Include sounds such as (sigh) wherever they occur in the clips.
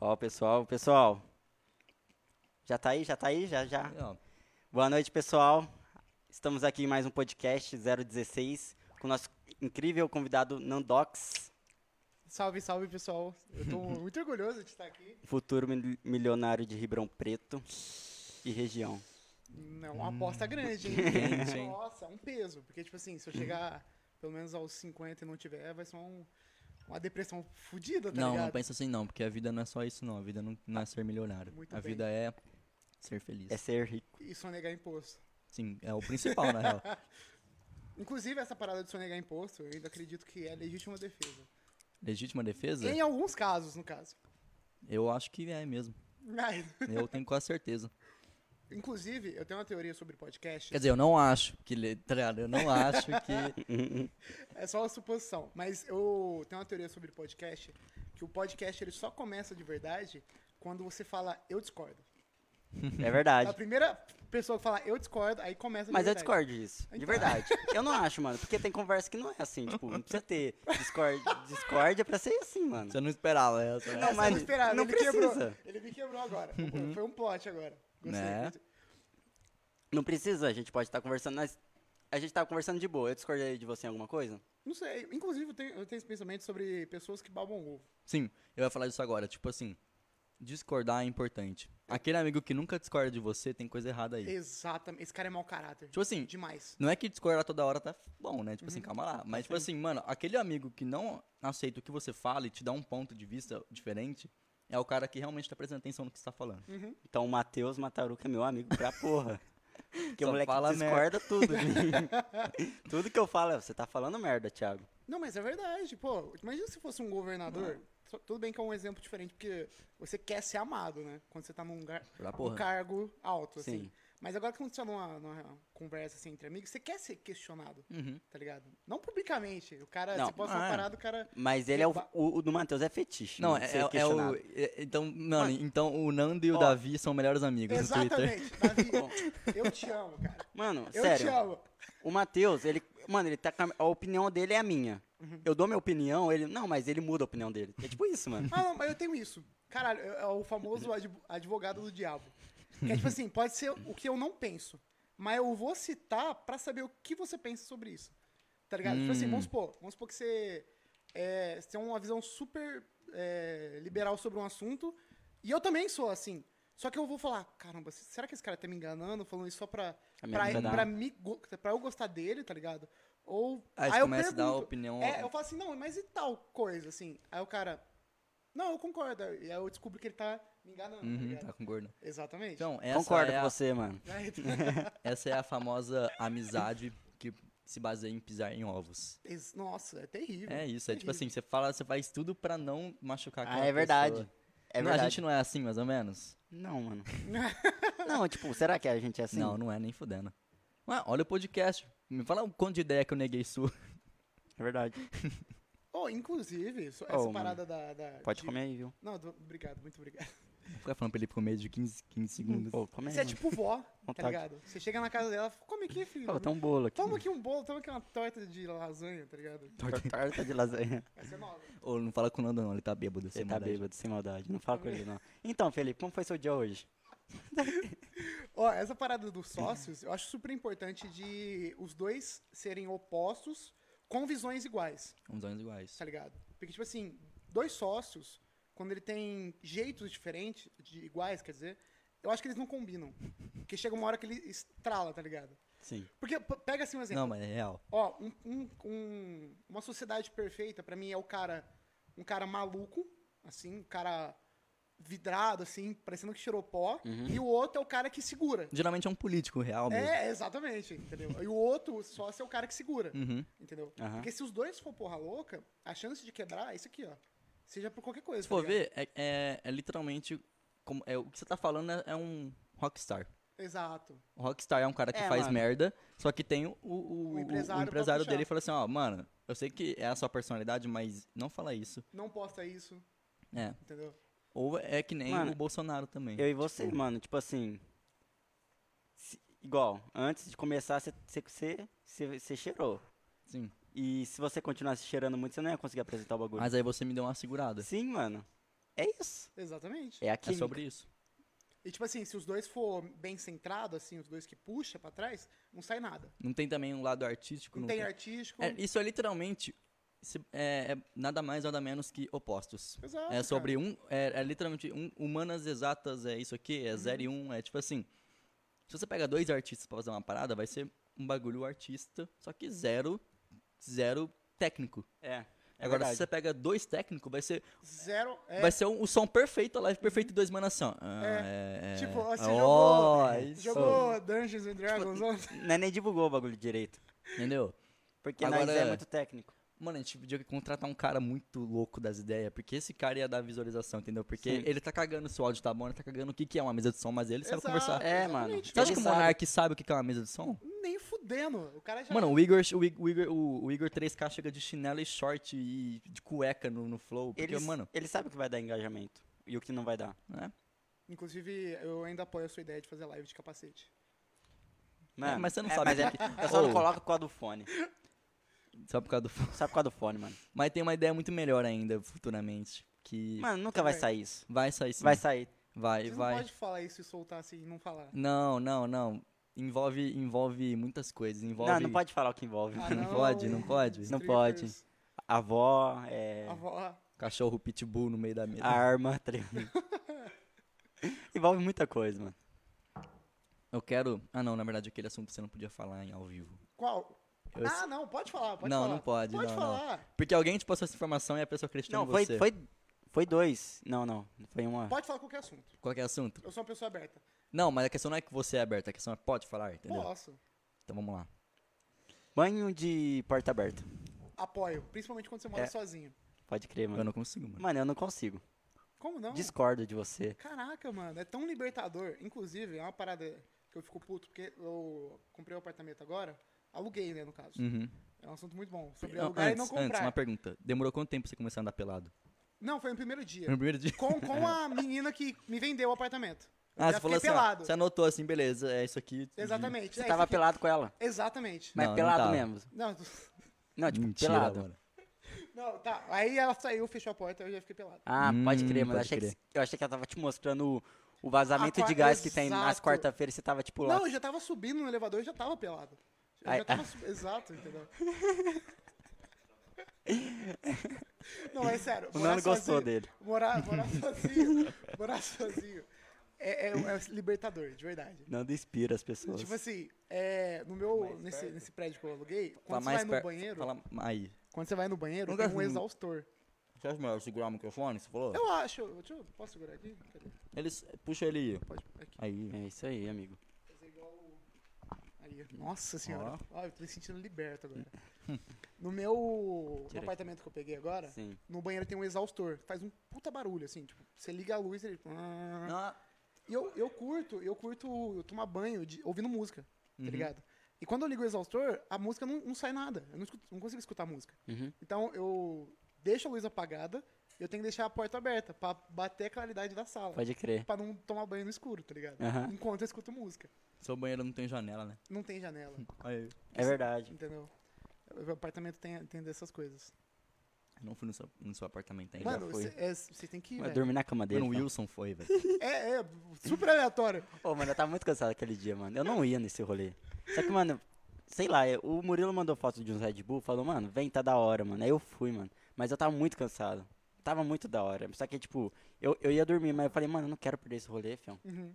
Ó, pessoal, pessoal. Já tá aí? Já tá aí? Já, já. Não, Boa noite, pessoal. Estamos aqui em mais um podcast 016 com o nosso incrível convidado Nandox, Salve, salve, pessoal. Eu (laughs) tô muito orgulhoso de estar aqui. futuro mil- milionário de Ribeirão Preto e região. Não, é Hum. uma aposta grande, (laughs) quente, hein? hein? Nossa, é um peso. Porque, tipo assim, se eu chegar pelo menos aos 50 e não tiver, vai ser um- uma depressão fodida, tá não, ligado? não pensa assim não, porque a vida não é só isso não. A vida não, não é ser milionário. Muito a bem. vida é ser feliz. É ser rico. E sonegar imposto. Sim, é o principal, na (laughs) real. Inclusive, essa parada de sonegar imposto, eu ainda acredito que é legítima defesa. Legítima defesa? Em alguns casos, no caso. Eu acho que é mesmo. Mas, Eu tenho quase certeza. (laughs) inclusive, eu tenho uma teoria sobre podcast. Quer dizer, eu não acho que... le- tá ligado? Eu não acho que... É só uma suposição. Mas eu tenho uma teoria sobre podcast, que o podcast ele só começa de verdade quando você fala eu discordo. Uhum. É A verdade. primeira pessoa que fala eu discordo, aí começa Tá de Mas eu verdade. discordo disso, de Então. verdade. Eu não acho, mano, porque tem conversa que não é assim, tipo, não precisa ter discord, discórdia pra ser assim, mano. Você não esperava essa, né? Não, Mas mas não esperava, não ele me precisa. Uhum. quebrou. Ele me quebrou agora. Foi um plot agora. Gostei. Né? muito. Não precisa, a gente pode estar conversando, mas a gente tava conversando de boa. Eu discordei de você em alguma coisa? Não sei. Inclusive, eu tenho, eu tenho esse pensamento sobre pessoas que babam ovo. Sim, eu ia falar disso agora. Tipo assim, discordar é importante. Aquele amigo que nunca discorda de você tem coisa errada aí. Exatamente. Esse cara é mau caráter. Tipo assim, Demais. não é que discordar toda hora tá bom, né? Tipo Uhum. assim, calma lá. Mas, tipo assim, mano, aquele amigo que não aceita o que você fala e te dá um ponto de vista diferente é o cara que realmente tá prestando atenção no que você tá falando. Então o Matheus Mataruca é meu amigo pra porra. Porque o Só moleque fala discorda tudo de mim. (laughs) tudo que eu falo, é, você tá falando merda, Thiago. Não, mas é verdade. Pô, imagina se fosse um governador. Só- Tudo bem que é um exemplo diferente, porque você quer ser amado, né? Quando você tá num, lugar, Pra num porra. cargo alto, assim. Sim. Mas agora quando você tá numa, numa conversa assim entre amigos, você quer ser questionado, Uhum. tá ligado? Não publicamente. O cara, Não, você pode ser ah, é. parado, o cara. Mas ele é o. Ba- O, o do Matheus é fetiche. Não, mano, é, ser é o- é o. questionado. é- então, mano, então o Nando e o Ó. Davi são melhores amigos no Twitter. Exatamente, (laughs) Davi. eu te amo, cara. Mano, Eu sério. te amo. O Matheus, ele. Mano, ele tá. com A a opinião dele é a minha. Uhum. Eu dou minha opinião, ele. Não, mas ele muda a opinião dele. É tipo isso, mano. Ah, não, mas eu tenho isso. Caralho, eu- é o famoso adv- advogado do diabo. Que é tipo assim, pode ser o que eu não penso, mas eu vou citar pra saber o que você pensa sobre isso. Tá ligado? Tipo assim, Hum. vamos supor, vamos supor que você, é, você tem uma visão super é, liberal sobre um assunto, e eu também sou assim. Só que eu vou falar, caramba, se- será que esse cara tá me enganando, falando isso só pra, A minha pra, opinião. pra, me, go- pra eu gostar dele, tá ligado? Ou. Aí você eu começa a dar pergunto. opinião. É, eu falo assim, não, mas e tal coisa, assim? Aí o cara, não, eu concordo. E aí eu descubro que ele tá me enganando, tá Uhum, ligado? tá com gordo. Exatamente. Então, (laughs) essa Concordo é a- com você, mano. (laughs) Aí- tá (laughs) Essa é a famosa amizade que se baseia em pisar em ovos. (laughs) Ex- Nossa, é terrível. É isso, é tipo terrível. assim, você fala, você faz tudo pra não machucar aquela Ah, é verdade. tá pessoa. É Não, verdade. A gente não é assim, mais ou menos? Não, (laughs) mano. não, tipo, será que a gente é assim? Não, não é nem fudendo. Ué, olha o podcast. Me fala um quanto de ideia que eu neguei sua. (laughs) É verdade. Oh, inclusive, so- Oh, essa mano. parada da, da- Pode de- comer aí, viu? Não, do- obrigado, muito obrigado. Ficar falando pra ele comer de 15, 15 segundos. Pô, come aí. Você é tipo vó, tá Vontade. ligado? Você chega na casa dela, fala, come aqui, filho. Pô, tem um bolo aqui. Toma aqui um bolo, toma aqui uma torta de lasanha, tá ligado? Tor- Torta de lasanha. Essa é nova. Ou não fala com o Nando não, ele tá bêbado. sem Você tá maldade. bêbado, sem maldade. Não fala com ele, não. Então, Felipe, como foi seu dia hoje? Ó, essa parada dos sócios, eu acho super importante de os dois serem opostos com visões iguais. Uns olhos iguais. tá ligado? Porque, tipo assim, dois sócios, quando ele tem jeitos diferentes, de iguais, quer dizer, eu acho que eles não combinam. Porque chega uma hora que ele estrala, tá ligado? Sim. Porque, p- pega assim um exemplo. Não, mas é real. Ó, um- um- um- uma sociedade perfeita, pra mim, é o cara, um cara maluco, assim, um cara vidrado, assim, parecendo que cheirou pó, e o outro é o cara que segura. Geralmente é um político real mesmo. É, exatamente, entendeu? E o outro sócio é o cara que segura. Uhum. Entendeu? Aham. Porque se os dois for porra louca, a chance de quebrar é isso aqui, ó. Seja por qualquer coisa. Se for tá ligado? ver, é, é- é literalmente. Como, é, o que você tá falando é, é um rockstar. Exato. O Rockstar é um cara que É, faz mano. merda, só que tem o, o, O o- o empresário, empresário pra puxar. dele e fala assim, ó, mano, eu sei que é a sua personalidade, mas não fala isso. Não posta isso, É. entendeu? Ou é que nem Mano, o Bolsonaro também. Eu e você, mano, tipo assim. se- igual, antes de começar, você cheirou. Sim. E se você continuasse cheirando muito, você não ia conseguir apresentar o bagulho. Mas aí você me deu uma segurada. Sim, mano. É isso. Exatamente. É a É química. sobre isso. E tipo assim, se os dois for bem centrado, assim, os dois que puxa pra trás, não sai nada. Não tem também um lado artístico. Não, Não tem, tem- artístico. É, isso é literalmente se- é, é nada mais nada menos que opostos. Exato, É sobre um. É, é literalmente um, humanas exatas, é isso aqui, é zero e um. É tipo assim. Se você pega dois artistas pra fazer uma parada, vai ser um bagulho artista, só que zero. Zero técnico. É. é Agora, verdade. se você pega dois técnicos, vai ser, cara. Zero. É, vai ser um- o som perfeito, a live perfeita e dois manas assim, ó. Ah, é, Tipo, você Ó, jogou, isso. Tipo, jogou Dungeons and Dragons ontem. Não é nem divulgou o bagulho direito. Entendeu? Porque Agora- nós é muito técnico. Mano, a gente podia contratar um cara muito louco das ideias, porque esse cara ia dar visualização, entendeu? Porque Sim. ele tá cagando se o áudio tá bom, ele tá cagando o que, que é uma mesa de som, mas ele sabe Exato, conversar. É, exatamente, mano. Você acha Ele que o sabe. Monark sabe o que que é uma mesa de som? Nem fudendo. O cara já. Mano, o Igor, o Igor, o Igor, o- o Igor 3K chega de chinelo e short e de cueca no, no flow, porque, Ele, mano, ele sabe o que vai dar engajamento e o que não vai dar. né? Inclusive, eu ainda apoio a sua ideia de fazer live de capacete. Mano, mas você não é- sabe Mas é, que- eu só não Ô. coloco com a do fone. só por causa do flow. Sabe com a do fone, mano. Mas tem uma ideia muito melhor ainda, futuramente, que Mano, nunca vai Também. sair isso. vai sair sim. Vai sair. vai, Você vai. não pode falar isso e soltar assim e não falar. Não, não, não. Envolve, envolve muitas coisas, envolve... Não, não pode falar o que envolve. Ah, Não pode, não pode? os Não triggers, Avó, é, A vó. Cachorro pitbull no meio da mesa. arma, tá (laughs) ligado? envolve muita coisa, mano. Eu quero. Ah, não, na verdade, aquele assunto você não podia falar em ao vivo. Qual? Eu- Ah, não, pode falar, pode Não, falar. não pode, Pode não, não. falar. Porque alguém te passou essa informação e a pessoa acreditou Não, em foi, você. foi, foi dois. Não, não. Foi uma. Pode falar qualquer assunto. Qual que é o assunto? Eu sou uma pessoa aberta. Não, mas a questão não é que você é aberta, a questão é pode falar, entendeu? Posso. Então vamos lá. Banho de porta aberta. Apoio. Principalmente quando você mora É. sozinho. Pode crer, Eu mano. não consigo, mano. Mano, eu não consigo. Como não? Discordo de você. Caraca, mano, é tão libertador. Inclusive, é uma parada que eu fico puto, porque eu comprei um apartamento agora, aluguei, né, no caso. Uhum. É um assunto muito bom. Sobre Não, alugar e não antes, antes, comprar. uma pergunta. Demorou quanto tempo pra você começar a andar pelado? Não, foi no primeiro dia. No primeiro dia. Com, com a menina que me vendeu o apartamento. Eu já Ah, você falou assim, fiquei ó, pelado. você anotou assim, beleza, é isso aqui. de- Exatamente. Você É, tava fiquei- pelado com ela. Exatamente. Mas Não, não pelado tava. mesmo. Não, Não, tipo, Mentira, pelado. mano. não, tá. Aí ela saiu, fechou a porta, eu já fiquei pelado. Ah, pode Hum, crer, mas pode achei que crer. se- eu achei que ela tava te mostrando o, o vazamento A de qua- gás que tem nas Exato. quarta-feiras. Você tava tipo lá. Não, eu já tava subindo no elevador, eu já tava pelado. Eu Ai, ah. já tava sub... (laughs) Exato, entendeu? Não, é sério. O morar Nano gostou sozinho- dele. Morar, (laughs) morar sozinho, morar sozinho é, é- é libertador, de verdade. Não inspira as pessoas. Tipo assim, é, no meu, nesse, nesse prédio que eu aluguei, Tá quando você vai no per- banheiro, Fala aí. quando você vai no banheiro, Nunca tem um vi. exaustor. Você acha melhor eu segurar o microfone? Você falou? Eu acho, deixa eu, posso segurar aqui? Cadê? Eles. Puxa ele. Pode, aqui. Aí. É isso aí, amigo. Fazer igual o- Aí, nossa senhora. Ó, eu tô me sentindo liberto agora. (laughs) No meu no Tira aqui. apartamento que eu peguei Tá. agora, Sim. no banheiro tem um exaustor. Faz um puta barulho, assim. Tipo, você liga a luz e ele... É. Não, E eu, eu curto, eu curto tomar banho de- ouvindo música, Uhum. tá ligado? E quando eu ligo o exaustor, a música não, não sai nada. Eu não, escuto- não consigo escutar música. Uhum. Então, eu deixo a luz apagada eu tenho que deixar a porta aberta pra bater a claridade da sala. Pode crer. Pra não tomar banho no escuro, tá ligado? Aham. Enquanto eu escuto música. Seu banheiro não tem janela, né? Não tem janela. Aí. É verdade. Entendeu? O apartamento tem, tem dessas coisas. Eu não fui no seu, no seu apartamento ainda. Mano, foi. você é, cê tem que ir, Mas velho. dormir na cama dele. Mano, o tá? Wilson (laughs) foi, velho. É, é, super aleatório. Ô, mano, eu tava muito cansado aquele dia, mano. Eu não ia nesse rolê. Só que, mano, sei lá, eu- o Murilo mandou foto de uns Red Bull, falou, mano, vem, tá da hora, mano. Aí eu fui, mano. Mas eu tava muito cansado. Tava muito da hora. Só que, tipo, eu, eu ia dormir, mas eu falei, mano, eu não quero perder esse rolê, fião. Uhum.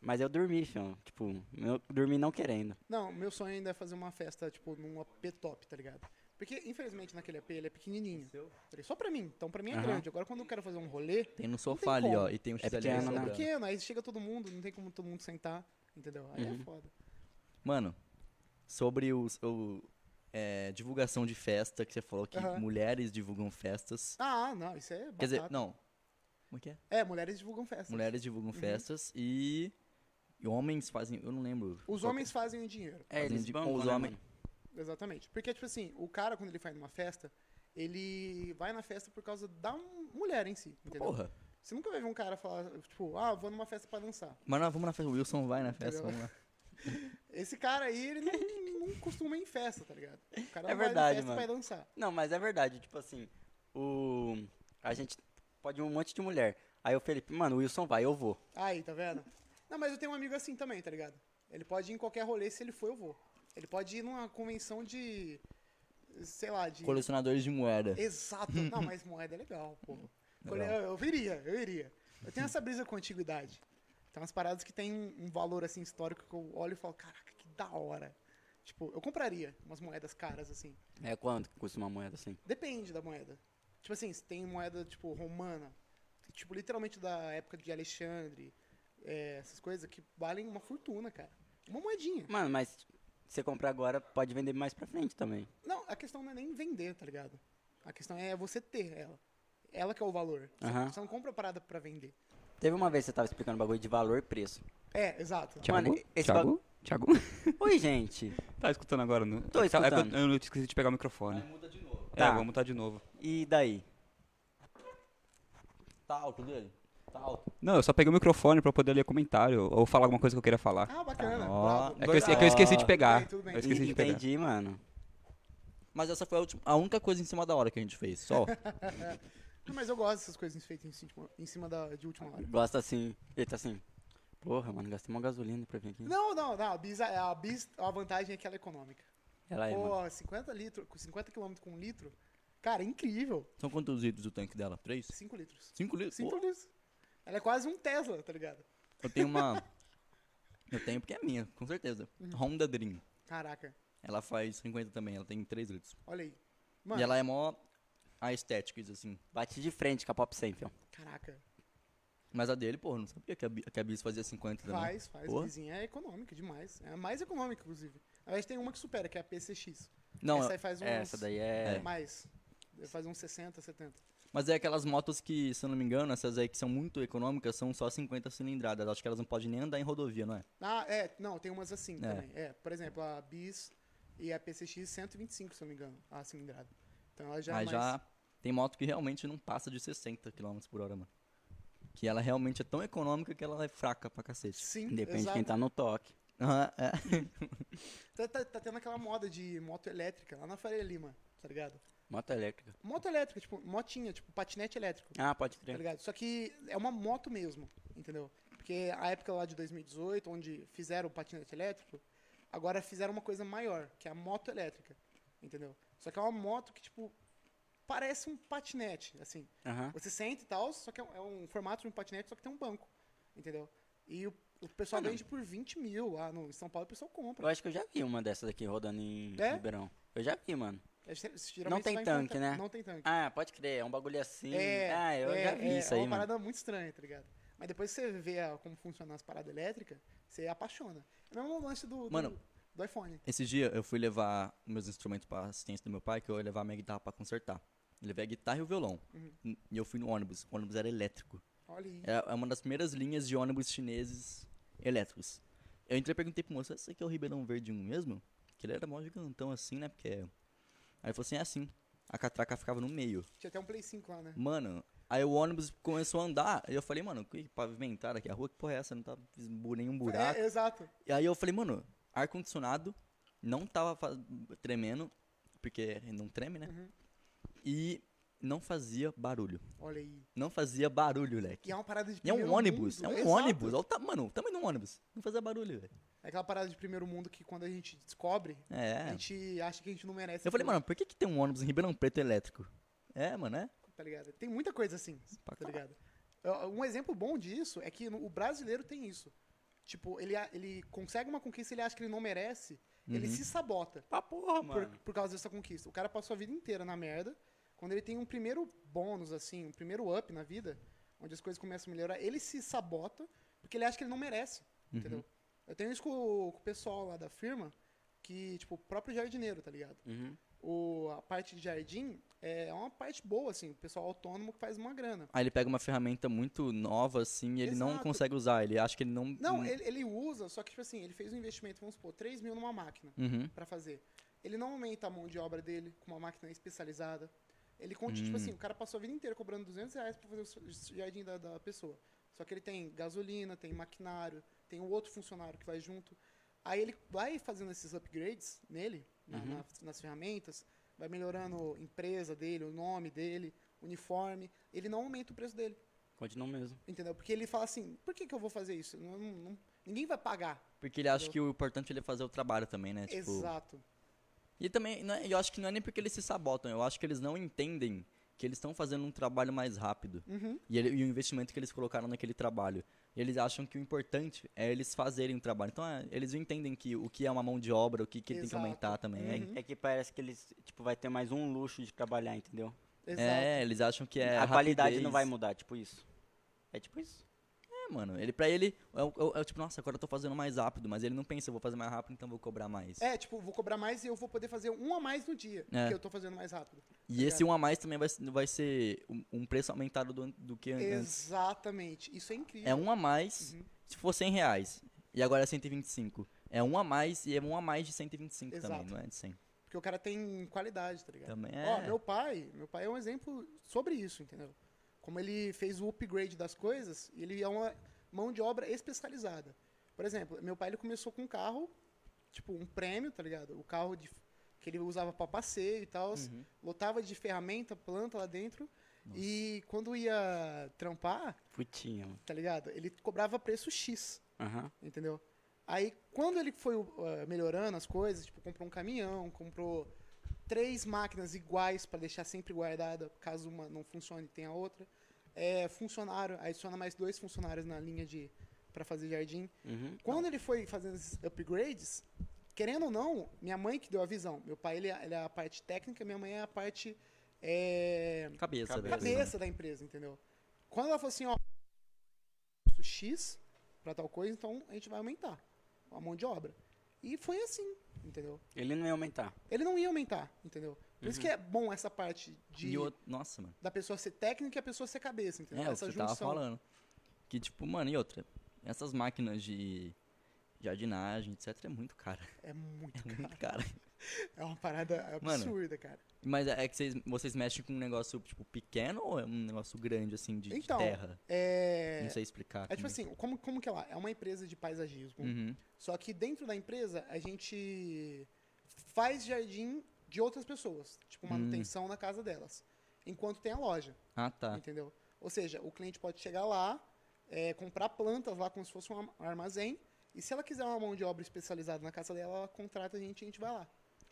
Mas eu dormi, fião. Tipo, eu dormi não querendo. Não, meu sonho ainda é fazer uma festa, tipo, num AP top, tá ligado? Porque, infelizmente, naquele AP ele é pequenininho. Só pra mim. Então, pra mim é Aham. grande. Agora, quando eu quero fazer um rolê, Tem no sofá ali, como. ó. E tem um É XLR pequeno, é né? sobrando. pequeno. Aí chega todo mundo, não tem como todo mundo sentar, entendeu? Aí é foda. Mano, sobre os- o, é, divulgação de festa, que você falou que Aham. mulheres divulgam festas. Ah, não, isso é batata. Quer dizer, não. Como é que é? É, mulheres divulgam festa. Mulheres divulgam Uhum. festas e, e homens fazem. Eu não lembro. Os qual- homens fazem o dinheiro. É, eles eles bancam, vão né, Exatamente. Porque, tipo assim, o cara, quando ele vai numa festa, ele vai na festa por causa da m- mulher em si, entendeu? é? Porra. Você nunca vai ver um cara falar, tipo, ah, vou numa festa pra dançar. Mas nós vamos na festa. O Wilson vai na festa. Entendeu? Vamos lá. Esse cara aí, ele não, (laughs) não costuma ir em festa, tá ligado? O cara É não vai verdade, em festa mano. e vai dançar. Não, mas é verdade, tipo assim, o. A gente pode ir um monte de mulher. Aí o Felipe, mano, o Wilson vai, eu vou. Aí, tá vendo? Não, mas eu tenho um amigo assim também, tá ligado? Ele pode ir em qualquer rolê, se ele for, eu vou. Ele pode ir numa convenção de. Sei lá, de. Colecionadores de moeda. Exato. Não, mas moeda é legal, pô. Cole- Legal. Eu, eu iria, eu iria. Eu tenho essa brisa com antiguidade. Tem umas paradas que tem um um valor assim histórico que eu olho e falo, caraca, que da hora. Tipo, eu compraria umas moedas caras assim. É quanto que custa uma moeda assim? Depende da moeda. Tipo assim, se tem moeda, tipo, romana, tipo, literalmente da época de Alexandre, é, essas coisas que valem uma fortuna, cara. Uma moedinha. Mano, mas se você comprar agora, pode vender mais pra frente também. Não, a questão não é nem vender, tá ligado? A questão é você ter ela. Ela que é o valor. Você- Aham. Você não compra parada pra vender. Teve uma vez que você tava explicando bagulho de valor e (laughs) preço. É, exato. Mano, Thiago? esse Thiago? bagulho- Thiago? Oi, gente. Tá escutando agora? Não? Tô É que eu- é que eu- escutando. eu, não esqueci de pegar o microfone. muda de novo. Tá. É, vamos mutar de novo. E daí? Tá alto dele? Tá alto. Não, eu só peguei o microfone pra poder ler comentário ou falar alguma coisa que eu queira falar. Ah, bacana. Ó, bravo. é, que eu, esque- é que eu esqueci de pegar. Tudo bem, tudo bem. Eu esqueci de pegar. Entendi, mano. Mas essa foi a, última, a única coisa em cima da hora que a gente fez, só. (laughs) Não, mas eu gosto dessas coisas feitas em cima, em cima da, de última hora. Gosta assim. Ele tá assim. Porra, mano, gastei uma gasolina pra vir aqui. Não, não, não. A bis, a bis, a vantagem é que ela é econômica. Ela é, mano. Pô, 50 litros, com 50 km com um litro, cara, é incrível. São quantos litros o tanque dela? Três? 5 litros. Cinco litros? 5 litros. Ela é quase um Tesla, tá ligado? Eu tenho uma. Eu tenho porque é minha, com certeza. Uhum. Honda Dream. Caraca, Ela faz 50 também, ela tem 3 litros. olha aí. Mano, E ela é mó a estética, isso assim. Bate de frente com a Pop Senfion. caraca. Mas a dele, porra, não sabia que a, Bi- que a Bis fazia 50 também. Faz, faz. Porra. Vizinha é econômica demais. É a mais econômica, inclusive. Na verdade, tem uma que supera, que é a PCX. Não, essa aí faz uns... Essa daí é. Mais. Deve fazer uns 60, 70. mas é aquelas motos que, se eu não me engano, essas aí que são muito econômicas, são só 50 cilindradas. Acho que elas não podem nem andar em rodovia, não é? Ah, é, não, tem umas assim É. também. É, por exemplo, a Bis e a PCX 125, se eu não me engano, a cilindrada. Então ela já é Mas mais- já tem moto que realmente não passa de 60 km por hora, mano. Que ela realmente é tão econômica que ela é fraca pra cacete. Sim, Depende de exato. quem tá no toque. Aham, é. Tá, tá- tá tendo aquela moda de moto elétrica lá na Faria Lima, tá ligado? Moto elétrica. Moto elétrica, tipo, motinha, tipo, patinete elétrico, Ah, pode tá crer. ligado? Só que é uma moto mesmo, entendeu? Porque a época lá de 2018, onde fizeram o patinete elétrico, agora fizeram uma coisa maior, que é a moto elétrica, entendeu? Só que é uma moto que, tipo, parece um patinete, assim. Aham. Você senta e tal, só que é um, é um formato de um patinete, só que tem um banco. Entendeu? E o, o pessoal Ah, não. vende por 20 mil lá no em São Paulo, o pessoal compra. Eu acho que eu já vi uma dessas aqui rodando em É? Ribeirão. Eu já vi, mano. É, ge- geralmente tem só em tanque, Ponta- né? Não tem tanque. Ah, pode crer, é um bagulho assim. ah, eu é, já vi é, isso é aí, uma mano. parada muito estranha, tá ligado? Mas depois que você vê a- como funcionam as paradas elétricas, você apaixona. É o mesmo lance do, do, Mano. do iPhone. Esse dia eu fui levar meus instrumentos pra assistência do meu pai, que eu ia levar minha guitarra pra consertar. Eu levei a guitarra e o violão. N- E eu fui no ônibus. O ônibus era elétrico. Olha aí. É é uma das primeiras linhas de ônibus chineses elétricos. Eu entrei e perguntei pro moço, esse aqui é o Ribeirão Verde 1 mesmo? Que ele era mó gigantão assim, né? Porque... é- Aí ele falou assim, é assim. A catraca ficava no meio. Tinha até um Play 5 lá, né? Mano, aí o ônibus começou a andar. E eu falei, mano, que pavimentada aqui a rua? Que porra é essa? Não tá bu- nenhum buraco. É, exato. E aí eu falei, mano, ar-condicionado não tava fa- tremendo, porque não treme, né? Uhum. E não fazia barulho. Olha aí. Não fazia barulho, E leque. é uma parada de E é um primeiro ônibus, mundo, é um exato. ônibus. Olha o ta- mano, o tamanho de um ônibus. Não fazia barulho, velho. É aquela parada de primeiro mundo que quando a gente descobre, a É. gente acha que a gente não merece. Eu falei, aquilo. mano, por que, que tem um ônibus em Ribeirão Preto elétrico? É, mano, é? tá ligado? Tem muita coisa assim, Pra tá ligado? Ah, Um exemplo bom disso é que no- o brasileiro tem isso. Tipo, ele, a- ele consegue uma conquista, ele acha que ele não merece, ele Uhum. se sabota Pra porra, por, mano. por causa dessa conquista. O cara passou a vida inteira na merda, quando ele tem um primeiro bônus, assim, um primeiro up na vida, onde as coisas começam a melhorar, ele se sabota porque ele acha que ele não merece, Uhum. entendeu? Eu tenho isso com, o- com o pessoal lá da firma, que, tipo, o próprio jardineiro, tá ligado? Uhum. o, a parte de jardim é uma parte boa, assim, o pessoal autônomo que faz uma grana. Aí ele pega uma ferramenta muito nova, assim, e ele não Exato. consegue usar. Ele acha que ele não. Não, ele, ele usa, só que, tipo assim, ele fez um investimento, vamos supor, 3 mil numa máquina Uhum. pra fazer. Ele não aumenta a mão de obra dele com uma máquina especializada. Ele conta, Hum. tipo assim, o cara passou a vida inteira cobrando 200 reais pra fazer o s- jardim da, da pessoa. Só que ele tem gasolina, tem maquinário, tem o outro funcionário que vai junto. Aí ele vai fazendo esses upgrades nele, na- Uhum. na- nas ferramentas, vai melhorando a empresa dele, o nome dele, uniforme. Ele não aumenta o preço dele, Continua mesmo. entendeu? Porque ele fala assim, por que, que eu vou fazer isso? Não- não- não- ninguém vai pagar. Porque ele acha que o importante é ele fazer o trabalho também, né? Tipo, Exato. E também, não é- eu acho que não é nem porque eles se sabotam, eu acho que eles não entendem que eles estão fazendo um trabalho mais rápido. Uhum. E, ele- e o investimento que eles colocaram naquele trabalho. E eles acham que o importante é eles fazerem o trabalho. Então, é, eles entendem que o que é uma mão de obra, o que, que tem que Exato. aumentar também. é- Uhum. É que parece que eles, tipo, vai ter mais um luxo de trabalhar, entendeu? Exato. É, eles acham que é a qualidade não rapidez. vai mudar, tipo isso. É tipo isso. É, mano. Ele, pra ele, é, o- é o- é o tipo, nossa, agora eu tô fazendo mais rápido. Mas ele não pensa, eu vou fazer mais rápido, então eu vou cobrar mais. É, tipo, vou cobrar mais e eu vou poder fazer um a mais no dia, É. que eu tô fazendo mais rápido. e esse um a mais também vai, se- vai ser um, um preço aumentado do, an- do que an- antes. Exatamente. Isso é incrível. É um a mais, Uhum. se for 100 reais. E agora é 125. É um a mais e é um a mais de 125 também, Exato. não é de 100. Porque o cara tem qualidade, tá ligado? Também Ó, é. meu pai, meu pai é um exemplo sobre isso, entendeu? Como ele fez o upgrade das coisas, e ele é uma mão de obra especializada. Por exemplo, meu pai ele começou com um carro, tipo um prêmio, tá ligado? O carro de- que ele usava pra passeio e tal, Uhum. lotava de ferramenta, planta lá dentro. E quando ia trampar, Putinha, mano. tá ligado? Ele cobrava preço X. Aham. Entendeu? Aí, quando ele foi uh, melhorando as coisas, tipo, comprou um caminhão, comprou três máquinas iguais pra deixar sempre guardada, caso uma não funcione, tem a outra. É, funcionário, adiciona mais dois funcionários na linha de para fazer jardim. Uhum. Quando ele foi fazendo esses upgrades, querendo ou não, minha mãe que deu a visão. Meu pai, ele, é- ele é a parte técnica, minha mãe é a parte... é, Cabeça, né? Cabeça. velho. cabeça da empresa, entendeu? Quando ela falou assim, ó, X pra tal coisa, então a gente vai aumentar a mão de obra. E foi assim, entendeu? Ele não ia aumentar. Ele não ia aumentar, entendeu? Por isso que é bom essa parte de Uhum. E outro, nossa, mano. da pessoa ser técnica e a pessoa ser cabeça, entendeu? É, o que essa você tava falando. Que, tipo, mano, e outra? Essas máquinas de jardinagem, etc, é muito cara. (laughs) é muito, (laughs) É cara. muito cara. É uma parada Mano. absurda, cara. Mas é é que vocês, vocês mexem com um negócio, tipo, pequeno ou é um negócio grande, assim, de, de Então, terra? É, Não sei explicar. é tipo como- assim, como, como que é lá? É uma empresa de paisagismo. Uhum. Só que dentro da empresa a gente faz jardim de outras pessoas, tipo manutenção na casa delas, enquanto tem a loja, Ah, Hum. tá. entendeu? Ou seja, o cliente pode chegar lá, é, comprar plantas lá como se fosse um am- armazém, e se ela quiser uma mão de obra especializada na casa dela, ela contrata a gente e a gente vai lá.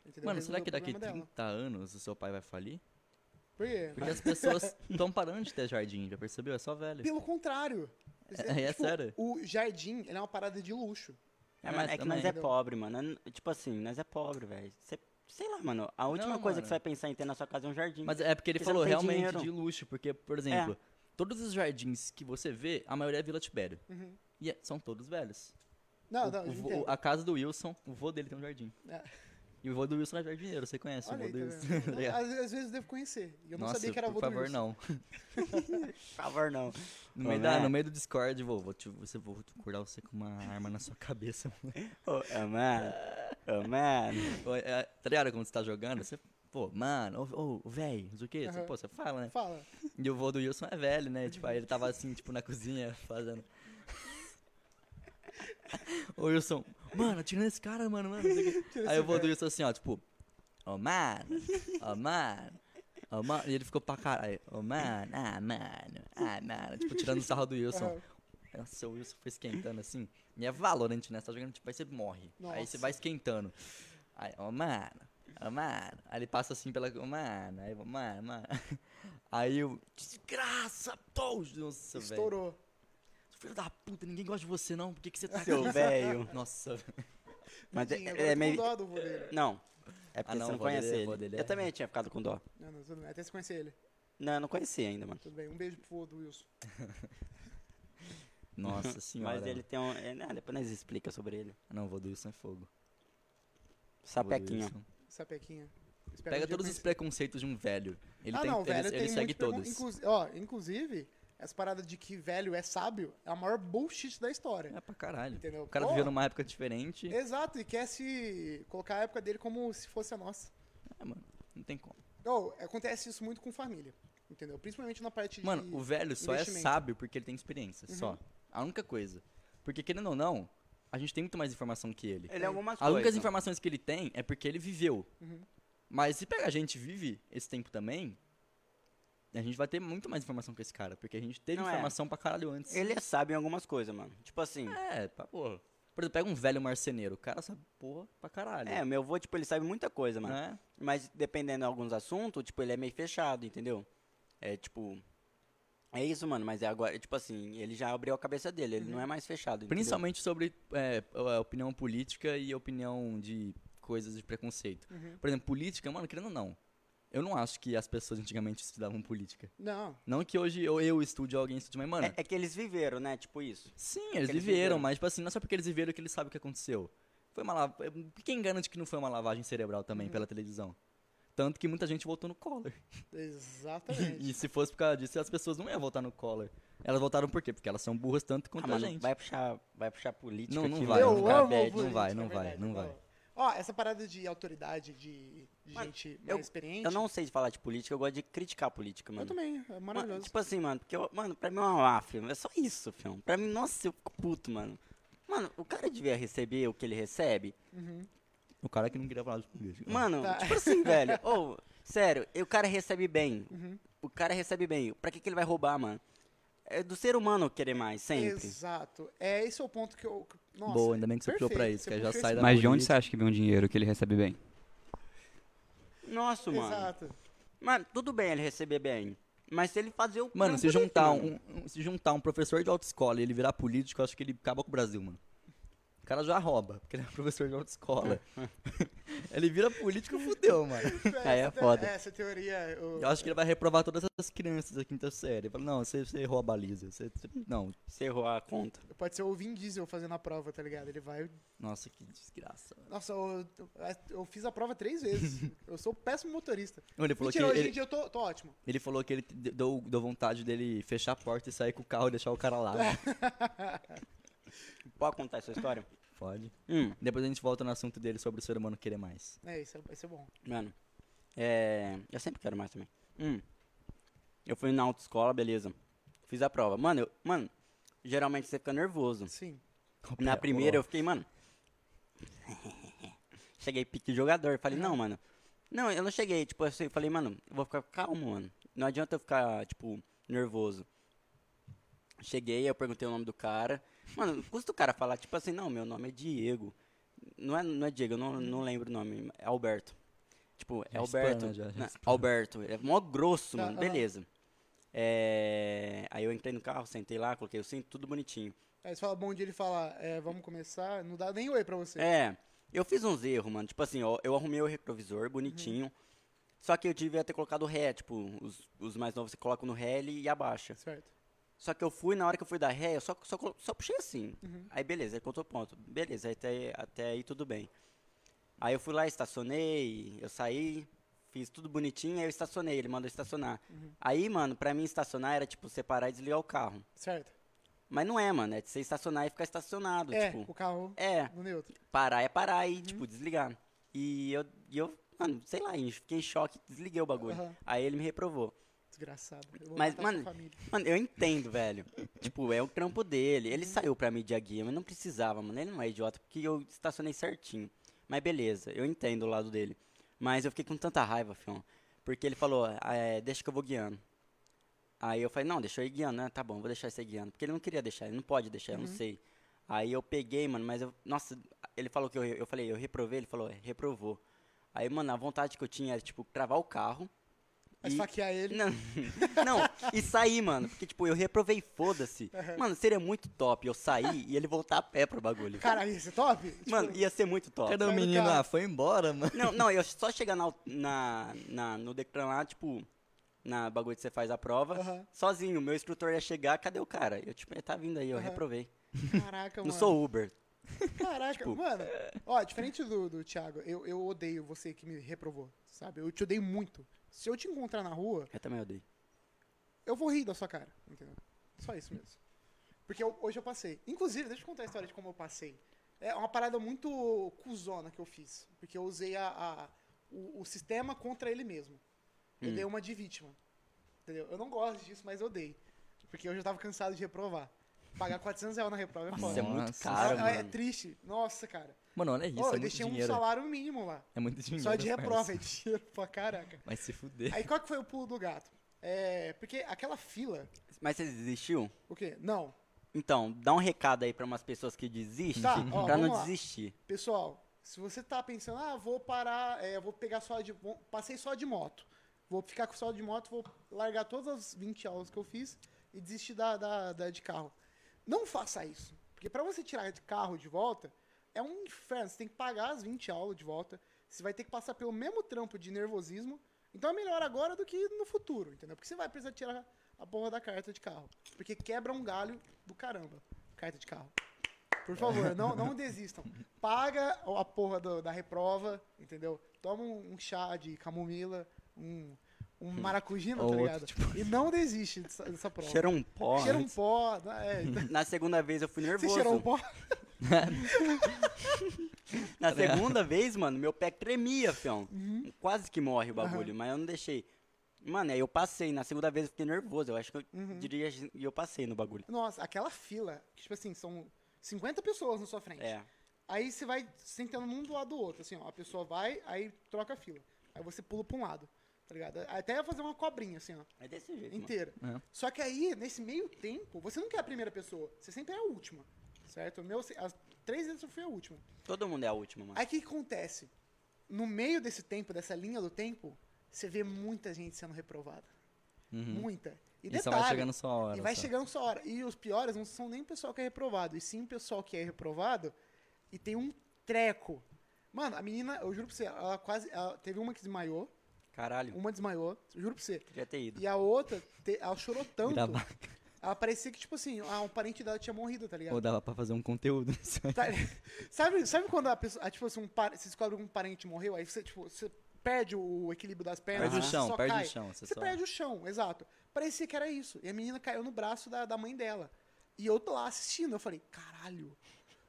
Entendeu? Mano, Resolver será o que daqui problema 30 dela. anos o seu pai vai falir? Por quê? Porque as pessoas estão parando de ter jardim, já percebeu? É só velho. Pelo contrário. Tipo, É- é sério? O jardim ele é uma parada de luxo. É, mas, é que nós é também. pobre, mano. É- Tipo assim, nós é pobre, velho. Cê- Sei lá, mano. A última Não, coisa mano. que você vai pensar em ter na sua casa é um jardim. Mas é porque ele Porque você falou não tem realmente dinheiro. de luxo, porque, por exemplo, É. todos os jardins que você vê, a maioria é Vila Tibério. Uhum. E é- são todos velhos. Não, O- não, o eu vô- entendo. a casa do Wilson, o vô dele tem um jardim. É. E o vô do Wilson é jardineiro, você conhece Olha o vô aí, do tá Wilson. vendo? (laughs) tá ligado? Às, às vezes eu devo conhecer. E eu não Nossa, sabia que era por avô do favor, Wilson. não. Por favor, não. No Ô, meio, da, Mac. no meio do Discord, vou, vou, te, você, vou acordar você com uma arma na sua cabeça. (laughs) Ô, oh, mano. Ô, mano. Ô, é, tá ligado quando você tá jogando? Você, pô, mano, ô, ô, velho, não sei o quê. Você, Aham. pô, você fala, né? (laughs) Fala. E o vô do Wilson é velho, né? Tipo, aí ele tava assim, tipo, na cozinha, fazendo. (laughs) Ô Wilson, mano, atira nesse cara, mano, mano. não sei o quê. Tira Aí esse o vô do velho. Wilson assim, ó, tipo, ô mano, ô mano, ô mano. E ele ficou pra caralho, ô mano, ah, mano, ah, mano. Tipo, tirando o sarro do Wilson. Aham. Nossa, o Wilson foi esquentando assim. E é Valorant, né? Você tá jogando, tipo, aí você morre. Aí você Nossa. vai esquentando. Aí, ô mano, ô mano. Aí ele passa assim pela. Ô mano, aí, ô mano, mano. (laughs) Aí eu. Desgraça, todos! Nossa, velho. Estourou. Filho da puta, ninguém gosta de você não. Por que, que você tá aqui? Seu velho. Nossa, (laughs) Mas é, Tadinho, agora é eu tô com meio. dó do vô dele. Não. É porque não, você o não vô dele conhece é- o ele. vô dele é- Eu também tinha ficado com dó. Não, não, tudo bem. Até se conhecer ele. Não, eu não conhecia ainda, mano. Tudo bem. Um beijo pro vô do Wilson. nossa senhora. Mas ele tem um. É, não, depois nós explica sobre ele. Ah, Não, vou do Wilson é fogo. Vô do Sapequinho. Wilson. Sapequinha. Espero Pega um dia todos os conhecer. preconceitos de um velho. Ele, ah, tem, não, ele, velho, ele tem segue muito precon- todos. Inclusive, ó, inclusive, essa parada de que velho é sábio é a maior bullshit da história. É pra caralho. Entendeu? O cara Porra. É. viveu numa época diferente. Exato, e quer se colocar a época dele como se fosse a nossa. É, mano, não tem como. Ou, acontece isso muito com família, entendeu? Principalmente na parte de... Mano, o velho só é investimento. Uhum. sábio porque ele tem experiência, só. A única coisa. Porque, querendo ou não, a gente tem muito mais informação que ele. Ele é alguma As coisa. únicas informações que ele tem é porque ele viveu. Uhum. Mas se pegar a gente vive esse tempo também, a gente vai ter muito mais informação que esse cara, porque a gente teve Não é. informação pra caralho antes. Ele é sábio em algumas coisas, mano. Tipo assim, É, pra porra. Por exemplo, pega um velho marceneiro, o cara sabe porra pra caralho. é, meu avô, tipo, ele sabe muita coisa, mano. né? Mas dependendo de alguns assuntos, tipo, ele é meio fechado, entendeu? É tipo. É isso, mano, mas é agora, tipo assim, ele já abriu a cabeça dele, ele não é mais fechado. entendeu? Principalmente sobre é, a opinião política e opinião de coisas de preconceito. Uhum. Por exemplo, política, mano, querendo ou não, eu não acho que as pessoas antigamente estudavam política. Não. Não que hoje eu, eu estude ou alguém estude, mas, mano, É, é que eles viveram, né? Tipo isso. Sim, eles eles viveram, viveram. mas, tipo assim, não é só porque eles viveram que eles sabem o que aconteceu. Foi uma lava... Quem garante que não foi uma lavagem cerebral também Uhum. pela televisão? Tanto que muita gente voltou no Collor. É Exatamente. (laughs) E se fosse por causa disso, as pessoas não iam voltar no Collor. Elas voltaram por quê? Porque elas são burras tanto quanto Ah, a mano, gente. vai puxar, vai puxar política Não, não aqui, vai, mano, não fica vai, bad. não vai, não é vai, verdade, não eu vai. amo. Ó, essa parada de autoridade, de, de Mano, gente mais eu- experiente. Eu não sei de falar de política, eu gosto de criticar a política, Eu mano. também, é Mano, maravilhoso. Tipo assim, mano, porque, eu- mano, pra mim é uma máfia. É só isso, filho. Pra mim, nossa, eu fico puto, mano. Mano, o cara devia receber o que ele recebe. Uhum. O cara que não queria falar de política. Mano, Tá. tipo assim, (laughs) velho. Ou, sério, e o cara recebe bem. Uhum. O cara recebe bem. Pra que, que ele vai roubar, mano? É do ser humano querer mais, sempre. Exato. É, esse é o ponto que eu. que- Nossa, Boa, ainda bem que você puxou pra perfeito, isso, você que aí já puxou sai esse da Mas de onde você política. acha que vem o dinheiro que ele recebe bem? Nossa, mano. (laughs) Exato. Mano, tudo bem ele receber bem. Mas se ele fazer o. Mano, trampo se dele, juntar mano. um, um- se juntar um professor de autoescola e ele virar político, eu acho que ele acaba com o Brasil, mano. O cara já rouba, porque ele é (laughs) professor de (laughs) autoescola. ele vira político, fudeu, mano. Aí é Essa- foda. Essa teoria. eu- Eu acho que ele vai reprovar todas essas crianças da quinta série. Ele Fala, não, você, você errou a baliza. Você, você- não, Você errou a conta. Pode ser o Vin Diesel fazendo a prova, tá ligado? Ele vai. nossa, que desgraça. mano. Nossa, eu, eu fiz a prova três (laughs) vezes. eu sou péssimo motorista. Não, Ele falou, Mentira, que hoje em ele, dia eu tô, tô ótimo. ele falou que ele te- deu, deu vontade dele fechar a porta e sair com o carro e deixar o cara lá. né? (laughs) Pode contar essa (laughs) história? Pode. Hum. Depois a gente volta no assunto dele sobre o ser humano querer mais. É, isso é, isso é bom. Mano, é... eu sempre quero mais também. Hum. Eu fui na autoescola, beleza. Fiz a prova. Mano, eu... mano geralmente você fica nervoso. Sim. Na primeira eu fiquei, mano. (laughs) cheguei pique jogador. Falei, não, mano. Não, eu não cheguei. Tipo, assim, eu falei, mano, eu vou ficar calmo, mano. Não adianta eu ficar, tipo, nervoso. Cheguei, eu perguntei o nome do cara. Mano, custa o cara falar, tipo assim, não, meu nome é Diego. Não é, não é Diego, eu não, não lembro o nome. É Alberto. Tipo, é Já Alberto. explana, já, já Não, Alberto. É mó grosso, mano. Tá, aham. Beleza. É, Aí eu entrei no carro, sentei lá, coloquei o cinto, tudo bonitinho. Aí você fala bom dia, ele fala, é, vamos começar. Não dá nem oi pra você. É, eu fiz uns erros, mano. Tipo assim, ó, eu arrumei o retrovisor bonitinho. Só que eu devia ter colocado ré, tipo, os, os mais novos você coloca no ré ele- e abaixa. Certo. Só que eu fui, na hora que eu fui dar ré, eu só, só, colo- só puxei assim. Aí beleza, aí contou o ponto. Beleza, até, até aí tudo bem. Aí eu fui lá, estacionei, eu saí, fiz tudo bonitinho, aí eu estacionei, ele mandou estacionar. Aí, mano, pra mim estacionar era tipo separar e desligar o carro. Certo. Mas não é, mano, é de você estacionar e ficar estacionado, É, tipo. o carro É, no neutro. parar é parar e, tipo, desligar. E eu, e eu, mano, sei lá, em- fiquei em choque, desliguei o bagulho. Aham. Aí ele me reprovou. Desgraçado. Eu vou Mas, matar sua mano, família. Mano, eu entendo, velho. tipo, é o trampo dele. Ele saiu pra mídia guia, mas não precisava, mano. Ele não é idiota, porque eu estacionei certinho. Mas beleza, eu entendo o lado dele. Mas eu fiquei com tanta raiva, filho. Porque ele falou, ah, é, deixa que eu vou guiando. Aí eu falei, não, deixa eu ir guiando, né? Tá bom, vou deixar você ir guiando. Porque ele não queria deixar, ele não pode deixar, eu não sei. Aí eu peguei, mano, mas eu. Nossa, ele falou que eu. re- Eu falei, eu reprovei, ele falou, é, reprovou. Aí, mano, a vontade que eu tinha era, tipo, travar o carro. Mas e- faquear ele. não, (laughs) não, e sair, mano. Porque, tipo, eu reprovei, foda-se. Mano, seria muito top eu sair e ele voltar a pé pro bagulho. Caralho, esse é top? Mano, Tipo, um- ia ser muito top. Cadê o Sai do menino? carro. Ah, foi embora, mano. Não, não, eu só chegar na, na, na- no Decran lá, tipo, na bagulho que você faz a prova, Aham. sozinho. Meu instrutor ia chegar, cadê o cara? Eu, tipo, ele tá vindo aí, eu Aham. reprovei. Tipo, caraca, Não mano. sou Uber. Caraca, Tipo- mano. Ó, diferente do, do Thiago, eu, eu odeio você que me reprovou, sabe? Eu te odeio muito. Se eu te encontrar na rua, Eu também odeio. eu vou rir da sua cara, entendeu? Só isso mesmo. Porque eu- hoje eu passei. Inclusive, deixa eu contar a história de como eu passei. É uma parada muito cuzona que eu fiz. Porque eu usei a, a- o, o sistema contra ele mesmo. Eu Hum. dei uma de vítima. Entendeu? Eu não gosto disso, mas eu dei. Porque eu já tava cansado de reprovar. Pagar 400 reais na reprova é Nossa, é foda. muito Nossa, caro, é, é mano. triste. Nossa, cara. Mano, olha isso, Ó, é eu muito deixei dinheiro. um salário mínimo lá. É muito dinheiro. Só de parça. reprova, é dinheiro pra caraca. Mas se fuder. Aí qual que foi o pulo do gato? É, porque aquela fila, Mas você desistiu? o quê? Não. Então, dá um recado aí pra umas pessoas que desistem, Tá, ó, pra não vamos lá. desistir. Pessoal, se você tá pensando, ah, vou parar, é, vou pegar só de. vou- Passei só de moto. Vou ficar com só de moto, vou largar todas as 20 aulas que eu fiz e desistir da, da, da de carro. Não faça isso. Porque para você tirar de carro de volta, é um inferno. Você tem que pagar as 20 aulas de volta. Você vai ter que passar pelo mesmo trampo de nervosismo. Então é melhor agora do que no futuro, entendeu? Porque você vai precisar tirar a porra da carta de carro. Porque quebra um galho do caramba. Carta de carro. Por favor, não, não desistam. Paga a porra do- da reprova, entendeu? Toma um, um chá de camomila, um, um Hum. maracujina, Ou tá outro ligado? E não desiste dessa, dessa prova. tipo Cheira um pó. Cheira um antes. pó. É, (laughs) Na segunda vez eu fui você cheirou um nervoso. pó? Na Tá segunda vez, mano, meu pé tremia, fião. Uhum. Quase que morre o bagulho, mas eu não deixei. Mano, aí eu passei. Na segunda vez eu fiquei nervoso. Eu acho que eu Uhum. diria e eu passei no bagulho. Nossa, aquela fila, que, tipo assim, são 50 pessoas na sua frente. É. Aí você vai sentando um do lado do outro, assim, ó. A pessoa vai, aí troca a fila. Aí você pula pra um lado, tá ligado? Até fazer uma cobrinha, assim, ó, É desse jeito. Mano. inteira. É. Só que aí, nesse meio tempo, você nunca é a primeira pessoa, você sempre é a última, certo? O meu, se- as três vezes eu fui a última. Todo mundo é a última, mano. Aí o que que acontece? No meio desse tempo, dessa linha do tempo, você vê muita gente sendo reprovada. Uhum. Muita. E, E detalhe, só vai chegando sua hora. tá. e vai só. chegando sua hora. E os piores não são nem o pessoal que é reprovado, e sim o pessoal que é reprovado e tem um treco. Mano, a menina, eu juro pra você, ela quase. ela- teve uma que desmaiou, Caralho, uma desmaiou, eu juro pra você. queria ter ido. E a outra, te- ela chorou tanto. Gravar. Ela parecia que, tipo assim, ah, um parente dela tinha morrido, tá ligado? Ou dava pra fazer um conteúdo (laughs) nisso aí. Tá- (laughs) sabe, sabe quando a pessoa, ah, tipo assim, um par, você descobre que um parente morreu, aí você, tipo, você perde o equilíbrio das pernas. Perde o você chão, Ah, só perde cai. o chão. Você Você só- perde o chão, exato. Parecia que era isso. E a menina caiu no braço da, da mãe dela. E eu tô lá assistindo. Eu falei, caralho,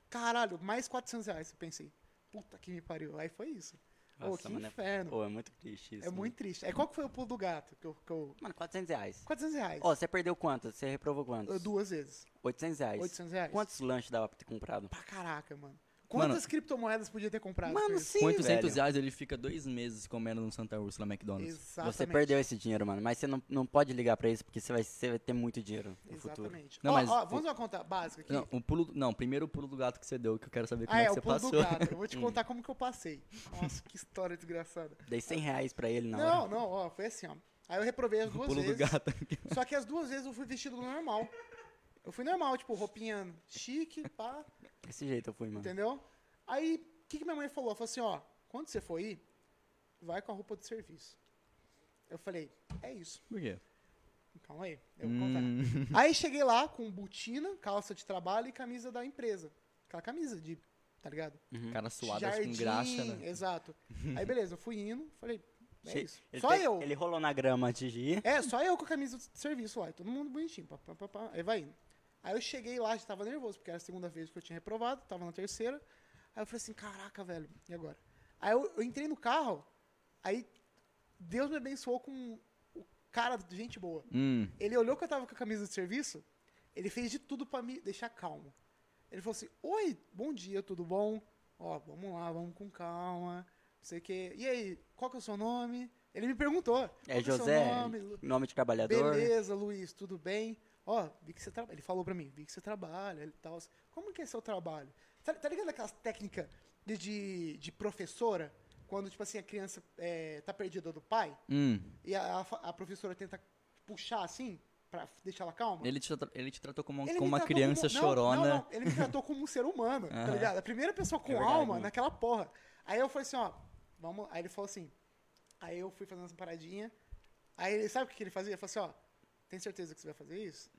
caralho, mais 400 reais. Eu pensei, puta que me pariu. Aí foi isso. Ô, Nossa, que mano, é- inferno. Pô, é muito triste isso. é mano. muito triste. Aí qual que foi o pulo do gato? Que eu, que eu- Mano, 400 reais. 400 reais. Ó, você perdeu quanto? Você reprovou quanto? Eu É Duas vezes. 800 reais. 800 reais. Quantos lanches dava pra ter comprado? Pra caraca, mano. Quantas É Mano- criptomoedas podia ter comprado? com Mano, isso? sim, Com 800 velho. reais ele fica dois meses comendo no Santa Úrsula McDonald's. Exatamente. Você perdeu esse dinheiro, mano. Mas você não, não pode ligar pra isso, porque você vai, você vai ter muito dinheiro no futuro. Exatamente. Não, ó, mas ó, o- vamos dar uma conta básica aqui. Não, o pulo, não, primeiro o pulo do gato que você deu, que eu quero saber como ah, é, é que o você pulo passou. Hum. do gato. Eu vou te contar como que eu passei. Nossa, que história desgraçada. Dei 100 reais pra ele na hora. Não, não, ó, foi assim, ó. Aí eu reprovei (laughs) as duas (laughs) pulo vezes. do gato. Só que as duas vezes eu fui vestido normal. Eu fui normal, tipo, roupinha chique, pá, Desse jeito eu fui, Hum. mano. entendeu? Aí, o que, que minha mãe falou? Ela falou assim, ó, quando você for ir, vai com a roupa de serviço. Eu falei, é isso. Por quê? Calma aí, eu vou contar. Aí cheguei lá com botina, calça de trabalho e camisa da empresa. Aquela camisa de, tá ligado? Cara suado, Jardim, com graxa, né? Exato. Aí beleza, eu fui indo, falei, é Che- isso. Ele Só teve- eu. Ele rolou na grama antes de ir. É, só eu com a camisa de serviço lá, e todo mundo bonitinho, pá, pá, pá, pá, aí vai indo. Aí eu cheguei lá, já tava nervoso, porque era a segunda vez que eu tinha reprovado, tava na terceira. Aí eu falei assim, caraca, velho, e agora? Aí eu, eu entrei no carro, aí Deus me abençoou com o cara de gente boa. Hum, Ele olhou que eu tava com a camisa de serviço, ele fez de tudo pra me deixar calmo. Ele falou assim: Oi, bom dia, tudo bom? Ó, vamos lá, vamos com calma. Não sei o quê. E aí, qual que é o seu nome? Ele me perguntou. "Qual que É o seu José, nome, Lu- nome de trabalhador. Beleza, Luiz, tudo bem? Ó, vi que você trabalha. Ele falou pra mim, vi que você trabalha e tal. Como que é seu trabalho? Tá, tá ligado aquelas técnicas de, de, de professora? Quando, tipo assim, a criança é, tá perdida do pai? hum. E a, a fa- a professora tenta puxar assim, pra deixar ela calma. Ele te, tra- ele te tratou como, um, Ele como me uma tratou criança como- um não, chorona. Não, não, ele me tratou como um ser humano, tá Aham. né? ligado? A primeira pessoa com É verdade, alma mano. naquela porra. Aí eu falei assim, ó, vamos. Aí ele falou assim. Aí eu fui fazendo essa paradinha. Aí ele sabe o que que ele fazia? Ele falou assim, ó, tem certeza que você vai fazer isso?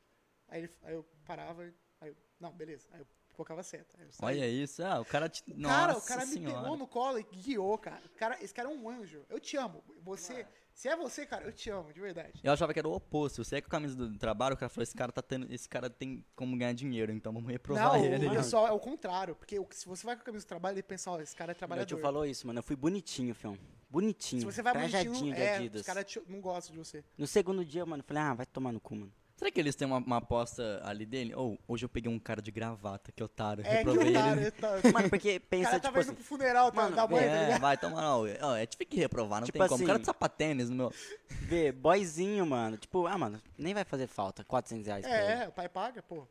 Aí, ele, aí eu parava, aí eu, não, beleza. Aí eu colocava a seta. Aí eu saía. Olha isso, ah, o cara te. Cara, Nossa o cara me senhora. pegou no colo e guiou, cara. O cara. Esse cara é um anjo. Eu te amo. Você. Se é você, cara, eu te amo, de verdade. Eu achava que era o oposto. Você é com a camisa do trabalho, o cara falou: esse cara tá tendo. Esse cara tem como ganhar dinheiro, então vamos reprovar não, ele. o pessoal é o contrário. Porque o- se você vai com a camisa do trabalho, ele pensa, ó, esse cara é Meu trabalhador. tio falou isso, mano. Eu fui bonitinho, fião. Bonitinho. se você vai trajadinho bonitinho, de é, Adidas. os caras te- não gostam de você. (laughs) No segundo dia, mano, eu falei, ah, vai tomar no cu, mano. Será que eles têm uma, uma aposta ali dele? Ou hoje eu peguei um cara de gravata, que otário, É, que reprovei otário. ele. ele Tá... Mano, porque O pensa, cara tipo tava indo assim, pro funeral tá, mano, da mãe, tá É, ligado? vai tomar não. Ó, é, tive que reprovar, não Tipo tem como. O cara assim- de sapatênis, meu. vê, boyzinho, mano. Tipo, ah, mano, nem vai fazer falta 400 reais pra ele. É, é, o pai paga, pô.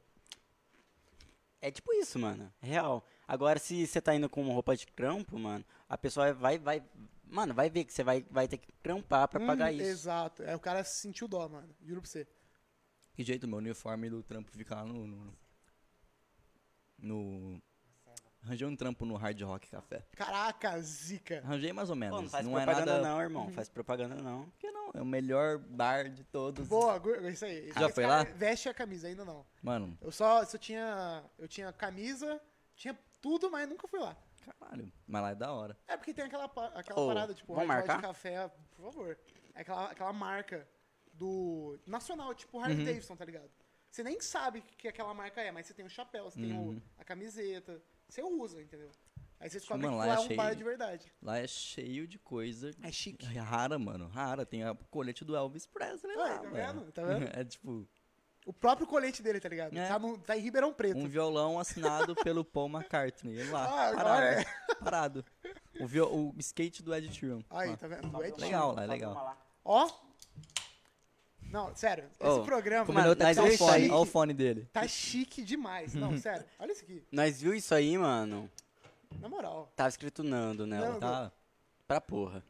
É tipo isso, mano. É real. Agora, se você tá indo com roupa de crampo, mano, a pessoa vai, vai, mano, vai ver que você vai, vai ter que trampar pra Hum, pagar isso. Exato. É, o cara sentiu dó, mano. Juro pra você. Que jeito, meu uniforme do trampo fica lá no. No. no... Arranjei um trampo no Hard Rock Café. Caraca, zica. Arranjei mais ou menos. Pô, não faz é propaganda nada. não, irmão. (laughs) Faz propaganda não. Por que não? É o melhor bar de todos. Boa, gu- isso aí. Já Esse foi cara lá? Veste a camisa, ainda não. Mano, Eu só, só tinha. Eu tinha camisa, tinha tudo, mas nunca fui lá. caralho. Mas lá é da hora. É porque tem aquela, pa- aquela Ô, parada, tipo, vamos Hard Hot marcar? Café, por favor. É Aquela, aquela marca do. Nacional, tipo Harley Uhum. Davidson, tá ligado? Você nem sabe o que, que aquela marca é, mas você tem o chapéu, você tem Uhum. o- a camiseta. Você usa, entendeu? Aí você descobre Mano, que lá lá é eu um achei- bar de verdade. Lá é cheio de coisa. É chique. Rara, mano. Rara. Tem a colete do Elvis Presley Aí, lá, tá mano. vendo? Tá vendo? (laughs) É tipo, O próprio colete dele, tá ligado? É. Tá, no- tá em Ribeirão Preto. um violão assinado pelo Paul McCartney. Ele lá, Ah, parado. é. Parado. O, viol- o skate do Ed Sheeran. Aí, lá. tá vendo? Ed Sheeran. Legal lá, é legal. Ó. Não, sério, esse Ô, programa como é Combinou Mano, até mas com o isso fone. aí- Olha o fone dele. tá chique demais. Não, sério, olha isso aqui. Nós viu isso aí, mano. Na moral. Tava escrito Nando nela. Nando. Tá? Pra porra.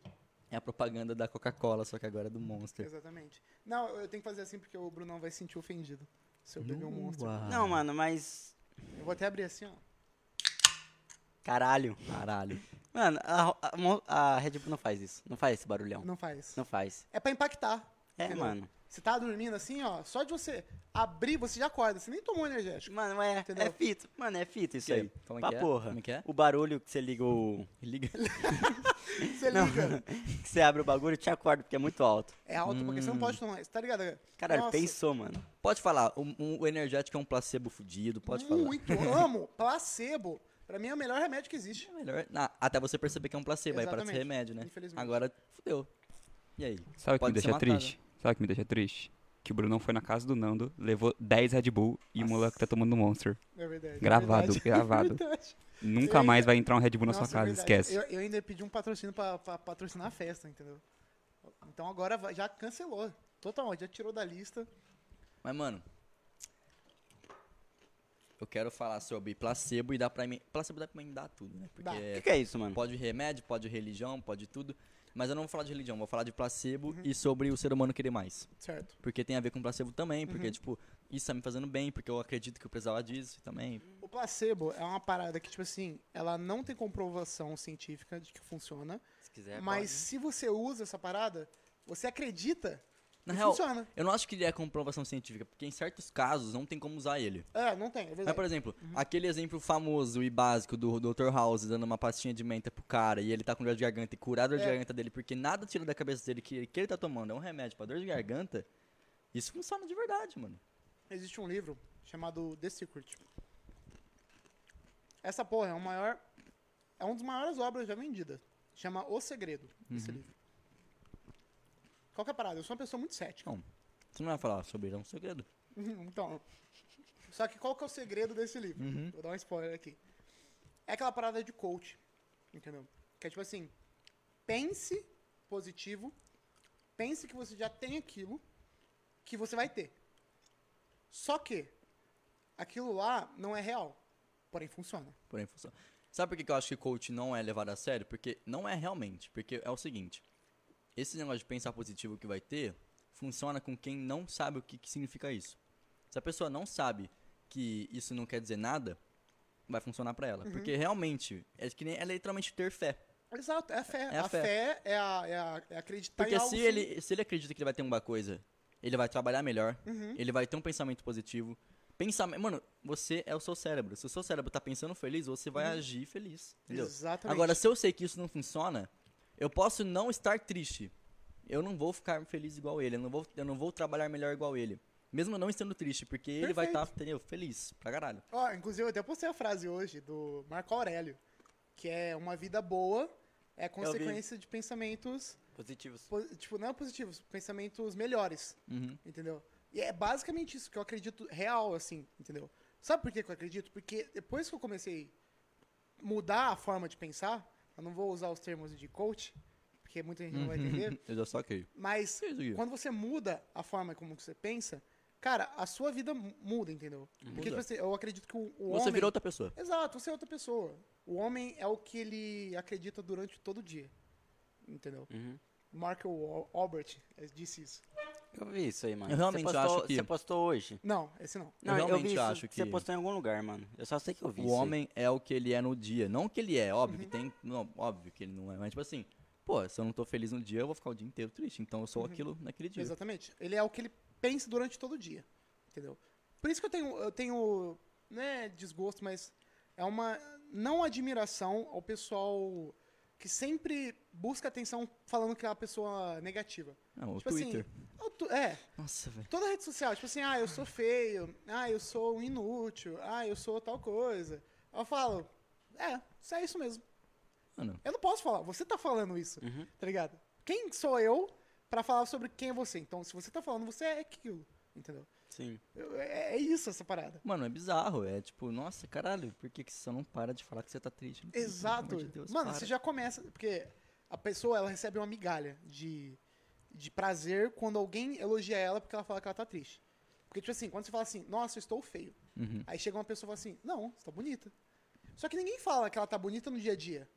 É a propaganda da Coca-Cola, só que agora é do Monster. Exatamente. Não, eu tenho que fazer assim porque o Brunão vai se sentir ofendido. Se eu pegar um monstro. Uau. Não, mano, mas. Eu vou até abrir assim, ó. Caralho. Caralho. Mano, a, a mo- a Red Bull não faz isso. Não faz esse barulhão. Não, Não faz. faz. É pra impactar. É, entendeu? mano. Você tá dormindo assim, ó. Só de você abrir, você já acorda. Você nem tomou energético. Mano, é, Entendeu? é fita. Mano, é fita isso Que? aí. Como é pra que é? porra. Como é que é? O barulho que você liga o. (laughs) Liga. Você Não. liga. que você abre o bagulho e te acorda, porque é muito alto. É alto porque você não pode tomar isso, tá ligado? Caralho, Nossa, pensou, mano. Pode falar, o, o- o energético é um placebo fudido, pode falar. Muito. Amo. Placebo. Pra mim é o melhor remédio que existe. É melhor. na- até você perceber que é um placebo, aí para ser Exatamente. remédio, né? Infelizmente. Agora, fudeu. E aí? Sabe o que me Pode ser deixa matado. triste? Sabe o que me deixa triste? Que o Brunão foi na casa do Nando, levou 10 Red Bull e o moleque tá tomando Monster. É verdade. Gravado, é verdade, gravado. (laughs) É verdade. Nunca Ei, mais vai entrar um Red Bull na Nossa, sua casa, é verdade. esquece. Eu, eu ainda pedi um patrocínio pra, pra patrocinar a festa, entendeu? Então agora vai- já cancelou. Totalmente, já tirou da lista. Mas, mano. Eu quero falar sobre placebo e dá pra emendar. Placebo dá pra emendar tudo, né? Porque Dá. O que, que é isso, mano? pode remédio, pode religião, pode tudo. Mas eu não vou falar de religião, vou falar de placebo e sobre o ser humano querer mais. Certo. Porque tem a ver com placebo também, porque, tipo, isso tá me fazendo bem, porque eu acredito que eu precisava disso também. O placebo é uma parada que, tipo assim, ela não tem comprovação científica de que funciona. Se É, quiser, mas se você usa essa parada, você acredita Na que real, funciona. eu não acho que ele é comprovação científica, porque em certos casos não tem como usar ele. É, não tem, é Mas, verdade. por exemplo, aquele exemplo famoso e básico do Dr. House dando uma pastinha de menta pro cara e ele tá com dor de garganta e curar a dor de É. garganta dele, porque nada tira da cabeça dele que, que ele tá tomando é um remédio pra dor de garganta, isso funciona de verdade, mano. Existe um livro chamado The Secret. Essa porra é o maior. É uma das maiores obras já vendidas. Chama O Segredo, esse livro. Qual que é a parada? Eu sou uma pessoa muito cética. Não, você não vai falar sobre ele, é um segredo. (laughs) Então. Só que qual que é o segredo desse livro? Uhum. Vou dar um spoiler aqui. É aquela parada de coach. Entendeu? Que é tipo assim: pense positivo, pense que você já tem aquilo que você vai ter. Só que aquilo lá não é real. Porém, funciona. Porém, funciona. Sabe por que que eu acho que coach não é levado a sério? Porque não é realmente. Porque é o seguinte: esse negócio de pensar positivo que vai ter funciona com quem não sabe o que, que significa isso. Se a pessoa não sabe que isso não quer dizer nada, vai funcionar pra ela. Porque realmente, é que nem é literalmente ter fé. Exato, é a fé. É a a, fé. fé, é, a, é, a, é acreditar Porque em algo. se, sem- ele, se ele acredita que ele vai ter alguma coisa, ele vai trabalhar melhor, ele vai ter um pensamento positivo. Pensamento, mano, você é o seu cérebro. Se o seu cérebro tá pensando feliz, você vai agir feliz. Entendeu? Exatamente. Agora, se eu sei que isso não funciona, eu posso não estar triste. Eu não vou ficar feliz igual ele. Eu não vou, eu não vou trabalhar melhor igual ele. Mesmo não estando triste, porque ele vai estar feliz pra caralho. Ó, inclusive, eu até postei a frase hoje do Marco Aurélio, que é uma vida boa é consequência de pensamentos, Positivos. po- tipo, não é positivos, pensamentos melhores, Uhum. entendeu? E é basicamente isso que eu acredito real, assim, entendeu? Sabe por que que eu acredito? Porque depois que eu comecei a mudar a forma de pensar, eu não vou usar os termos de coach, porque muita gente não vai entender, Eu já saquei. (laughs) mas Que É isso aqui? quando você muda a forma como que você pensa, cara, a sua vida mu- muda, entendeu? Porque tipo Muda. assim, eu acredito que o, o Você homem... virou outra pessoa. Exato, você é outra pessoa. O homem é o que ele acredita durante todo o dia, entendeu? Uhum. Mark Wa- Albert eh, disse isso. Eu vi isso aí, mano. Eu realmente você postou, acho que- Você postou hoje. Não, esse não. Eu realmente acho Você que- postou em algum lugar, mano. Eu só sei que eu vi O isso aí. homem é o que ele é no dia. Não que ele é, óbvio que Uhum. tem. Não, óbvio que ele não é, mas tipo assim, pô, se eu não tô feliz no dia, eu vou ficar o dia inteiro triste. Então eu sou Uhum. aquilo naquele dia. Exatamente. Ele é o que ele pensa durante todo o dia. Entendeu? Por isso que eu tenho, eu tenho né, desgosto, mas é uma não admiração ao pessoal que sempre busca atenção falando que é uma pessoa negativa. Não, o tipo Twitter. assim, eu tu- é, Nossa, velho. toda rede social, tipo assim, ah, eu sou feio, ah, eu sou um inútil, ah, eu sou tal coisa. Eu falo, é, isso é isso mesmo. Mano, Eu não posso falar, você tá falando isso, Uhum. tá ligado? Quem sou eu pra falar sobre quem é você? Então, se você tá falando, você é aquilo, entendeu? Sim. Eu- É, é isso essa parada. mano, é bizarro. É tipo, nossa, caralho, por que, que você não para de falar que você tá triste? no Twitter? Pelo Exato. amor de Deus, Mano, para. você já começa, porque a pessoa, ela recebe uma migalha de, de prazer quando alguém elogia ela porque ela fala que ela tá triste. Porque, tipo assim, quando você fala assim, nossa, eu estou feio. Uhum. Aí chega uma pessoa e fala assim, não, você tá bonita. Só que ninguém fala que ela tá bonita no dia a dia.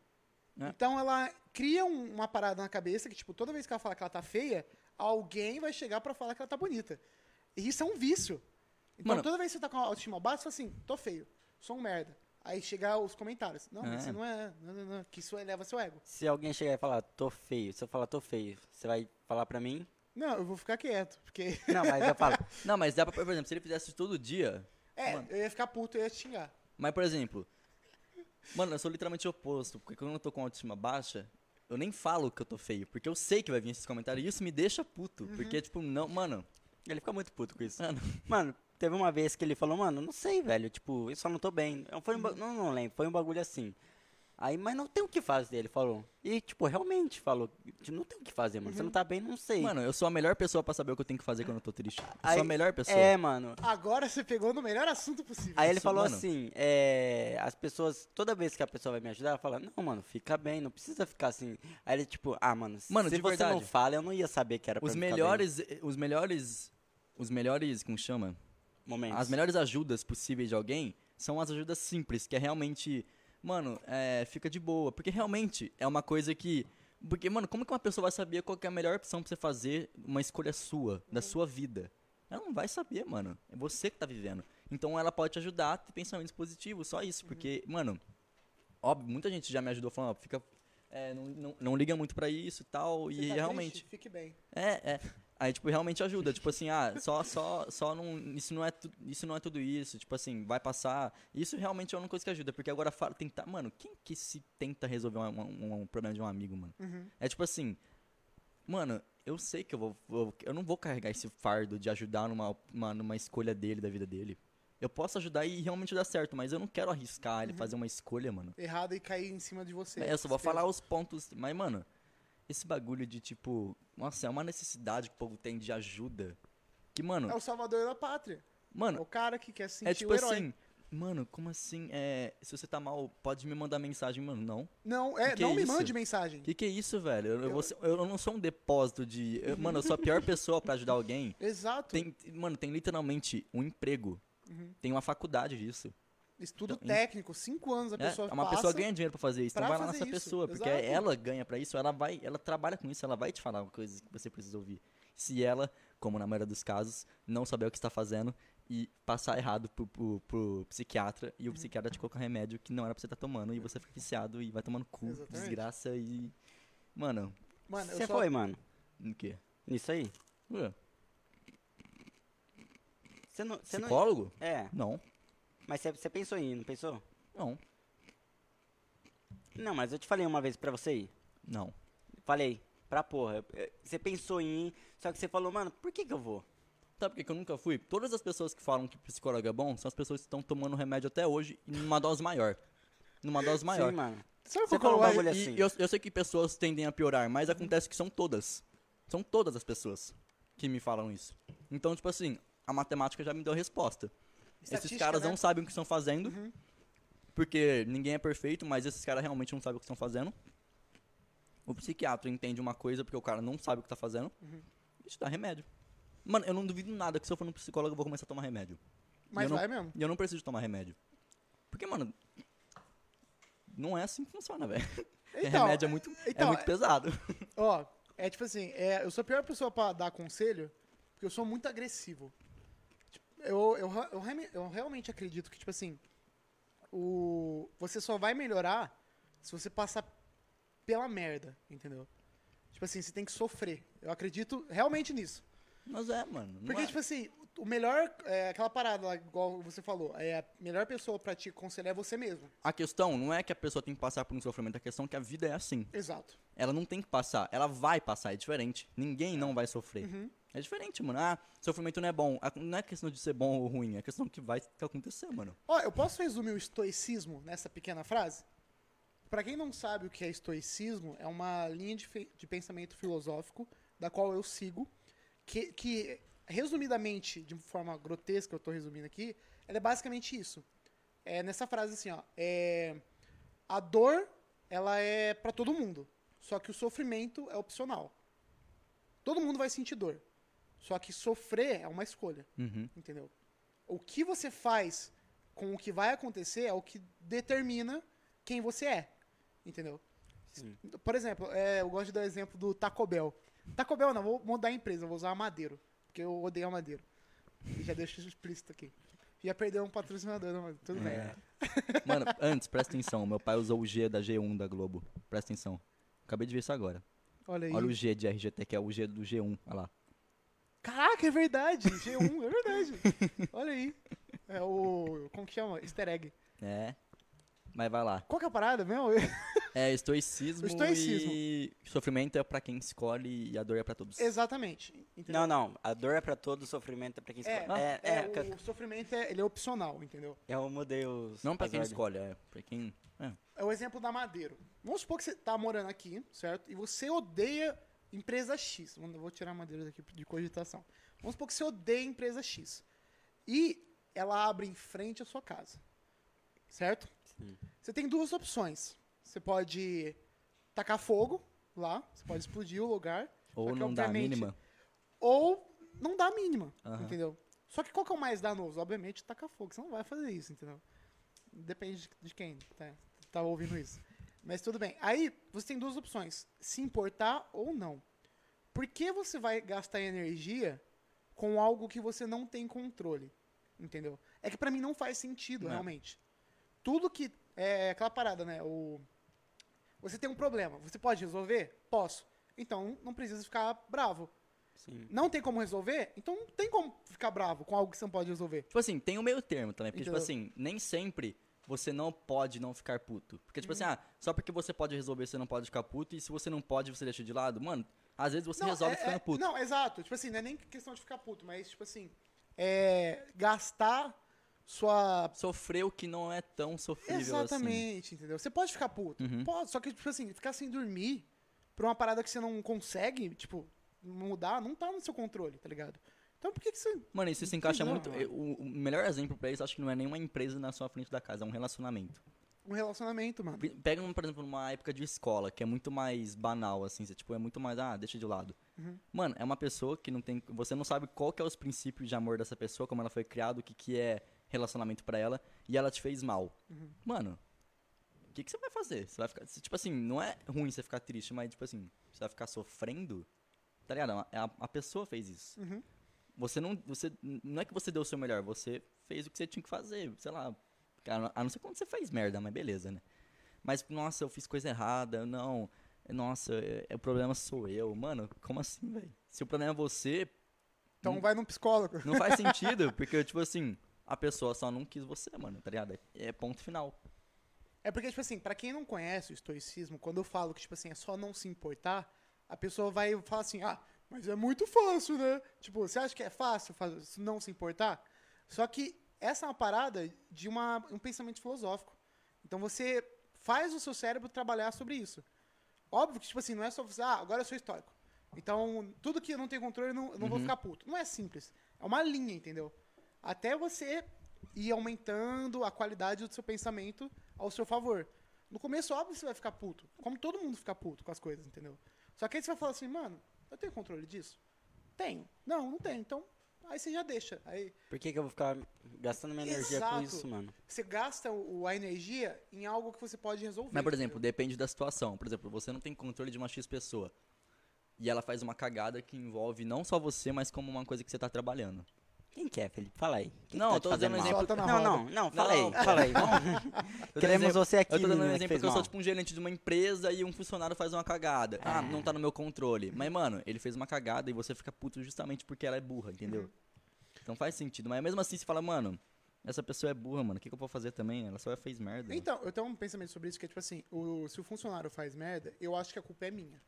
É. Então ela cria um- uma parada na cabeça que, tipo, toda vez que ela fala que ela tá feia, alguém vai chegar pra falar que ela tá bonita. E isso é um vício. Então Mano- toda vez que você tá com a autoestima baixa, você fala assim, tô feio, sou um merda. Aí chegar os comentários. Não, mas É. você não é. Não, não, não, que isso eleva seu ego. Se alguém chegar e falar, tô feio, se eu falar, tô feio, você vai falar pra mim? Não, eu vou ficar quieto, porque. (laughs) Não, mas eu falo, (laughs) Não, mas dá pra, por exemplo, se ele fizesse isso todo dia, É, Mano. eu ia ficar puto, eu ia te xingar. Mas, por exemplo, mano, eu sou literalmente o oposto, porque quando eu tô com autoestima baixa, eu nem falo que eu tô feio, porque eu sei que vai vir esses comentários e isso me deixa puto, Uhum. porque, tipo, não, mano, ele fica muito puto com isso. mano, Mano, teve uma vez que ele falou, mano, não sei, velho, tipo, eu só não tô bem. Eu- Foi um ba- não, não lembro, foi um bagulho assim. Aí, mas não tem o que fazer, ele falou. E, tipo, realmente falou, tipo, não tem o que fazer, mano, você não tá bem, não sei. Uhum. mano, eu sou a melhor pessoa pra saber o que eu tenho que fazer quando eu tô triste. Eu Aí- sou a melhor pessoa. É, mano. Agora você pegou no melhor assunto possível. Aí ele Isso, falou mano. assim, é, as pessoas, toda vez que a pessoa vai me ajudar, ela fala, não, mano, fica bem, não precisa ficar assim. Aí ele, tipo, ah, mano, Mano, se de você não verdade. fala, eu não ia saber que era pra os eu ficar bem. melhores, os melhores, os melhores, como chama? momentos. As melhores ajudas possíveis de alguém são as ajudas simples, que é realmente, mano, é, fica de boa. Porque realmente é uma coisa que. Porque, mano, como que uma pessoa vai saber qual que é a melhor opção pra você fazer uma escolha sua, Uhum. da sua vida? Ela não vai saber, mano. É você que tá vivendo. Então ela pode te ajudar a ter pensamentos positivos, só isso. Uhum. Porque, mano, óbvio, muita gente já me ajudou falando, ó, fica. é, não, não, não liga muito pra isso e tal. Você tá e triste? realmente. Fique bem. É, é. Aí, tipo, realmente ajuda. Tipo assim, ah, só, só, só não. Isso não, é tu- isso não é tudo isso. Tipo assim, vai passar. Isso realmente é uma coisa que ajuda. Porque agora fala, tentar. Mano, quem que se tenta resolver uma- uma- um, um problema de um amigo, mano? Uhum. É tipo assim. Mano, eu sei que eu vou. vou- Eu não vou carregar esse fardo de ajudar numa, uma- numa escolha dele, da vida dele. Eu posso ajudar e realmente dar certo, mas eu não quero arriscar ele fazer uma escolha, mano. Errado e cair em cima de você. É, eu só vou Você- falar os pontos. Mas, mano, esse bagulho de tipo. Nossa, é uma necessidade que o povo tem de ajuda. Que, mano. É o salvador da pátria. É Mano, o cara que quer se sentir é tipo o herói. assim. Mano, como assim? É, se você tá mal, pode me mandar mensagem, mano. Não. Não, é, Que não me isso? mande mensagem. Que que é isso, velho? Eu, eu, vou ser- eu não sou um depósito de. eu- mano, eu sou a (laughs) pior pessoa pra ajudar alguém. Exato. Tem, mano, tem literalmente um emprego. Uhum. Tem uma faculdade disso. Estudo então, em- técnico, cinco anos a né? pessoa uma passa. pessoa ganha dinheiro pra fazer isso. pra então vai lá fazer nessa isso, pessoa, porque exato. ela ganha pra isso, ela vai, ela trabalha com isso, ela vai te falar coisas que você precisa ouvir. Se ela, como na maioria dos casos, não saber o que está fazendo e passar errado pro, pro- pro psiquiatra Uhum. e o psiquiatra te colocar remédio que não era pra você estar tomando e você fica viciado e vai tomando cu, Exatamente. desgraça e mano, Mano, eu Você só- foi, mano, o quê? nisso aí? Ué, Você não, você não... psicólogo? É, Não. mas você- você pensou em ir, não pensou? Não. Não, mas eu te falei uma vez pra você ir. Não. Falei, pra porra. Eh, Você pensou em ir, só que você falou, mano, por que que eu vou? Sabe por que que eu nunca fui? Todas as pessoas que falam que psicólogo é bom são as pessoas que estão tomando remédio até hoje e numa dose maior. Numa dose maior. Sim, mano. Sabe Você qual que é o falou um mais- bagulho E assim. eu, eu sei que pessoas tendem a piorar, mas acontece que são todas. São todas as pessoas que me falam isso. Então, tipo assim, a matemática já me deu a resposta. Esses Estatística, caras é um né? não sabem o que estão fazendo, Uhum. porque ninguém é perfeito, mas esses caras realmente não sabem o que estão fazendo. O psiquiatra entende uma coisa porque o cara não sabe o que tá fazendo Uhum. e te dá remédio. Mano, eu não duvido nada que se eu for no psicólogo eu vou começar a tomar remédio. Mas eu não- vai mesmo. E eu não preciso tomar remédio. Porque, mano, não é assim que funciona, velho. Então, remédio é muito, é então, muito é- pesado. Ó, é tipo assim, é, eu sou a pior pessoa pra dar conselho, porque eu sou muito agressivo. Tipo, Eu, eu, ra- eu, reme- eu realmente acredito que, tipo assim, o, você só vai melhorar se você passar pela merda, entendeu? Tipo assim, você tem que sofrer. Eu acredito realmente nisso. Mas é, mano. não Porque, é. tipo assim, o melhor, é, aquela parada lá, igual você falou, é a melhor pessoa pra te aconselhar é você mesmo. A questão não é que a pessoa tem que passar por um sofrimento, a questão é que a vida é assim. Exato. Ela não tem que passar, ela vai passar, é diferente. Ninguém não vai sofrer. Uhum. É diferente, mano. Ah, sofrimento não é bom. A- Não é questão de ser bom ou ruim, é questão que vai acontecer, mano. Ó, eu posso resumir o estoicismo nessa pequena frase? Pra quem não sabe o que é estoicismo, é uma linha de, fe- de pensamento filosófico da qual eu sigo, que, que, resumidamente, de forma grotesca, eu tô resumindo aqui, ela é basicamente isso. É nessa frase assim, ó, é, a dor, ela é pra todo mundo, só que o sofrimento é opcional. Todo mundo vai sentir dor, só que sofrer é uma escolha Uhum. entendeu? O que você faz com o que vai acontecer é o que determina quem você é, entendeu? Sim. Por exemplo, é, eu gosto de dar o exemplo do Taco Bell. Taco Bell não, vou mudar a empresa, vou usar a Madeiro, porque eu odeio a Madeiro. E Já deixo isso explícito aqui. Ia perder um patrocinador, não, mas tudo É. bem. (laughs) Mano, antes, presta atenção. Meu pai usou o G da G1 da Globo. Presta atenção. Acabei de ver isso agora. Olha aí. Olha o G de RGT, que é o G do G1. Olha lá. Caraca, é verdade. G1, é verdade. (laughs) Olha aí. É o... Como que chama? Easter egg. É. Mas vai lá. Qual que é a parada mesmo? É estoicismo, Estoicismo. e sofrimento é pra quem escolhe e a dor é pra todos. Exatamente. entendeu? Não, não. A dor é pra todo, o sofrimento é pra quem É, escolhe. É, é, é, ca- o sofrimento é, ele é opcional, entendeu? eu mudei os. Não pra as quem ordens. escolhe, é pra quem. É. É o exemplo da madeira. Vamos supor que você tá morando aqui, certo? E você odeia empresa X. Mano, eu Vou tirar a madeira daqui de cogitação. Vamos supor que você odeia empresa X. E ela abre em frente à sua casa. Certo? Sim. Você tem duas opções. Você pode tacar fogo lá, você pode explodir o lugar, Só Ou que, não dá a obviamente, mínima. ou não dá a mínima, Aham. entendeu? Só que qual que é o mais danoso? Obviamente, tacar fogo. Você não vai fazer isso, entendeu? Depende de- de quem tá, tá ouvindo isso. Mas tudo bem. Aí, você tem duas opções. Se importar ou não. Por que você vai gastar energia com algo que você não tem controle? Entendeu? É que pra mim não faz sentido, Não. realmente. Tudo que... É aquela parada, né? O, você tem um problema. Você pode resolver? Posso. Então, não precisa ficar bravo Sim. não tem como resolver, então não tem como ficar bravo com algo que você não pode resolver. Tipo assim, tem o meio termo também. Porque, tipo Entendeu? assim, nem sempre você não pode não ficar puto. Porque, tipo assim, Uhum. ah, só porque você pode resolver, você não pode ficar puto. E se você não pode, você deixa de lado. Mano, às vezes você não, resolve é- ficando é- puto. Não, exato. Tipo assim, não é nem questão de ficar puto, mas tipo assim, é gastar sua Sofrer o que não é tão sofrível assim. Exatamente, entendeu? Você pode ficar puto, Uhum. pode, só que tipo assim, ficar sem dormir por uma parada que você não consegue, tipo, mudar, não tá no seu controle, tá ligado? Então por que que você Mano, isso se encaixa Não, muito. mano. eu- O, o melhor exemplo pra isso, acho que não é nenhuma empresa na sua frente da casa, é um relacionamento. um relacionamento, mano? Pe- Pega, um, por exemplo, uma época de escola, que é muito mais banal, assim, você, tipo, é muito mais, ah, deixa de lado. Uhum. Mano, é uma pessoa que não tem, você não sabe qual que é os princípios de amor dessa pessoa, como ela foi criada, o que que é relacionamento pra ela, e ela te fez mal. Uhum. Mano, o que que você vai fazer? Você vai ficar, se, tipo assim, não é ruim você ficar triste, mas, tipo assim, você vai ficar sofrendo? Tá ligado? A, a- a pessoa fez isso. Uhum. Você não, você, não é que você deu o seu melhor, você fez o que você tinha que fazer, sei lá. A não- a não ser quando você faz merda, mas beleza, né? Mas, nossa, eu fiz coisa errada, não. Nossa, é- é- o problema sou eu. Mano, como assim, velho? Se o problema é você, Então Hum. vai num psicólogo. não faz sentido, (laughs) porque, tipo assim, a pessoa só não quis você, mano, tá ligado? É ponto final. É porque, tipo assim, pra quem não conhece o estoicismo, quando eu falo que, tipo assim, é só não se importar, a pessoa vai falar assim, ah, mas é muito fácil, né? Tipo, você acha que é fácil fa- não se importar? Só que essa é uma parada de uma, um pensamento filosófico. Então você faz o seu cérebro trabalhar sobre isso. Óbvio que, tipo assim, não é só você, ah, agora eu sou estoico. Então, tudo que eu não tenho controle, eu não, eu não vou ficar puto. Não é simples. É uma linha, entendeu? Até você ir aumentando a qualidade do seu pensamento ao seu favor. No começo, óbvio, você vai ficar puto. Como todo mundo fica puto com as coisas, entendeu? Só que aí você vai falar assim, mano, eu tenho controle disso? Tenho. Não, não tenho. Então, aí você já deixa. Aí Por que, que eu vou ficar gastando minha energia com Exato. isso, mano? você gasta o, a energia em algo que você pode resolver. Mas, por entendeu? exemplo, depende da situação. Por exemplo, você não tem controle de uma X pessoa. E ela faz uma cagada que envolve não só você, mas como uma coisa que você tá trabalhando. Quem que é, Felipe? Fala aí. Quem que Não, tá eu te tô fazendo dando um mal? exemplo- Solta na Não, não, roda. não, fala aí, Não. fala (laughs) aí. Vamos- Eu tô dando Queremos exemplo- você aqui, Eu tô dando um menina, que exemplo fez que eu sou mal. tipo um gerente de uma empresa e um funcionário faz uma cagada. Ah, não tá no meu controle. Mas, mano, ele fez uma cagada e você fica puto justamente porque ela é burra, entendeu? Então faz sentido. Mas mesmo assim você fala, mano, essa pessoa é burra, mano. O que, que eu vou fazer também? Ela só fez merda. Então, eu tenho um pensamento sobre isso que é tipo assim, o- se o funcionário faz merda, eu acho que a culpa é minha.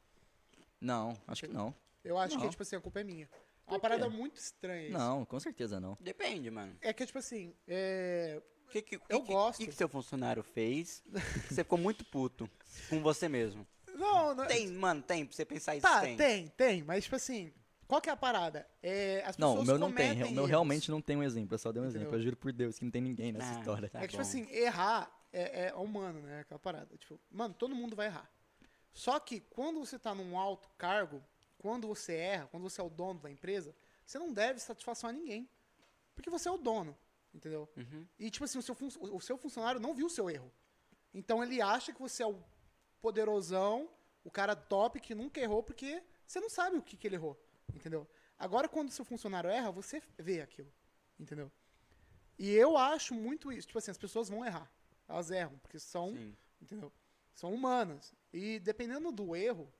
Não, acho que não. Eu acho que Não. é tipo assim, a culpa é minha. É Por uma quê? parada muito estranha isso. Não, com certeza não. Depende, mano. É que é tipo assim, é, O que, que, que, Eu que- gosto. que, que seu funcionário fez? que Você ficou muito puto com você mesmo. Não, não. Tem, mano, tem. Pra você pensar isso, Tá, tem. tem. tem, mas tipo assim, qual que é a parada? É, as pessoas Não, o meu não tem. cometem O meu erros. realmente não tem um exemplo. Eu só dei um exemplo. Entendeu? Eu juro por Deus que não tem ninguém nessa Ah, história. tá. É que tipo bom. assim, errar é, é humano, né? Aquela parada. Tipo, mano, todo mundo vai errar. Só que quando você tá num alto cargo, quando você erra, quando você é o dono da empresa, você não deve satisfação a ninguém. Porque você é o dono, entendeu? Uhum. E, tipo assim, o seu, fun- o seu funcionário não viu o seu erro. Então ele acha que você é o poderosão, o cara top que nunca errou, porque você não sabe o que, que ele errou. Entendeu? Agora, quando o seu funcionário erra, você vê aquilo. Entendeu? E eu acho muito isso. Tipo assim, as pessoas vão errar. Elas erram, porque são, Sim. entendeu? São humanas. E dependendo do erro,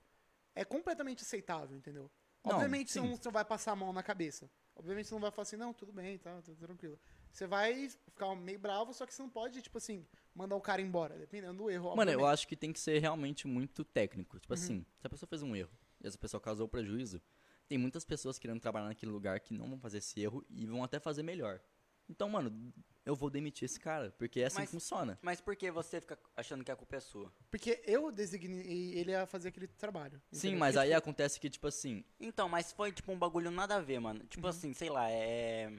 é completamente aceitável, entendeu? Não, Obviamente você sim. não, você não vai passar a mão na cabeça. Obviamente você não vai falar assim, não, tudo bem, tá, tá tranquilo. Você vai ficar meio bravo, só que você não pode, tipo assim, mandar o cara embora, dependendo do erro. Mano, eu obviamente. acho que tem que ser realmente muito técnico. Tipo assim, se a pessoa fez um erro e essa pessoa causou prejuízo, tem muitas pessoas querendo trabalhar naquele lugar que não vão fazer esse erro e vão até fazer melhor. Então, mano, eu vou demitir esse cara, porque é assim Mas- que funciona. Mas por que você fica achando que a culpa é sua? Porque eu designei ele a fazer aquele trabalho. Sim, entendeu? mas Porque aí acontece que, tipo assim, Então, mas foi tipo um bagulho nada a ver, mano. Uhum. Tipo assim, sei lá, é.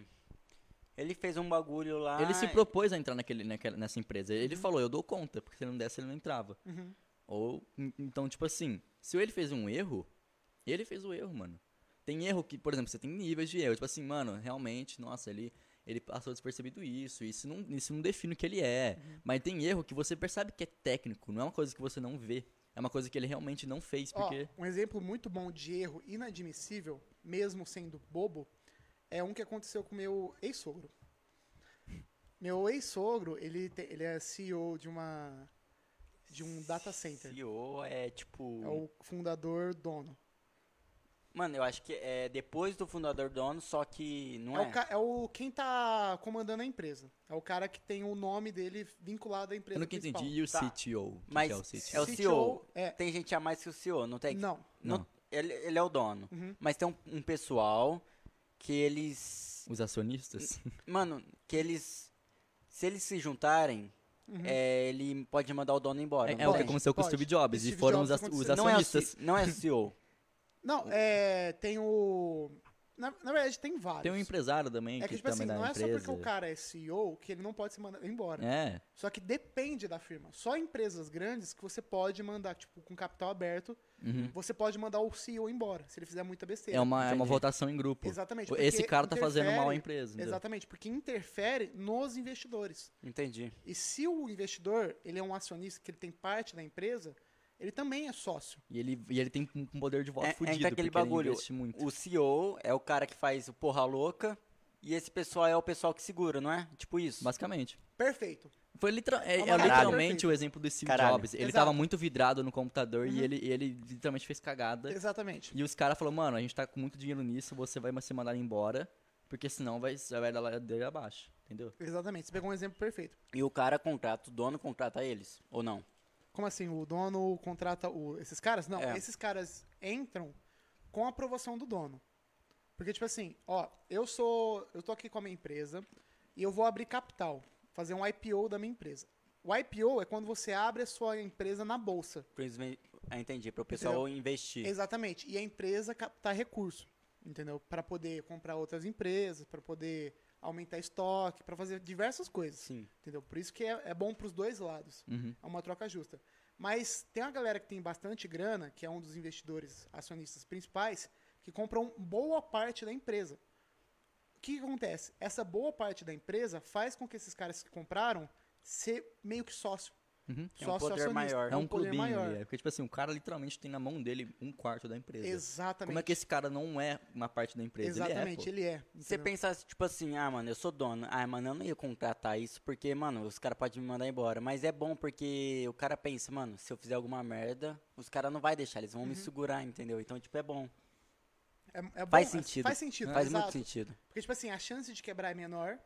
Ele fez um bagulho lá. ele se propôs a entrar naquele, naquela- nessa empresa. Ele falou, eu dou conta, porque se ele não desse, ele não entrava. Uhum. Ou, en- então, tipo assim, se ele fez um erro, ele fez o erro, mano. Tem erro que, por exemplo, você tem níveis de erro. Tipo assim, mano, realmente, nossa, ele, ele passou despercebido isso. Isso não, isso não define o que ele é. Uhum. Mas tem erro que você percebe que é técnico. Não é uma coisa que você não vê. É uma coisa que ele realmente não fez, Ó, porque... um exemplo muito bom de erro inadmissível, mesmo sendo bobo, é um que aconteceu com meu ex-sogro. Meu ex-sogro, ele, te- ele é CEO de uma de um data center. CEO é tipo. É o fundador dono. Mano, eu acho que é depois do fundador dono, só que não é, é. o ca- é o quem tá comandando a empresa. É o cara que tem o nome dele vinculado à empresa Eu nunca principal. entendi. E o Tá. CTO? O que Mas que é o CTO? é o CEO. É, Tem gente a mais que o CEO, não tem? não. Não- Não. Ele, ele é o dono. Uhum. Mas tem um, um pessoal que eles. Os acionistas? Hum, Mano, que eles. Se eles se juntarem, é, ele pode mandar o dono embora. É, é não o que tem? aconteceu com o hum. pode. Steve Jobs. E Steve foram Jobs os, ac- os aconteceu. não é, o acionistas. C- não (laughs) é o CEO. Não, é, tem o... Na, na verdade, tem vários. Tem um empresário também É que, que, tipo assim, também não da é só empresa. porque o cara é CEO que ele não pode ser mandado embora. É. Só que depende da firma. Só empresas grandes que você pode mandar, tipo, com capital aberto, Uhum. você pode mandar o CEO embora, se ele fizer muita besteira. É uma, é uma Entendi. votação em grupo. Exatamente. O- é porque Esse cara tá fazendo mal à interfere- empresa. entendeu? Exatamente, porque interfere nos investidores. Entendi. E se o investidor, ele é um acionista, que ele tem parte da empresa, ele também é sócio. E ele, e ele tem um um poder de voto É- entra fudido, aquele porque ele bagulho, investe muito. O CEO é o cara que faz o porra louca. E esse pessoal é o pessoal que segura, não é? Tipo isso. Basicamente. Perfeito. Foi literal- É é, uma é caralho. literalmente o exemplo do Steve Caralho. Jobs. Ele Exato. Uhum. tava muito vidrado no computador e ele, e ele literalmente fez cagada. Exatamente. E os caras falaram, mano, a gente tá com muito dinheiro nisso, você vai ser mandado embora, porque senão vai, vai dar ladeira abaixo, entendeu? Exatamente. Você pegou um exemplo perfeito. E o cara contrata, o dono contrata eles, ou não? Como assim? O dono contrata o- esses caras? Não, É. esses caras entram com a aprovação do dono. Porque, tipo assim, ó, eu sou. Eu tô aqui com a minha empresa e eu vou abrir capital, fazer um IPO da minha empresa. O IPO é quando você abre a sua empresa na bolsa. Pra eles ven- Ah, entendi, para o pessoal investir. Exatamente. E a empresa captar recurso. entendeu? Para poder comprar outras empresas, para poder aumentar estoque, para fazer diversas coisas, Sim. entendeu? Por isso que é, é bom para os dois lados, Uhum. é uma troca justa. Mas tem uma galera que tem bastante grana, que é um dos investidores acionistas principais, que compram boa parte da empresa. O que, que acontece? Essa boa parte da empresa faz com que esses caras que compraram ser meio que sócio. Uhum. É um poder acionista, maior. É um poder clubinho maior. ali. É porque, tipo assim, o cara literalmente tem na mão dele um quarto da empresa. Exatamente. Como é que esse cara não é uma parte da empresa? Exatamente, Ele é, ele é. Você entendeu? pensasse, tipo assim, ah, mano, eu sou dono. Ah, mano, eu não ia contratar isso porque, mano, os caras podem me mandar embora. Mas é bom porque o cara pensa, mano, se eu fizer alguma merda, os caras não vai deixar, eles vão me Uhum. segurar, entendeu? Então, tipo, é bom. É- é Faz bom, sentido. Faz sentido, Faz exato. muito sentido. Porque, tipo assim, a chance de quebrar é menor.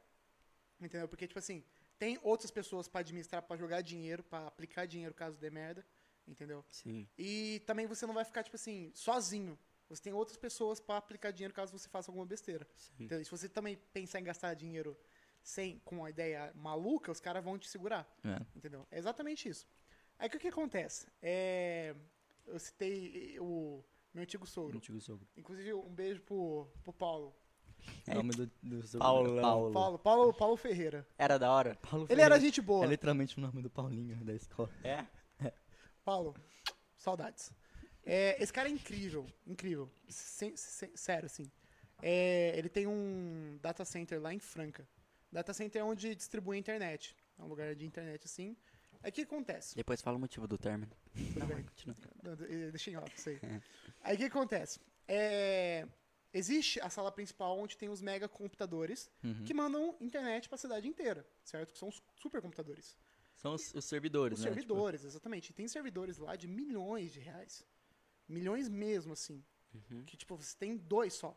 Entendeu? Porque, tipo assim, tem outras pessoas pra administrar, pra jogar dinheiro, pra aplicar dinheiro caso dê merda. Entendeu? Sim. E também você não vai ficar, tipo assim, sozinho. Você tem outras pessoas pra aplicar dinheiro caso você faça alguma besteira. Entendeu? E se você também pensar em gastar dinheiro sem, com uma ideia maluca, os caras vão te segurar. pô. É. Entendeu? É exatamente isso. Aí o que, que acontece? É, eu citei eh, o meu antigo sogro. Antigo sogro. Inclusive, um beijo pro, pro Paulo. É. O nome do, do sogro Paulão. é Paulo. Paulo, Paulo, Paulo Ferreira. Era da hora? Paulo Ele era Ferreira. gente boa. É literalmente o nome do Paulinho da escola. É? Paulo, saudades. É, esse cara é incrível, incrível. Sem- sem- sério, assim. É, ele tem um data center lá em Franca. Data center é onde distribui a internet. É um lugar de internet, assim. Aí o que acontece? Depois fala o motivo do término. Tudo bem. Continua. Não, de- eh, Deixa em off isso aí. (laughs) Aí o que acontece? É, existe a sala principal onde tem os mega computadores Uhum. que mandam internet pra cidade inteira, certo? Que são os supercomputadores. São os, os servidores, Os né? servidores, exatamente. E tem servidores lá de milhões de reais. Milhões mesmo, assim. Uhum. Que, tipo, você tem dois só.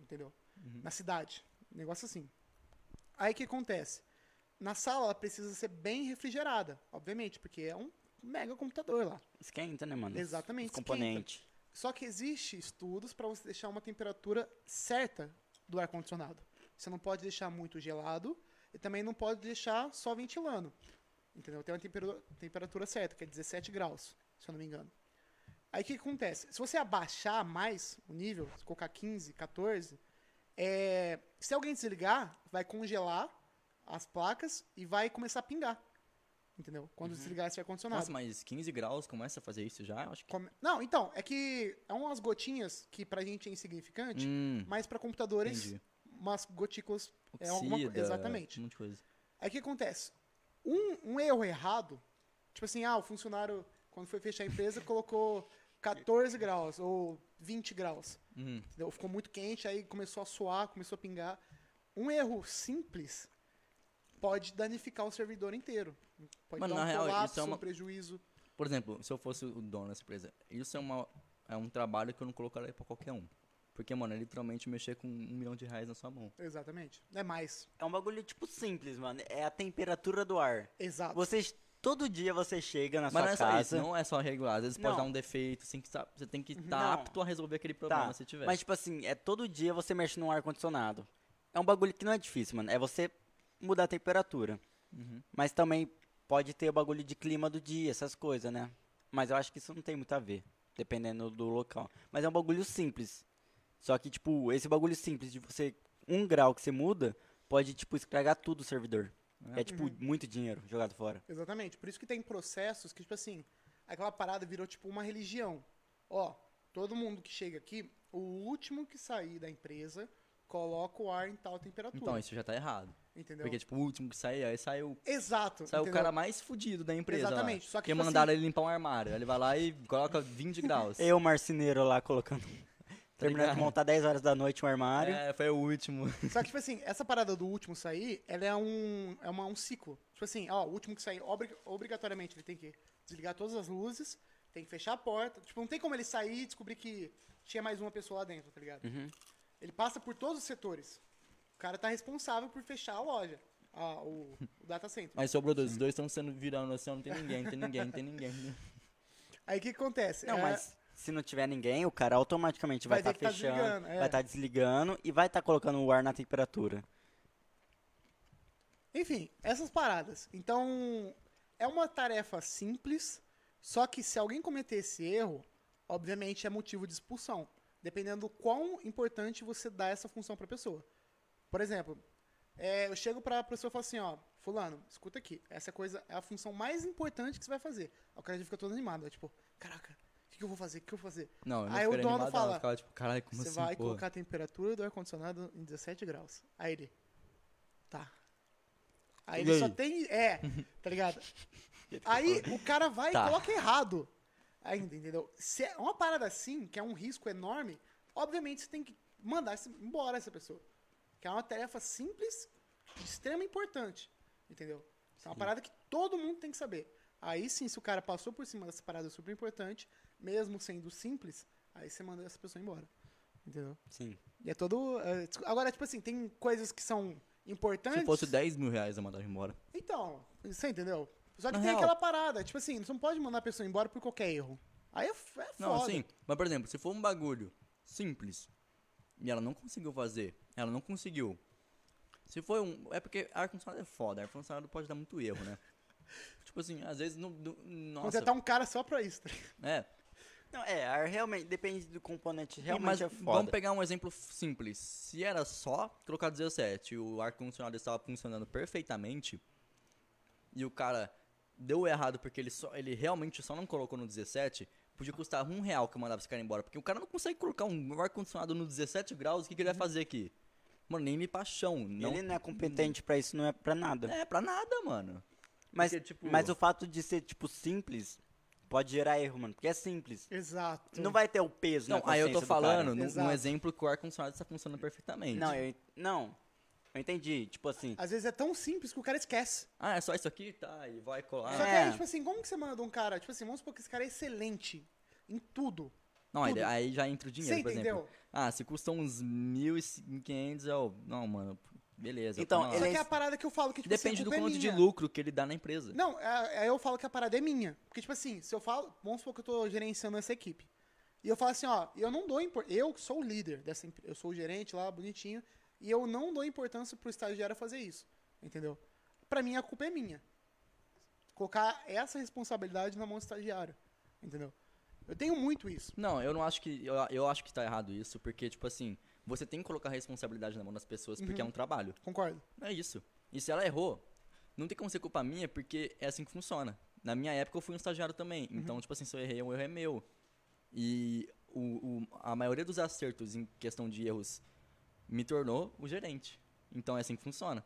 Entendeu? Uhum. Na cidade. Um negócio assim. Aí o que acontece? Na sala ela precisa ser bem refrigerada, obviamente, porque é um mega computador lá. Esquenta, né, mano? Exatamente, Os componentes. Só que existe estudos para você deixar uma temperatura certa do ar condicionado. Você não pode deixar muito gelado e também não pode deixar só ventilando. Entendeu? Tem uma temperatura, temperatura certa, que é 17 graus, se eu não me engano. Aí o que que acontece? Se você abaixar mais o nível, se colocar 15, 14, é, se alguém desligar, vai congelar as placas e vai começar a pingar. Entendeu? Quando desligar esse ar-condicionado. Nossa, mas 15 graus começa a fazer isso já? Eu acho que. Come- Não, então, é que é umas gotinhas que pra gente é insignificante, Hum, mas pra computadores, entendi. umas gotículas é alguma coisa. Oxida, Exatamente. Um monte de coisa. Aí o que acontece? Um, um erro errado, tipo assim, ah, o funcionário, quando foi fechar a empresa, colocou 14 graus ou 20 graus. Hum, Entendeu? Ficou muito quente, aí começou a suar, começou a pingar. Um erro simples pode danificar o servidor inteiro. Pode Mano, dar um na real, isso é colapso, uma- um prejuízo. Por exemplo, se eu fosse o dono dessa empresa, isso é, uma, é um trabalho que eu não colocaria pra qualquer um. Porque, mano, é literalmente mexer com um milhão de reais na sua mão. Exatamente. É mais. É um bagulho, tipo, simples, mano. É a temperatura do ar. Exato. Você, todo dia você chega na Mas não sua é só isso, casa... não é só regular. Às vezes Não. pode dar um defeito, assim, que tá- você tem que estar Não. apto a resolver aquele Tá. problema se tiver. Mas, tipo assim, é todo dia você mexe num ar-condicionado. É um bagulho que não é difícil, mano. É você mudar a temperatura. Uhum. Mas também pode ter o bagulho de clima do dia, essas coisas, né? Mas eu acho que isso não tem muito a ver, dependendo do local. Mas é um bagulho simples. Só que, tipo, esse bagulho simples de você. Um grau que você muda, pode, tipo, estragar tudo o servidor. É, tipo, Uhum. muito dinheiro jogado fora. Exatamente. Por isso que tem processos que, tipo assim, aquela parada virou tipo uma religião. Ó, todo mundo que chega aqui, o último que sair da empresa coloca o ar em tal temperatura. Então, isso já tá errado. entendeu? Porque, tipo, o último que saiu, aí saiu, Exato. saiu o entendeu? cara mais fudido da empresa. lá. Exatamente, só que, Porque tipo mandaram ele limpar um armário. Aí ele vai lá e coloca (laughs) 20 graus. Eu, marceneiro, lá colocando. (laughs) terminando de ligado? montar 10 horas da noite um armário. É, foi o último. Só que, tipo assim, essa parada do último sair, ela é um, é uma, um ciclo. Tipo assim, ó, o último que sair, obri- obrigatoriamente, ele tem que desligar todas as luzes, tem que fechar a porta. Tipo, não tem como ele sair e descobrir que tinha mais uma pessoa lá dentro, tá ligado? Uhum. Ele passa por todos os setores. O cara tá responsável por fechar a loja, a- o, o data center. Mas sobrou dois. Os dois estão sendo virando assim, ó, não tem ninguém, não tem ninguém, não tem (laughs) ninguém. Aí o que que acontece? Não, É, mas se não tiver ninguém, o cara automaticamente vai estar Vai ver que tá fechando, desligando, é. vai estar desligando e vai estar colocando o ar na temperatura. Enfim, essas paradas. Então, é uma tarefa simples, só que se alguém cometer esse erro, obviamente é motivo de expulsão. Dependendo do quão importante você dá essa função pra pessoa. Por exemplo, é, eu chego pra pessoa e falo assim, ó, fulano, escuta aqui, essa coisa é a função mais importante que você vai fazer. Aí o cara já fica todo animado, é tipo, caraca, o que, que eu vou fazer? O que, que eu vou fazer? Não, eu não Aí o ficaria dono animado, fala, não. Eu ficava tipo, caralho, como você assim, vai porra? colocar a temperatura do ar-condicionado em 17 graus. Aí ele. Tá. Aí E ele só aí? tem. É, (laughs) tá ligado? Aí o cara vai Tá. e coloca errado. Ainda, entendeu? Se é uma parada assim, que é um risco enorme, obviamente você tem que mandar esse- embora essa pessoa. Que é uma tarefa simples, de extrema importância. Entendeu? Isso é uma parada que todo mundo tem que saber. Aí sim, se o cara passou por cima dessa parada super importante, mesmo sendo simples, aí você manda essa pessoa embora. Entendeu? Sim. E é todo. é, discu- Agora, tipo assim, tem coisas que são importantes. Se fosse 10 mil reais, eu mandava embora. Então, você entendeu? Só que Na tem real- aquela parada, tipo assim, você não pode mandar a pessoa embora por qualquer erro. Aí é, f- é Não, foda. assim, mas por exemplo, se for um bagulho simples e ela não conseguiu fazer, ela não conseguiu. Se for um. É porque ar-condicionado é foda, ar-condicionado pode dar muito erro, (laughs) né? tipo assim, às vezes não. não- nossa, Contratar um cara só pra isso. tá ligado? (laughs) é. Não, é, ar- realmente, depende do componente, E- realmente mas é Vamos foda. pegar um exemplo f- simples. Se era só trocar 17 e o ar-condicionado estava funcionando perfeitamente e o cara deu errado porque ele, só, ele realmente só não colocou no 17, podia custar um real que eu mandava esse cara embora. Porque o cara não consegue colocar um ar-condicionado no 17 graus, o que, que ele vai fazer aqui? Mano, nem limpar chão. Não... Uhum. Ele não é competente pra isso, não é pra nada. É, pra nada, mano. mas, porque, tipo- mas o fato de ser, tipo, simples pode gerar erro, mano. Porque é simples. Exato. Não vai ter o peso Não, na aí eu consciência tô do cara. falando num, num Exato. exemplo que o ar-condicionado está funcionando perfeitamente. Não, é eu, en- não, eu entendi. Tipo assim, Às vezes é tão simples que o cara esquece. Ah, é só isso aqui? Tá, e vai colar. Só que É. aí, tipo assim, como que você manda um cara? Tipo assim, vamos supor que esse cara é excelente em tudo. Não, aí, Tudo. aí já entra o dinheiro, Você por exemplo. entendeu? Ah, se custa uns 1.500, eu... Não, mano, beleza. Então, põe lá. ele Só é que é a es- parada que eu falo que, tipo assim, Depende a do culpa é quanto de minha. lucro que ele dá na empresa. Não, a- aí eu falo que a parada é minha. Porque, tipo assim, se eu falo, vamos supor que eu tô gerenciando essa equipe. E eu falo assim, ó, eu não dou impor- Eu sou o líder dessa empresa, eu sou o gerente lá, bonitinho, e eu não dou importância pro estagiário fazer isso. Entendeu? Pra mim a culpa é minha. Colocar essa responsabilidade na mão do estagiário. Entendeu? Eu tenho muito isso. Não, eu não acho que... Eu, eu acho que tá errado isso, porque, tipo assim, você tem que colocar a responsabilidade na mão das pessoas, porque é Uhum. um trabalho. Concordo. É isso. E se ela errou, não tem como ser culpa minha, porque é assim que funciona. Na minha época eu fui um estagiário também. Uhum. Então, tipo assim, se eu errei, um erro é meu. E o, o- a maioria dos acertos em questão de erros me tornou o gerente. Então é assim que funciona.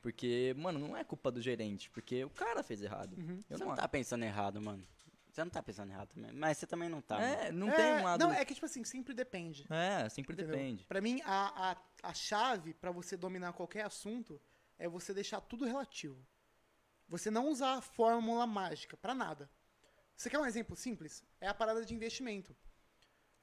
Porque, mano, não é culpa do gerente, porque o cara fez errado. Eu Uhum. você não, não tá pensando errado, mano. Você não tá pensando errado também. Mas você também não tá, mano. É, não É, tem um lado. Não, é que, tipo assim, sempre depende. É, sempre Entendeu? depende. Pra mim, a, a, a chave pra você dominar qualquer assunto é você deixar tudo relativo. Você não usar a fórmula mágica pra nada. Você quer um exemplo simples? É a parada de investimento.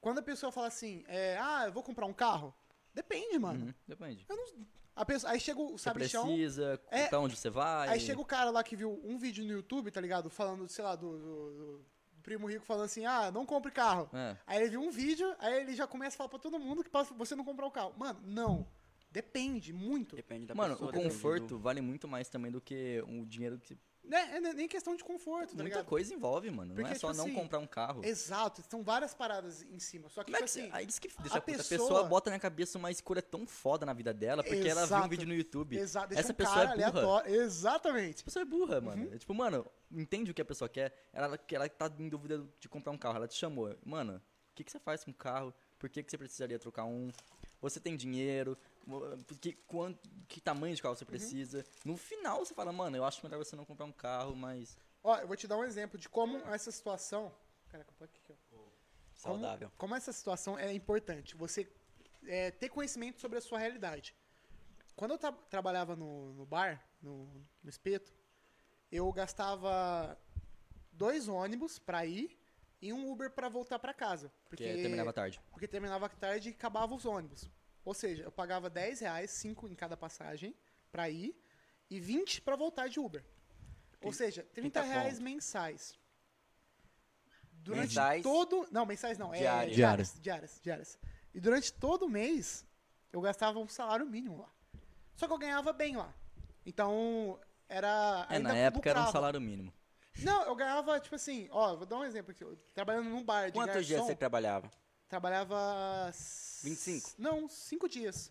Quando a pessoa fala assim, é, ah, eu vou comprar um carro. Depende, mano. Uhum, depende. Eu não- a pessoa, aí chega o Você sabichão, precisa, É, pra onde você vai. aí chega o cara lá que viu um vídeo no YouTube, tá ligado? Falando, sei lá, do, do- do primo rico falando assim, ah, não compre carro. É. Aí ele viu um vídeo, aí ele já começa a falar pra todo mundo que passa você não comprar o carro. Mano, não. Depende muito. Depende da Mano, pessoa. o depende do- conforto vale muito mais também do que o dinheiro que Né? É ne- nem questão de conforto, tá Muita ligado? coisa envolve, mano. não é Porque, só tipo não assim, comprar um carro. Exato, são várias paradas em cima. Só que, Como é tipo que assim, você, aí isso que deixa a a, puta. A pessoa- pessoa bota na cabeça uma escolha tão foda na vida dela porque ela viu um Exato. vídeo no YouTube. exato, deixa Essa um pessoa cara é burra. Essa aleatório. Exatamente. pessoa é burra, Uhum. mano. É Tipo, mano, entende o que a pessoa quer. Ela, ela tá em dúvida de comprar um carro. Ela te chamou. Mano, o que, que você faz com o carro? Por que, que você precisaria trocar um? Você tem dinheiro? Mo- Que, quanto, que tamanho de carro Uhum. você precisa? No final você fala, mano, eu acho melhor você não comprar um carro, mas Ó, eu vou te dar um exemplo de como essa situação. Caraca, pode aqui, ó. Como- Saudável. Como, essa situação é importante, você é, ter conhecimento sobre a sua realidade. Quando eu tra- trabalhava no, no bar, no, no espeto, eu gastava dois ônibus pra ir e um Uber pra voltar pra casa. Porque, porque terminava tarde. porque terminava tarde e acabava os ônibus. Ou seja, eu pagava 10 reais, 5 em cada passagem pra ir e 20 pra voltar de Uber. Ou seja, 30 30 reais conto. mensais. Durante Mensais? todo. Não, mensais não. É, Diárias. diárias. Diárias, diárias. E durante todo o mês, eu gastava um salário mínimo lá. Só que eu ganhava bem lá. Então, era. É, ainda na época era um lucrava. salário mínimo. Não, eu ganhava, tipo assim, ó, vou dar um exemplo aqui. Eu, trabalhando num bar de Quantos garçom, dias você trabalhava? Trabalhava. s- 25? Não, cinco dias.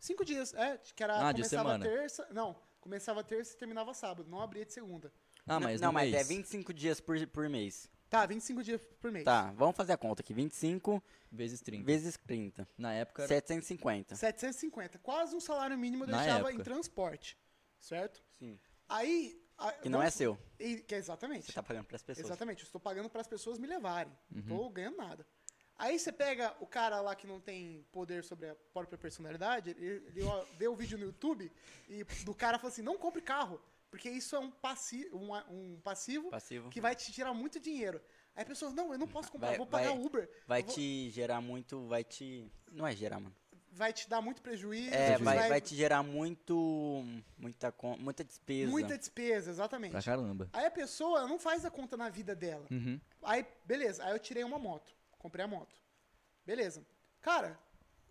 Cinco dias, é, que era. Ah, começava de semana. terça. Não, começava terça e terminava sábado, não abria de segunda. Não, Ah, mas não, no mas mês. é 25 dias por, por mês. Tá, 25 dias por mês. Tá, vamos fazer a conta aqui. 25 vezes 30. vezes 30. Na época, era- 750. 750. Quase um salário mínimo eu Na deixava época. em transporte. Certo? Sim. Aí. a- Que não é vamos- seu. e- que é exatamente. Você tá pagando pras pessoas. Uhum. Exatamente, eu estou pagando para as pessoas me levarem. Não tô ganhando nada. Aí você pega o cara lá que não tem poder sobre a própria personalidade, ele, ele ó, vê o vídeo no YouTube e do cara fala assim: não compre carro, porque isso é um, passi um, a- um passivo Passivo. que vai te tirar muito dinheiro. Aí a pessoa, não, eu não posso comprar, Vai- vou pagar vai- Uber. Vai eu vou- te gerar muito. Vai te. Não é gerar, mano. vai te dar muito prejuízo. É, vai- vai, vai te gerar muito. Muita, con- muita despesa. muita despesa, exatamente. pra caramba. Aí a pessoa não faz a conta na vida dela. Uhum. Aí, beleza. Aí eu tirei uma moto. Comprei a moto. Beleza. Cara,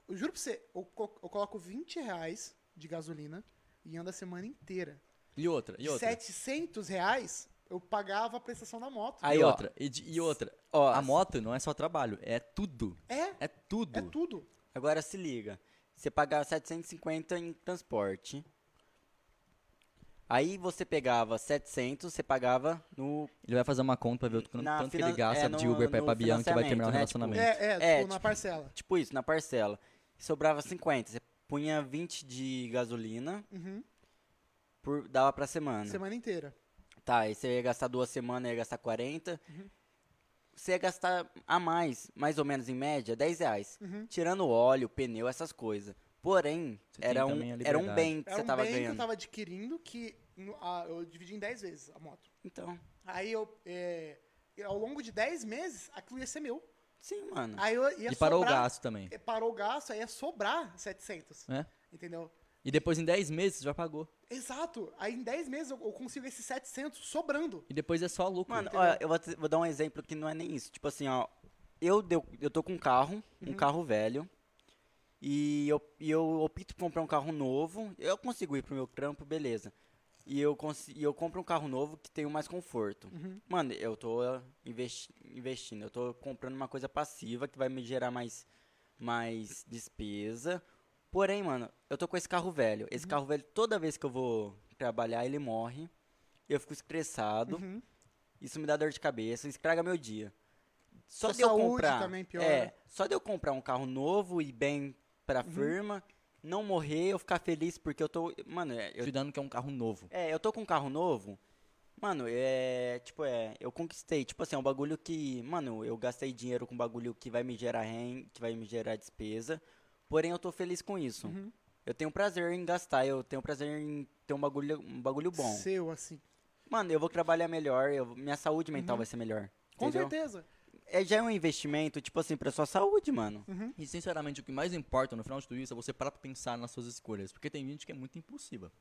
eu juro pra você, eu, co- eu coloco 20 reais de gasolina e ando a semana inteira. E outra, e De outra. 700 reais, eu pagava a prestação da moto. Aí, e ó. outra, e, de- e outra. Ó, a se- moto não é só trabalho, é tudo. É, É tudo. é tudo. Agora se liga. Você pagava 750 em transporte. Aí você pegava 700, você pagava no. Ele vai fazer uma conta pra ver o quanto, Na quanto que finan- ele gasta é, no- de Uber pra ir no pra Bianca e vai terminar o financiamento, relacionamento. né? É, é, É, tipo, na parcela. Tipo isso, na parcela. Sobrava 50. Você punha 20 de gasolina, Uhum, por, dava pra semana. semana inteira. Tá, aí você ia gastar duas semanas, ia gastar 40. Uhum. Você ia gastar a mais, mais ou menos em média, 10 reais. Uhum. Tirando óleo, pneu, essas coisas. Porém, Você tem era um, também a era um liberdade. bem que Era você um tava bem que eu ganhando. tava adquirindo que no- ah, eu dividi em 10 vezes a moto. Então, Aí eu, é, ao longo de 10 meses, aquilo ia ser meu. sim, mano. Aí eu ia Hum. E parou o sobrar- gasto também. É, Parou o gasto, aí ia sobrar 700. né? Entendeu? E depois em 10 meses já pagou. Exato. Aí em 10 meses eu, eu consigo esses 700 sobrando. E depois é só lucro. Mano, olha, eu vou, te- vou dar um exemplo que não é nem isso. Tipo assim, ó. Eu, deu, eu tô com um carro, um carro velho. E eu, e eu opto por comprar um carro novo. Eu consigo ir pro meu trampo, beleza. E eu, consi- e eu compro um carro novo que tenho mais conforto. Mano, eu tô eh, investi- investindo. Eu tô comprando uma coisa passiva que vai me gerar mais, mais despesa. Porém, mano, eu tô com esse carro velho. Uhum. Esse carro velho, toda vez que eu vou trabalhar, ele morre. Eu fico estressado. Uhum. Isso me dá dor de cabeça, estraga meu dia. Só Sua de eu saúde comprar. também piora. É, só de eu comprar um carro novo e bem pra Uhum. firma, não morrer, eu ficar feliz porque eu tô. Mano, é, eu, Te dando que é um carro novo. é, eu tô com um carro novo. Mano, é. Tipo, é. Eu conquistei. Tipo assim, é um bagulho que. Mano, eu gastei dinheiro com um bagulho que vai me gerar renda, que vai me gerar despesa. Porém, eu tô feliz com isso. Uhum. Eu tenho prazer em gastar, eu tenho prazer em ter um bagulho, um bagulho bom. Seu, assim. Mano, eu vou trabalhar melhor, eu, minha saúde mental vai ser melhor. Uhum. Com entendeu? certeza. É, já é um investimento, tipo assim, pra sua saúde, mano. Uhum. E sinceramente, o que mais importa no final de tudo isso é você parar pra pensar nas suas escolhas. Porque tem gente que é muito impulsiva.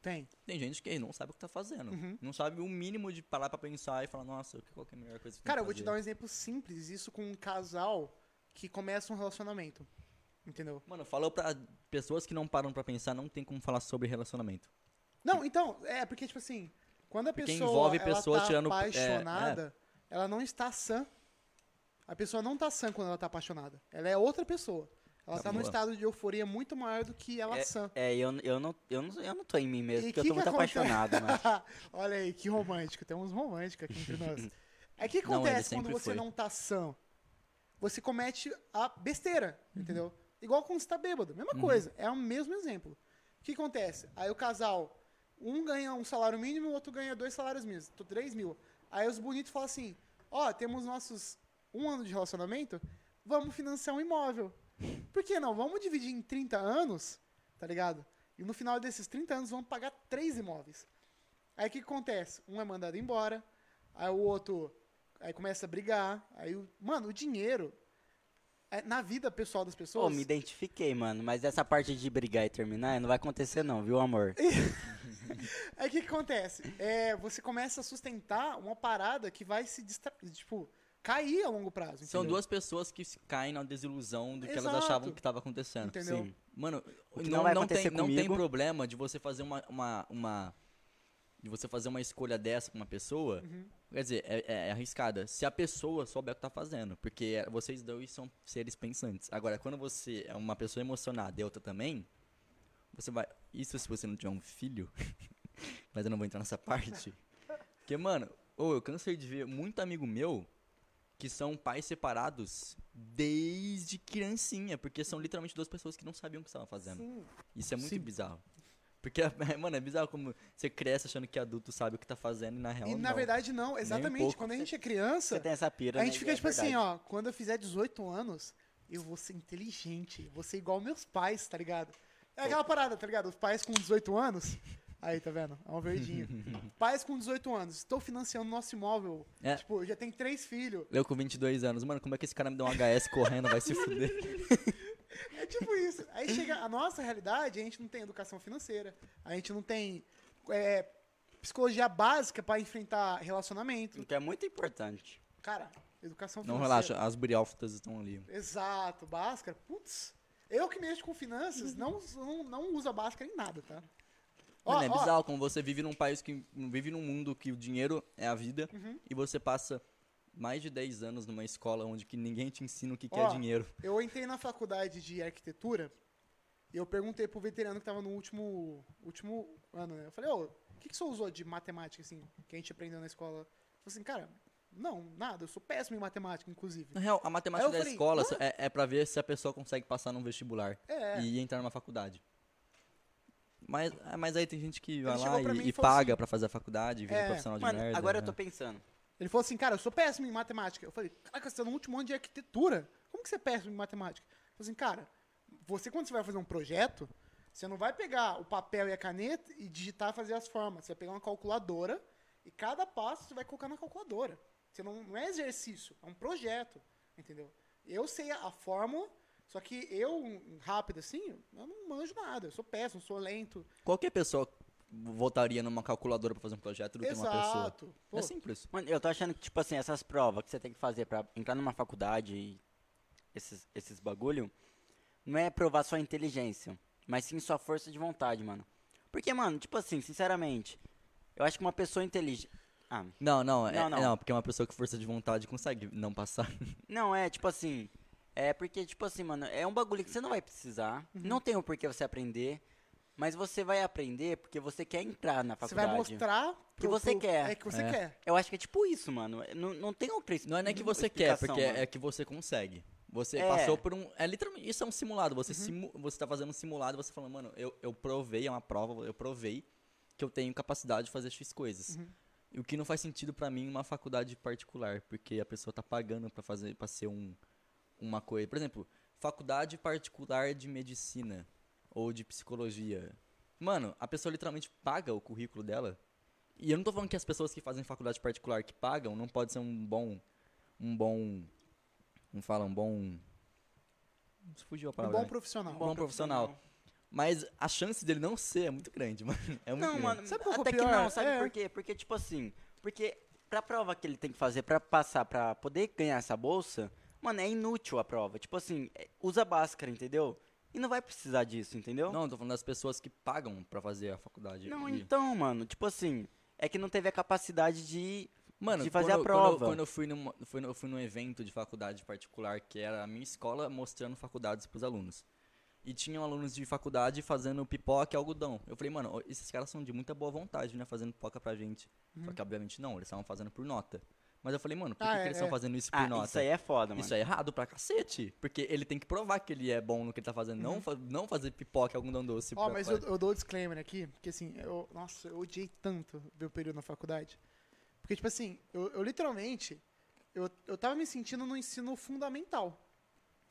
Tem. Tem gente que não sabe o que tá fazendo. Uhum. Não sabe o mínimo de parar pra pensar e falar, nossa, qual que é a melhor coisa que Cara, eu eu vou te dar um exemplo simples. Isso com um casal que começa um relacionamento. Entendeu? Mano, falou pra pessoas que não param pra pensar, não tem como falar sobre relacionamento. Não, então, é porque, tipo assim, quando a Porque pessoa envolve ela pessoas tá tirando- é, apaixonada, ela não está sã. A pessoa não tá sã quando ela tá apaixonada. Ela é outra pessoa. Ela Tá tá, num boa. estado de euforia muito maior do que ela sã. É, eu, eu, não, eu, não, eu não tô em mim mesmo, E porque eu que tô que muito acontece? (laughs) apaixonado, mano. Olha aí, que romântico. Temos romântico aqui entre (laughs) nós. É que Não, ele acontece quando sempre você foi. não tá são. Você comete a besteira, Uhum. entendeu? Igual quando você tá bêbado. Mesma coisa. É o mesmo exemplo. O que acontece? Aí o casal, um ganha um salário mínimo, o outro ganha dois salários mínimos. Tô três mil. Aí os bonitos falam assim, ó, temos nossos um ano de relacionamento, vamos financiar um imóvel. Por que não? Vamos dividir em 30 anos, tá ligado? E no final desses 30 anos vamos pagar três imóveis. Aí o que que acontece? Um é mandado embora, aí o outro aí começa a brigar, aí o, mano, o dinheiro é, na vida pessoal das pessoas. Pô, me identifiquei, mano. Mas essa parte de brigar e terminar não vai acontecer, não, viu, amor? Aí o que, que acontece? É, você começa a sustentar uma parada que vai se distra... tipo cair a longo prazo. São entendeu? duas pessoas que se caem na desilusão do que elas Exato. achavam que tava acontecendo. Entendeu? Sim. Mano, O que não, não vai não tem, acontecer não tem comigo- problema de você fazer uma, uma, uma de você fazer uma escolha dessa pra uma pessoa, Uhum. quer dizer, é, é arriscada. Se a pessoa souber o que tá fazendo, porque é- vocês dois são seres pensantes. Agora, quando você é uma pessoa emocionada e outra também, você vai. Isso se você não tiver um filho, (laughs) mas eu não vou entrar nessa parte. Porque, mano, ô, eu cansei de ver muito amigo meu que são pais separados desde criancinha, porque são literalmente duas pessoas que não sabiam o que estavam fazendo. Sim. Isso é muito Sim. bizarro. Porque, (laughs) mano, é bizarro como você cresce achando que adulto sabe o que tá fazendo e na real E não. na verdade, não, exatamente. pouco. Quando a gente é criança, Você tem essa pira, a né? gente fica É tipo assim, verdade. ó, quando eu fizer 18 anos, eu vou ser inteligente, vou ser igual meus pais, tá ligado? É aquela parada, tá ligado? Os pais com 18 anos. Aí, tá vendo? É um (laughs) verdinho. pais com 18 anos, estou financiando nosso imóvel. É. Tipo, eu já tenho três filhos. Eu com 22 anos, mano, como é que esse cara me deu um HS (laughs) correndo, vai se fuder? É tipo isso. Aí chega a nossa realidade, a gente não tem educação financeira, a gente não tem é, psicologia básica pra enfrentar relacionamento. O que é muito importante. Cara, educação Não financeira. relaxa, as briófitas estão ali. Exato, Bhaskara. Putz, eu que mexo com finanças não, não, não uso a Bhaskara em nada, tá? Ó, Mano, é ó, bizarro como você vive num país que. vive num mundo que o dinheiro é a vida Uhum. e você passa mais de 10 anos numa escola onde que ninguém te ensina o que, que é Ó. dinheiro. eu entrei na faculdade de arquitetura e eu perguntei pro veterano que tava no último, último ano, né? Eu falei, ô, o que, que você usou de matemática, assim, que a gente aprendeu na escola? Ele falou assim, cara, não, nada, eu sou péssimo em matemática, inclusive. Na real, a matemática Aí eu da falei, escola é, é pra ver se a pessoa consegue passar num vestibular É. e entrar numa faculdade. Mas, ah, mas aí tem gente que vai chegou lá pra mim e, e e falou assim paga pra fazer a faculdade, vira É, profissional de Mano, merda. agora eu né? tô pensando. Ele falou assim, cara, eu sou péssimo em matemática. Eu falei, caraca, você tá no último ano de arquitetura. Como que você é péssimo em matemática? Ele falou assim, cara, você quando você vai fazer um projeto, você não vai pegar o papel e a caneta e digitar e fazer as formas. Você vai pegar uma calculadora e cada passo você vai colocar na calculadora. Você não, não é exercício, é um projeto, entendeu? Eu sei a, a fórmula, só que eu, um, rápido assim, eu não manjo nada. Eu sou péssimo, sou lento. Qualquer pessoa votaria numa calculadora pra fazer um projeto do que uma pessoa. Exato. Pô, É simples. Mano, eu tô achando que, tipo assim, essas provas que você tem que fazer pra entrar numa faculdade e esses, esses bagulho, não é provar sua inteligência, mas sim sua força de vontade, mano. Porque, mano, tipo assim, sinceramente, eu acho que uma pessoa inteligente. Ah, Não, não, é, Não, não, não. porque uma pessoa com força de vontade consegue não passar. não, é, tipo assim. É porque, tipo assim, mano, é um bagulho que você não vai precisar, Uhum. não tem o porquê você aprender, mas você vai aprender porque você quer entrar na você vai faculdade. mostrar pro- você pro- quer. É que você É. quer. Eu acho que é tipo isso, mano. Não, não tem outra ex- Não é nem que você quer, explicação, porque mano. é que você consegue. Você É. Uhum. passou por um. É literalmente. Isso é um simulado. Você, simu- você tá fazendo um simulado e você falando, mano, eu, eu provei, é uma prova, eu provei que eu tenho capacidade de fazer X coisas. Uhum. E o que não faz sentido pra mim em uma faculdade particular, porque a pessoa tá pagando pra fazer para ser um uma coisa. Por exemplo, faculdade particular de medicina ou de psicologia. Mano, a pessoa literalmente paga o currículo dela. E eu não tô falando que as pessoas que fazem faculdade particular que pagam não pode ser um bom um bom não fala um bom fugiu a Um palavra. bom né? profissional. Um bom profissional. Mas a chance dele não ser é muito grande, (laughs) mano. É muito Não, grande. mano, Sabe qual que é o até que pior? não, sabe É. por quê? Porque, tipo assim, porque pra prova que ele tem que fazer pra passar, pra poder ganhar essa bolsa, mano, é inútil a prova. Tipo assim, é- usa máscara, entendeu? E não vai precisar disso, entendeu? Não, eu tô falando das pessoas que pagam pra fazer a faculdade. Não, E- então, mano, tipo assim, é que não teve a capacidade de, Mano, de fazer quando, a quando eu- prova. Quando, eu fui numa, fui, no- eu fui num evento de faculdade particular, que era a minha escola mostrando faculdades pros alunos. E tinham alunos de faculdade fazendo pipoca e algodão. Eu falei, mano, ó, esses caras são de muita boa vontade, né? Fazendo pipoca pra gente. Só que, obviamente, não, eles estavam fazendo por nota. Mas eu falei, mano, por que, Ah, que é, eles estão é. fazendo isso por Uhum. Ah, nota? isso aí é foda, mano. Isso é errado pra cacete. Porque ele tem que provar que ele é bom no que ele tá fazendo. Uhum. Não, fa- não fazer pipoca e algodão doce. Ó, pra- mas eu, pra- eu dou o disclaimer aqui, porque assim, eu, nossa, eu odiei tanto meu período na faculdade. Porque, tipo assim, eu, eu literalmente, eu, eu tava me sentindo no ensino fundamental,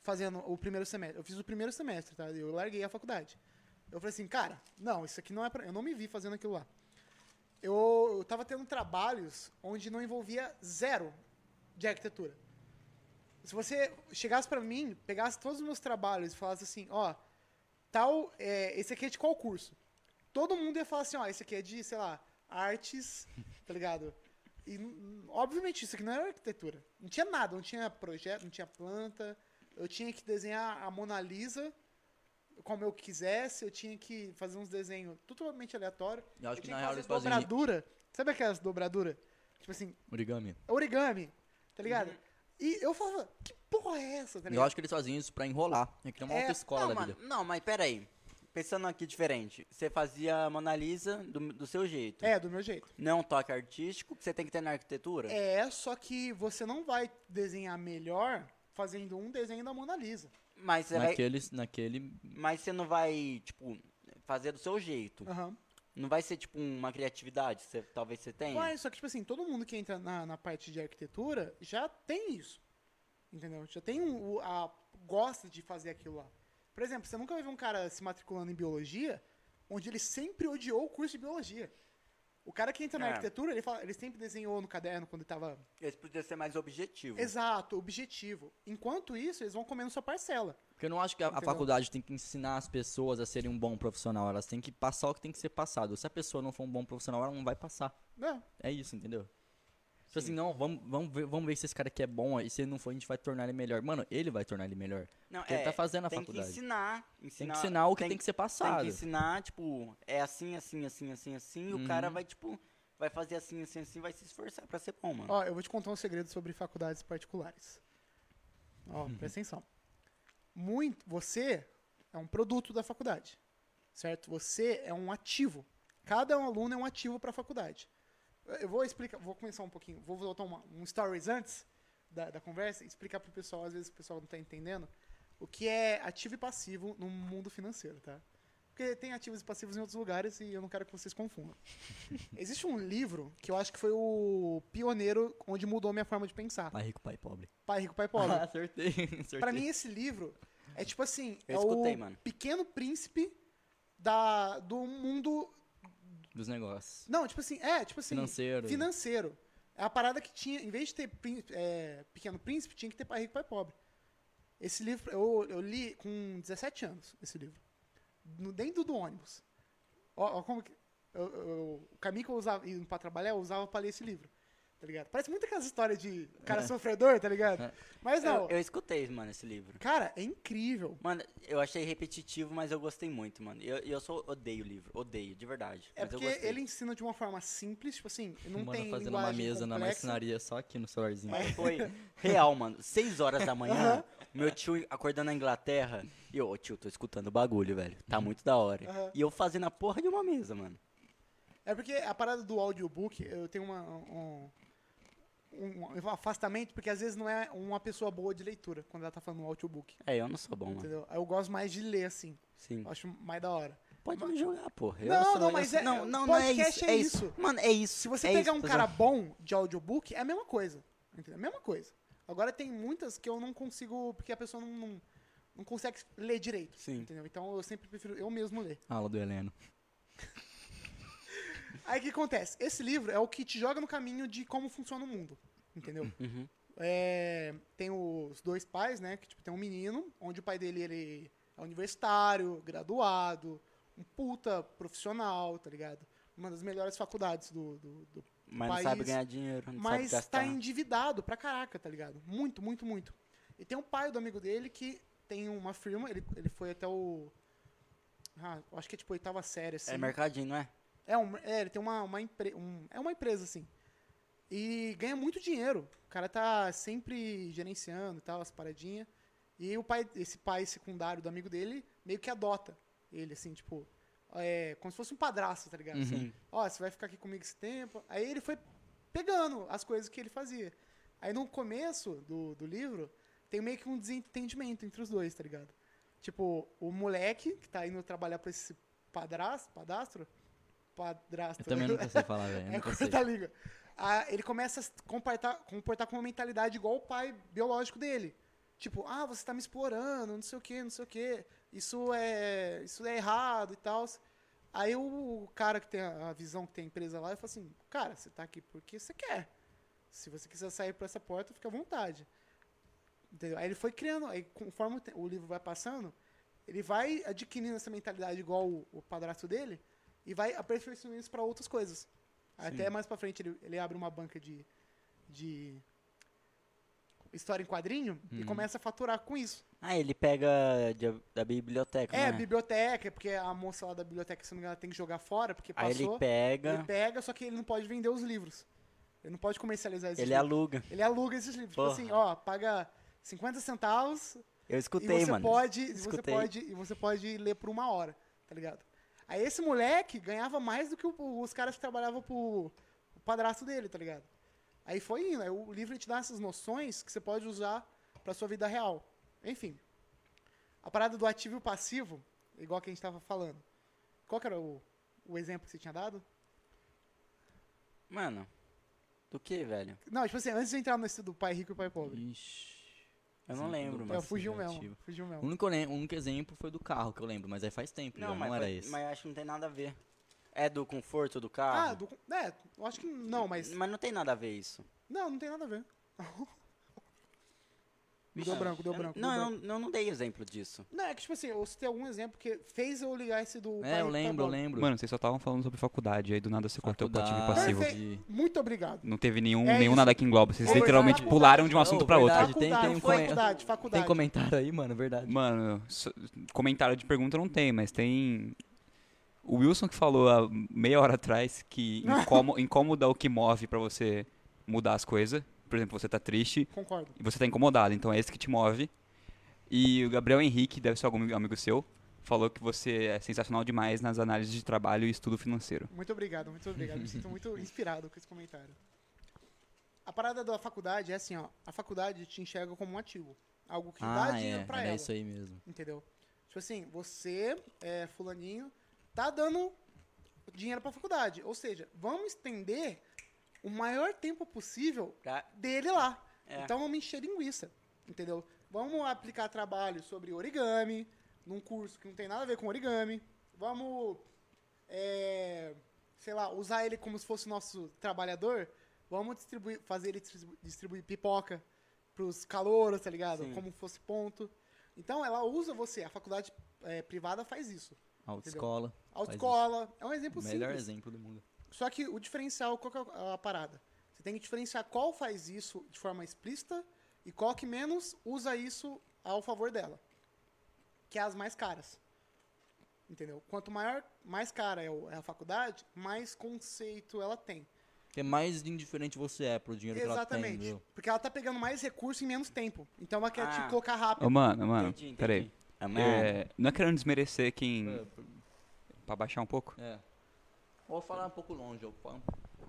fazendo o primeiro semestre. Eu fiz o primeiro semestre, tá? Eu larguei a faculdade. Eu falei assim, cara, não, isso aqui não é pra... Eu não me vi fazendo aquilo lá. Eu, eu tava tendo trabalhos onde não envolvia zero de arquitetura. Se você chegasse pra mim, pegasse todos os meus trabalhos e falasse assim, ó tal, é, esse aqui é de qual curso? Todo mundo ia falar assim, ó, esse aqui é de, sei lá, artes, tá ligado? E, n- obviamente, isso aqui não era arquitetura. Não tinha nada, não tinha projeto, não tinha planta. Eu tinha que desenhar a Mona Lisa como eu quisesse, eu tinha que fazer uns desenhos totalmente aleatórios. Eu acho eu que tinha na real fazer eles fazem dobradura. Sabe aquelas dobradura? Tipo assim, origami. origami, tá ligado? E eu falava, que porra é essa, tá Eu ligado? acho que eles faziam isso pra enrolar. É que nem uma É, autoescola não, da mano, vida. não, mas pera aí. Pensando aqui diferente, você fazia a Mona Lisa do, do seu jeito. É, do meu jeito. Não é um toque artístico que você tem que ter na arquitetura? É, só que você não vai desenhar melhor fazendo um desenho da Mona Lisa. Mas é, você, vai- Naqueles, naquele. mas você não vai, tipo, fazer do seu jeito. Aham. Não vai ser, tipo, uma criatividade que você- talvez você tenha. Mas, só que, tipo assim, todo mundo que entra na, na parte de arquitetura já tem isso. Entendeu? Já tem um, o- a. gosta de fazer aquilo lá. Por exemplo, você nunca vai ver um cara se matriculando em biologia onde ele sempre odiou o curso de biologia. O cara que entra na É. arquitetura, ele, fala- ele sempre desenhou no caderno quando ele tava. Esse podia ser mais objetivo. Exato, objetivo. Enquanto isso, eles vão comendo sua parcela. Porque eu não acho que a, a Entendeu? faculdade tem que ensinar as pessoas a serem um bom profissional. Elas têm que passar o que tem que ser passado. Se a pessoa não for um bom profissional, ela não vai passar. Né? É isso, entendeu? Tipo assim, não, vamos, vamos, ver, vamos ver se esse cara aqui é bom. E se ele não for, a gente vai tornar ele melhor. Mano, ele vai tornar ele melhor. Não, Porque ele tá fazendo a É, tem faculdade. que ensinar, Tem ensinar. que ensinar o que tem, tem- que ser Tem passado. que ensinar, tipo, é assim, assim, assim, assim, assim. E o Uhum. cara vai, tipo, vai fazer assim, assim, assim, vai se esforçar pra ser bom, mano. Ó, eu vou te contar um segredo sobre faculdades particulares. Ó, presta atenção. Muito, você é um produto da faculdade, certo? Você é um ativo. Cada um aluno é um ativo para a faculdade. Eu vou explicar, vou começar um pouquinho, vou voltar uma- um stories antes da, da conversa e explicar pro pessoal, às vezes o pessoal não tá entendendo, o que é ativo e passivo no mundo financeiro, tá? Porque tem ativos e passivos em outros lugares e eu não quero que (laughs) vocês confundam. Existe um livro que eu acho que foi o pioneiro onde mudou minha forma de pensar. Pai rico, pai pobre. (laughs) Pai rico, pai pobre. Ah, acertei, acertei. Pra mim esse livro é tipo assim, Eu é escutei, o mano. pequeno príncipe da do mundo, Dos negócios. não, tipo assim, é, tipo assim, Financeiro. financeiro. É a parada que tinha, em vez de ter prín- é, pequeno príncipe, tinha que ter pai rico, pai pobre. Esse livro eu, eu li com 17 anos, esse livro. No, dentro do ônibus. Ó, ó como que. eu- eu- o caminho que eu usava indo pra trabalhar, eu usava pra ler esse livro. Tá ligado? Parece muito aquelas histórias de cara sofredor, tá ligado? É. Mas não. Eu, eu escutei, mano, esse livro. Cara, é incrível. Mano, eu achei repetitivo, mas eu gostei muito, mano. Eu, eu só odeio o livro, odeio, de verdade. É mas eu porque gostei. ele ensina de uma forma simples, tipo assim, não Mano, tem fazendo uma linguagem mesa na complexa. marcenaria só aqui no celularzinho. É. Mas foi real, mano. Seis horas da manhã, meu tio acordando na Inglaterra. E eu, ô tio, tô escutando o bagulho, velho. Tá muito da hora. Uhum. Aham. E eu fazendo a porra de uma mesa, mano. É porque a parada do audiobook, eu tenho uma, um, um- um afastamento, porque às vezes não é uma pessoa boa de leitura quando ela tá falando um audiobook. É, eu não sou bom, mano. Entendeu? Aí Eu gosto mais de ler, assim. Sim. Eu acho mais da hora. Pode me jogar, porra. Eu Não, sou- não, eu mas sou- é- não, não, não é podcast isso. é É isso. isso. Mano, é isso. Se você é pegar isso, um pessoal. cara bom de audiobook, é a mesma coisa. Entendeu? É a mesma coisa. Agora tem muitas que eu não consigo, porque a pessoa não, não, não consegue ler direito. Sim. Entendeu? Então eu sempre prefiro eu mesmo ler. Aula do Heleno. Aí o que acontece? Esse livro é o que te joga no caminho de como funciona o mundo. Entendeu? Uhum. É, tem os dois pais, né? Que tipo, tem um menino, onde o pai dele ele é universitário, graduado, um puta profissional, tá ligado? Uma das melhores faculdades do, do, do Mas não país, sabe ganhar dinheiro, não sabe mas gastar. É tá endividado pra caraca, tá ligado? Muito, muito, muito. E tem um pai do amigo dele que tem uma firma, ele, ele foi até o. Ah, eu acho que é tipo oitava série, assim. É mercadinho, não é? É, um, é, ele tem uma, uma empresa. é uma empresa, assim. E ganha muito dinheiro. O cara tá sempre gerenciando e tal, as paradinhas. E o pai, esse pai secundário do amigo dele meio que adota ele, assim, tipo. É, como se fosse um padrasto, tá Uhum. ligado? Assim, Ó, você vai ficar aqui comigo esse tempo. Aí ele foi pegando as coisas que ele fazia. Aí no começo do, do livro, tem meio que um desentendimento entre os dois, tá ligado? Tipo, o moleque que tá indo trabalhar pra esse padrasto, padastro, padrasto. (laughs) Eu também né? nunca sei falar, velho. Eu É nunca sei. corta a língua. Ah, ele começa a se comportar, comportar com uma mentalidade igual o pai biológico dele. Tipo, ah, você tá me explorando, não sei o que, não sei o que. Isso é, isso é errado e tal. Aí o cara que tem a a visão que tem a empresa lá, ele fala assim, cara, você tá aqui porque você quer. Se você quiser sair por essa porta, fica à vontade. Entendeu? Aí ele foi criando, aí conforme o te- o livro vai passando, ele vai adquirindo essa mentalidade igual o, o padrasto dele e vai aperfeiçoando isso pra outras coisas. Até mais pra frente ele, ele abre uma banca de, de. história em quadrinho e Uhum. começa a faturar com isso. Ah, ele pega de- da biblioteca, né? É, biblioteca, porque a moça lá da biblioteca, se não me engano, ela tem que jogar fora, porque Aí passou. ele pega, Ele ele, pega, só que ele não pode vender os livros. Ele não pode comercializar esses livros. aluga. Ele aluga esses livros. Porra. Tipo assim, ó, paga 50 centavos Eu escutei, e você mano. pode. e Você Escutei. pode e você pode ler por uma hora, tá ligado? Aí esse moleque ganhava mais do que o- os caras que trabalhavam pro o padrasto dele, tá ligado? Aí foi indo. Aí o livro ele te dá essas noções que você pode usar pra sua vida real. Enfim. A parada do ativo e o passivo, igual que a gente tava falando. Qual que era o, o exemplo que você tinha dado? Mano, do que, velho? Não, tipo assim, antes de entrar no estudo do pai rico e pai pobre. Ixi. Eu não Sim, lembro, do É, mano. passivo. fugiu mesmo. negativo. Fugiu O mesmo. único, lem- o único exemplo foi do carro que eu lembro, mas aí faz tempo, já, não, mas, era pode- esse. mas eu acho que não tem nada a ver. É do conforto do carro? Ah, do, é, eu acho que não, mas. Mas não tem nada a ver isso. Não, não tem nada a ver. (laughs) Bicho, É. deu branco, deu eu- branco. Não, deu eu branco. não, eu não dei exemplo disso. Não, é que tipo assim, eu citei algum exemplo que fez eu ligar esse do. pai É, eu pra lembro, eu bola. lembro. Mano, vocês só estavam falando sobre faculdade, aí do nada você cortou pra ativo e Faculdade. passivo. Perfeito. Muito obrigado. Não teve nenhum, É nenhum isso. nada que engloba. Vocês Ô, literalmente verdade. pularam de um assunto Ô, pra outro. verdade, tem- faculdade, tem um faculdade, comen- faculdade, Tem comentário aí, mano, verdade. Mano, so- comentário de pergunta não tem, mas tem. O Wilson que falou há meia hora atrás (laughs) que incômodo, incômodo é o que move pra você mudar as coisas. Por exemplo, você tá triste Concordo. e você tá incomodado, então é esse que te move. E o Gabriel Henrique, deve ser algum amigo seu, falou que você é sensacional demais nas análises de trabalho e estudo financeiro. Muito obrigado, muito obrigado. Me sinto (laughs) muito inspirado com esse comentário. A parada da faculdade é assim, ó. A faculdade te enxerga como um ativo. Algo que dá Ah, dinheiro é, pra era ela. isso aí mesmo. Entendeu? Tipo assim, você, é, fulaninho, tá dando dinheiro pra faculdade. Ou seja, vamos estender o maior tempo possível Tá? Pra- dele lá. É. Então vamos encher linguiça, entendeu? Vamos aplicar trabalho sobre origami, num curso que não tem nada a ver com origami. Vamos, é, sei lá, usar ele como se fosse nosso trabalhador. Vamos distribuir, fazer ele distribu- distribuir pipoca pros calouros, tá ligado? Sim. Como fosse ponto. Então ela usa você, a faculdade é, privada faz isso. Autoescola. Autoescola, é um exemplo O melhor simples. exemplo do mundo. Só que o diferencial, qual que é a parada? Você tem que diferenciar qual faz isso de forma explícita e qual que menos usa isso ao favor dela. Que é as mais caras. Entendeu? Quanto maior, mais cara é o- é a faculdade, mais conceito ela tem. Que é mais indiferente você é pro dinheiro Exatamente. que ela tem. viu? Porque ela tá pegando mais recurso em menos tempo. Então ela quer Ah. te colocar rápido. Ô, mano, mano, Entendi, entendi. peraí. Ah, mano. É, não é querendo desmerecer quem. Pra baixar um pouco? É. Vou falar um pouco longe, eu falo...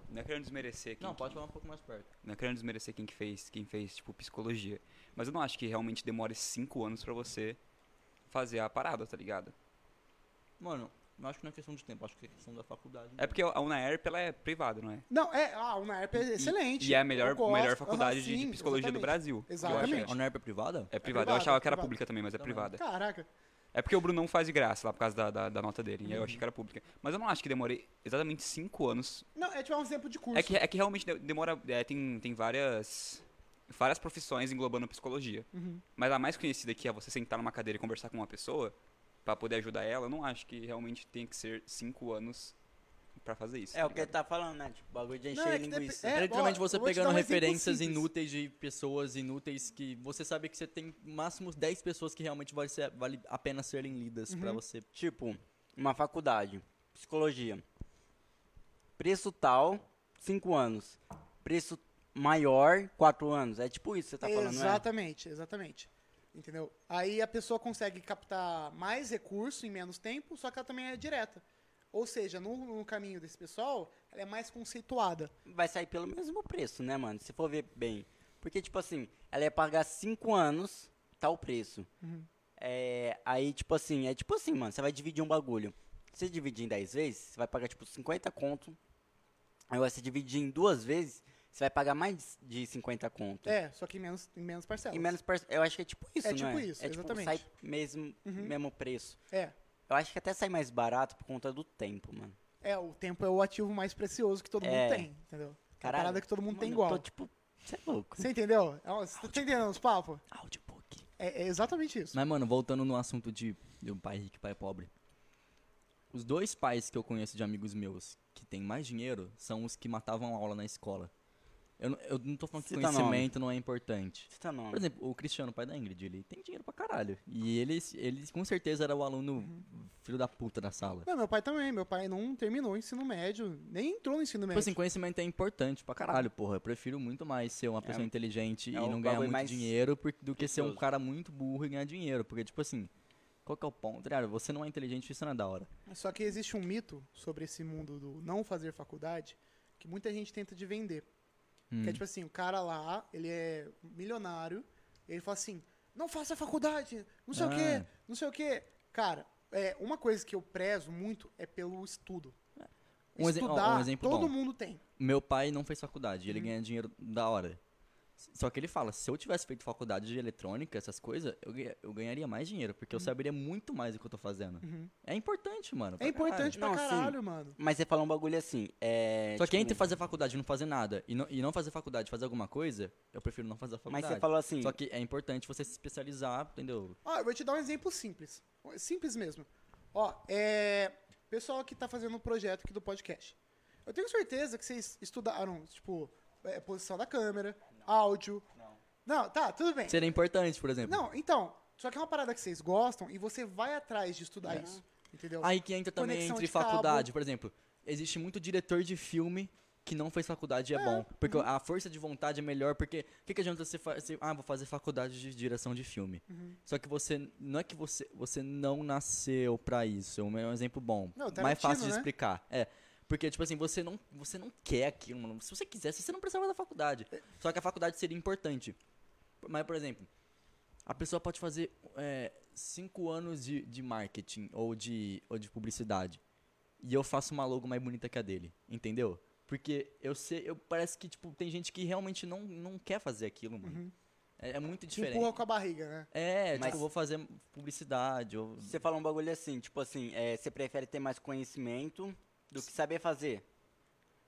Não é querendo desmerecer quem. Não, pode falar um pouco mais perto. Não é querendo desmerecer quem que fez, quem fez, tipo, psicologia. Mas eu não acho que realmente demore cinco anos pra você fazer a parada, tá ligado? Mano, eu acho que não é questão de tempo, acho que é questão da faculdade. É porque a UNAERP, ela é privada, não é? Não, é, ah, a UNAERP é excelente. E é a melhor, Eu gosto. melhor Aham, faculdade de- de, sim, psicologia do exatamente. Brasil. eu acho. Exatamente. A UNERP é privada? É privada. privada, Eu achava é que era privada. pública também, mas é Também. privada. Caraca. É porque o Brunão faz de graça lá por causa da, da, da nota dele. E Uhum. eu achei que era pública. Mas eu não acho que demorei exatamente cinco anos Não, é tipo um exemplo de curso. É que, é que realmente de- demora. é, tem, tem várias. Várias profissões englobando psicologia. Uhum. Mas a mais conhecida que é você sentar numa cadeira e conversar com uma pessoa pra poder ajudar ela, eu não acho que realmente tem que ser cinco anos pra fazer isso. É o tá que ele ligado? tá falando, né? Tipo, bagulho de encher Não, é que linguiça. depe- É, É, literalmente ó, você eu vou te pegando dar um exemplo referências simples. inúteis de pessoas inúteis que você sabe que você tem máximo 10 pessoas que realmente vai ser, vale a pena serem lidas Uhum. pra você. é. Tipo, uma faculdade, psicologia. Preço tal, 5 anos. Preço maior, 4 anos. É tipo isso que você tá falando, né? Exatamente, exatamente. Entendeu? Aí a pessoa consegue captar mais recurso em menos tempo, só que ela também é direta. Ou seja, no, no caminho desse pessoal, ela é mais conceituada. Vai sair pelo mesmo preço, né, mano? Se for ver bem. Porque, tipo assim, ela ia pagar 5 anos, tal preço. Uhum. É, aí, tipo assim, é tipo assim, mano. Você vai dividir um bagulho. Se você dividir em 10 vezes, você vai pagar, tipo, 50 conto. Agora, se dividir em duas vezes, você vai pagar mais de 50 conto. É, só que em menos, em menos parcelas. E menos parce- Eu acho que é tipo isso, É não tipo é? isso, é tipo, exatamente. Uhum. sai mesmo, mesmo preço. É. Eu acho que até sai mais barato por conta do tempo, mano. É, o tempo é o ativo mais precioso que todo mundo É. tem, entendeu? É uma Caralho. parada que todo mundo mano, tem eu igual. Tô, tipo, você é louco. Você entendeu? É um- Você tá entendendo os papos? Audiobook. É, é exatamente isso. Mas, mano, voltando no assunto de, de um pai rico e pai pobre. Os dois pais que eu conheço de amigos meus que têm mais dinheiro são os que matavam aula na escola. Eu, não- eu não tô falando que Cita nome. conhecimento não é importante. Cita nome. Por exemplo, o Cristiano, pai da Ingrid, ele tem dinheiro pra caralho. E ele, ele com certeza era o aluno Uhum. filho da puta da sala. Não, meu pai também. Meu pai não terminou o ensino médio, nem entrou no ensino Tipo médio. assim, conhecimento é importante pra caralho, porra. Eu prefiro muito mais ser uma pessoa inteligente é e o não ganhar bagulho muito mais dinheiro por- do que ser um gostoso. cara muito burro e ganhar dinheiro. Porque, tipo assim, qual que é o ponto? Tá ligado? Você não é inteligente, isso não é da hora. Só que existe um mito sobre esse mundo do não fazer faculdade que muita gente tenta de vender. Hum. Que é tipo assim, o cara lá, ele é milionário, ele fala assim, não faça faculdade, não sei o Ah. quê, não sei o quê. Cara, é, uma coisa que eu prezo muito é pelo estudo. Um exe- ó, um Estudar, exemplo todo bom. mundo tem. Meu pai não fez faculdade, Uhum. ele ganha dinheiro da hora. S- Só que ele fala, se eu tivesse feito faculdade de eletrônica, essas coisas, eu, ganha- eu ganharia mais dinheiro, porque Uhum. eu saberia muito mais do que eu tô fazendo. É importante, mano. É pra caralho. importante Não, pra sim. caralho, mano. Mas você falou um bagulho assim, é... Só que tipo, entre fazer faculdade e não fazer nada, e não, e não fazer faculdade e fazer alguma coisa, eu prefiro não fazer a Mas faculdade. você falou assim, Só que é importante você se especializar, entendeu? Ó, eu vou te dar um exemplo simples. Simples mesmo. Ó, é. Pessoal que tá fazendo um projeto aqui do podcast. Eu tenho certeza que vocês estudaram, tipo, é, posição da câmera, áudio. Não. Não, tá, tudo bem. Seria importante, por exemplo. Não, então, só que é uma parada que vocês gostam e você vai atrás de estudar É. isso. Entendeu? Aí que entra também Conexão entre de cabo. faculdade, por exemplo. Existe muito diretor de filme que não fez faculdade e é, bom. Porque Uhum. a força de vontade é melhor, porque o que, que adianta você fazer. Ah, vou fazer faculdade de direção de filme. Uhum. Só que você. Não é que você. Você não nasceu pra isso. É um é um exemplo bom. Não, Tarantino, mais fácil de né? explicar. É. Porque, tipo assim, você não, você não quer aquilo, mano. Se você quisesse, você não precisava da faculdade. É. Só que a faculdade seria importante. Mas, por exemplo, a pessoa pode fazer é, cinco anos de, de marketing ou de, ou de publicidade. E eu faço uma logo mais bonita que a dele, entendeu? Porque eu sei, eu, parece que tipo, tem gente que realmente não, não quer fazer aquilo, mano. É, é muito Te diferente. empurra com a barriga, né? É, tipo, Tipo, Mas- eu vou fazer publicidade. Ou... você falou um bagulho assim, tipo assim, é, você prefere ter mais conhecimento do que saber fazer.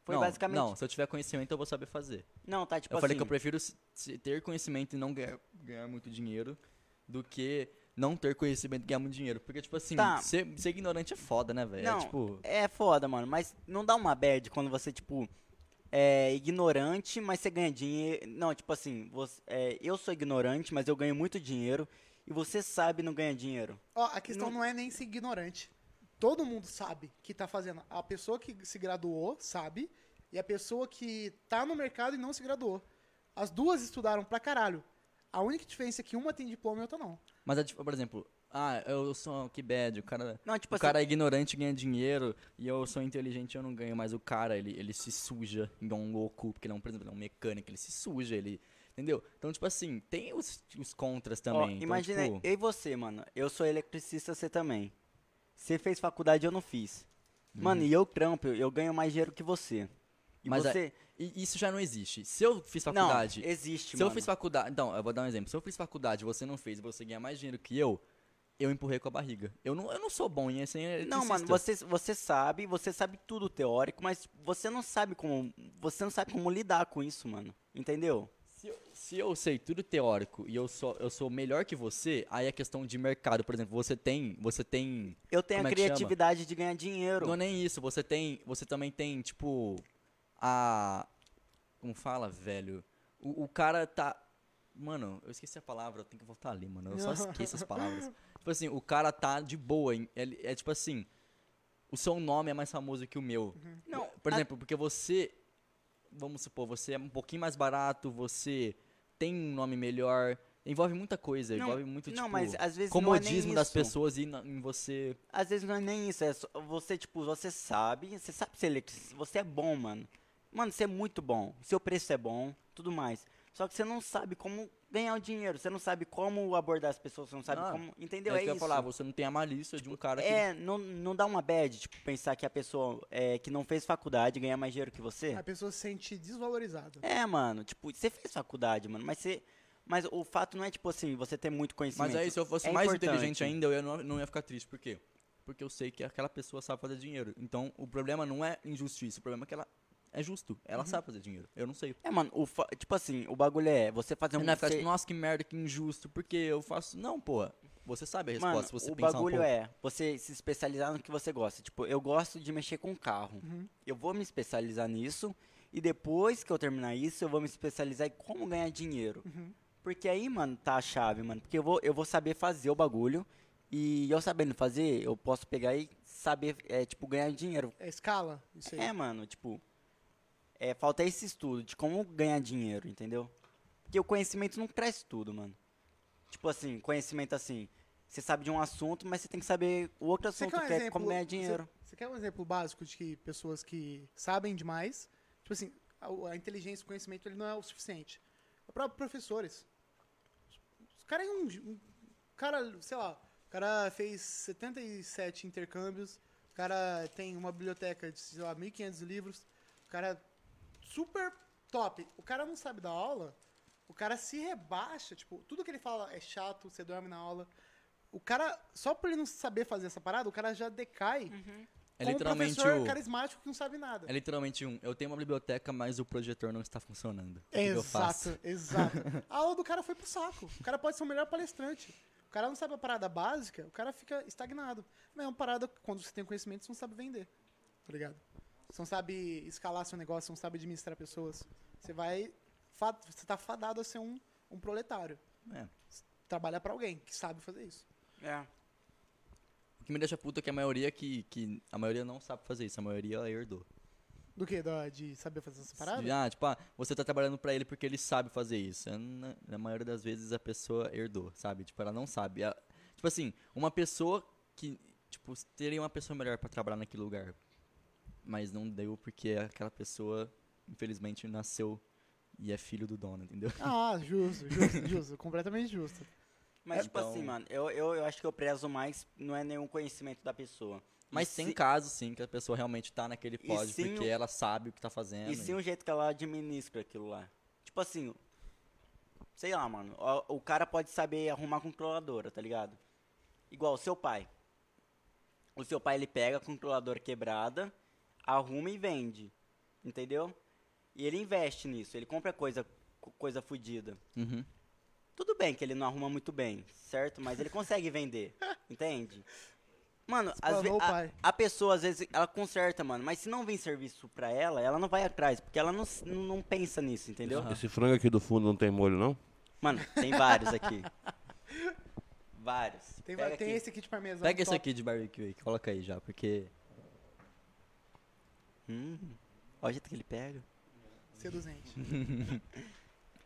Foi não, basicamente... Não, se eu tiver conhecimento, eu vou saber fazer. Não, tá, tipo eu falei assim... que eu prefiro se- se ter conhecimento e não ganhar, ganhar muito dinheiro do que não ter conhecimento e ganhar muito dinheiro. Porque, tipo assim, Tá. ser, ser ignorante é foda, né, velho? É, Não, tipo. é foda, mano. Mas não dá uma bad quando você, tipo, é ignorante, mas você ganha dinheiro. Não, tipo assim, você, é, eu sou ignorante, mas eu ganho muito dinheiro. E você sabe e não ganha dinheiro. Ó, a questão Não- não... é nem ser ignorante. Todo mundo sabe que tá fazendo. A pessoa que se graduou sabe, e a pessoa que tá no mercado e não se graduou. As duas estudaram pra caralho. A única diferença é que uma tem diploma e outra não. Mas, é, tipo, por exemplo, ah, eu sou. Que bad, o cara. Não, tipo o assim, cara é ignorante ganha dinheiro e eu sou inteligente eu não ganho, mas o cara, ele, ele se suja igual um louco, porque ele é um, por exemplo, ele é um mecânico, ele se suja, ele. Entendeu? Então, tipo assim, tem os, os contras ó, também. Então, imagina, tipo, eu e você, mano. Eu sou eletricista, você também. Você fez faculdade, eu não fiz. Uhum. Mano, e eu trampo, eu, eu ganho mais dinheiro que você. E Mas a- você. e isso já não existe. Se eu fiz não, faculdade. existe, se eu mano. fiz faculdade. Então, eu vou dar um exemplo. Se eu fiz faculdade e você não fez e você ganha mais dinheiro que eu, eu empurrei com a barriga. Eu não, eu não sou bom em ser Não, mano, você, eletricista. você sabe, você sabe tudo teórico, mas você não sabe como. Você não sabe como lidar com isso, mano. Entendeu? Se eu, se eu sei tudo teórico e eu sou, eu sou melhor que você, aí é questão de mercado. Por exemplo, você tem. Você tem. Eu tenho Como a é que chama? criatividade de ganhar dinheiro. Não é nem isso, você tem. Você também tem, tipo. A. Como fala, velho? O, o cara tá. Mano, eu esqueci a palavra, eu tenho que voltar ali, mano. Eu só esqueço as palavras. Tipo assim, o cara tá de boa. hein? Ele, é tipo assim. O seu nome é mais famoso que o meu. Não, Por a- exemplo, porque você. Vamos supor, você é um pouquinho mais barato, você tem um nome melhor. Envolve muita coisa, Não, envolve muito, tipo, não, mas às vezes não é nem comodismo das isso. pessoas e na- em você. Às vezes não é nem isso, é só- você, tipo, você sabe, você sabe ser eletricista, você é bom, mano. Mano, você é muito bom, seu preço é bom, tudo mais. Só que você não sabe como ganhar o dinheiro, você não sabe como abordar as pessoas, você não sabe Ah, como. Entendeu? É, é isso que eu ia isso. falar, você não tem a malícia de um cara que É, não, não dá uma bad, tipo, pensar que a pessoa é, que não fez faculdade ganha mais dinheiro que você. A pessoa se sente desvalorizada. É, mano, tipo, você fez faculdade, mano, mas você. Mas o fato não é, tipo assim, você ter muito conhecimento. Mas aí, se eu fosse É mais importante. inteligente ainda, eu ia- não, não ia ficar triste. Por quê? Porque eu sei que aquela pessoa sabe fazer dinheiro. Então, o problema não é injustiça, o problema é que ela é justo. Uhum. Ela sabe fazer dinheiro. Eu não sei. É, mano, o fa- tipo assim, o bagulho é você fazer Eu um. não ia ficar você- tipo, nossa, que merda, que injusto, porque eu faço. Não, pô. Você sabe a resposta. Mano, se você o pensar bagulho um pouco. é você se especializar no que você gosta. Tipo, eu gosto de mexer com carro. Eu vou me especializar nisso E depois que eu terminar isso, eu vou me especializar em como ganhar dinheiro. Porque aí, mano, tá a chave, mano. Porque eu vou, eu vou saber fazer o bagulho. E eu sabendo fazer, eu posso pegar e saber, é, tipo, ganhar dinheiro. É escala? Isso aí. É, mano, tipo. É, falta esse estudo de como ganhar dinheiro, entendeu? Porque o conhecimento não cresce tudo, mano. Tipo assim, conhecimento assim. Você sabe de um assunto, mas você tem que saber o outro Você assunto, quer um que é exemplo? como ganhar dinheiro. Você, você quer um exemplo básico de que pessoas que sabem demais, tipo assim, a, a inteligência, o conhecimento, ele não é o suficiente. O próprio professores. Os caras é um, um cara, sei lá, o cara fez 77 intercâmbios, o cara tem uma biblioteca de, sei lá, 1500 livros, o cara super top. O cara não sabe dar aula, o cara se rebaixa, tipo, tudo que ele fala é chato, você dorme na aula. O cara, só por ele não saber fazer essa parada, o cara já decai. É como literalmente um professor o- carismático que não sabe nada. É literalmente um. Eu tenho uma biblioteca, mas o projetor não está funcionando. O que que eu faço? Exato, (laughs) exato. A aula do cara foi pro saco. O cara pode ser o melhor palestrante. O cara não sabe a parada básica, o cara fica estagnado. Mas é uma parada que quando você tem conhecimento, você não sabe vender. Tá ligado? Você não sabe escalar seu negócio, você não sabe administrar pessoas. Você vai. fa- Você tá fadado a ser um, um proletário. É. Trabalhar pra alguém que sabe fazer isso. É. O que me deixa puto é que a maioria que, que. A maioria não sabe fazer isso, a maioria ela herdou. Do que? De saber fazer essa parada? Ah, tipo, ah, você tá trabalhando pra ele porque ele sabe fazer isso. Eu não- Na maioria das vezes a pessoa herdou, sabe? Tipo, ela não sabe. Ela- tipo assim, uma pessoa que. Tipo, teria uma pessoa melhor pra trabalhar naquele lugar. Mas não deu porque aquela pessoa, infelizmente, nasceu e é filho do dono, entendeu? Ah, justo, (laughs) justo, justo. completamente justo. Mas, É, tipo então- assim, mano, eu, eu, eu acho que eu prezo mais, não é nenhum conhecimento da pessoa. Mas E tem se- casos, sim, que a pessoa realmente tá naquele E pódio sim porque o- ela sabe o que tá fazendo. E um sim o jeito que ela administra aquilo lá. Tipo assim, sei lá, mano, ó, o, cara pode saber arrumar controladora, tá ligado? Igual o seu pai. O seu pai ele pega a controladora quebrada, arruma e vende. Entendeu? E ele investe nisso, ele compra coisa co- coisa fodida. Uhum. Tudo bem que ele não arruma muito bem, certo? Mas ele consegue (laughs) vender, entende? Mano, às ve- Explanou o a, pai. a pessoa às vezes ela conserta, mano, mas se não vem serviço pra ela, ela não vai atrás, porque ela não, s- não não pensa nisso, entendeu? Esse frango aqui do fundo não tem molho, não? Mano, tem vários aqui. Vários. Tem, Pega tem aqui. esse aqui de parmesão. Pega esse top. aqui de barbecue aí, coloca aí já, porque. Hum, olha o jeito que ele pega. (laughs) Seduzente.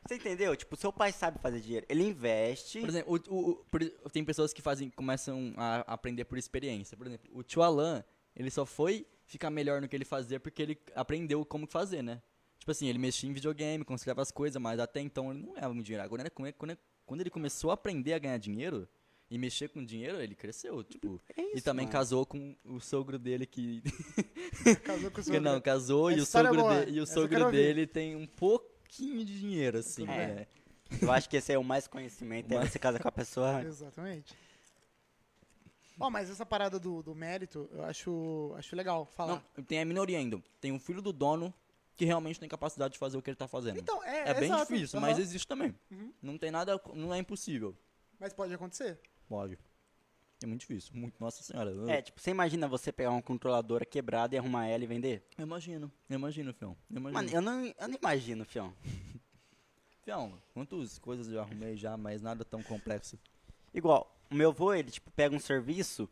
Você entendeu? Tipo, seu pai sabe fazer dinheiro, ele investe. Por exemplo, o- o- o- por- tem pessoas que fazem, começam a aprender por experiência. Por exemplo, o tio Alan, ele só foi ficar melhor no que ele fazia porque ele aprendeu como fazer, né? Tipo assim, ele mexia em videogame, consertava as coisas, mas até então ele não ganhava muito dinheiro. Agora, quando ele- quando ele- quando ele começou a aprender a ganhar dinheiro e mexer com dinheiro, ele cresceu, tipo. É isso, e também mano. casou com o sogro dele que Casou com o Que seu não, André. casou e Essa o história é sogro, boa. de- e o Essa eu sogro quero ouvir. dele tem um pouquinho de dinheiro, assim, É. né? Eu acho que esse é o mais conhecimento, é Mas- você casa com a pessoa. Exatamente. Ó, mas essa parada do, do mérito, eu acho, acho legal falar. Não, tem a minoria ainda. Tem o filho do dono que realmente tem capacidade de fazer o que ele tá fazendo. Então, é, é, bem exato, difícil, aham. Uhum. mas existe também. Não tem nada, não é impossível. Mas pode acontecer. Lógico. É muito difícil. Muito, nossa senhora. Eu, É, tipo, você imagina você pegar uma controladora quebrada e arrumar ela e vender? eu imagino, eu imagino, Fião. Eu imagino. Mano, eu não, eu não imagino, fião. Fião, quantas coisas eu arrumei já, mas nada tão complexo. Igual, o meu avô, ele, tipo, pega um serviço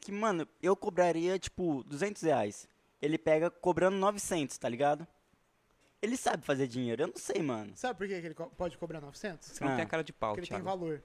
que, mano, eu cobraria, tipo, 200 reais. Ele pega cobrando 900, tá ligado? Ele sabe fazer dinheiro, eu não sei, mano. Sabe por que que ele co- pode cobrar 900? Você não Ah. tem a cara de pau, Porque ele tem Thiago. valor.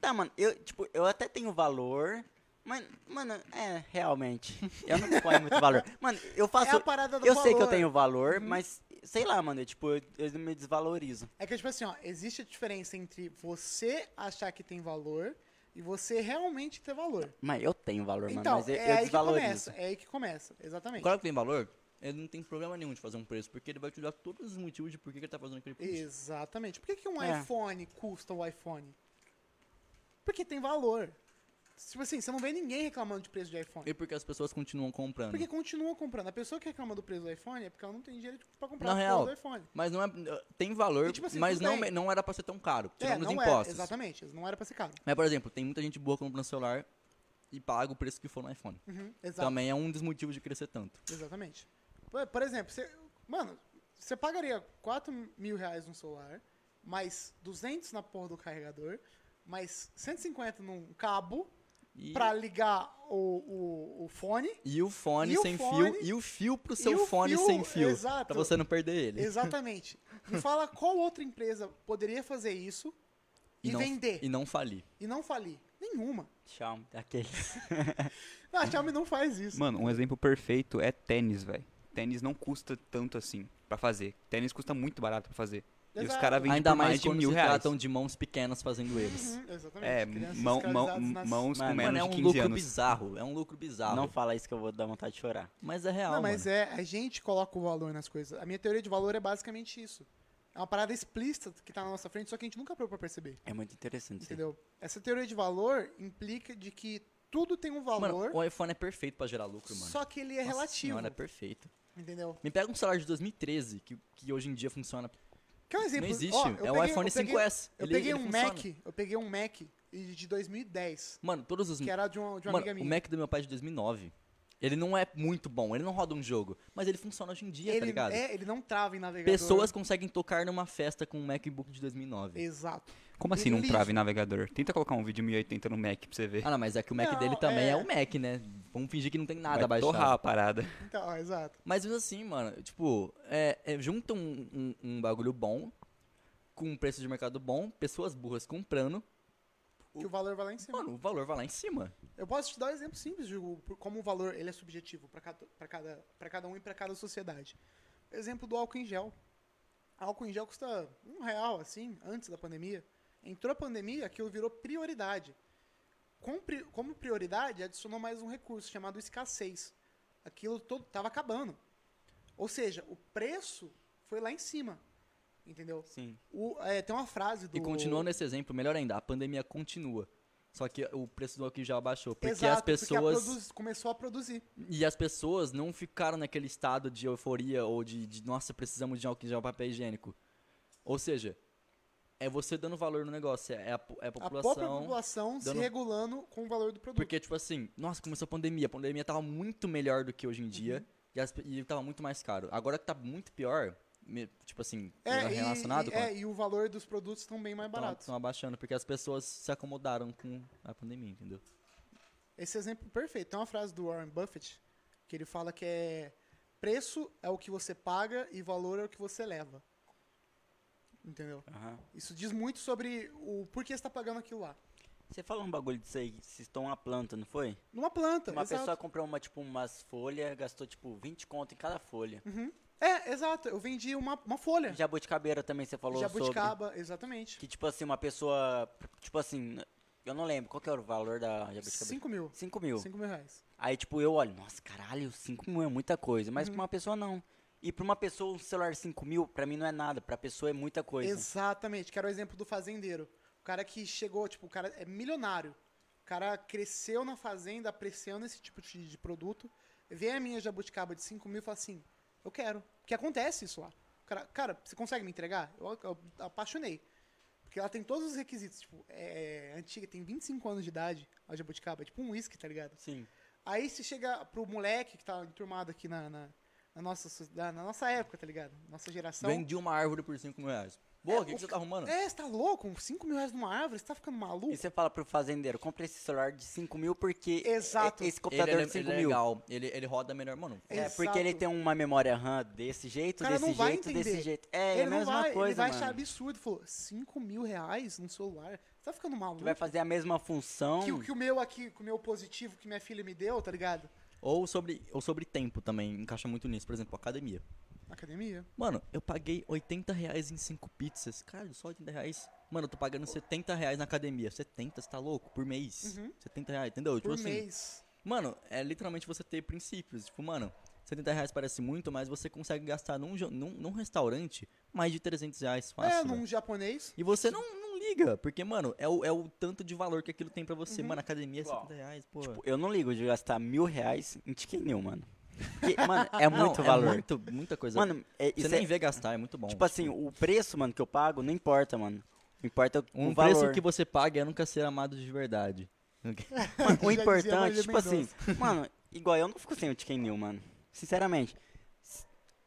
Tá, mano, eu, tipo, eu até tenho valor, mas, mano, é, realmente, eu não ponho muito (laughs) valor. Mano, eu faço... É a parada do eu sei que eu valor. Uhum. tenho valor, mas, sei lá, mano, eu, tipo, eu, eu me desvalorizo. É que, tipo assim, ó, existe a diferença entre você achar que tem valor e você realmente ter valor. Mas eu tenho valor, mano, então, mas eu, é eu aí que desvalorizo. começa. É aí que começa, exatamente. O cara que tem valor, ele não tem problema nenhum de fazer um preço, porque ele vai te dar todos os motivos de por que que ele tá fazendo aquele preço. Exatamente. Por que, que um É. iPhone custa o iPhone? Porque tem valor. Tipo assim, você não vê ninguém reclamando de preço de iPhone. E porque as pessoas continuam comprando. Porque continua comprando. A pessoa que reclama do preço do iPhone é porque ela não tem dinheiro pra comprar Na o real, do iPhone. Mas não é. Tem valor, E, tipo assim, mas tudo não, bem. me- não era pra ser tão caro. É, Tirando os não era, impostos. exatamente. Não era pra ser caro. Mas, por exemplo, tem muita gente boa comprando celular e paga o preço que for no iPhone. Uhum, exato, Também é um dos motivos de crescer tanto. exatamente. Por, por exemplo, você- Mano, você pagaria 4 mil reais no celular, mais 200 na porra do carregador, mais 150 num cabo E, pra ligar o, o, o fone. e o fone e o sem fone- fio. E o fio pro e seu o fone fio, sem fio. exato. Pra você não perder ele. Exatamente. Me fala qual outra empresa poderia fazer isso e, não, vender E não falir. e não falir. Nenhuma. Xiaomi, aquele. Não, a Xiaomi não faz isso. Mano, um exemplo perfeito é tênis, velho. Tênis não custa tanto assim pra fazer. Tênis custa muito barato pra fazer. E os Exato. caras vendem Ainda por mais, mais de quando mil se reais. tratam de mãos pequenas fazendo eles. Uhum, exatamente. É, Crianças mão, mão, escravizadas nas- mãos Mano, com menos Mano, é de um 15 lucro anos. bizarro. É um lucro bizarro. Não fala isso que eu vou dar vontade de chorar. Mas é real. Não, mas mano. é, a gente coloca o valor nas coisas. A minha teoria de valor é basicamente isso. É uma parada explícita que tá na nossa frente, só que a gente nunca parou pra perceber, É muito interessante isso aí. entendeu? Essa teoria de valor implica de que tudo tem um valor, Mano, o iPhone é perfeito pra gerar lucro, mano. só que ele é Nossa relativo, Senhora, é perfeito. entendeu? Me pega um celular de 2013 que, que hoje em dia funciona. Quer um exemplo? não existe. Ó, é eu o peguei- iPhone eu peguei- 5S. Eu Ele- peguei ele um funciona. Mac, eu peguei um Mac e- de 2010, Mano, todos os que era de uma, de um uma Hum. Mano, amiga o minha. Mac do meu pai é de 2009. Ele não é muito bom, ele não roda um jogo, mas ele funciona hoje em dia, tá ele, ligado? é, ele não trava em navegador. Pessoas conseguem tocar numa festa com um MacBook de 2009. Exato. Como assim não é um Lixo. trava em navegador? Tenta colocar um vídeo 1080 no Mac pra você ver. Ah, não, mas é que o Mac Não, dele também é... é. o Mac, né? Vamos fingir que não tem nada Vai abaixado. torrar a parada. Então, ó, exato. Mas mesmo assim, mano, tipo, é, é, junta um, um- um bagulho bom, com um preço de mercado bom, pessoas burras comprando, Que o valor vai lá em cima. mano, o valor vai lá em cima. Eu posso te dar um exemplo simples de o- por- como o valor ele é subjetivo para cada, pra cada, pra cada um e para cada sociedade. Exemplo do álcool em gel. Álcool em gel custa um real, assim, antes da pandemia. Entrou a pandemia, aquilo virou prioridade. Com pri- como prioridade, adicionou mais um recurso chamado escassez. Aquilo todo estava acabando. Ou seja, o preço foi lá em cima. Entendeu? Sim. O- é, tem uma frase do. E né? continuando esse exemplo, melhor ainda, a pandemia continua. Só que o preço do álcool já baixou, porque Exato, as pessoas... Porque a produz- começou a produzir. E as pessoas não ficaram naquele estado de euforia ou de, de, nossa, precisamos de álcool em gel papel higiênico. Ou seja, é você dando valor no negócio, é a, po- é a A população. própria população se dando- regulando com o valor do produto. Porque, tipo assim, nossa, começou a pandemia. A pandemia tava muito melhor do que hoje em Uhum. dia e, as, pe- e tava muito mais caro. Agora que tá muito pior, me- tipo assim, é, e- relacionado e, com. Então, é, e o valor dos produtos estão bem mais baratos. Estão abaixando, porque as pessoas se acomodaram com a pandemia, entendeu? Esse exemplo perfeito. Tem uma frase do Warren Buffett que ele fala que é preço é o que você paga e valor é o que você leva. Entendeu? Aham. Isso diz muito sobre o porquê você está pagando aquilo lá. Você falou um bagulho disso aí, se estou uma planta, não foi? Numa planta, Uma Então, exato. pessoa comprou uma, tipo, umas folhas, gastou, tipo, 20 conto em cada (laughs) folha. É, exato. Eu vendi uma, uma folha. Jabuticabeira também você falou sobre. É. Jabuticaba, exatamente. Que, tipo assim, uma pessoa, tipo assim, eu não lembro, qual que era o valor da jabuticabeira? 5 mil. 5 mil. 5 mil reais. Aí, tipo, eu olho, nossa, caralho, 5 mil é muita coisa. Mas Uhum. pra uma pessoa, não. E pra uma pessoa, um celular 5 mil, pra mim não é nada. Pra pessoa é muita coisa. Exatamente, que era o exemplo do fazendeiro. O cara que chegou, tipo, o cara é milionário. O cara cresceu na fazenda apreciando esse tipo de, de produto. Vê a minha jabuticaba de 5 mil e fala assim: Eu quero. Porque acontece isso lá. O cara, cara, você consegue me entregar? Eu, eu apaixonei. Porque ela tem todos os requisitos. Tipo, é, é antiga, tem 25 anos de idade a jabuticaba. É tipo um uísque, tá ligado? Sim. Aí você chega pro moleque que tá enturmado aqui na, na, na nossa, so- na, na nossa época, tá ligado? Nossa geração. Vendi uma árvore por 5 mil reais. Boa, o que, o que você tá arrumando? É, você tá louco? 5 mil reais numa árvore? Você tá ficando maluco? E você fala pro fazendeiro, compra esse celular de 5 mil porque Exato. e- esse Ele, computador ele, de 5 ele é mil. legal, ele, ele roda melhor. Mano, É, Exato. porque ele tem uma memória RAM desse jeito, O cara desse não vai jeito, desse entender. jeito. É, é ele a não mesma vai, coisa, ele vai mano. achar absurdo. Falou, 5 mil reais num celular? Você tá ficando maluco? Tu vai fazer a mesma função. que, o- que o meu aqui, que o meu positivo que minha filha me deu, tá ligado? ou, sobre, ou sobre tempo também, encaixa muito nisso. Por exemplo, academia. Academia. Mano, eu paguei 80 reais em 5 pizzas. Caralho, só 80 reais? Mano, eu tô pagando 70 reais na academia. 70, você tá louco? Por mês. Uhum. 70 reais, entendeu? Por tipo assim. mês. Mano, é literalmente você ter princípios. Tipo, mano, 70 reais parece muito, mas você consegue gastar num, jo- num, num restaurante mais de 300 reais fácil. né? é, velho. num japonês. E você não, não liga, porque, mano, é o, é o tanto de valor que aquilo tem pra você. Mano, academia é Igual. 70 reais, pô. Tipo, eu não ligo de gastar mil reais em ticket new, mano. (laughs) Porque, mano, é Não, muito valor. É muito, muita coisa. Mano, é- você isso nem é, vê gastar, é muito bom. Tipo assim, o preço, mano, que eu pago, não importa, mano. O importa é o Um o valor. preço que você paga é nunca ser amado de verdade. Mano, o Já dizia Marília importante, tipo assim, Mendonça. mano, igual eu não fico sem o Chicken New, mano. Sinceramente. S-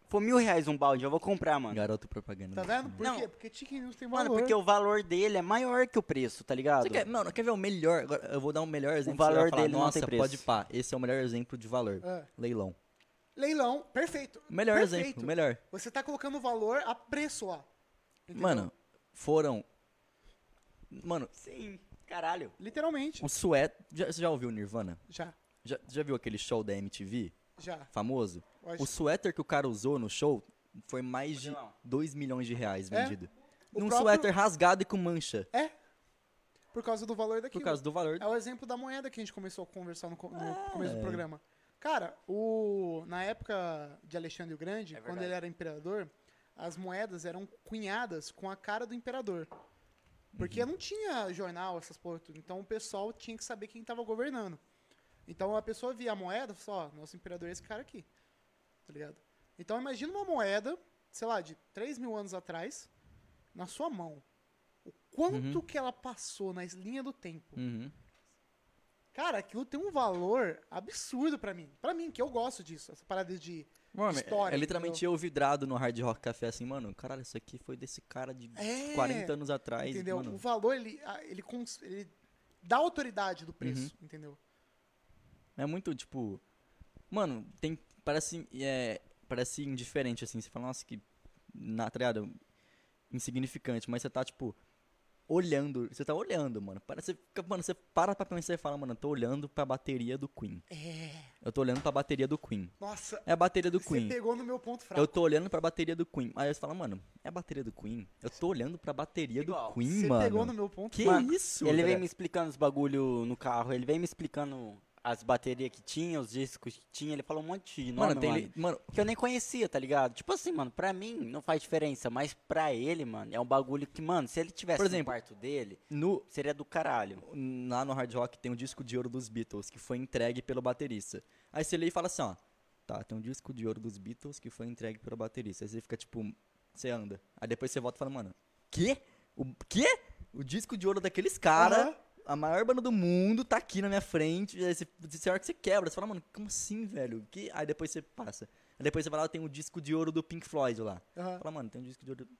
For mil reais um balde, eu vou comprar, mano. Garoto propaganda. Tá vendo? Por Não. quê? Porque chicken news tem valor. Mano, porque o valor dele é maior que o preço, tá ligado? Você quer, mano, quer ver o melhor? Agora eu vou dar um melhor exemplo. você vai valor falar, dele não Nossa, tem preço." pode pá. Esse é o melhor exemplo de valor. É. Leilão. Leilão, perfeito. Melhor perfeito. exemplo, melhor. Você tá colocando valor a preço lá. Entendeu? Mano, foram. Mano, Sim, caralho. Literalmente. o suéter. Já, você já ouviu o Nirvana? Já, Já, já viu aquele show da MTV? já. Famoso? Eu acho- O suéter que o cara usou no show foi mais de Angelão. 2 milhões de reais É. vendido. O Num próprio- suéter rasgado e com mancha. É. Por causa do valor daquilo. Por causa do valor. É o exemplo da moeda que a gente começou a conversar no, co- no começo do programa. Cara, o, na época de Alexandre o Grande, quando ele era imperador, as moedas eram cunhadas com a cara do imperador. Porque não tinha jornal, essas porra tudo. Então o pessoal tinha que saber quem estava governando. Então a pessoa via a moeda e falou, ó, nosso imperador é esse cara aqui. Tá ligado? Então imagina uma moeda, sei lá, de 3 mil anos atrás, na sua mão. O quanto que ela passou na linha do tempo. Uhum. Cara, aquilo tem um valor absurdo pra mim. Pra mim, que eu gosto disso. Essa parada de. Mano, é- História, é literalmente eu vidrado no Hard Rock Café assim, mano, caralho, isso aqui foi desse cara de É, 40 anos atrás, entendeu? O mano. valor, ele, a- ele, cons- ele dá autoridade do preço, Uhum. entendeu? É muito, tipo, mano, tem parece é, parece indiferente assim, você fala, nossa, que na tá ligado? insignificante, mas você tá tipo olhando, você tá olhando, mano. Parece, fica- mano, você para pra pensar e fala, mano, eu tô olhando pra bateria do Queen. É. Eu tô olhando pra bateria do Queen. Nossa, É a bateria do você Queen. É pegou no meu ponto fraco. Eu tô olhando pra bateria do Queen. Aí você fala, mano, é a bateria do Queen? Eu tô olhando pra bateria Igual, do Queen, você mano. pegou no meu ponto Que Mano, isso? ele cara? vem me explicando os bagulho no carro, ele vem me explicando as baterias que tinha, os discos que tinha, ele falou um monte de nome, Mano, tem mano, li- mano, que eu nem conhecia, tá ligado? Tipo assim, mano, pra mim não faz diferença, mas pra ele, mano, é um bagulho que, mano, se ele tivesse Por exemplo, no quarto dele, no, seria do caralho. lá no Hard Rock tem um disco de ouro dos Beatles que foi entregue pelo baterista. Aí você lê e fala assim, ó. Tá, tem um disco de ouro dos Beatles que foi entregue pelo baterista. Aí você fica tipo, você anda. Aí depois você volta e fala, mano, quê? O quê? O disco de ouro daqueles cara, Aham. a maior banda do mundo, tá aqui na minha frente. Aí você, você hora que você quebra, você fala, mano, como assim, velho? Que? Aí depois você passa. Aí depois você vai lá, tem o disco de ouro do Pink Floyd lá. Aham. Fala, mano, tem um disco de ouro. do-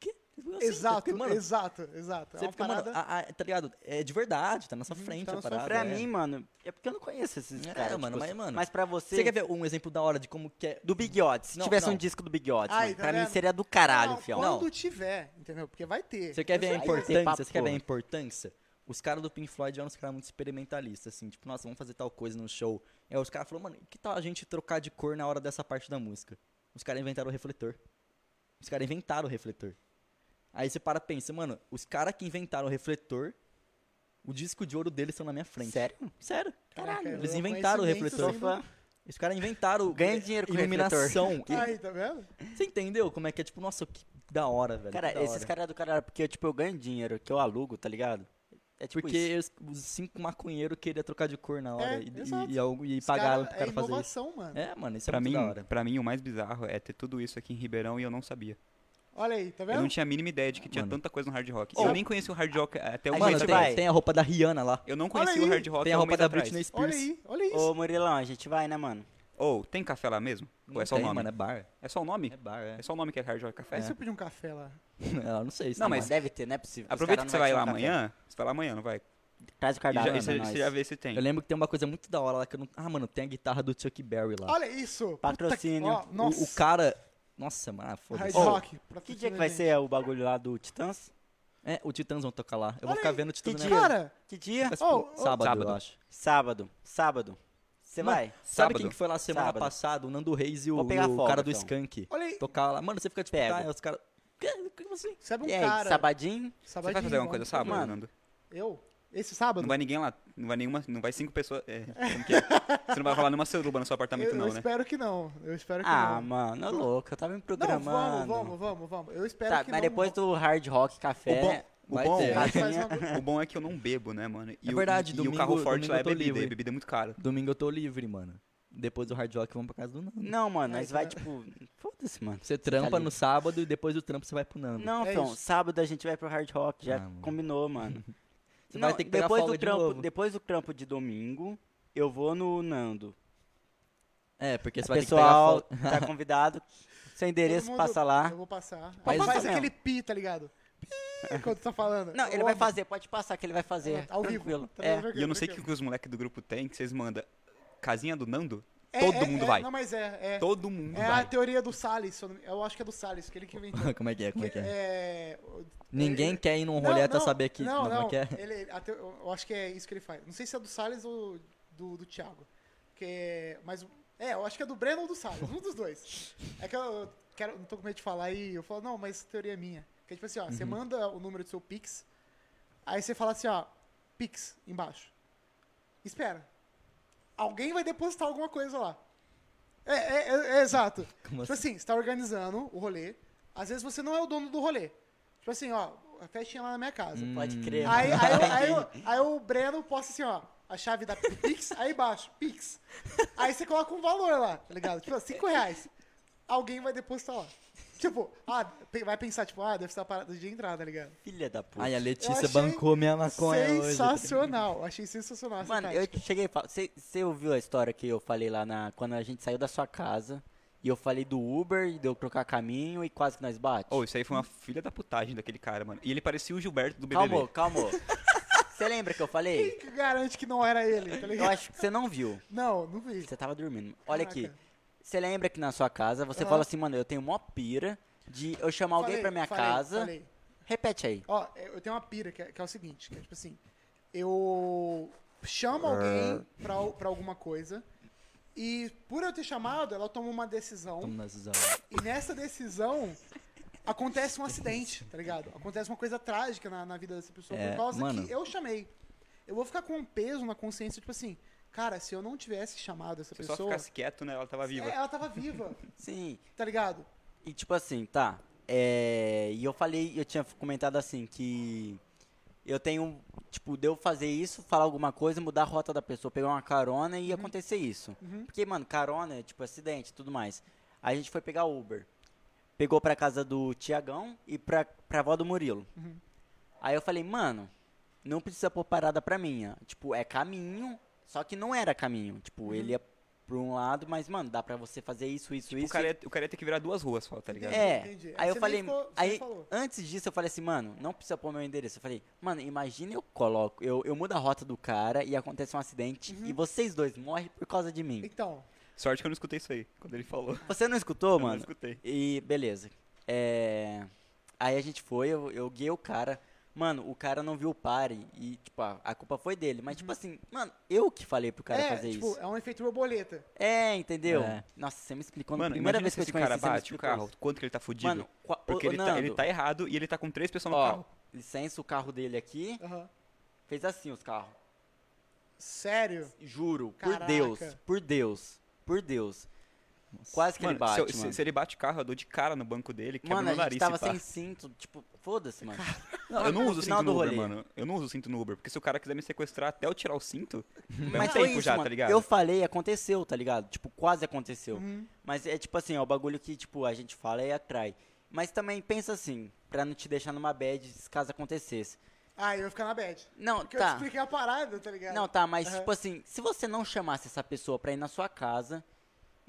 Quê? é Exato, mano, exato, exato. É você uma fica, parada. mano, a- a- tá ligado? É de verdade, tá na sua frente tá a na sua parada. pra é. mim, mano, é porque eu não conheço esses É, caras. mano, tipo, mas, mano, mas pra você, Você quer ver um exemplo da hora de como que é... do Big Odds, se Não, tivesse não. um disco do Big Odds, Ai, mano, tá pra mim vendo? serio é do caralho, Não, fião. Quando "Ah, Não. tiver, entendeu? Porque vai ter. Você quer ver a Aí vai ter importância? papo, Você quer ver a porra. importância? Os caras do Pink Floyd eram uns caras muito experimentalistas, assim, tipo, nossa, vamos fazer tal coisa no show. Aí os caras falaram, mano, que tal a gente trocar de cor na hora dessa parte da música? Os caras inventaram o refletor. Os caras inventaram o refletor. Aí você para e pensa, mano, os caras que inventaram o refletor, o disco de ouro deles estão na minha frente. Sério? Sério. Caraca, Caralho, eles é um inventaram o conhecimento, refletor. assim, Fã. Os caras inventaram Ganha dinheiro com iluminação. Aí, tá vendo? Você entendeu como é que é? Tipo, nossa, que da hora, velho. que Cara, da esses hora. caras é do caralho, porque, tipo, eu ganho dinheiro, que eu alugo, tá ligado? É tipo Porque isso. os- os cinco maconheiros queriam trocar de cor na hora É, e, e- exato. e algo- e Os pagaram cara- pro cara é fazer isso. inovação, mano. É, mano, isso é Pra muito mim, da hora. pra mim, o mais bizarro é ter tudo isso aqui em Ribeirão e eu não sabia. Olha aí, tá Eu vendo? não tinha a mínima ideia de que tinha Mano. tanta coisa no hard rock. Ô. Eu nem conheci o hard rock até um Mano, Mano, mês gente tem, atrás. vai. tipo, tem a roupa da Rihanna lá. Eu não conheci Olha o aí. hard rock Tem a há um roupa mês da atrás. Britney Olha Spears. aí, olha é isso. Ô, Murilão, a gente vai, né, mano? Ou, tem café lá mesmo? Ou Não é só tem, o nome? mano, é bar. É só o nome? É bar, é. (laughs) É só o nome que é hard rock café? Aí se eu pedir um café lá. Eu não sei. se Não, tem mas- bar. Deve ter, não é possível. Aproveita que Os você cara vai não lá vai tirar um café. amanhã. Você vai lá amanhã, não vai? Traz o E já- cardápio, e você né, você nós. já vê se tem. Eu lembro que tem uma coisa muito da hora lá que eu não... Ah, mano, tem a guitarra do Chuck Berry lá. Olha isso. Puta que- Patrocínio. Ó, nossa. O, o cara... Nossa, mano, ah, Hard foda-se. Ô, Rock. Que dia que vai ser o bagulho lá do Titãs? É, o Titãs vão tocar lá. Olha Eu vou ficar aí, vendo o Titãs que na dia? minha- Cara, Que dia? Mas, Oh, pô, oh. sábado, Sábado. eu acho. Sábado. Sábado. Você Mano, vai? Sabe Sábado. quem que foi lá semana Sábado. passada? O Nando Reis e o, Vou pegar e o folga, cara do então. Skank. olha aí. Tocar lá. Mano, você fica tipo, Pego. tá, aí os caras... Que- Como assim? Sabe um e aí, cara. sabadinho? Você Sabadinho, vai fazer alguma coisa vamos- sábado, Mano. Nando? Eu? Esse sábado? Não vai ninguém lá. Não vai nenhuma. Não vai cinco pessoas. é, como que é? Você não vai rolar nenhuma ceruba no eu, seu apartamento, eu não, né? espero que não. Eu espero que Ah, não. mano, é louco. Eu tava me Não, programando. vamos, vamos, vamos, vamos. Eu espero Tá, que mas não. depois do Hard Rock Café... O bom- né? O É, Vai bom, ter. Mas (laughs) faz Rafinha. uma- o bom é que eu não bebo, né, mano? E É o- verdade, e, domingo- o carro forte domingo lá eu é tô bebida, livre. e bebida é muito cara. Domingo eu tô livre, mano. Depois do Hard Rock, vamos pra casa do Nando. Não, mano, Ai, nós vai, cara. tipo... Foda-se, mano. Você trampa tá no sábado e depois do trampo você vai pro Nando. Não, É então, isso. sábado a gente vai pro Hard Rock, já Ah, mano. combinou, mano. (laughs) Você vai ter que pegar depois folga do de trampo, novo. Depois do trampo de domingo, eu vou no Nando. É, porque você vai Pessoal, ter que (laughs) tá convidado. Seu endereço, Todo mundo- passa lá. Eu vou passar. Aí Faz faz isso aquele pi, tá ligado? Pi, quando tu tá falando. Não, ele vai fazer, pode passar que ele vai fazer. É, ao vivo. tranquilo. Tá É. tranquilo, E eu não sei o que, tranquilo. que os moleques do grupo tem, que vocês mandam. Casinha do Nando? É, Todo é, mundo é, vai. Não, mas é. É, Todo mundo é a vai. teoria do Salles. se eu não- Eu acho que é do Salles, que ele que inventou. pegar. como é que é? (laughs) Como é que é? É, o- Ninguém ele- quer ir num Não, rolê até não, saber que. Não, não. como é que é? Ele, até, eu eu acho que é isso que ele faz. Não sei se é do Salles ou do, do Thiago. Que é- mas, é, eu acho que é do Breno ou do Salles. Um dos dois. É que eu quero, não tô com medo de falar e eu falo, não, mas essa teoria é minha. Que é tipo assim, ó, Uhum. você manda o número do seu Pix, aí você fala assim, ó, Pix embaixo. Espera. Alguém vai depositar alguma coisa lá. É, é, é, é exato. Como Tipo assim, você tá organizando o rolê. Às vezes você não é o dono do rolê. Tipo assim, ó, a festinha lá na minha casa. Hum. Pode crer. Aí, mano. aí, eu- aí, eu- aí o Breno posta assim, ó, a chave da Pix, aí embaixo, Pix. Aí você coloca um valor lá, tá ligado? Tipo, 5 reais. Alguém vai depositar lá. Tipo, ah, pe- vai pensar, tipo, ah, deve ser a parada de entrada, tá ligado? Filha da puta. Ai, a Eu Letícia achei bancou minha maconha hoje. sensacional. Achei sensacional essa Mano, tática. eu te cheguei a falar. Você ouviu a história que eu falei lá na. Quando a gente saiu da sua casa e eu falei do Uber, e deu trocar caminho e quase que nós bate? Oh, isso aí foi uma filha da putagem daquele cara, mano. E ele parecia o Gilberto do é calmou, BBB. (laughs) calmou. Você lembra que eu falei? Quem que garante que não era ele, tá Eu ligado? acho que você não viu. Não, não vi. Você tava dormindo. Olha aqui. Caraca. Você lembra que na sua casa você Aham. fala assim, mano, eu tenho mó pira de eu chamar alguém Falei, pra minha falei, casa. falei. Repete aí. Ó, eu eu tenho uma pira que é, que é o seguinte, que é tipo assim, eu chamo Ah. alguém pra, al- pra alguma coisa e por eu ter chamado, ela toma uma decisão Toma essa- e nessa decisão acontece um acidente, tá ligado? Acontece uma coisa trágica na, na vida dessa pessoa É, por causa mano. que eu chamei. Eu vou ficar com um peso na consciência, tipo assim, cara, se eu não tivesse chamado essa Se só pessoa, ficasse quieto, né? Ela tava viva. É, ela tava viva, Sim. tá ligado? E tipo assim, tá. É, e eu falei, eu tinha comentado assim que eu tenho, tipo, de eu fazer isso, falar alguma coisa, mudar a rota da pessoa, pegar uma carona Uhum. e acontecer isso. Porque, mano, carona é tipo acidente e tudo mais. A gente foi pegar Uber. Pegou pra casa do Tiagão e pra, pra avó do Murilo. Uhum. Aí eu falei, mano, não precisa pôr parada pra minha. Tipo, é caminho, só que não era caminho. Tipo, Uhum. ele ia pra um lado, mas, mano, dá pra você fazer isso, isso, Tipo, isso. o, cara ia, o cara ia ter que virar duas ruas só, tá ligado? É. Entendi. Aí eu Você nem falei, ficou- você nem aí falou. antes disso eu falei assim, mano, não precisa pôr meu endereço. Eu falei, mano, imagina eu coloco, eu, eu mudo a rota do cara e acontece um acidente Uhum. e vocês dois morrem por causa de mim. Então, Sorte que eu não escutei isso aí, quando ele falou. Você não escutou, Eu não mano? escutei. E beleza. É, Aí a gente foi, eu, eu guiei o cara. Mano, o cara não viu o pare e, tipo, a, a culpa foi dele. Mas, tipo assim, mano, eu que falei pro cara Uhum. é, fazer tipo, isso. é um efeito borboleta. É, entendeu? É. Nossa, você me explicou na Mano, primeira imagina vez que se eu te esse conheci, cara você me bate o explicou carro, isso. quanto que ele tá fudido. Mano, qua- ô, porque ô, ele, tá, ele Nando. tá errado e ele tá com três pessoas no Ó, carro. licença, o carro dele aqui. Aham. Fez assim os carros. Sério? Juro, Caraca. por Deus, por Deus, por Deus. Quase que Mano, ele bate, se, eu- se- mano. se ele bate o carro, eu dou de cara no banco dele, quebra mano, meu a gente nariz. tava se pá. sem cinto, tipo, foda-se, mano. eu não no uso final cinto do no Uber, rolê. mano. Eu não uso cinto no Uber, porque se o cara quiser me sequestrar até eu tirar (laughs) o cinto, vai Mas um foi tempo isso, já, mano. tá ligado? Eu falei, aconteceu, tá ligado? Tipo, quase aconteceu. Mas é tipo assim, ó, o bagulho que, tipo, a gente fala e atrai. Mas também pensa assim, pra não te deixar numa bad se caso acontecesse. Ah, eu ia ficar na bad. Não, Porque eu te tá. expliquei a parada, tá ligado? Não, tá, mas Aham. tipo assim, se você não chamasse essa pessoa pra ir na sua casa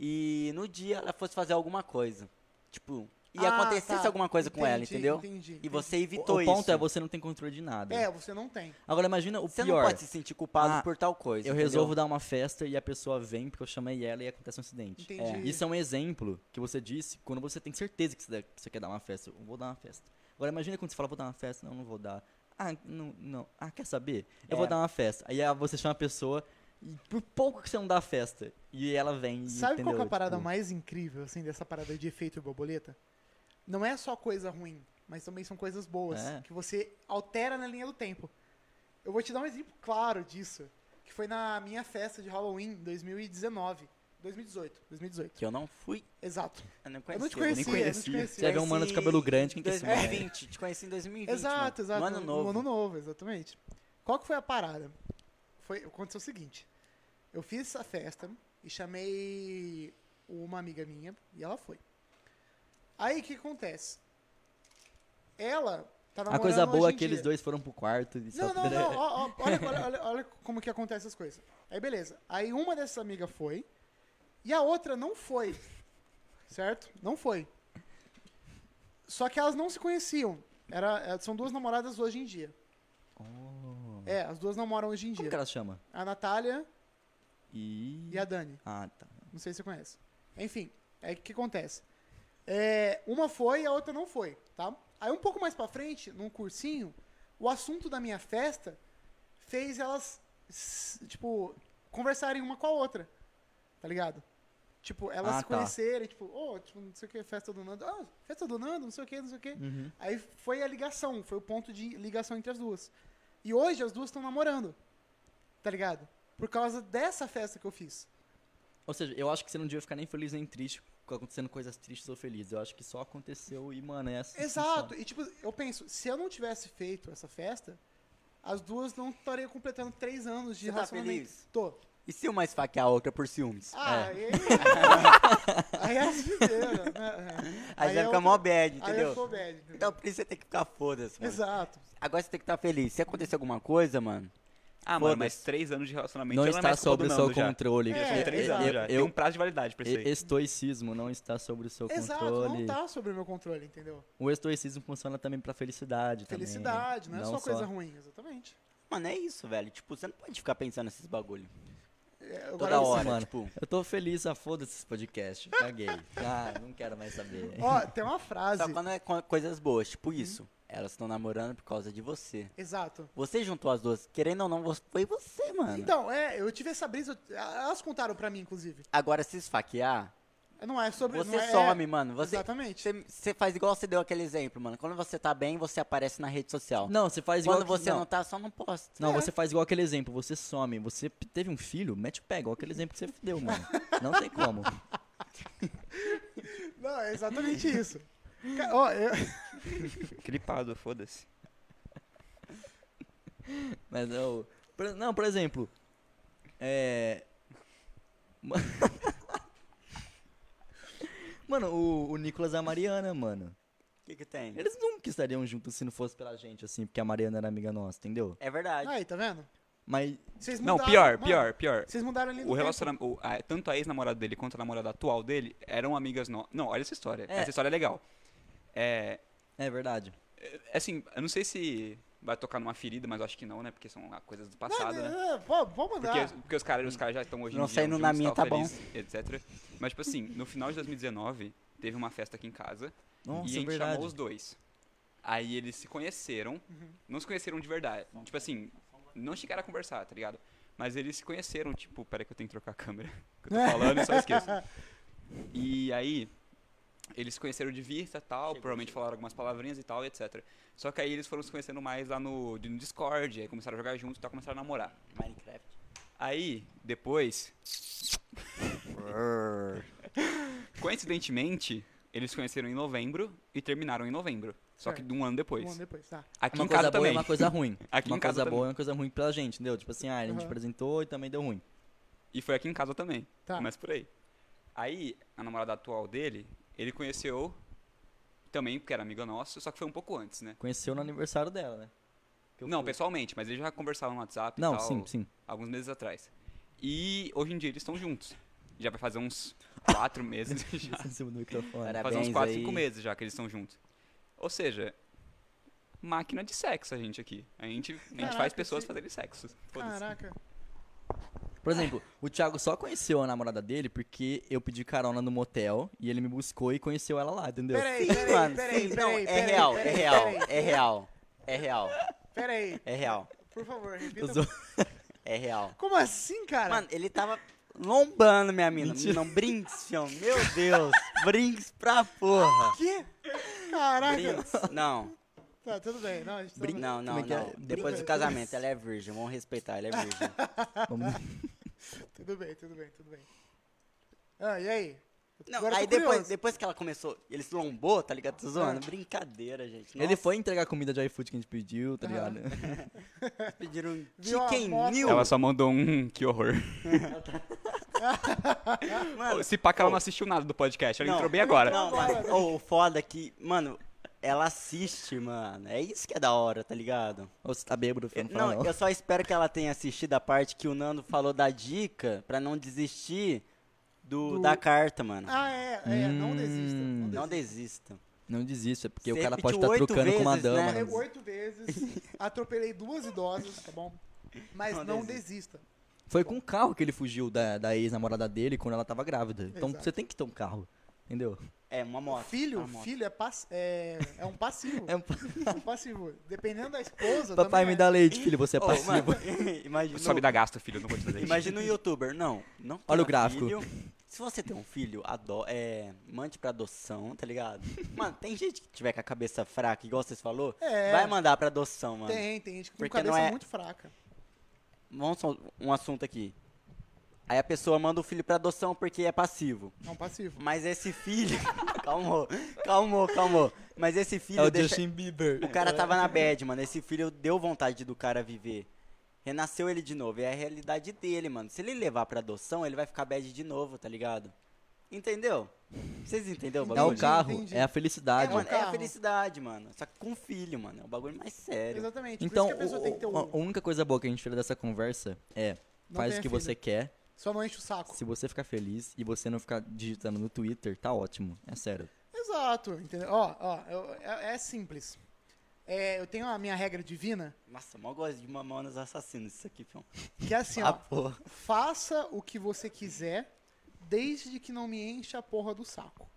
e no dia ela fosse fazer alguma coisa, tipo, e Ah, acontecesse tá. alguma coisa com ela, Entendi, entendeu? entendi, E entendi. você O, evitou o ponto isso. é você não tem controle de nada. É, você não tem. Agora imagina o Você pior. não pode se sentir culpado Ah, por tal coisa. Eu entendeu? resolvo dar uma festa e a pessoa vem porque eu chamei ela e acontece um acidente. Entendi. É. Isso é um exemplo que você disse quando você tem certeza que você, deve- que você quer dar uma festa. Eu vou dar uma festa. Agora imagina quando você fala, vou dar uma festa. Não, não vou dar. Ah, não, não. Ah, quer saber? Eu É. vou dar uma festa. Aí ah, você chama a pessoa e por pouco que você não dá a festa. E ela vem e, Sabe qual entendeu? que é a parada Tipo, mais incrível, assim, dessa parada de efeito borboleta? Não é só coisa ruim, mas também são coisas boas, É. que você altera na linha do tempo. Eu vou te dar um exemplo claro disso, que foi na minha festa de Halloween 2019. 2018, 2018. Que eu não fui. Exato. Eu não conhecia. Eu não te eu conhecia, eu não te conhecia. conhecia. Você vê um mano de cabelo grande, quem que é esse moleque? 2020, te conheci em 2020. Exato, mano. exato. No um ano novo. No ano novo, exatamente. Qual que foi a parada? Foi, aconteceu o seguinte. Eu fiz essa festa e chamei uma amiga minha e ela foi. Aí o que acontece? Ela tá A namorando coisa boa hoje é em que eles dia. dois foram pro quarto. E Não, só- não, (laughs) não. ó, ó, olha, olha, olha, olha como que acontece as coisas. Aí beleza. Aí uma dessas amigas foi E a outra não foi. Certo? Não foi. Só que elas não se conheciam. Era, eh, são duas namoradas hoje em dia. É, as duas namoram hoje em Oh. Como dia. que ela chama? A Natália E... e a Dani. Ah, tá. Não sei se você conhece. Enfim, é o que acontece. É, uma foi e a outra não foi, tá? Aí um pouco mais pra frente, num cursinho, o assunto da minha festa fez elas, s- tipo, conversarem uma com a outra, tá ligado? Tipo, elas Ah, se tá. conhecerem, tipo, ô, tipo, não sei o que, festa do Nando. Ah, festa do Nando, não sei o que, não sei o que. Uhum. Aí foi a ligação, foi o ponto de ligação entre as duas. E hoje as duas estão namorando, tá ligado? Por causa dessa festa que eu fiz. Ou seja, eu acho que você não devia ficar nem feliz nem triste com acontecendo coisas tristes ou felizes. Eu acho que só aconteceu e, mano, é assim. Exato. E tipo, eu penso, se eu não tivesse feito essa festa, as duas não estariam completando três anos de Você tá relacionamento. feliz? Tô. E se uma esfaquear a outra por ciúmes? É. Ah, aí. (laughs) aí é se fuderam, né? Aí, aí já é fica outra- mó bad, Aí eu entendeu? sou bad. entendeu? Então por isso você tem que ficar É. foda-se, mano. Exato. Agora você tem que estar feliz. Se acontecer alguma coisa, mano, Ah, mano, Foda-se. mas três anos de relacionamento Não já é está mais culpa do sobre o seu Nando já. controle. É, São três eu- anos já. Tem eu- um prazo de validade pra isso aí. E- Estoicismo não está sobre o seu Exato, controle. não tá sobre o meu controle, entendeu? O estoicismo funciona também pra felicidade. também. Felicidade, não é só, coisa ruim. ruim, exatamente. mano, é isso, velho. Tipo, você não pode ficar pensando nesses bagulho. É, Toda agora eu- hora, mano. tipo. Eu tô feliz, ah, foda-se esse podcast. (laughs) Caguei. Ah, não quero mais saber. Ó, tem uma frase. Só quando é co- coisas boas, Uhum. tipo isso. Elas estão namorando por causa de você. Exato. Você juntou as duas, querendo ou não, vo- foi você, mano. Então, é, eu tive essa brisa, eu- elas contaram pra mim, inclusive. Agora, se esfaquear, Não é sobre. você não é- some, mano. Você, Exatamente. você, você faz igual você deu aquele exemplo, mano. Quando você tá bem, você aparece na rede social. Não, você faz igual. Quando que- você não. não, tá, só não posta. É. Não, você faz igual aquele exemplo, você some, você p- teve um filho, mete o pé, igual aquele exemplo que você deu, mano. Não tem como. Não, é exatamente isso. Ca- Ó, eu, Clipado, foda-se. Mas eu. por- Não, por exemplo. É. ma- (laughs) Mano, o, o Nicolas e a Mariana, mano. O que que tem? Eles nunca estariam juntos se não fosse pela gente, assim, porque a Mariana era amiga nossa, entendeu? É verdade. Aí, tá vendo? Mas. Vocês Não, mudaram, pior, mano. pior, pior. Vocês mudaram ali O relacionamento, o- a- tanto a ex-namorada dele quanto a namorada atual dele eram amigas no... Não, olha essa história. É. Essa história é legal. É, É verdade. é, assim, eu não sei se vai tocar numa ferida, mas eu acho que não, né? Porque são ah, coisas do Não, passado, né? não, não, pô, vamos Porque, mudar. porque os caras os caras já estão hoje Não em dia um saindo na juntos, minha, tá bom. felizes, etc. Mas, tipo assim, no final de 2019, teve uma festa aqui em casa Nossa, e é a gente verdade. Uhum. chamou os dois. Aí eles se conheceram, não se conheceram de verdade. Tipo assim, não chegaram a conversar, tá ligado? Mas eles se conheceram, tipo, peraí que eu tenho que trocar a câmera. (laughs) Que eu tô falando e só (laughs) esqueço. E aí, eles se conheceram de vista tal, provavelmente falaram algumas palavrinhas e tal, e etc. Só que aí eles foram se conhecendo mais lá no, no Discord, aí começaram a jogar junto e tal, começaram a namorar. Minecraft. Aí, depois. coincidentemente, eles se conheceram em novembro e terminaram em novembro. Só que de um ano depois. Um ano depois, tá. Aqui uma em coisa boa casa também. é uma coisa ruim. (laughs) Aqui em uma casa coisa também. boa é uma coisa ruim pra gente, entendeu? Tipo assim, ah, a gente Aham. apresentou e também deu ruim. E foi aqui em casa também. Tá. Mas por aí. Aí, a namorada atual dele, ele conheceu também, porque era amiga nossa, só que foi um pouco antes, né? Conheceu no aniversário dela, né? Que eu Não, fui. pessoalmente, mas eles já conversavam no WhatsApp e Não, tal, sim, (laughs) sim. alguns meses atrás. E hoje em dia eles estão juntos. Já vai fazer uns (laughs) quatro (laughs) meses já. Em cima do microfone. Parabéns. Faz uns 4, aí. 5 meses já que eles estão juntos. Ou seja, máquina de sexo a gente aqui. A gente, a gente faz Caraca, pessoas se- fazerem sexo. Foda-se. Caraca. Por exemplo, o Thiago só conheceu a namorada dele porque eu pedi carona no motel e ele me buscou e conheceu ela lá, entendeu? Peraí, Sim, peraí, mano, peraí, sim, não, peraí. é peraí, real, é peraí, real, peraí, é real, é real, Peraí, é real, por favor, repita. Eu (laughs) sou- é real. Como assim, cara? Mano, ele tava lombando minha mina. Mentira. Não, brinks, fião. Meu Deus, brinks pra porra. que? Caraca. Brinks, não, Tá, tudo bem. Não, a gente tá- brin não, não, Como é que é? não. Depois do casamento, ela é virgem, vamos respeitar, ela é (laughs) virgem. Vamos- Tudo bem, tudo bem, tudo bem. Ah, e aí? Não, Agora eu tô aí depois, curioso. depois que ela começou, ele se lombou, tá ligado? Tô zoando, brincadeira, gente. É. Ele foi entregar a comida de iFood que a gente pediu, tá Aham. ligado? Nossa, pediram um Viu a chicken foto? new. Ela só mandou um, que horror. Mano, Se pá que ela não assistiu nada do podcast, ela Não. entrou bem agora. Não, mas ô, o foda é que, mano, ela assiste, mano. É isso que é da hora, tá ligado? Ou você tá bêbado, filho, Eu- não, fala não, não. eu só espero que ela tenha assistido a parte que o Nando falou da dica pra não desistir do, Do- da carta, mano. Ah, é, é, não desista. Hum. não Não desista. desista. Não desista, porque Você o cara repetiu pode estar oito trucando com uma vezes, dama. né? Falei oito (laughs) vezes, atropelei duas idosas, tá bom? Mas Não não, desista. Foi com o carro que ele fugiu da, da ex-namorada dele quando ela tava grávida. Então Exato. você tem que ter um carro, entendeu? É, uma moto. Filho, uma moto. filho é, pass- é, é um passivo. É um- É um passivo. Dependendo da esposa. Papai também me é. dá leite, filho, você é Ô, passivo. mano, (laughs) (laughs) imagina, Sobe da gasto, filho, eu não vou te fazer isso. imagina um youtuber. Não, não Olha tenha o gráfico. filho. Se você tem um filho, ado é, mande pra adoção, tá (laughs) ligado? Mano, tem gente que tiver com a cabeça fraca, igual vocês falou, É. vai mandar pra adoção, mano. Tem, tem gente que tem Porque não cabeça é- muito fraca. Vamos só um assunto aqui. Aí a pessoa manda o filho pra adoção porque é passivo. É um passivo. Mas esse filho. (laughs) calmou, calmou, calmou. Mas esse filho. É o deixa- Justin Bieber. O cara tava na bad, mano. Esse filho deu vontade do cara viver. Renasceu ele de novo. É a realidade dele, mano. Se ele levar pra adoção, ele vai ficar bad de novo, tá ligado? Entendeu? Vocês entenderam o É o bagulho? Entendi, carro, entendi. é a felicidade. É, mano, é a carro. felicidade, mano. Só que com filho, mano. É um bagulho mais sério. Exatamente. Então, Por isso que a pessoa o- tem que ter um. a a única coisa boa que a gente tira dessa conversa é Não faz o tenha que filho. você quer. Só não enche o saco. Se você ficar feliz e você não ficar digitando no Twitter, tá ótimo. É sério. Exato, entendeu? Ó, ó, eu- é, é simples. É, eu tenho a minha regra divina, Nossa, mó gosto de mamonas assassinos isso aqui, filho. que é assim, Ah, ó. porra. Faça o que você quiser, desde que não me encha a porra do saco.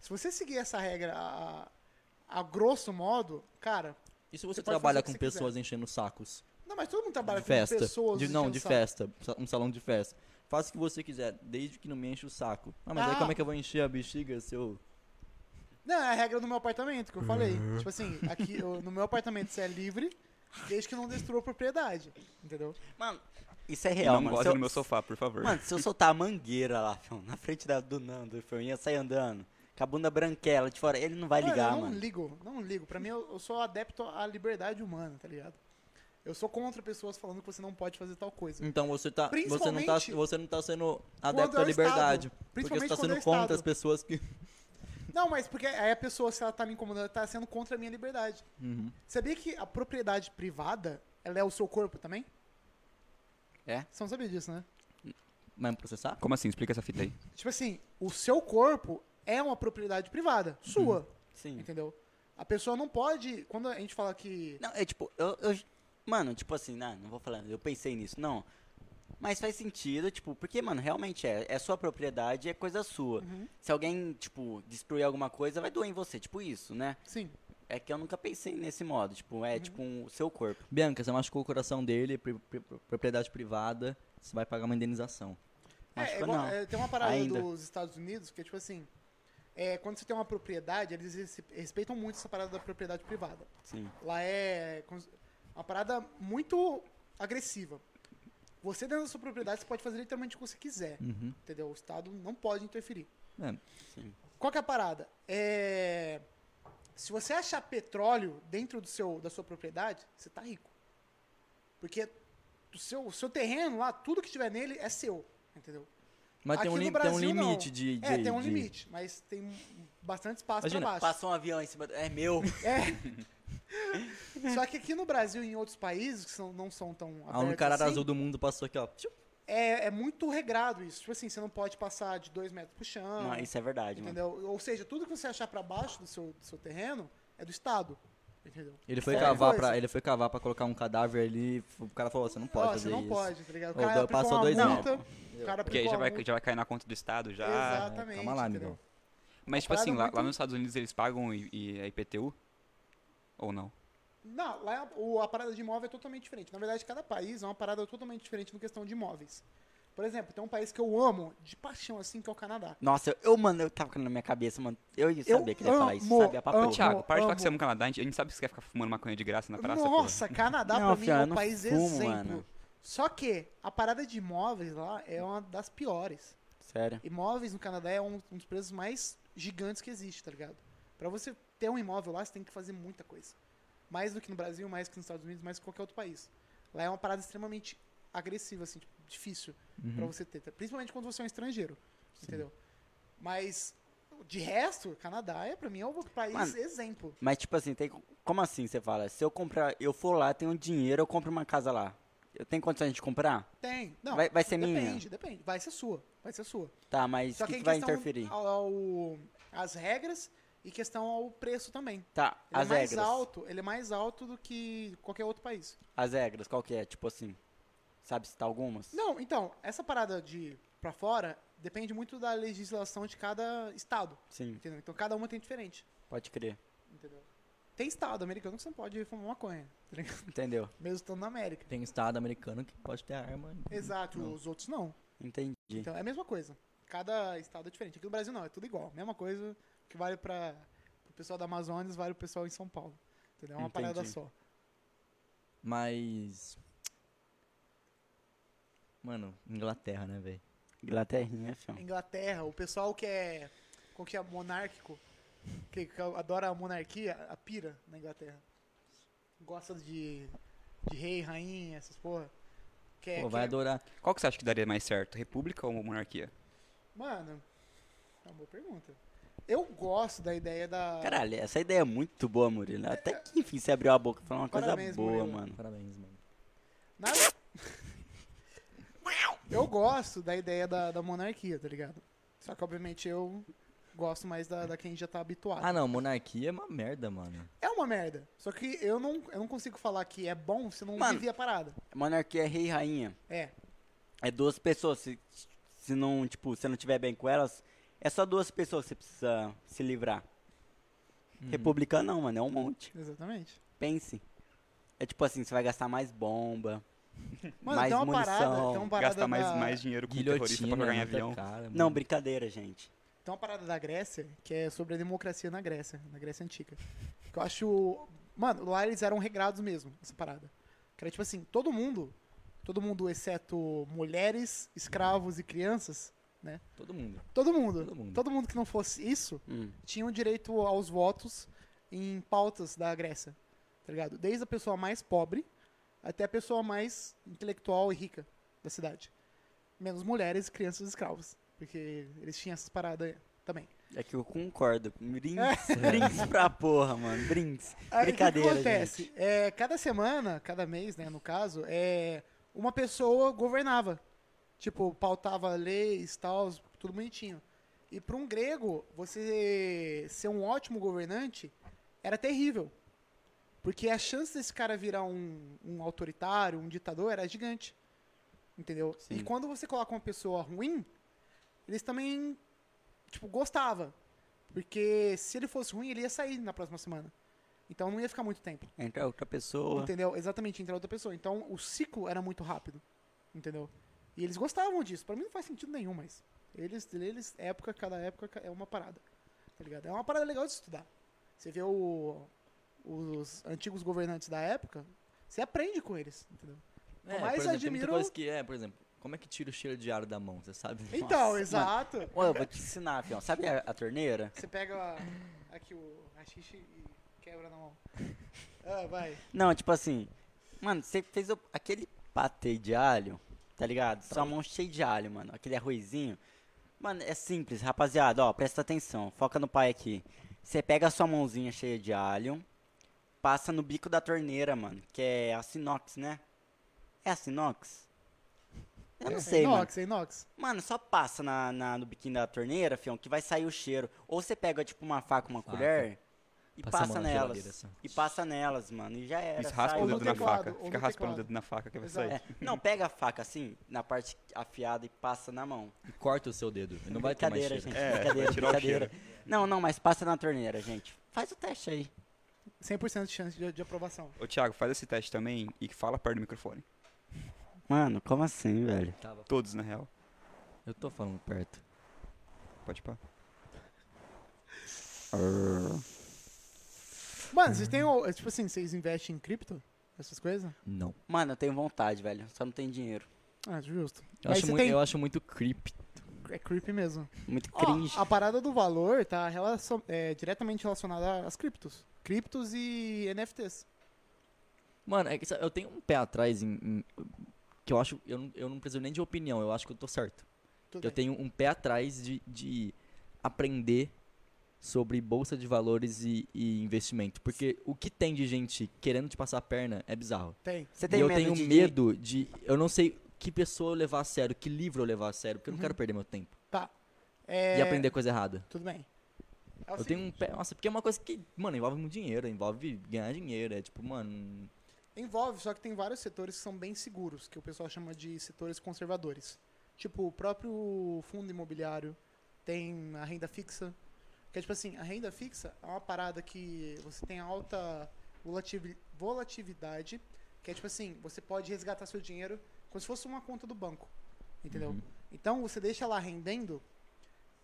Se você seguir essa regra a, a grosso modo, cara. E se você, Você pode trabalha fazer o que com você pessoas enchendo sacos? Não, mas todo mundo trabalha de festa. com pessoas. de, não, enchendo de o saco. festa. sa- Um salão de festa. Faça o que você quiser, desde que não me enche o saco. Ah, mas aí Ah. como é que eu vou encher a bexiga se eu. Não, é a regra do meu apartamento, que eu falei. Tipo assim, aqui eu- no meu apartamento você é livre, desde que não destrua a propriedade. Entendeu? Mano, isso é E real, não mano. gosta Se eu- no meu sofá, por favor. Mano, se eu soltar a mangueira lá, (laughs) filho, na frente da, do Nando, filho, eu ia sair andando. Com a bunda branquela de fora, ele não vai Olha, ligar, eu não mano. ligo, não ligo. Pra mim, eu, eu sou adepto à liberdade humana, tá ligado? Eu sou contra pessoas falando que você não pode fazer tal coisa. Então você tá. Você não tá, Principalmente- você não tá sendo Quando adepto é à o liberdade. Estado, Porque você principalmente tá quando é sendo o contra Estado. as pessoas que. Não, mas porque aí a pessoa, se ela tá me incomodando, ela tá sendo contra a minha liberdade. Uhum. Sabia que a propriedade privada, ela é o seu corpo também? É? Você não sabia disso, né? Vai me processar? Como assim? Explica essa fita aí. Tipo assim, o seu corpo é uma propriedade privada, sua, Sim. entendeu? A pessoa não pode, quando a gente fala que... Não, é tipo, eu, eu- Mano, tipo assim, não, não vou falar, eu pensei nisso, não. Mas faz sentido, tipo, porque, mano, realmente é. É sua propriedade, é coisa sua. Uhum. Se alguém, tipo, destruir alguma coisa, vai doer em você, tipo isso, né? Sim, É que eu nunca pensei nesse modo, tipo, Uhum. é tipo um- o seu corpo. Bianca, você machucou o coração dele, pri- pri- propriedade privada, você vai pagar uma indenização. Acho é, que igual- não. é, tem uma parada Ainda. dos Estados Unidos que é tipo assim, é, quando você tem uma propriedade, eles res- respeitam muito essa parada da propriedade privada. Sim. Lá é cons- uma parada muito agressiva. Você dentro da sua propriedade, você pode fazer literalmente o que você quiser. Uhum. Entendeu? O Estado não pode interferir. É. Qual que é a parada? É... Se você achar petróleo dentro do seu, da sua propriedade, você tá rico. Porque o seu, o seu terreno lá, tudo que tiver nele é seu. Entendeu? Mas tem um, Aqui lim- no tem um Brasil, não. limite de, de. é, tem um de- limite, mas tem bastante espaço Imagina, um- pra baixo. Passou um avião em cima. do- É (laughs) meu. É. (laughs) Só que aqui no Brasil e em outros países que são- não são tão A abertos única arara assim, um azul do mundo passou aqui, ó. Tchiu. é, é muito regrado isso. Tipo assim, você não pode passar de dois metros pro chão, Não, isso é verdade, mano. entendeu? Ou seja, tudo que você achar pra baixo do seu, do seu terreno é do Estado, entendeu? Ele foi, Sério? cavar Coisa. pra, ele foi cavar pra colocar um cadáver ali. O cara falou: você não pode Ó, fazer você não isso. pode, tá ligado? O Ou cara do- aplicou passou uma dois é. multa, o cara Porque aplicou aí já uma vai, multa. já vai cair na conta do Estado, já. Exatamente, calma lá, entendeu? amigão. Mas, tipo Parada assim, lá, muito- lá nos Estados Unidos eles pagam I- I- a IPTU? Ou não? Não, lá o- a parada de imóvel é totalmente diferente. Na verdade, cada país é uma parada totalmente diferente no questão de imóveis. Por exemplo, tem um país que eu amo de paixão, assim, que é o Canadá. Nossa, eu, eu, mano, eu tava na minha cabeça, mano. Eu ia saber que ele ia falar isso, amo, sabe? A papo. amo. Thiago, para de falar amo. que você é no Canadá, a gente, a gente sabe que você quer ficar fumando maconha de graça na praça, porra. Nossa, Canadá Não, pra mim filho, é eu um não país fumo, exemplo. mano. Só que a parada de imóveis lá é uma das piores. Sério. Imóveis no Canadá é um, um dos preços mais gigantes que existe, tá ligado? Pra você ter um imóvel lá, você tem que fazer muita coisa. Mais do que no Brasil, mais que nos Estados Unidos, mais que qualquer outro país. Lá é uma parada extremamente agressiva, assim, tipo, difícil Uhum. pra você ter. tá? Principalmente quando você é um estrangeiro, entendeu? Mas, de resto, Canadá é, pra mim, é um país Mano, exemplo. Mas, tipo assim, tem. Como assim você fala? Se eu comprar, eu for lá, tenho dinheiro, eu compro uma casa lá. Eu tenho condições de comprar? Tem. Não, Vai- vai ser depende, minha? Depende, Vai ser sua. Vai ser sua. Tá, mas o Só que, que, que em vai questão interferir? Ao, ao- às regras e questão ao preço também. Tá, Ele as é mais regras. alto, ele é mais alto do que qualquer outro país. As regras, qual que é? Tipo assim, sabe citar algumas? Não, então, essa parada de pra fora depende muito da legislação de cada estado, Sim, entendeu? Então cada uma tem diferente, pode crer. (laughs) entendeu? Tem estado americano que você não pode fumar maconha, tá ligado? (laughs) Entendeu? mesmo estando na América. Tem estado americano que pode ter arma. Exato, Não. os outros não. Entendi. Então é a mesma coisa. Cada estado é diferente. Aqui no Brasil não, é tudo igual. Mesma coisa que vale para o pessoal da Amazonas, vale o pessoal em São Paulo. Entendeu? É uma parada Entendi. só. Mas. Mano, Inglaterra, né, velho? Inglaterrinha, fião. Inglaterra, o pessoal que é qual que é monárquico, que, que adora a monarquia, a pira na Inglaterra. Gosta de, de rei, rainha, essas porra. Que é, Pô, que vai é- adorar. Qual que você acha que daria mais certo? República ou monarquia? Mano, é uma boa pergunta. Eu gosto da ideia da Caralho, essa ideia é muito boa, Murilo. Até que enfim você abriu a boca e falou uma coisa Parabéns, boa, Murilo. mano. Parabéns, mano. Na- (laughs) Eu gosto da ideia da, da monarquia, tá ligado? Só que, obviamente, eu gosto mais da, da quem já tá habituado. Ah, não, monarquia é uma merda, mano. É uma merda. Só que eu não, eu não consigo falar que é bom se não Mano. vivi a parada. Monarquia é rei e rainha. É. É duas pessoas. Se, se não, tipo, você não tiver bem com elas, é só duas pessoas que você precisa se livrar. República não, mano, é um monte. Exatamente. Pense. É tipo assim, você vai gastar mais bomba. Mano, Mais tem uma munição. parada. Tem uma parada Gastar mais, da, mais dinheiro com terrorista Guilhotina, pra jogar em né, avião. tá cara, mano. Não, brincadeira, gente. Tem uma parada da Grécia que é sobre a democracia na Grécia, na Grécia Antiga. Que eu acho. Mano, lá eles eram regrados mesmo, essa parada. Que era tipo assim, todo mundo, todo mundo exceto mulheres, escravos e crianças, Todo mundo. Todo mundo. Todo Todo mundo. mundo. que não fosse isso Hum, tinha o direito aos votos em pautas da Grécia. Tá ligado? Desde a pessoa mais pobre até a pessoa mais intelectual e rica da cidade. Menos mulheres, crianças e escravos. Porque eles tinham essas paradas também. é que eu concordo. Brinks, brinks pra porra, mano. Brinks. (laughs) Aí, Brincadeira, O que acontece? gente. É, cada semana, cada mês, né, no caso, é, uma pessoa governava. Tipo, pautava leis, tal, tudo bonitinho. E para um grego, você ser um ótimo governante era terrível. Porque a chance desse cara virar um, um autoritário, um ditador, era gigante. Entendeu? Sim. E quando você coloca uma pessoa ruim, eles também, tipo, gostava. Porque se ele fosse ruim, ele ia sair na próxima semana. Então não ia ficar muito tempo. Entra outra pessoa. Entendeu? Exatamente, entrar outra pessoa. Então o ciclo era muito rápido. Entendeu? E eles gostavam disso. Pra mim não faz sentido nenhum, mas. Eles, eles época, cada época ca- é uma parada. Tá ligado? É uma parada legal de estudar. Você vê o- os antigos governantes da época, você aprende com eles. Entendeu? É, Mas por exemplo, tem muita admiro- coisa que é, por exemplo, como é que tira o cheiro de ar da mão, você sabe? (laughs) Então, mano. exato. Ô, eu vou te ensinar, fião. Sabe a, a torneira? Você pega a- aqui o rachixe e quebra (laughs) na mão. Ah, vai. Não, tipo assim. Mano, você fez o- aquele patê de alho, tá ligado? Sua mão cheia de alho, mano. Aquele arrozinho. Mano, é simples, rapaziada, ó, presta atenção. Foca no pai aqui. Você pega a sua mãozinha cheia de alho, passa no bico da torneira, mano. Que é a sinox, né? É a sinox? Eu não sei, é mano. inox, é inox. Mano, só passa na, na- no biquinho da torneira, fião, que vai sair o cheiro. Ou você pega, tipo, uma faca, uma Faca. colher e Passa passa, a mão na nelas. geladeira, assim. E passa nelas, mano, e já era. Isso raspa sai. o Ou dedo no na teclado, faca. ou no Fica raspando o teclado. dedo na faca que vai Exato. sair. É. Não, pega a faca assim, na parte afiada e passa na mão. E corta o seu dedo. e Não vai ter mais brincadeira, cheiro. gente, É, brincadeira, vai tirar o brincadeira. Não, não, mas passa na torneira, gente. Faz o teste aí. 100% de chance de, de aprovação. Ô, Thiago, faz esse teste também e fala perto do microfone. Tá Mano, como assim, velho? Tava- Todos, na real. Eu tô falando perto. Pode pá. Mano, vocês têm. o- Tipo assim, vocês investem em cripto? Essas coisas? Não. Mano, eu tenho vontade, velho. Só não tenho dinheiro. Ah, justo. Eu Mas acho, você muito, tem- eu acho muito creepy. É creepy mesmo. Muito Ó, cringe. a parada do valor tá relacion- é, diretamente relacionada às criptos. Criptos e NFTs. Mano, é que sa- eu tenho um pé atrás em. em- que eu acho. Eu não, eu não preciso nem de opinião, eu acho que eu tô certo. Tudo Eu bem. tenho um pé atrás de, de aprender sobre bolsa de valores e, e investimento. Porque o que tem de gente querendo te passar a perna é bizarro. Tem. Você E tem eu medo tenho de... medo de. Eu não sei que pessoa eu levar a sério, que livro eu levar a sério, porque eu não quero perder meu tempo Tá. Uhum. É, e aprender coisa errada. Tudo bem. É o Eu tenho um pé. Nossa, porque é uma coisa que, mano, envolve muito dinheiro, envolve ganhar dinheiro. É tipo, mano. Envolve, só que tem vários setores que são bem seguros, que o pessoal chama de setores conservadores. Tipo, o próprio fundo imobiliário tem a renda fixa. Que é tipo assim, a renda fixa é uma parada que você tem alta volativi- volatilidade, que é tipo assim, você pode resgatar seu dinheiro como se fosse uma conta do banco. Entendeu? Então você deixa lá rendendo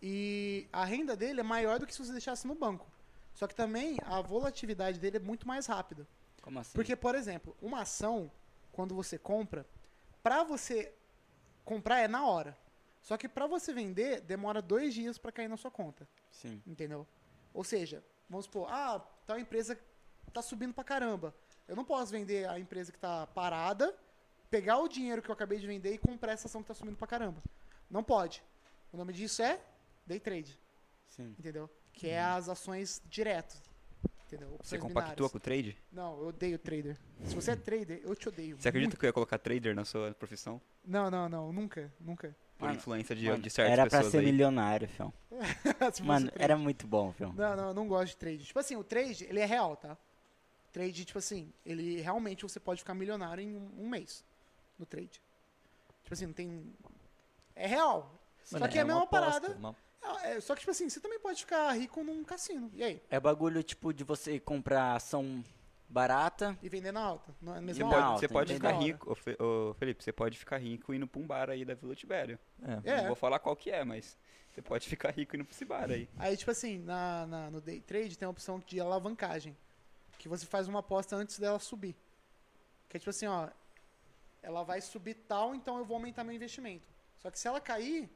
e a renda dele é maior do que se você deixasse no banco. Só que também a volatilidade dele é muito mais rápida. Como assim? Porque, por exemplo, uma ação, quando você compra, pra você comprar é na hora. Só que pra você vender, demora dois dias pra cair na sua conta. Sim. Entendeu? Ou seja, vamos supor, ah, tal empresa tá subindo pra caramba. Eu não posso vender a empresa que tá parada, pegar o dinheiro que eu acabei de vender e comprar essa ação que tá subindo pra caramba. Não pode. O nome disso é day trade, Sim. entendeu? Que é as ações direto. Entendeu? Uhum. Você Opções compactua binárias. com o trade? Não, eu odeio trader. Se você é trader, eu te odeio. Você acredita que eu ia colocar trader na sua profissão? Muito. Não, não, não, nunca, nunca. (laughs) Por Mano, influência de, Mano, de certas era pra pessoas ser aí. milionário, fião. Se fosse Mano, trader. era muito bom, fião. Não, não, eu não gosto de trade. Tipo assim, o trade, ele é real, tá? Trade, tipo assim, ele realmente você pode ficar milionário em um, um mês no trade. Tipo assim, não tem. É real. só mano, que é a uma mesma aposta, parada. uma- É, é, só que, tipo assim, você também pode ficar rico num cassino. E aí? É bagulho tipo de você comprar ação barata. E vender na alta. Não é a Você mesma Não, pode, hora. alta, você pode entendeu? ficar rico, ô, Fe- ô, Felipe, você pode ficar rico indo pra um bar aí da Vila Tibério. É. É. Não vou falar qual que é, mas você pode ficar rico indo pra esse bar aí. Aí, tipo assim, na, na- no day trade tem a opção de alavancagem. Que você faz uma aposta antes dela subir. Que é tipo assim, ó. Ela vai subir tal, então eu vou aumentar meu investimento. Só que se ela cair,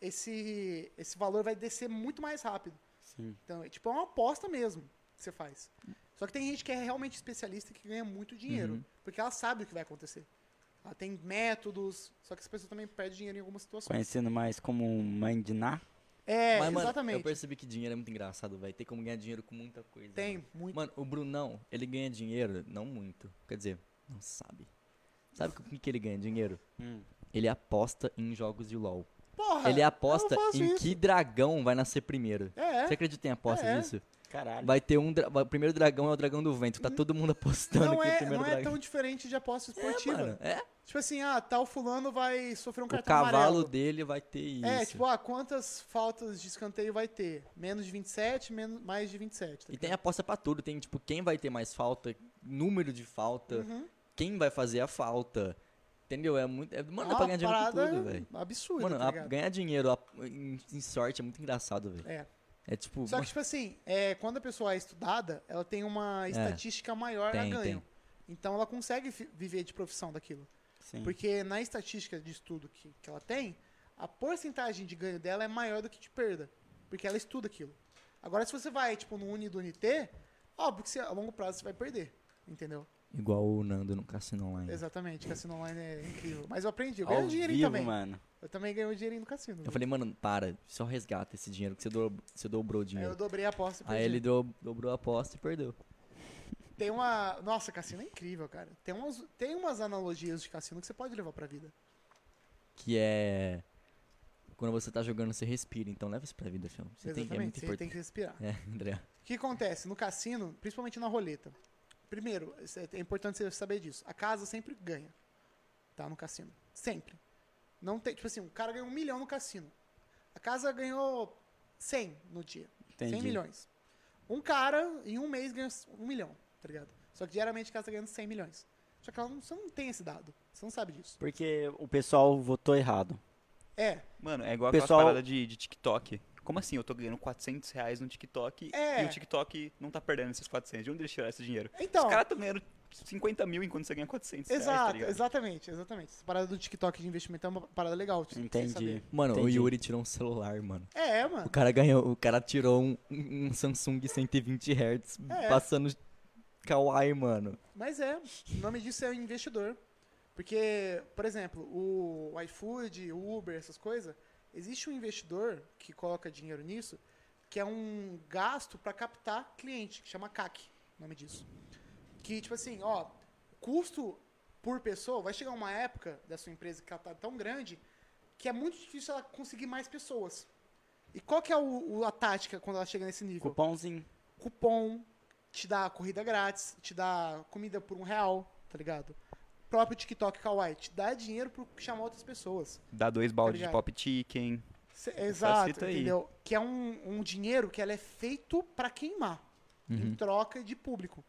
esse, esse valor vai descer muito mais rápido. Sim. Então, é, tipo, é uma aposta mesmo que você faz. Só que tem gente que é realmente especialista e que ganha muito dinheiro. Uhum. Porque ela sabe o que vai acontecer. Ela tem métodos, só que essa pessoa também perde dinheiro em algumas situações. Conhecendo mais como um Mandiná. É, Mas, mano, exatamente. eu percebi que dinheiro é muito engraçado, velho. Tem como ganhar dinheiro com muita coisa. Tem muito. Mano, o Brunão, ele ganha dinheiro, não muito. Quer dizer, não sabe. Sabe com o que que ele ganha dinheiro? Hum. Ele aposta em jogos de LOL. Porra! ele é aposta Ah, eu não faço em isso. que dragão vai nascer primeiro. É. Você acredita em apostas É. disso? Caralho. Vai ter um. dra- vai- O primeiro dragão é o dragão do vento. Tá todo mundo apostando Uhum. Não que o é, primeiro não é dragão. tão diferente de aposta esportiva. (laughs) Mano, é. tipo assim, ah, tal fulano vai sofrer um O cartão cavalo amarelo. dele vai ter isso. É, tipo, ah, quantas faltas de escanteio vai ter? Menos de 27, menos, mais de 27. Tá E tem ligado? aposta pra tudo. Tem, tipo, quem vai ter mais falta, número de falta, Uhum. quem vai fazer a falta. Entendeu? É muito. É, mano, dá pra uma ganhar dinheiro com Ah, parada tudo, velho. absurda, Mano, tá a- ligado? ganhar dinheiro a- em, em sorte é muito engraçado, velho. É. É tipo. Só mano, que, tipo assim, é, quando a pessoa é estudada, ela tem uma estatística maior É. Tem, a ganho. tem. Então ela consegue fi- viver de profissão daquilo. Sim. Porque na estatística de estudo que, que ela tem, a porcentagem de ganho dela é maior do que de perda. Porque ela estuda aquilo. Agora, se você vai, tipo, no Uni do NT, óbvio que você, a longo prazo você vai perder. Entendeu? Igual o Nando no cassino online. Exatamente, cassino online é incrível. Mas eu aprendi, eu ganhei Ao um dinheirinho vivo, também. mano. Eu também ganhei um dinheirinho no cassino. Eu falei, mano, para, só resgata esse dinheiro que você, do- você dobrou o Aí É, eu dinheiro. dobrei a aposta e Aí perdi. ele do- dobrou a aposta e perdeu. Tem uma. Nossa, cassino é incrível, cara. Tem umas, tem umas analogias de cassino que você pode levar pra vida. Que é. Quando você tá jogando, você respira. Então leva isso pra vida, filho. Você tem que. É muito Exatamente, você tem importante. que respirar. (laughs) É, André. O que acontece? No cassino, principalmente na roleta. Primeiro, isso é é importante você saber disso. A casa sempre ganha. Tá? No cassino. Sempre. Não tem, tipo assim, o cara ganhou um milhão no cassino. A casa ganhou 100 no dia. Entendi. 100 milhões. Um cara, em um mês, ganhou um milhão, tá ligado? Só que diariamente a casa tá ganhando 100 milhões. Só que ela não, você não tem esse dado. Você não sabe disso. Porque o pessoal votou errado. É, Mano, é igual aquelas Pessoal- paradas de, de TikTok. Como assim? Eu tô ganhando 400 reais no TikTok É. e o TikTok não tá perdendo esses 400. De onde eles tiraram esse dinheiro? Então. Os caras tão ganhando 50 mil enquanto você ganha 400 reais, tá Exato, ligado? exatamente, exatamente. Essa parada do TikTok de investimento é uma parada legal. de- de Entendi. saber. Mano, Entendi. o Yuri tirou um celular, mano. É, O mano. cara ganhou. O cara tirou um, um- um Samsung 120 Hz É. passando Kawaii, mano. Mas é, o nome disso é investidor. Porque, por exemplo, o iFood, o Uber, essas coisas, existe um investidor que coloca dinheiro nisso que é um gasto para captar cliente, que chama CAC, o nome disso. Que, tipo assim, ó, custo por pessoa, vai chegar uma época da sua empresa que ela tá tão grande que é muito difícil ela conseguir mais pessoas. E qual que é o- o- a tática quando ela chega nesse nível? Cupomzinho. cupom, te dá corrida grátis, te dá comida por um real, tá ligado? O próprio TikTok Kawaii te dá dinheiro pra chamar outras pessoas. Dá dois baldes de Tá ligado? pop chicken. Cê- exato, Facilita aí. entendeu? Que é um, um dinheiro que ela é feito pra queimar, Uhum. em troca de público,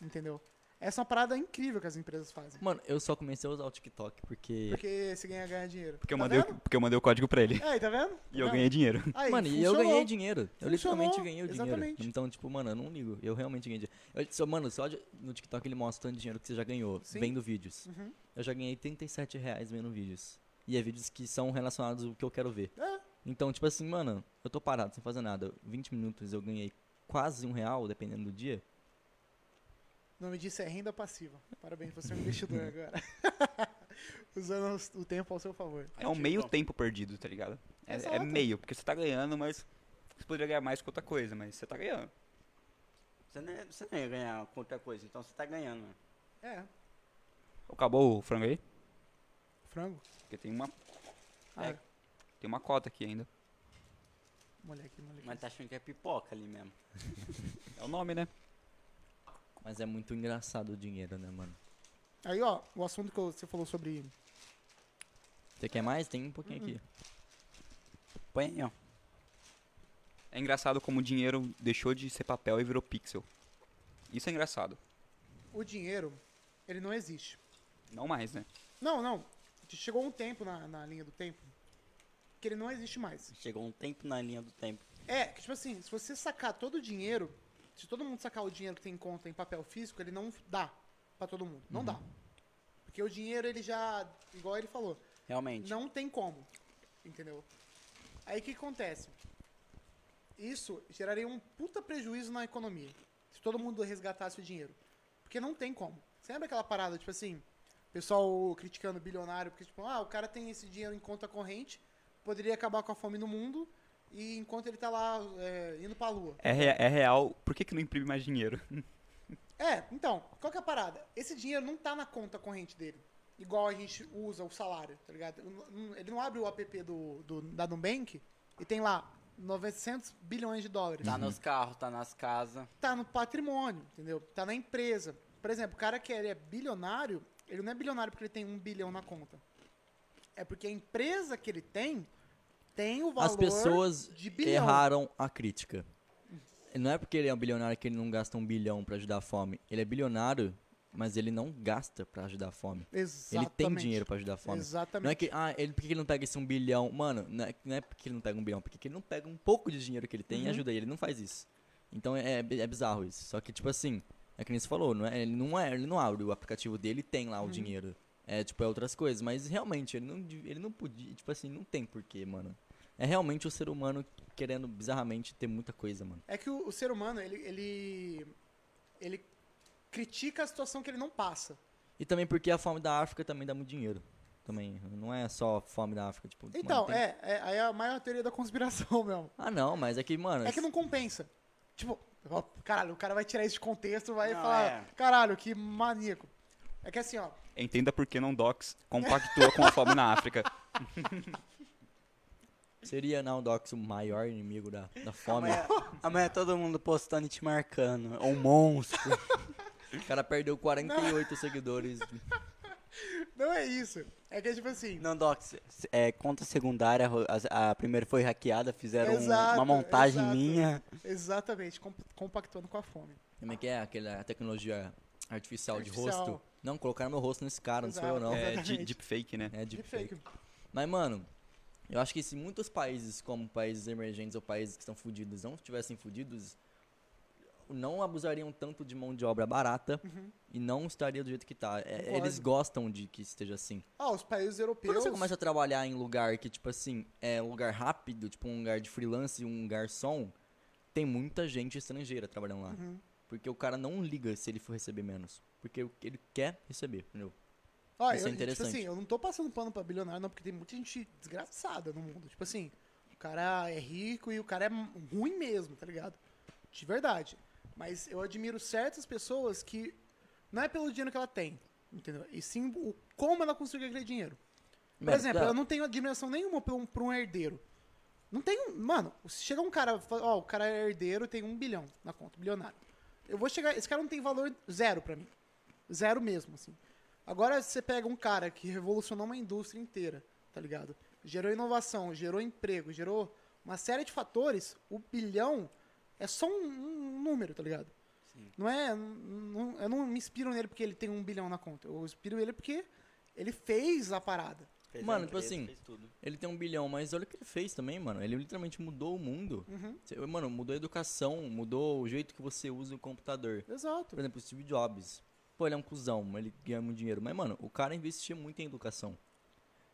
entendeu? Essa é uma parada incrível que as empresas fazem. Mano, eu só comecei a usar o TikTok porque. Porque você ganha, ganha dinheiro. Porque eu, tá mandei, o- vendo? porque eu mandei o código pra (laughs) ele. Aí, tá vendo? E eu ganhei dinheiro. Aí, mano, e eu É, funcionou. ganhei dinheiro. Eu Funcionou, literalmente ganhei o dinheiro. exatamente. Então, tipo, mano, eu não ligo. Eu realmente ganhei dinheiro. Eu, só- mano, só de- no TikTok ele mostra tanto dinheiro que você já ganhou Sim. vendo vídeos. Uhum. Eu já ganhei 37 reais vendo vídeos. E é vídeos que são relacionados ao que eu quero ver. É. Então, tipo assim, mano, eu tô parado sem fazer nada. 20 minutos eu ganhei quase um real, dependendo do dia. O nome disso é renda passiva. Parabéns, você é um (laughs) investidor agora. (laughs) Usando os- o tempo ao seu favor. É um meio tempo perdido, tá ligado? É, é tipo- Exato. meio, porque você tá ganhando, mas você poderia ganhar mais com outra coisa, mas você tá ganhando. Você não, ia- você não ia ganhar com outra coisa, então você tá ganhando, mano. É, Acabou o frango aí? frango. Porque tem uma, Ah, É. tem uma cota aqui ainda. moleque, moleque. Mas tá achando que é pipoca ali mesmo. É o nome, né? Mas é muito engraçado o dinheiro, né, mano? Aí, ó, o assunto que eu- você falou sobre. Você quer mais? Tem um pouquinho Uhum. aqui. Põe aí, ó. É engraçado como o dinheiro deixou de ser papel e virou pixel. Isso é engraçado. O dinheiro, ele não existe. Não mais, né? Não, não. Chegou um tempo na, na linha do tempo que ele não existe mais. Chegou um tempo na linha do tempo. É, que, tipo assim, se você sacar todo o dinheiro, se todo mundo sacar o dinheiro que tem em conta em papel físico, ele não dá pra todo mundo. Não dá. Porque o dinheiro, ele já. Igual ele falou. Realmente. Não tem como. Entendeu? Aí o que acontece? Isso geraria um puta prejuízo na economia. Se todo mundo resgatasse o dinheiro. Porque não tem como. Você lembra aquela parada, tipo assim, o pessoal criticando o bilionário, porque, tipo, ah, o cara tem esse dinheiro em conta corrente, poderia acabar com a fome no mundo, e enquanto ele tá lá é, indo pra lua. É, rea- é real. Por que, que não imprime mais dinheiro? (laughs) É, então, qual que é a parada? Esse dinheiro não tá na conta corrente dele. Igual a gente usa o salário, tá ligado? Não- não- Ele não abre o app do, do, da Nubank e tem lá 900 bilhões de dólares. Tá nos carros, tá nas casas. Tá no patrimônio, entendeu? Tá na empresa. Por exemplo, o cara que ele é bilionário, ele não é bilionário porque ele tem um bilhão na conta. É porque a empresa que ele tem tem o valor As pessoas de bilhão. erraram a crítica. Não é porque ele é um bilionário que ele não gasta um bilhão pra ajudar a fome. Ele é bilionário, mas ele não gasta pra ajudar a fome. Exatamente. Ele tem dinheiro pra ajudar a fome. Exatamente. Não é que, ah, ele, por que ele não pega esse um bilhão? Mano, não é, não é porque ele não pega um bilhão, porque ele não pega um pouco de dinheiro que ele Uhum. tem e ajuda ele. Ele não faz isso. Então é, é bizarro isso. Só que, tipo assim, é que nem você falou, não é, ele, não é, ele não abre o aplicativo dele e tem Uhum. lá o dinheiro. É, tipo, é outras coisas. Mas realmente, ele não, de- ele não podia, tipo assim, não tem porquê, mano. É realmente o ser humano querendo bizarramente ter muita coisa, mano. É que o, o ser humano, ele, ele. ele critica a situação que ele não passa. E também porque a fome da África também dá muito dinheiro. Também. Não é só a fome da África, tipo. mano, Então, tem- é, é, aí é a maior teoria da conspiração (laughs) mesmo. Ah, não, mas é que, mano. É que não compensa. Tipo, ó, caralho, o cara vai tirar isso de contexto, vai Não, falar, é. caralho, que maníaco. É que assim, ó, Entenda por que não docs compactua com a fome na África. Seria não, Dox, o maior inimigo da, da fome. Amanhã, amanhã todo mundo postando e te marcando. É um monstro. O cara perdeu 48 seguidores. não é isso. É que é tipo assim. Não, Doc, c- c- é, conta secundária, ro- as- a, primeira foi hackeada, fizeram um- Exato, uma montagem exato. minha. Exatamente, comp- compactuando com a fome. Como é que é aquela tecnologia artificial, Artificial. de rosto? Não, colocaram meu rosto nesse cara, não sou eu não. É, É Exatamente. de, deepfake, né? é deepfake. Deepfake. Mas, mano, eu acho que se muitos países, como países emergentes ou países que estão fudidos, não tivessem fudidos, não abusariam tanto de mão de obra barata e não estaria do jeito que tá. É, Uhum. Concordo. eles gostam de que esteja assim. Ah, os países Quando europeus. você começa a trabalhar em lugar que, tipo assim, é um lugar rápido, tipo um lugar de freelance, um garçom, tem muita gente estrangeira trabalhando lá. Porque o cara não liga se ele for receber menos. Porque o que ele quer receber, entendeu? Ó, Isso é eu- interessante. Tipo assim, eu não tô passando pano pra bilionário, não, porque tem muita gente desgraçada no mundo. Tipo assim, O cara é rico e o cara é ruim mesmo, tá ligado? De verdade. Mas eu admiro certas pessoas que não é pelo dinheiro que ela tem, entendeu? E sim o como ela conseguiu aquele dinheiro. Por Mano, exemplo, tá. eu não tenho admiração nenhuma pra um, pra um herdeiro. Não tenho. Mano, se chega um cara, fala, ó, o cara é herdeiro tem um bilhão na conta, bilionário. Eu vou chegar. Esse cara não tem valor zero pra mim. Zero mesmo, assim. Agora você pega um cara que revolucionou uma indústria inteira, tá ligado? Gerou inovação, gerou emprego, gerou uma série de fatores, o bilhão é só um, um número, tá ligado? Não é. não- eu não me inspiro nele porque ele tem um bilhão na conta. Eu inspiro ele porque ele fez a parada. Fez a Mano, tipo empresa, assim, fez tudo. Ele tem um bilhão, mas olha o que ele fez também, mano. Ele literalmente mudou o mundo. Uhum. Cê- Mano, mudou a educação, mudou o jeito que você usa o computador. Exato. Por exemplo, o Steve Jobs. Pô, ele é um cuzão, mas ele ganha muito dinheiro. Mas, mano, o cara investia muito em educação.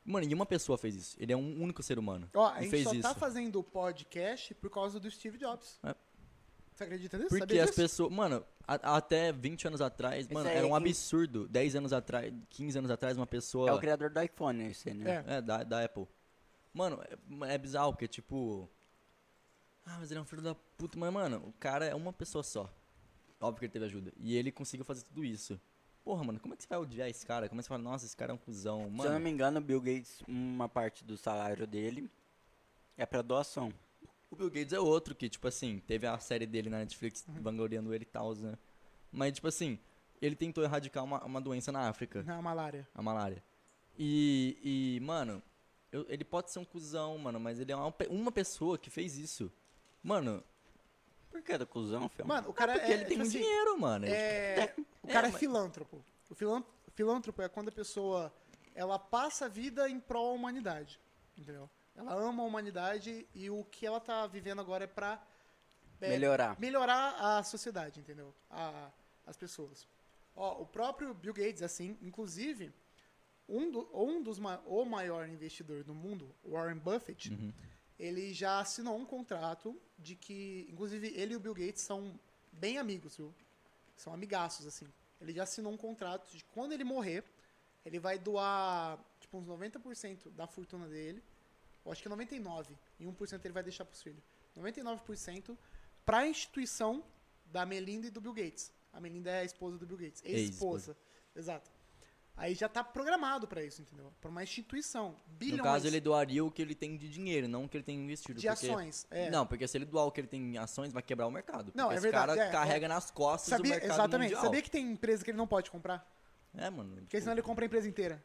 Mano, nenhuma pessoa fez isso. Ele é um único ser humano. Ó, a gente Ele fez só tá isso. fazendo o podcast por causa do Steve Jobs. É. Você acredita nisso? Porque Sabia as disso? pessoas. Mano, a- até 20 anos atrás, Esse mano, aí era um é que- absurdo. 10 anos atrás, 15 anos atrás, uma pessoa. É o criador do iPhone, esse, né? É. É, da, da Apple. Mano, é, é bizarro, porque tipo. Ah, mas ele é um filho da puta, mas, mano, o cara é uma pessoa só. Óbvio que ele teve ajuda. E ele conseguiu fazer tudo isso. Porra, mano, como é que você vai odiar esse cara? Como é que você fala, nossa, esse cara é um cuzão, Se eu não mano? me engano, o Bill Gates, uma parte do salário dele é pra doação. O Bill Gates é outro que, tipo assim, teve a série dele na Netflix Uhum. vangloriando ele e tal, né? Mas, tipo assim, ele tentou erradicar uma, uma doença na África. Na é malária. a malária. E, e mano, eu- ele pode ser um cuzão, mano, mas ele é uma, pe- uma pessoa que fez isso. Mano, Por que era cuzão, filho? Mano, o cara porque é. ele tem tipo muito assim, dinheiro, né, mano. Ele- É, o cara é, mas- filântropo. O filan- filântropo é quando a pessoa ela passa a vida em prol da humanidade, entendeu? Ela ama a humanidade e o que ela tá vivendo agora é pra é, Melhorar. melhorar a sociedade, entendeu? A- as pessoas. Ó, o próprio Bill Gates, assim, inclusive, um, do- um dos ma- o maior investidor do mundo, Warren Buffett, ele já assinou um contrato de que, inclusive, ele e o Bill Gates são bem amigos, viu? São amigaços, assim. Ele já assinou um contrato de quando ele morrer, ele vai doar, tipo, uns 90% da fortuna dele. Eu acho que é 99%. E 1% ele vai deixar pros filhos. 99% pra instituição da Melinda e do Bill Gates. A Melinda é a esposa do Bill Gates. Ex-esposa. Ex-esposa. Exato. Aí já tá programado pra isso, entendeu? Pra uma instituição. Bilhões no caso, ele doaria o que ele tem de dinheiro, não o que ele tem investido. de porque- ações. É. Não, porque se ele doar o que ele tem em ações, vai quebrar o mercado. Não, porque é esse verdade, cara é, carrega nas costas o Sabia, mercado exatamente. mundial. Sabia que tem empresa que ele não pode comprar? É, mano. Porque senão ele compra a empresa inteira.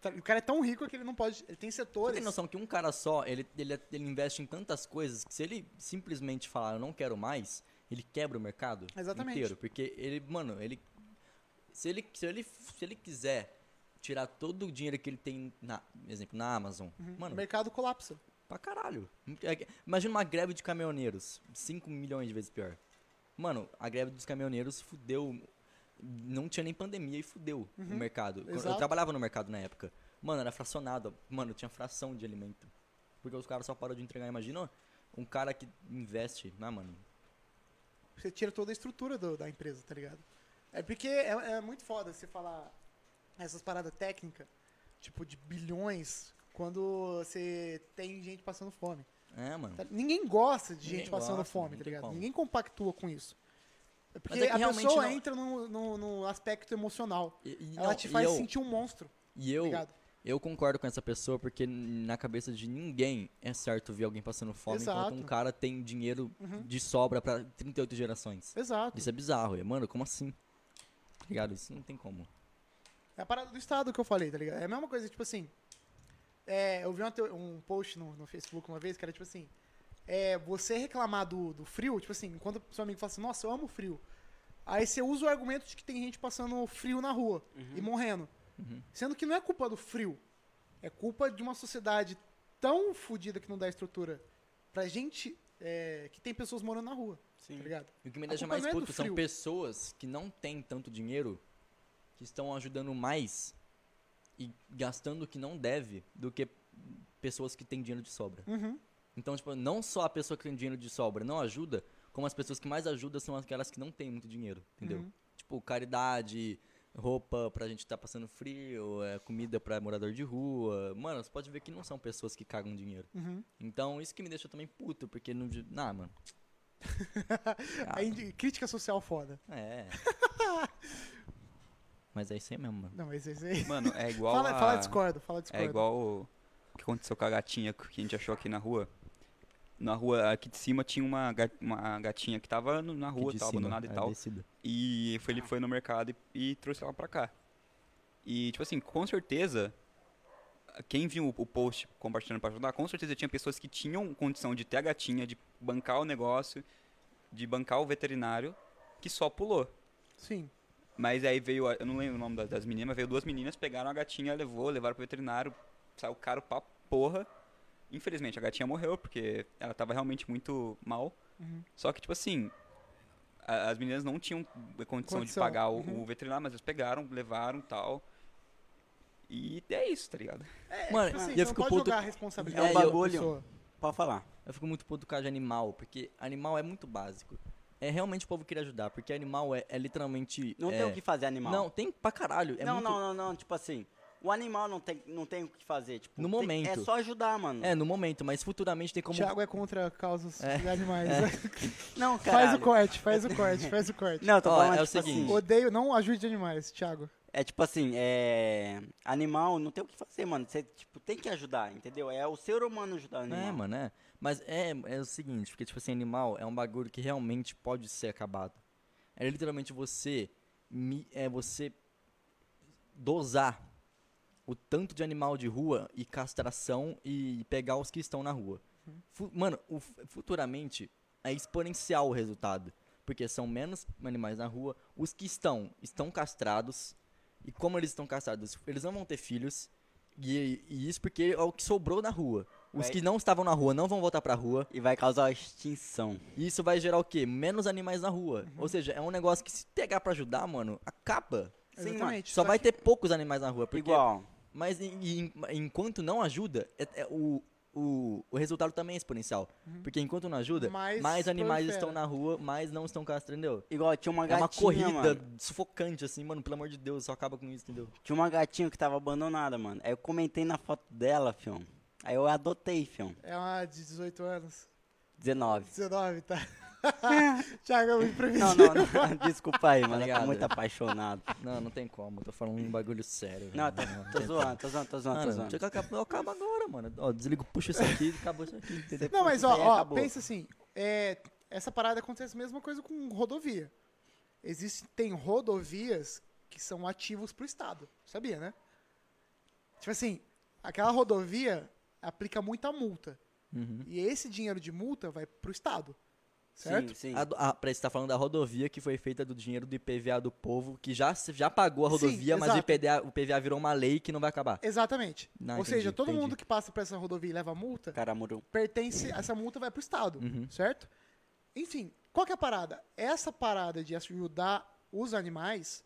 Tá- O cara é tão rico que ele não pode. Ele tem Você setores. tem noção que um cara só, ele, ele, ele investe em tantas coisas que se ele simplesmente falar eu não quero mais, ele quebra o mercado Exatamente. inteiro. Porque ele, mano, ele se, ele. se ele se ele quiser tirar todo o dinheiro que ele tem, na, exemplo, na Amazon, Uhum. o mano, mercado colapsa. pra caralho. É- Imagina uma greve de caminhoneiros, 5 milhões de vezes pior. Mano, a greve dos caminhoneiros fudeu. Não tinha nem pandemia e fudeu o mercado. Quando Eu Uhum. Exato. trabalhava no mercado na época. Mano, era fracionado. Mano, tinha fração de alimento. Porque os caras só param de entregar. Imagina um cara que investe. Ah, mano. Você tira toda a estrutura do- da empresa, tá ligado? É porque é, é muito foda você falar essas paradas técnicas, tipo, de bilhões, quando você tem gente passando fome. É, mano. Tá- Ninguém gosta de Ninguém gente passando gosta, fome, não tá tem ligado? como. Ninguém compactua com isso. É porque é que a realmente pessoa não- entra no, no- no aspecto emocional. E, e Ela não, te e faz eu, sentir um monstro, E tá eu, ligado? eu concordo com essa pessoa porque n- na cabeça de ninguém é certo ver alguém passando fome Exato. Uhum. enquanto um cara tem dinheiro de sobra pra 38 gerações. Exato. Isso é bizarro, e, mano, como assim? Tá Ligado? Isso não tem como. É a parada do Estado que eu falei, tá ligado? É a mesma coisa, tipo assim. é, eu vi uma teo- um post no, no Facebook uma vez que era tipo assim. é, você reclamar do, do frio, tipo assim, enquanto seu amigo fala assim, nossa, eu amo frio. Aí você usa o argumento de que tem gente passando frio na rua e morrendo. Sendo que não é culpa do frio. É culpa de uma sociedade tão fodida que não dá estrutura pra gente é, que tem pessoas morando na rua. Tá ligado? E o que me A deixa culpa mais não é do puto são frio. pessoas que não têm tanto dinheiro, que estão ajudando mais e gastando o que não deve do que pessoas que têm dinheiro de sobra. Uhum. Então, tipo, não só a pessoa que tem dinheiro de sobra não Uhum. ajuda, como as pessoas que mais ajudam são aquelas que não têm muito dinheiro, entendeu? Tipo, caridade, roupa pra gente tá passando frio, é, comida pra morador de rua. Mano, você pode ver que não são pessoas que cagam dinheiro. Uhum. (laughs) Então, isso que me deixou também puto, porque não. de- Ah, mano. Aí, de- crítica social foda. (laughs) É. Mas é isso aí mesmo, mano. Não, mas esse aí. Mano, é igual. Fala, a- fala discordo, fala É discordo. igual o que aconteceu com a gatinha que a gente achou aqui na rua. Na rua aqui de cima tinha uma, ga- uma gatinha que tava no- na rua, Aqui de tava cima, é, abandonada e a tal. descida. E foi, ele foi no mercado e, e trouxe ela pra cá. E, tipo assim, com certeza, quem viu o- o post compartilhando pra ajudar, com certeza tinha pessoas que tinham condição de ter a gatinha, de bancar o negócio, de bancar o veterinário, que só pulou. Sim. Mas aí veio, a- eu não lembro o nome da- das, meninas, mas veio duas meninas, pegaram a gatinha, levou, levaram pro veterinário, saiu caro pra porra. Infelizmente, a gatinha morreu, porque ela tava realmente muito mal. Uhum. Só que, tipo assim, a- as meninas não tinham condição, de Condição, pagar o, uhum. o veterinário, mas eles pegaram, levaram e tal. E é isso, tá ligado? Mano, Tipo assim, e eu não fico pode puto. jogar a É um responsabilidade da bagulho. pessoa. Pode falar. Eu fico muito puto do caso de animal, porque animal é muito básico. É realmente o povo querer ajudar, porque animal é, é literalmente. Não é- tem o que fazer animal. Não, tem pra caralho. É não, muito... não, não, não, tipo assim, o animal não tem, não tem o que fazer, tipo, No tem- momento. é só ajudar, mano. É, no momento, mas futuramente tem como. Thiago é contra causas É. de (laughs) animais. Não, cara. faz o corte, faz o corte, faz o corte. Não, eu tô Ó, falando é o tipo assim, seguinte. Odeio, não ajude animais, Thiago. é tipo assim, é animal não tem o que fazer, mano. Você tipo tem que ajudar, entendeu? É o ser humano ajudar o animal. É, mano, é. Mas é, é o seguinte, porque, tipo assim, animal é um bagulho que realmente pode ser acabado. É literalmente você. mi- É você. Dosar o tanto de animal de rua e castração e pegar os que estão na rua. Fu- mano, o fu- futuramente é exponencial o resultado. Porque são menos animais na rua. Os que estão, estão castrados. E como eles estão castrados, eles não vão ter filhos. E, e isso porque é o que sobrou na rua. Os Vai- que não estavam na rua não vão voltar pra rua. E vai causar extinção. E isso vai gerar o quê? Menos animais na rua. Ou seja, é um negócio que se pegar pra ajudar, mano, acaba. Sim, mano. Exatamente. Só vai ter poucos animais na rua. Porque Igual. mas em- em- enquanto não ajuda, é- é o, o, o resultado também é exponencial. Porque enquanto não ajuda, Mais mais, animais prolifera. estão na rua, mais não estão castrando, entendeu? Igual tinha uma É gatinha, uma corrida mano. sufocante, assim, mano, pelo amor de Deus, só acaba com isso, entendeu? Tinha uma gatinha que tava abandonada, mano. Aí eu comentei na foto dela, fião. Aí eu adotei, fião. É uma de 18 anos. 19. 19, tá? (laughs) Thiago é muito Não, não, previsível. não. (laughs) Desculpa aí, mano. Eu tô ligado? muito apaixonado. Não, não tem como, eu tô falando um bagulho sério. Não, velho, tô, não tô tem zoando, tô zoando, tô como. zoando, tô Mano, zoando. tinha que acabar- eu acabo agora, mano. Ó, desligo, puxa isso aqui, acabou isso aqui, entendeu? Não, mas Isso ó, aí ó acabou. pensa assim, é, essa parada acontece a mesma coisa com rodovia. Existe, tem rodovias que são ativos pro Estado, sabia, né? Tipo assim, aquela rodovia aplica muita multa. Uhum. E esse dinheiro de multa vai pro Estado, certo? Sim, sim. assim. A do- ah, peraí, você tá falando da rodovia que foi feita do dinheiro do IPVA do povo, que já, se- já pagou a Sim, rodovia, mas o exato. IPDA o IPVA virou uma lei que não vai acabar. Exatamente. Não, Ou entendi, seja, todo entendi. mundo que passa por essa rodovia e leva multa, Caramuru. pertence, essa multa vai pro Estado, Uhum. certo? Enfim, qual que é a parada? Essa parada de ajudar os animais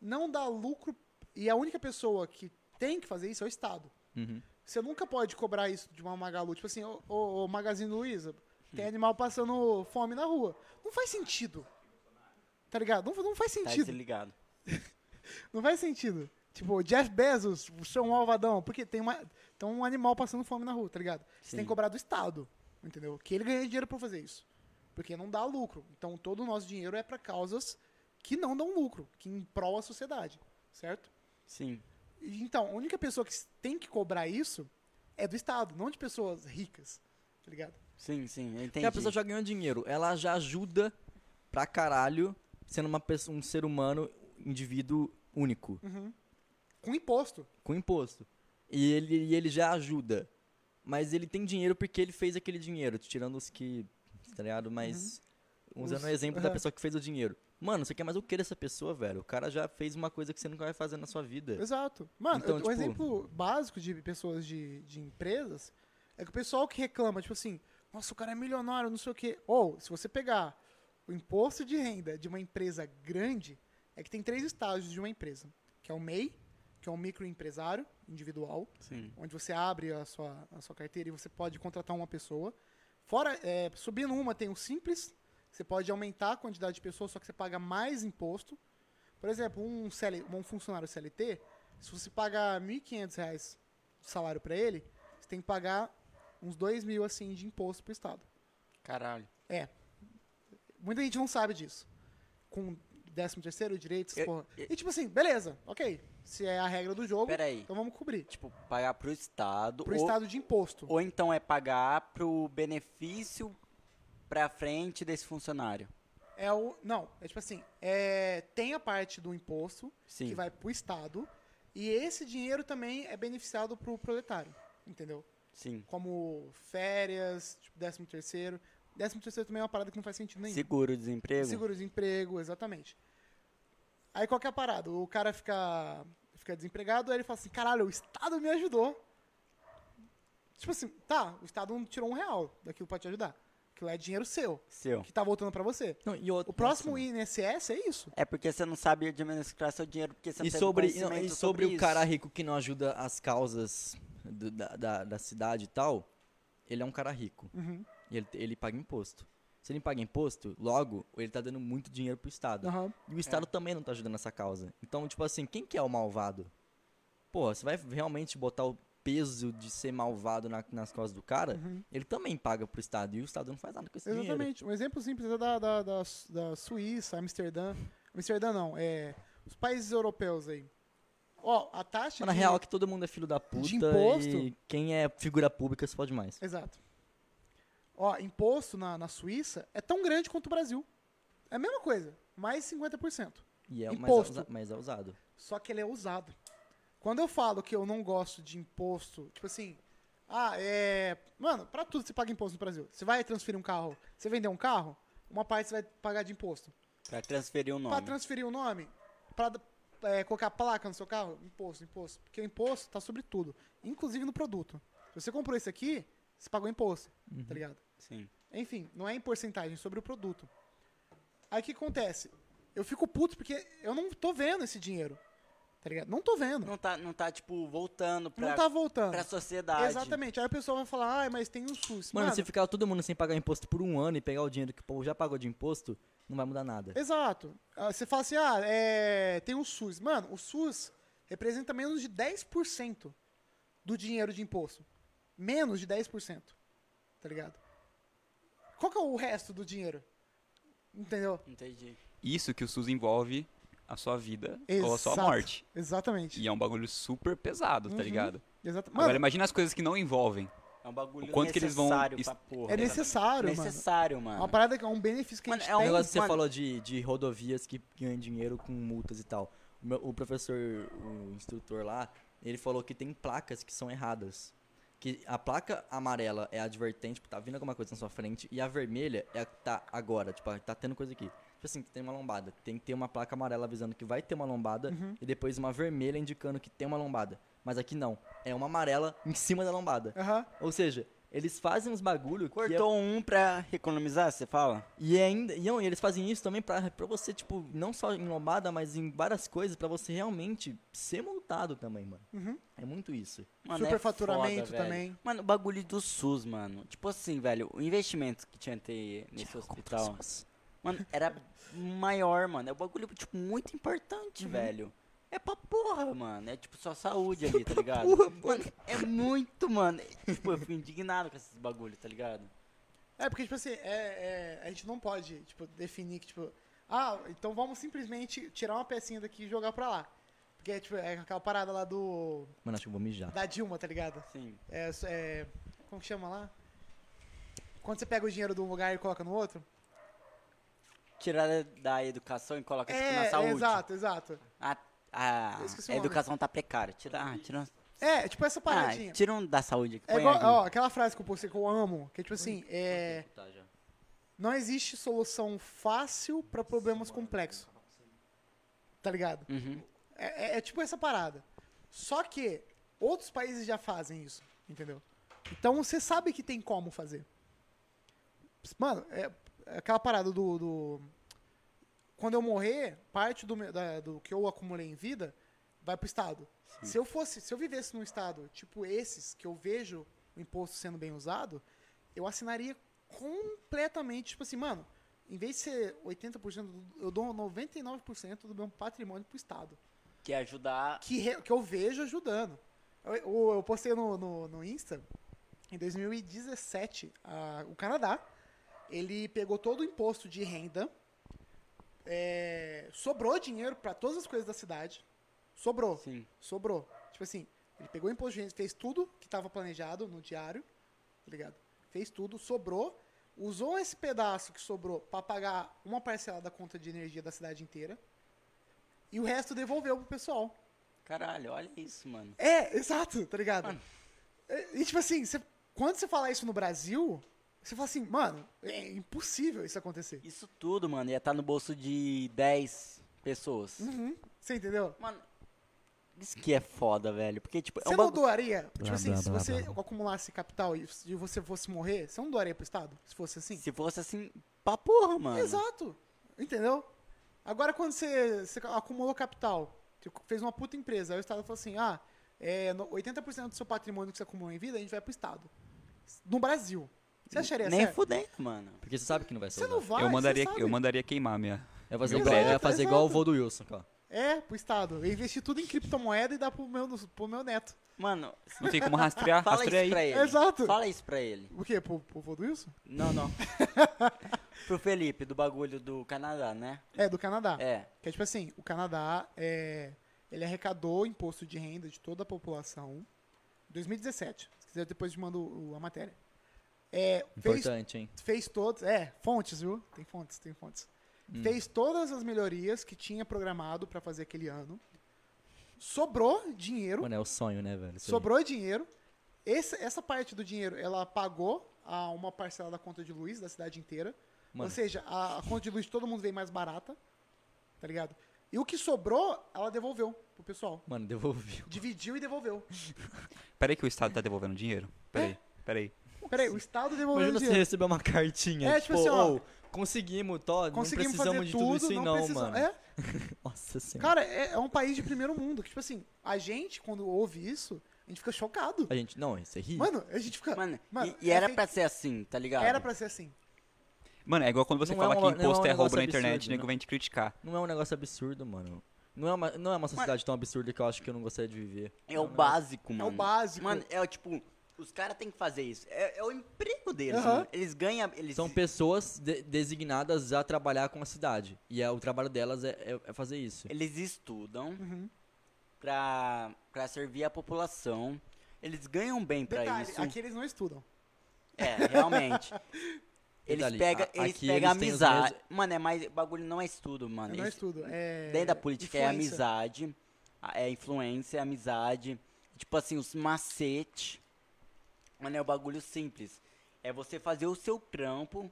não dá lucro e a única pessoa que tem que fazer isso é o Estado. Uhum. Você nunca pode cobrar isso de uma Magalu, tipo assim, ô, ô, ô, Magazine Luiza, tem animal passando fome na rua. Não faz sentido. Tá ligado? Não, não faz Tá sentido. desligado. Não faz sentido. Tipo, Jeff Bezos, o seu malvadão, porque tem, uma, tem um animal passando fome na rua, tá ligado? Você Sim. tem que cobrar do Estado, entendeu? Que ele ganha dinheiro pra fazer isso. Porque não dá lucro. Então todo o nosso dinheiro é pra causas que não dão lucro, que em prol à sociedade, certo? Sim. E, Então, a única pessoa que s- tem que cobrar isso é do Estado, não de pessoas ricas, tá ligado? Sim, sim, eu Porque entendi. a pessoa já ganhou dinheiro, ela já ajuda pra caralho, sendo uma pessoa, um ser humano, indivíduo único, Com imposto. com imposto. E ele, e ele já ajuda. Mas ele tem dinheiro porque ele fez aquele dinheiro, tirando os que. Tá ligado? Mas. Usando Os- o exemplo da aham. pessoa que fez o dinheiro. Mano, você quer mais o que dessa pessoa, velho? O cara já fez uma coisa que você nunca vai fazer na sua vida. Exato. Mano, eu- Então, tipo- um exemplo básico de pessoas de, de empresas é que o pessoal que reclama, tipo assim, nossa, o cara é milionário, não sei o quê. Ou, se você pegar o imposto de renda de uma empresa grande, é que tem três estágios de uma empresa, que é o MEI, que é um microempresário individual, Sim. onde você abre a sua, a sua carteira e você pode contratar uma pessoa. Fora, é, subindo uma, tem o simples, você pode aumentar a quantidade de pessoas, só que você paga mais imposto. Por exemplo, um, CL, um funcionário CLT, se você pagar R$ 1.500 reais de salário pra ele, você tem que pagar uns 2 mil assim de imposto pro Estado. Caralho. É. Muita gente não sabe disso. Com 13 terceiro, direito, essas Eu- porra. E tipo assim, beleza, ok. Se é a regra do jogo, Peraí. então vamos cobrir. Tipo, pagar pro Estado. Pro ou, estado de imposto. ou então é pagar pro benefício pra frente desse funcionário. É o. Não, é tipo assim, é, tem a parte do imposto Sim. que vai pro Estado. E esse dinheiro também é beneficiado pro proletário. Entendeu? Sim. Como férias, tipo, décimo terceiro. Décimo terceiro também é uma parada que não faz sentido nenhum. Seguro desemprego. Seguro-desemprego, exatamente. Aí qual que é a parada? O cara fica, fica desempregado, aí ele fala assim, caralho, o Estado me ajudou. Tipo assim, tá, o Estado não tirou um real daquilo pra te ajudar. Aquilo é dinheiro seu, Seu. que tá voltando pra você. Não, e outro- O próximo Nossa, INSS é isso. É porque você não sabe administrar seu dinheiro, porque você não E tem sobre, e conhecimento sobre, o isso. cara rico que não ajuda as causas do- da, da, da cidade e tal, ele é um cara rico. Uhum. E ele, ele paga imposto. Se ele paga imposto, logo, ele tá dando muito dinheiro pro Estado. E o É. Estado também não tá ajudando essa causa. Então, tipo assim, quem que é o malvado? Pô, você vai realmente botar o peso de ser malvado na- nas costas do cara? Ele também paga pro Estado. E o Estado não faz nada com esse dinheiro. Uhum. Exatamente. Um exemplo simples é da, da, da, da Suíça, Amsterdã. Amsterdã não, é os países europeus aí. Ó, a taxa Mas na de- real é que todo mundo é filho da puta. imposto? E quem é figura pública se pode mais. Exato. Ó, imposto na, na Suíça é tão grande quanto o Brasil. É a mesma coisa, mais 50%. E é, mas, é Imposto. usa- mas é usado. Só que ele é usado. Quando eu falo que eu não gosto de imposto, tipo assim, ah, é. Mano, pra tudo você paga imposto no Brasil. Você vai transferir um carro, você vender um carro, uma parte você vai pagar de imposto. Pra transferir o Pra nome. transferir o nome, pra é, colocar placa no seu carro, imposto, imposto. Porque o imposto tá sobre tudo, inclusive no produto. Se você comprou esse aqui, você pagou imposto, tá ligado? Sim. Enfim, não é em porcentagem, sobre o produto. Aí o que acontece? Eu fico puto porque eu não tô vendo esse dinheiro. Tá ligado? Não tô vendo. Não, Não tá, não tá tipo, voltando pra, tá voltando. pra sociedade. Exatamente. Aí a pessoa vai falar, ai, mas tem o SUS. Mano, Mano, se ficar todo mundo sem pagar imposto por um ano e pegar o dinheiro que o povo já pagou de imposto, não vai mudar nada. Exato. Ah, Você fala assim, ah, é, tem o SUS. Mano, o SUS representa menos de 10% do dinheiro de imposto. Menos de 10%. Tá ligado? Qual que é o resto do dinheiro? Entendeu? Entendi. Isso que o SUS envolve a sua vida ou a sua Exato. morte. Exatamente. E é um bagulho super pesado, tá ligado? Exato. Agora Mano, imagina as coisas que não envolvem. É um bagulho O quanto que eles vão necessário est- pra porra. é necessário, mano. necessário, É mano. uma parada que é um benefício que Mano, a gente é um- O tem. negócio que você mano- falou de, de rodovias que ganham dinheiro com multas e tal. O, meu- o professor, o instrutor lá, ele falou que tem placas que são erradas. Que a placa amarela é a advertente, tipo, tá vindo alguma coisa na sua frente, e a vermelha é a que tá agora, tipo, a que tá tendo coisa aqui. Tipo assim, tem uma lombada. Tem que ter uma placa amarela avisando que vai ter uma lombada, Uhum. e depois uma vermelha indicando que tem uma lombada. Mas aqui não. É uma amarela em cima da lombada. Aham. Ou seja, eles fazem uns bagulho que é- Cortou um pra economizar, você fala? e ainda, e, não, e eles fazem isso também pra, pra você, tipo, não só em lombada, mas em várias coisas, pra você realmente ser multado também, mano. Uhum. É muito isso. Mano, é Superfaturamento foda, velho. também. Mano, o bagulho do SUS, mano. Tipo assim, velho, o investimento que tinha que ter nesse hospital. Mano, era maior, mano. É um bagulho, tipo, muito importante, velho. É pra porra, mano. É tipo só saúde ali, tá ligado? mano, é muito, mano. Tipo, eu fico indignado com esses bagulhos, tá ligado? É, porque, tipo assim, é, é, a gente não pode, tipo, definir que, tipo, ah, então vamos simplesmente tirar uma pecinha daqui e jogar pra lá. Porque, tipo, é aquela parada lá do. Mano, acho que eu vou mijar. Da Dilma, tá ligado? Sim. É, s- é, como que chama lá? Quando você pega o dinheiro de um lugar e coloca no outro? Tirar da educação e coloca, tipo, na É, saúde. exato, exato. A, a, Eu esqueci o a nome. educação tá precária. Tira, ah, tira, um- É, tipo essa ah, paradinha. tira um da saúde. é põe igual, ali. ó, aquela frase que eu postei que eu amo, que é tipo assim, é. Não existe solução fácil pra problemas complexos. Tá ligado? Uhum. É, é- é tipo essa parada. Só que outros países já fazem isso, entendeu? Então você sabe que tem como fazer. Mano, é, é aquela parada do, do- Quando eu morrer, parte do, meu- da- do que eu acumulei em vida vai pro Estado. Se eu fosse, se eu vivesse num Estado tipo esses, que eu vejo o imposto sendo bem usado, eu assinaria completamente, tipo assim, mano, em vez de ser 80%, do- eu dou 99% do meu patrimônio pro Estado. Que é ajudar. Que, re- que eu vejo ajudando. Eu, eu- eu postei no, no, no Insta, em 2017, a- o Canadá, ele pegou todo o imposto de renda, é, sobrou dinheiro para todas as coisas da cidade, sobrou Sim. sobrou. Tipo assim, ele pegou o imposto de renda, fez tudo que estava planejado no diário, tá ligado? Fez tudo, sobrou, usou esse pedaço que sobrou para pagar uma parcela da conta de energia da cidade inteira e o resto devolveu pro pessoal. Caralho, olha isso, mano. É, exato, tá ligado? Mano. É, E tipo assim, você- quando você falar isso no Brasil, você fala assim, mano, é impossível isso acontecer. Isso tudo, mano, ia estar no bolso de 10 pessoas. Uhum, você entendeu? Mano, isso que é foda, velho. Porque, tipo, é Você um não bagulho. doaria, Blá, tipo assim, blá, se blá, você blá. acumulasse capital e e você fosse morrer, você não doaria pro Estado? Se fosse assim? Se fosse assim, pra porra, mano. Exato. Entendeu? Agora, quando você, você acumulou capital, você fez uma puta empresa, aí o Estado falou assim: ah, é, no- 80% do seu patrimônio que você acumulou em vida, a gente vai pro Estado. No Brasil. Você acharia Nem é né? certo? fudendo, mano. Porque você sabe que não vai ser Você não vai, eu, você mandaria, sabe. eu mandaria queimar minha. É fazer, Meu igual, prédio. é fazer Exato. igual o voo do Wilson, cara. É, pro Estado. Eu investi tudo em criptomoeda e dá pro meu, pro meu neto. Mano, Não tem como rastrear. (laughs) fala isso rastreia Ah, aí. pra ele. Exato. Fala isso pra ele. O quê? Pro, pro vô do Wilson? Não, (laughs) não. Pro Felipe, do bagulho do Canadá, né? É, do Canadá. É. Que é tipo assim, o Canadá é, ele arrecadou imposto de renda de toda a população em 2017. Se quiser, depois eu te mando o- a matéria. É, fez, Importante, hein? fez todos. É, fontes, viu? Tem fontes, tem fontes. Fez todas as melhorias que tinha programado pra fazer aquele ano. Sobrou dinheiro. Mano, é o sonho, né, velho? Isso aí. sobrou dinheiro. Esse- essa parte do dinheiro, ela pagou a uma parcela da conta de luz da cidade inteira. Mano. Ou seja, a, a conta de luz de todo mundo veio mais barata. Tá ligado? E o que sobrou, ela devolveu pro pessoal. Mano, devolveu. Dividiu e devolveu. Peraí que o Estado tá devolvendo dinheiro? Peraí, peraí. Peraí, o Estado devolveu Imagina o você dinheiro. receber uma cartinha. É, tipo, tipo assim, ó. "Ô, conseguimos, Todd. Conseguimos não fazer precisamos de tudo, tudo, isso aí, não, não, precisamos. mano. É, Nossa senhora. cara, é, é um país de primeiro mundo. Que, tipo assim, a gente, quando ouve isso, a gente fica chocado. A gente. Não, isso é ri. Mano, a gente fica. Mano, Mano, e, e era assim, pra ser assim, tá ligado? Era pra ser assim. Mano, é igual quando você Não é fala um- que não é imposto um é, roubo negócio na internet, absurdo, o nego né? vem te criticar. Não é um negócio absurdo, mano. Não é uma, não é uma sociedade tão absurda que eu acho que eu não gostaria de viver. É o básico, É mano. o básico. Mano, é o tipo, os caras têm que fazer isso. É, é o emprego deles, Aham. mano. Eles ganham. Eles... São pessoas de- designadas a trabalhar com a cidade. E é, o trabalho delas é, é- é fazer isso. Eles estudam Uhum. pra, pra servir a população. Eles ganham bem pra Detalhe, isso. aqui eles não estudam. É, realmente. Eles Detalhe, pegam a- eles aqui pega eles têm os amizade. Mano, é mais. Bagulho não é estudo, mano. Eu não Eles- estudo. É... Dentro da política é influência. amizade, a- é influência, é amizade. Tipo assim, os macetes. Mano, é o bagulho simples. É você fazer o seu trampo,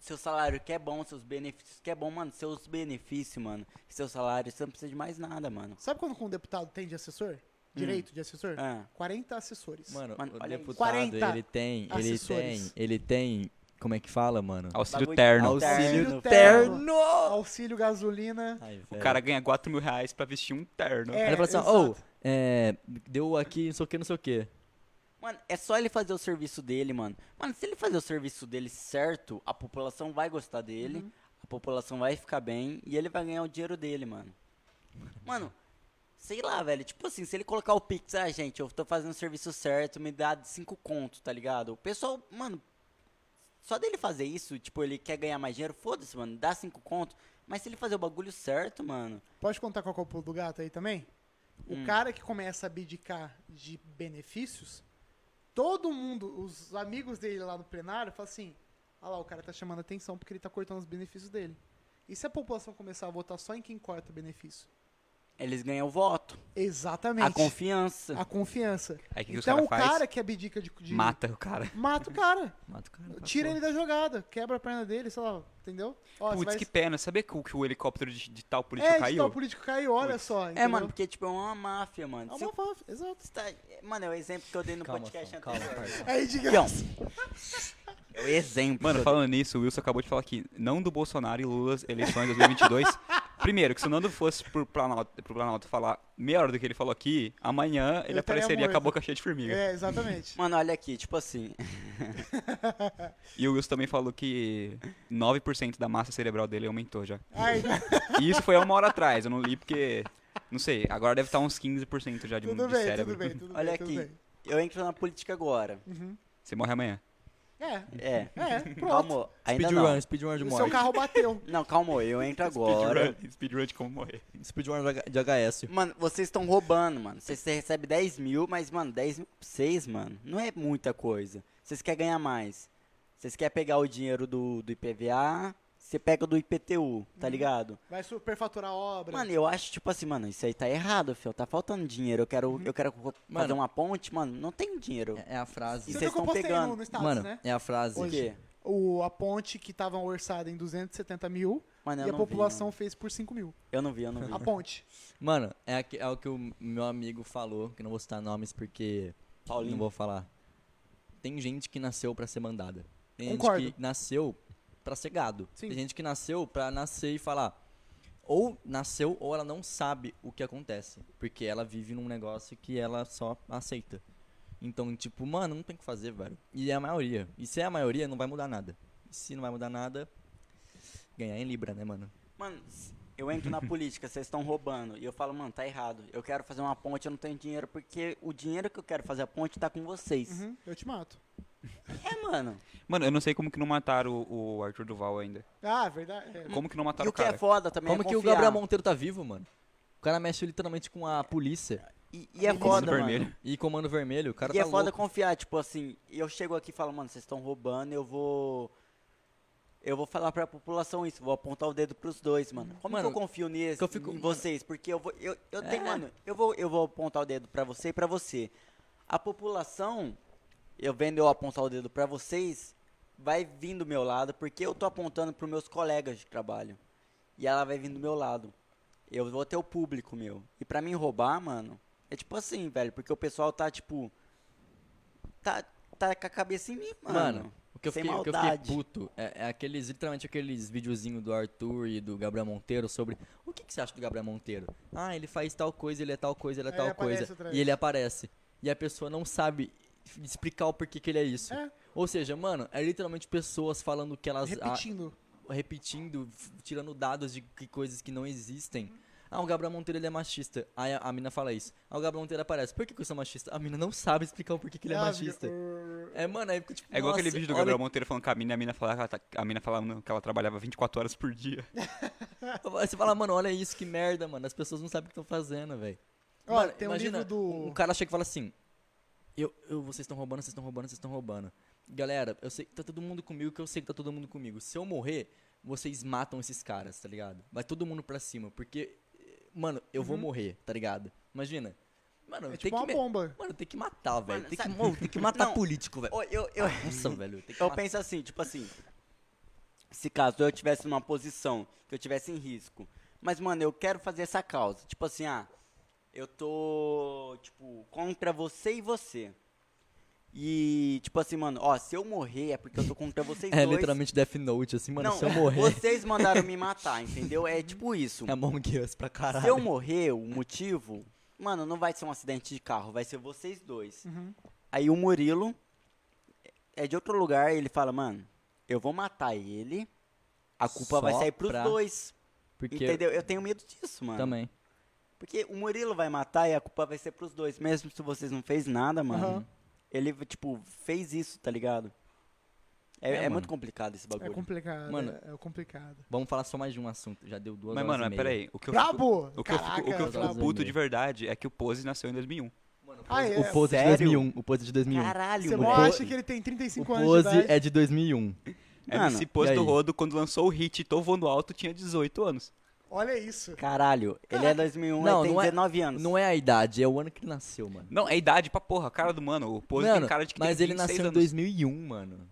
seu salário que é bom, seus benefícios que é bom, mano. Seus benefícios, mano. Seu salário, você não precisa de mais nada, mano. Sabe quando um deputado tem de assessor? Direito de assessor? Ah, 40 assessores. Mano, Mano, o olha aí. deputado, 40 ele tem. Ele assessores. tem. Ele tem. Como é que fala, mano? Auxílio Bagulho de terno. auxílio. Auxílio Terno. terno! Auxílio gasolina. Ai, velho. O cara ganha 4 mil reais pra vestir um terno. É. Aí ele fala assim, exato. ô, é, deu aqui não sei o que, não sei o que. Mano, é só ele fazer o serviço dele, mano. Mano, se ele fazer o serviço dele certo, a população vai gostar dele, Uhum. a população vai ficar bem e ele vai ganhar o dinheiro dele, mano. Mano, sei lá, velho. Tipo assim, se ele colocar o Pix, ah, gente, eu tô fazendo o serviço certo, me dá 5 conto, tá ligado? O pessoal, mano, só dele fazer isso, tipo, ele quer ganhar mais dinheiro, foda-se, mano, dá 5 conto. Mas se ele fazer o bagulho certo, mano, Pode contar qual que é o pulo do gato aí também? O Hum. cara que começa a abdicar de benefícios, todo mundo, os amigos dele lá no plenário, falam assim: ah lá, o cara tá chamando atenção porque ele tá cortando os benefícios dele. E se a população começar a votar só em quem corta o benefício? eles ganham o voto, Exatamente. a confiança. A confiança. Aí o que que os então cara o faz? cara que abdica de. de Mata o cara. Mata o cara. Mata o cara. Tira ele da jogada. Quebra a perna dele, sei lá, entendeu? Ó, você Putz, vai- que pena. Sabia que o, que o helicóptero de, de tal político É, caiu? então o político caiu, olha só. É, entendeu? mano, porque, tipo, é uma máfia, É mano. Se o uma fáfia, exato. Você tá- Mano, é o exemplo que eu dei no Calma, podcast calma, anterior. calma, parça. É Então, indignante. é o exemplo. (laughs) Mano, falando nisso, o Wilson acabou de falar que não do Bolsonaro e Lula eleições 2022, Primeiro, que se o Nando fosse pro Planalto, pro Planalto falar meia hora do que ele falou aqui, amanhã ele Ele estaria apareceria com a morto. boca cheia de formiga. É, exatamente. Mano, olha aqui, tipo assim. E o Wilson também falou que 9% da massa cerebral dele aumentou já. Ai, E isso foi há uma hora atrás, eu não li porque. Não sei, agora deve estar uns 15% já (laughs) de, tudo de bem, cérebro. tudo bem, tudo Olha bem, tudo aqui. bem. Eu entro na política agora. Você morre amanhã. É, É. é, pronto. Calma, ainda não. Speedrun, speedrun de o seu morte. (laughs) carro bateu. Não, calma, eu entro agora. Speedrun, speedrun de como morrer. Speedrun de H- de HS. Mano, vocês estão roubando, mano. Vocês você recebe 10 mil, mas, mano, 10 mil pra vocês, mano. Não é muita coisa. Vocês querem ganhar mais. Vocês querem pegar o dinheiro do, do IPVA, você pega do IPTU, tá ligado? Vai superfaturar a obra. Mano, eu acho, tipo assim, mano, isso aí tá errado, filho. Tá faltando dinheiro. Eu quero, eu quero fazer Mano. uma ponte, mano. Não tem dinheiro. É é a frase. Isso Você vocês viu que eu estão postei pegando. no, no status, Mano, né? é a frase. Por quê? O, a ponte que tava orçada em 270 mil Mano, eu e a não população vi. fez por 5 mil. mano. Eu não vi, eu não vi. (laughs) A ponte. Mano, é, aque- é o que o meu amigo falou, que não vou citar nomes porque não Paulinho. vou falar. Tem gente que nasceu pra ser mandada. Tem Concordo. gente que nasceu pra ser gado. Sim. Tem gente que nasceu pra nascer e falar. Ou nasceu ou ela não sabe o que acontece. Porque ela vive num negócio que ela só aceita. Então, tipo, mano, não tem o que fazer, velho. E é a maioria. E se é a maioria, não vai mudar nada. E se não vai mudar nada, ganhar em Libra, né, mano? Mano, s- eu entro na política, vocês estão roubando. E eu falo, mano, tá errado. Eu quero fazer uma ponte, eu não tenho dinheiro, porque o dinheiro que eu quero fazer a ponte tá com vocês. Uhum, eu te mato. É, mano. Mano, eu não sei como que não mataram o, o Arthur Duval ainda. Ah, verdade. é. Como que não E mataram o o que é Tá cara? foda também Como é que o confiar. Gabriel Monteiro tá vivo, mano? O cara mexe literalmente com a polícia E, e é Comando foda, vermelho. mano. e comando vermelho. O cara E tá é foda louco. confiar, tipo assim, eu chego aqui e falo, mano, vocês estão roubando, eu vou... Eu vou falar pra população isso, vou apontar o dedo pros dois, mano. Como Mano, que eu confio nisso, que eu fico- em vocês? Porque eu vou... Eu, eu tenho, É. mano, eu vou, eu vou apontar o dedo pra você e pra você. A população, eu vendo eu apontar o dedo pra vocês, vai vir do meu lado, porque eu tô apontando pros meus colegas de trabalho. E ela vai vir do meu lado. Eu vou ter o público meu. E pra mim roubar, mano, é tipo assim, velho, porque o pessoal tá, tipo... Tá, tá com a cabeça em mim, mano. Mano, o que eu sem fiquei, o que eu fiquei maldade. puto é, é aqueles, literalmente aqueles videozinhos do Arthur e do Gabriel Monteiro sobre o que, que você acha do Gabriel Monteiro? Ah, ele faz tal coisa, ele é tal coisa, ele é Aí tal ele aparece coisa. outra E vez. ele aparece. E a pessoa não sabe explicar o porquê que ele é isso. É. Ou seja, mano, é literalmente pessoas falando que elas a- Repetindo. repetindo, f- tirando dados de que- coisas que não existem. Ah, o Gabriel Monteiro ele é machista. Aí a, a mina fala isso. Ah, o Gabriel Monteiro aparece. Por que, que eu sou machista? A mina não sabe explicar o porquê que ele é Ah, machista. fica- É, mano, aí fica tipo. É igual aquele nossa, vídeo do olha- Gabriel Monteiro falando com a mina e a mina, falava, que ela tá- a mina falando que ela trabalhava 24 horas por dia. Você fala, mano, olha isso, que merda, mano. As pessoas não sabem o que estão fazendo, velho. Ó, Mano, tem um imagina, livro do. Um cara chega e fala assim: eu, eu, Vocês estão roubando, vocês estão roubando, vocês estão roubando. Galera, eu sei que tá todo mundo comigo, que eu sei que tá todo mundo comigo. Se eu morrer, vocês matam esses caras, tá ligado? Vai todo mundo pra cima, porque, eh, mano, eu vou morrer, tá ligado? Imagina. Mano, Uhum. É tem tipo que. uma me- bomba. Mano, tem que matar, velho. Mano, Tem, que sabe- mo- tem que matar Não. político, velho. Ô, eu, eu, Nossa, velho. Tem que eu matar. penso assim, tipo assim. Se caso eu tivesse numa posição que eu tivesse em risco. Mas, mano, eu quero fazer essa causa. Tipo assim, ah, eu tô, tipo, contra você e você. E, tipo assim, mano, ó, se eu morrer é porque eu tô contra vocês (laughs) É dois. literalmente Death Note, assim, mano. Não, se eu morrer, vocês mandaram me matar, entendeu? É tipo isso. (laughs) é Among Us pra caralho. Se eu morrer, o motivo, mano, não vai ser um acidente de carro, vai ser vocês dois. Uhum. Aí o Murilo é de outro lugar, ele fala, mano, eu vou matar ele, a culpa Só vai sair pros pra- dois. Porque Entendeu? Eu tenho medo disso, mano. também. Porque o Murilo vai matar e a culpa vai ser pros dois. Mesmo se vocês não fez nada, um mano. Aham. É Ele, tipo, fez isso, tá ligado? É, É, é mano. muito complicado esse É bagulho. complicado. Mano. é, é complicado. Vamos falar só mais de um assunto. Já deu duas Mas, horas mano, e mas meia. peraí. O que eu fico, Brabo! o que eu fico, Caraca, o que eu fico brabo. puto de verdade é que o Pose nasceu em 2001. Ah, é. O Pose é Sério? de 2001. O Pose de 2001. Caralho, Você mano. não mano. acha que ele tem o 35 anos de Pose idade? é de 2001. Mano, É Esse Pose e do aí? Rodo, quando lançou o hit Tô Voando Alto, tinha 18 anos. Olha isso. Caralho, ele é 2001, Não, ele tem não é- 19 anos. Não é a idade, é o ano que ele nasceu, mano. Não, é idade pra porra, a cara do mano. O Pose mano, tem cara de que mas tem ele 26 nasceu em anos. 2001, mano.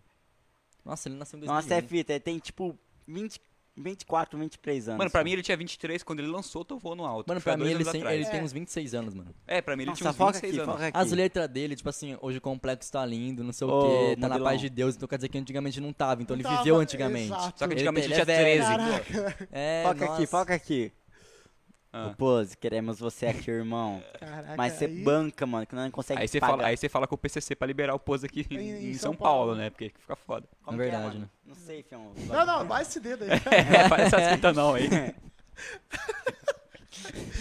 Nossa, ele nasceu em 2001. Nossa, é fita, ele tem tipo 20, 24, 23 anos. Mano, pra mim é ele tinha 23 quando ele lançou Tô Voando Alto. um, Mano, que foi há pra mim dois ele, anos tem, atrás. ele tem É. uns 26 anos, mano. É, pra mim ele Nossa, tinha uns foca 26 aqui, anos. foca aqui. As letras dele, tipo assim, hoje o complexo tá lindo, não sei Ô, o quê, tá na Mobilão. paz de Deus, então quer dizer que antigamente não tava, então Não ele tava, viveu antigamente. exato. Só que antigamente ele, Ele- ele tinha é 13. velho. Caraca. É, foca nossa. aqui, foca aqui. Ah. Tá O Pose, queremos você aqui, (laughs) irmão. Caraca, Mas você aí- banca, mano, que não consegue Aí você, pagar. fala, aí você fala com o PCC pra liberar o pose aqui em, Em- em em São São Paulo, Paulo. né? Porque (laughs) fica foda. (laughs) Como Na que é, verdade, mano? né? Não sei, fião. Não, não, vai esse dedo aí. É, parece as fitas não (laughs) aí.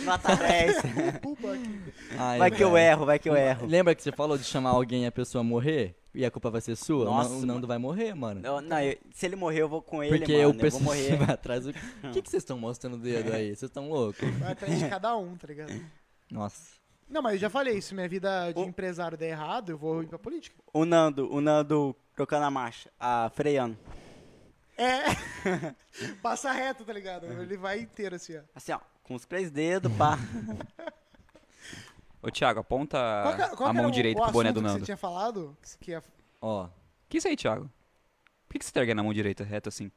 Nota 10. Pupa aqui. Ai, é Vai que eu velho. erro, vai que eu erro. Lembra que você falou de chamar alguém e a pessoa morrer? E a culpa vai ser sua? Nossa, o Nan- o Nando vai morrer, mano. Não, não, eu- se ele morrer, eu vou com ele, Porque mano. o Eu vou pessoal (laughs) morrer. É. vai (laughs) atrás do. O que que vocês estão mostrando o dedo aí? Vocês estão loucos? Vai atrás de cada um, tá ligado? Nossa. Não, mas eu já falei, se minha vida de O- empresário der errado, eu vou ir pra política. O Nando, o Nando trocando a marcha, a freando. É. (laughs) Passa reto, tá ligado? Ele vai inteiro assim, ó. Assim, ó, com os três dedos, (laughs) pá. (laughs) Ô, Thiago, aponta Qual que- é- qual a que era mão o- direita o pro boné assunto do Que você Nando. tinha falado? Que você queria- Ó. Que isso aí, Thiago? Por que que você tá erguendo a mão direita reto (laughs) assim?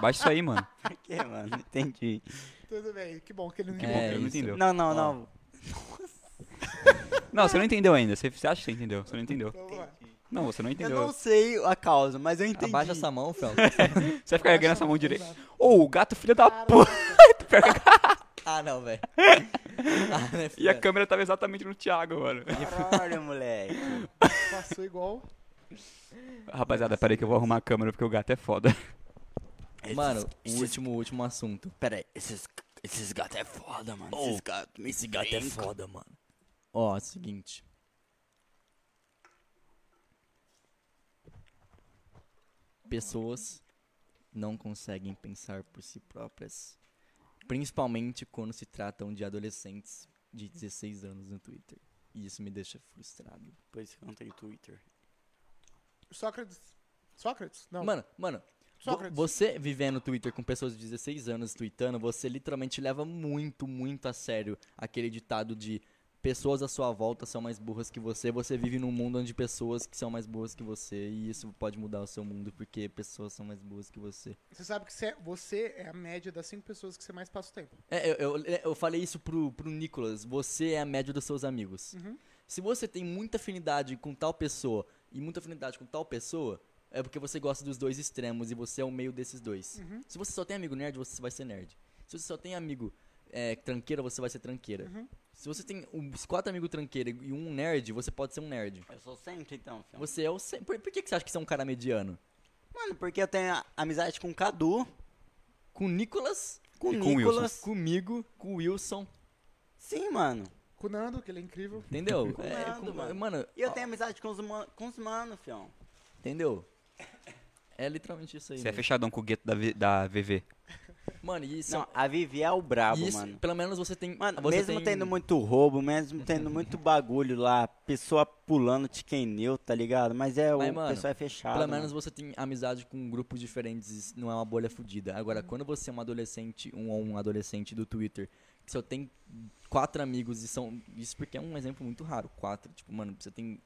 Baixa isso aí, mano. Pra quê, mano? Não Entendi. Tudo bem, que bom que ele não Que bom, é ele isso. não entendeu. Não, não, não. Não, você não entendeu ainda. Você, você acha que você entendeu? Você não entendeu. Então, vai. Não, você não Eu entendeu. não sei a causa, mas eu entendi. Abaixa essa mão, Fel. (laughs) Você vai ficar erguendo essa mão direita. Exato. Ô, o gato filho da Caraca. puta! Pior que a- ah, não, velho. (laughs) Ah, né, E a filho? câmera tava exatamente no Thiago, mano. Caralho, moleque. É. Passou igual. Rapaziada, peraí que eu vou arrumar a câmera porque o gato é foda. (laughs) Mano, o esses, esses, último, último assunto. pera aí, esses, esses gatos é foda, mano. Oh. Esses gatos, esse gato é foda, mano. Ó, é o seguinte. Pessoas não conseguem pensar por si próprias. Principalmente quando se tratam de adolescentes de 16 anos no Twitter. E isso me deixa frustrado. Por isso que eu não tenho Twitter. Sócrates. Sócrates? Não. Mano, mano, vo- Sócrates. você vivendo no Twitter com pessoas de 16 anos tweetando, você literalmente leva muito, muito a sério aquele ditado de pessoas à sua volta são mais burras que você. Você vive num mundo onde pessoas que são mais burras que você e isso pode mudar o seu mundo porque pessoas são mais burras que você. Você sabe que você é, você é a média das cinco pessoas que você mais passa o tempo. É, eu, eu, eu falei isso pro, pro Nicolas. Você é a média dos seus amigos. Uhum. Se você tem muita afinidade com tal pessoa e muita afinidade com tal pessoa, é porque você gosta dos dois extremos e você é o meio desses dois. Uhum. Se você só tem amigo nerd, você vai ser nerd. Se você só tem amigo é, tranqueira, você vai ser tranqueira. Uhum. Se você tem uns quatro amigos tranqueira e um nerd, você pode ser um nerd. Eu sou sempre, então, filho. Você é o. ce- Por, por que que você acha que você é um cara mediano? Mano, porque eu tenho a- amizade com o Cadu, Com o Nicolas, com o E com o Nicolas. comigo, com o Wilson, Sim, mano. Com o Nando, que ele é incrível. entendeu? É, Com nada, mano. E eu ó, tenho amizade com os, ma- com os mano, fião. entendeu? É literalmente isso aí. Você é mesmo. fechadão com o gueto da, V- da VV. Mano, e isso, um Não, a Vivi é o brabo, e isso mano. pelo menos você tem. Mano, você mesmo tem... tendo muito roubo, mesmo tendo (laughs) muito bagulho lá, pessoa pulando chicken new, tá ligado? Mas é, Mas, o mano, pessoal é fechado. Pelo mano. menos você tem amizade com grupos diferentes, não é uma bolha fudida. Agora, quando você é um adolescente, um, um adolescente do Twitter, que só tem quatro amigos e são. Isso porque é um exemplo muito raro. Quatro, tipo, mano, você tem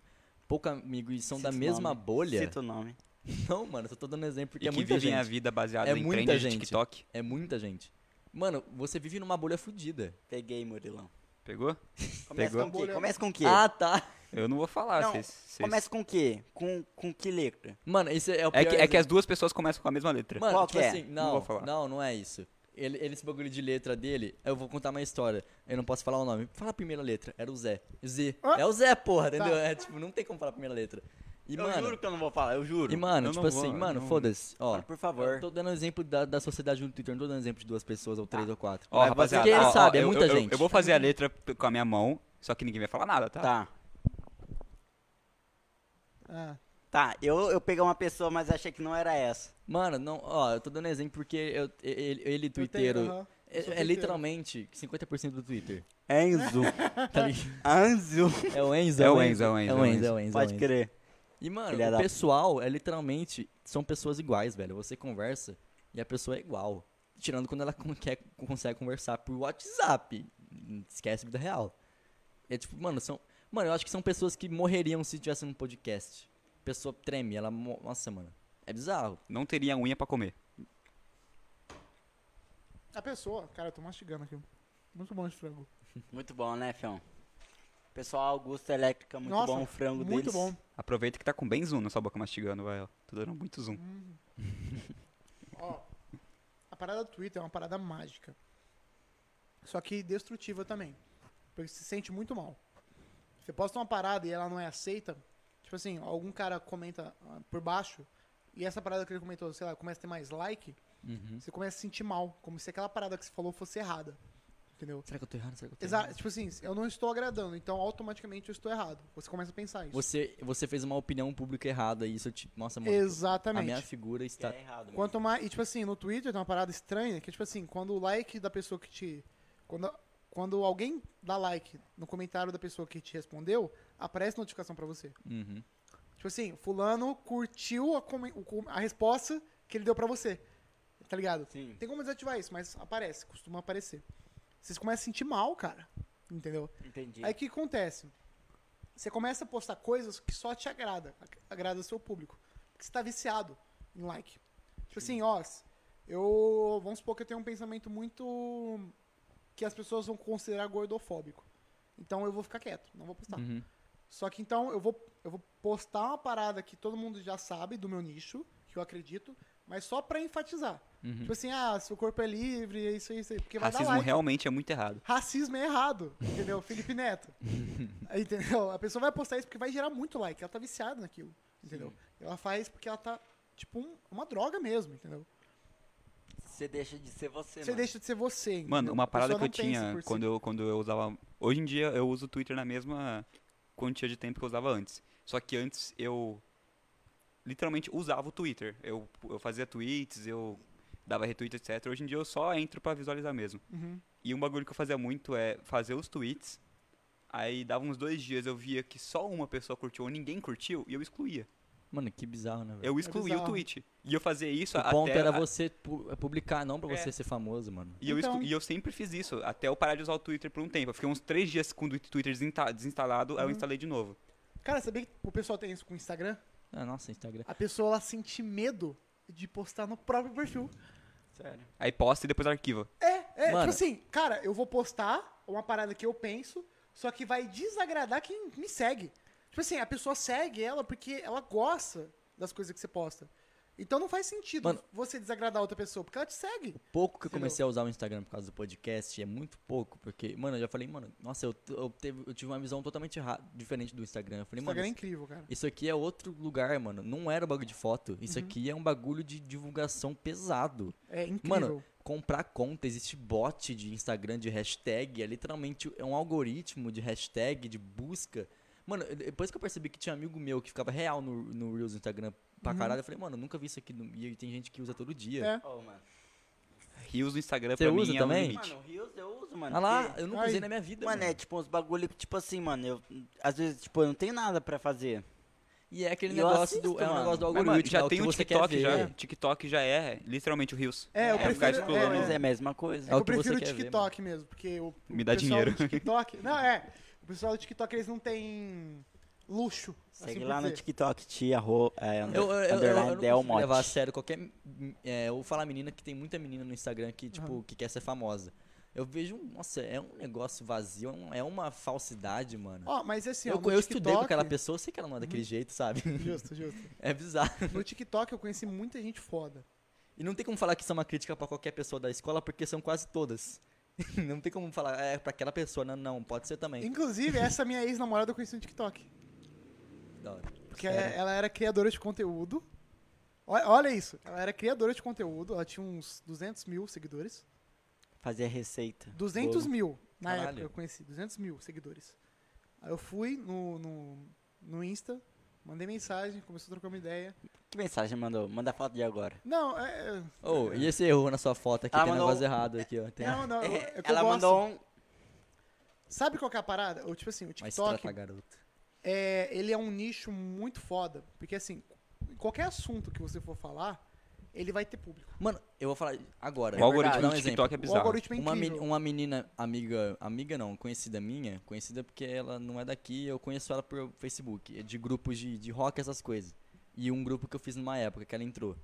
pouco amigo e são Cita da o mesma nome. bolha. Cita o nome. (laughs) Não, mano, eu só tô dando exemplo porque e é que muita vivem a gente. vida baseada É em muita trends gente. de TikTok. É muita gente. Mano, você vive numa bolha fudida. Peguei, Murilão. Pegou? Começa Pegou? com o quê? Começa com o quê? Ah, tá. Eu não vou falar. Não, vocês- vocês- Começa com o quê? Com, com que letra? Mano, esse é o pior É que, é que exemplo. as duas pessoas começam com a mesma letra. Mano, Qual tipo que é? assim, Não não, vou não, falar. não, é isso. Ele, ele, esse bagulho de letra dele, eu vou contar uma história. Eu não posso falar o nome. Fala a primeira letra. Era o Zé. Z. Hã? É o Zé, porra, Tá. entendeu? É tipo, não tem como falar a primeira letra. E, mano, que eu não vou falar, eu juro. e, mano Eu tipo não assim, vou, mano, não- foda-se. Ó, Mano, por favor. Eu tô dando exemplo da, da sociedade do Twitter, não tô dando exemplo de duas pessoas ou Tá. três ou quatro. Ó, Mas rapaziada, porque ele ó, ó, sabe, é eu- muita eu- eu- gente. Eu, vou fazer a letra p- com a minha mão, só que ninguém vai falar nada, tá? Tá. Ah. Tá, eu, eu peguei uma pessoa, mas achei que não era essa. Mano, não, ó, eu tô dando exemplo porque eu, ele, ele Eu tenho, twitteiro. aham. é- sou é, twitteiro. literalmente 50% do Twitter. (laughs) Enzo. Tá (laughs) ligado? Anzo. É o Enzo, É o Enzo, é o Enzo, É o Enzo, é o Enzo. é o Pode Enzo. crer. E, mano, Filha o da- pessoal é literalmente. São pessoas iguais, velho. Você conversa e a pessoa é igual. Tirando quando ela con- (laughs) quer, consegue conversar por WhatsApp. Esquece vida real. É tipo, mano, são. Mano, eu acho que são pessoas que morreriam se tivesse um podcast. Pessoa treme, ela. mo- Nossa, mano. É bizarro. Não teria unha pra comer. A pessoa, cara, eu tô mastigando aqui. Muito bom esse frango. Muito bom, né, Fião? Pessoal, Augusta Elétrica, muito Nossa, bom o frango Muito deles. bom. Aproveita que tá com bem zoom na sua boca mastigando, vai. ó. Tô dando muito zoom. Ó, a parada do Twitter é uma parada mágica. Só que destrutiva também. Porque você se sente muito mal. Você posta uma parada e ela não é aceita. Tipo assim, algum cara comenta ah, por baixo. E essa parada que ele comentou, sei lá, começa a ter mais like. Uhum. Você começa a se sentir mal. Como se aquela parada que você falou fosse errada. Entendeu? Será que eu tô errado? Será que eu tô Exato. errado? Tipo assim, eu não estou agradando. Então automaticamente eu estou errado. Você começa a pensar isso. Você, você fez uma opinião pública errada e isso te. Nossa, mano. A minha Exatamente. figura está. É errado. mano. Quanto mais. E tipo assim, no Twitter tem uma parada estranha que, tipo assim, quando o like da pessoa que te. Quando, quando alguém dá like no comentário da pessoa que te respondeu, aparece notificação pra você. Uhum. Tipo assim, fulano curtiu a, comen- o com- a resposta que ele deu pra você. Tá ligado? Sim. Tem como desativar isso, mas aparece, costuma aparecer. Vocês começam a sentir mal, cara. Entendeu? Entendi. Aí o que acontece? Você começa a postar coisas que só te agrada, ag- agrada o seu público. Porque você tá viciado em like. Tipo assim, ó, s- eu. Vamos supor que eu tenho um pensamento muito. que as pessoas vão considerar gordofóbico. Então eu vou ficar quieto, não vou postar. Uhum. Só que então eu vou, eu vou postar uma parada que todo mundo já sabe do meu nicho, que eu acredito, mas só pra enfatizar. Tipo assim, ah, seu corpo é livre, é isso, é isso, é isso. Porque vai dar Uhum. Racismo like. realmente é muito errado. Racismo é errado, entendeu? Felipe Neto. (laughs) entendeu? A pessoa vai postar isso porque vai gerar muito like. Ela tá viciada naquilo, entendeu? Ela faz porque ela tá, tipo, um- uma droga mesmo, entendeu? Você deixa de ser você, Você mano. deixa de ser você, entendeu? Mano, uma A parada pessoa que eu não pensa tinha por si. quando eu, quando eu usava. Hoje em dia eu uso o Twitter na mesma quantia de tempo que eu usava antes. Só que antes eu literalmente usava o Twitter. Eu, eu fazia tweets, eu dava retweet, etc. Hoje em dia eu só entro pra visualizar mesmo. Uhum. E um bagulho que eu fazia muito é fazer os tweets. Aí dava uns dois dias, eu via que só uma pessoa curtiu ou ninguém curtiu, e eu excluía. Mano, que bizarro, né? velho? Eu excluía o É bizarro. tweet. E eu fazia isso O até. ponto era a- você pu- publicar, não pra É. você ser famoso, mano. E, eu, Então- exclu- e eu sempre fiz isso, até eu parar de usar o Twitter por um tempo. Eu fiquei uns três dias com o du- Twitter desinta- desinstalado, Uhum. aí eu instalei de novo. Cara, sabia que o pessoal tem isso com o Instagram? Ah, nossa, Instagram. A pessoa, ela sente medo de postar no próprio perfil. Sério. Aí posta e depois arquiva. É, Mano. tipo assim, cara, eu vou postar uma parada que eu penso, só que vai desagradar quem me segue. Tipo assim, a pessoa segue ela porque ela gosta das coisas que você posta. Então não faz sentido Mano. você desagradar outra pessoa, porque ela te segue. Pouco que eu Entendeu? comecei a usar o Instagram por causa do podcast, é muito pouco, porque, mano, eu já falei, mano, nossa, eu, t- eu, teve- eu tive uma visão totalmente erra- diferente do Instagram. Eu falei, Instagram é mano, incrível, cara. Isso aqui é outro lugar, mano. Não era bagulho de foto. Isso aqui é um bagulho de divulgação pesado. É incrível. Mano, comprar conta, existe bot de Instagram de hashtag, é literalmente é um algoritmo de hashtag, de busca. Mano, eu- depois que eu percebi que tinha amigo meu que ficava real no, no Reels do Instagram pra caralho, eu falei, mano, eu nunca vi isso aqui. no- E tem gente que usa todo dia. É. Ô, mano. Rios no Instagram Você pra usa mim também? é um limite. Mano, o Rios eu uso, mano. Ah lá, porque- eu nunca Aí. usei na minha vida. Mano, Mano, é tipo uns bagulho que, tipo assim, mano, eu às vezes, tipo, eu não tenho nada pra fazer. E é aquele eu negócio assisto, do. É um mano. negócio do Mas, algoritmo. mano, é já o tem que o você quer TikTok já. ver. TikTok já é literalmente o Rios. um É, eu é, ficar prefiro. É, explorando. mas é, é a mesma coisa. É o eu que você prefiro o quer ver, TikTok mesmo, porque o, Me o dá pessoal dinheiro. do TikTok. Não, é. O pessoal do TikTok eles não têm luxo. Segue assim por lá no dizer. TikTok, tia Ro, é, Eu, eu, eu, eu, eu underline não Del consigo levar a Monte. sério qualquer. hum, É, eu vou falar menina que tem muita menina no Instagram que, tipo, que quer ser famosa. Eu vejo, um- nossa, é um negócio vazio, é um- é uma falsidade, mano. Ó, mas assim, eu ó, no eu estudei com TikTok- aquela pessoa, eu sei que ela não é daquele jeito, sabe? (laughs) (laughs) Justo, justo. É bizarro. No TikTok eu conheci muita gente foda. E não tem como falar que isso é uma crítica pra qualquer pessoa da escola, porque são quase todas. (laughs) Não tem como falar, é pra aquela pessoa, não, não, pode ser também. Inclusive, essa minha ex-namorada eu conheci no TikTok. Da hora. Porque Sério? ela era criadora de conteúdo. Olha, olha isso. Ela era criadora de conteúdo. Ela tinha uns 200 mil seguidores. Fazer receita. 200 Bolo. mil. Na Caralho. época eu conheci. 200 mil seguidores. Aí eu fui no, no, no Insta, mandei mensagem, começou a trocar uma ideia. Que mensagem mandou? Manda foto de agora. Não, é... Oh, e esse erro na sua foto aqui, Ela tem um mandou- negócio errado aqui, ó. Tem... Não, (laughs) não. eu- Ah, é que eu Ela gosto. mandou um. Sabe qual que é a parada? Ou, tipo assim, o Mas TikTok, trata a garota. é, ele é um nicho muito foda. Porque, assim, qualquer assunto que você for falar, ele vai ter público. Mano, eu vou falar agora. O algoritmo Vou dar do TikTok é O bizarro. algoritmo é uma, incrível. meni- uma menina amiga, amiga não, conhecida minha, conhecida porque ela não é daqui, eu conheço ela por Facebook, é de grupos de, de rock, essas coisas. E um grupo que eu fiz numa época que ela entrou.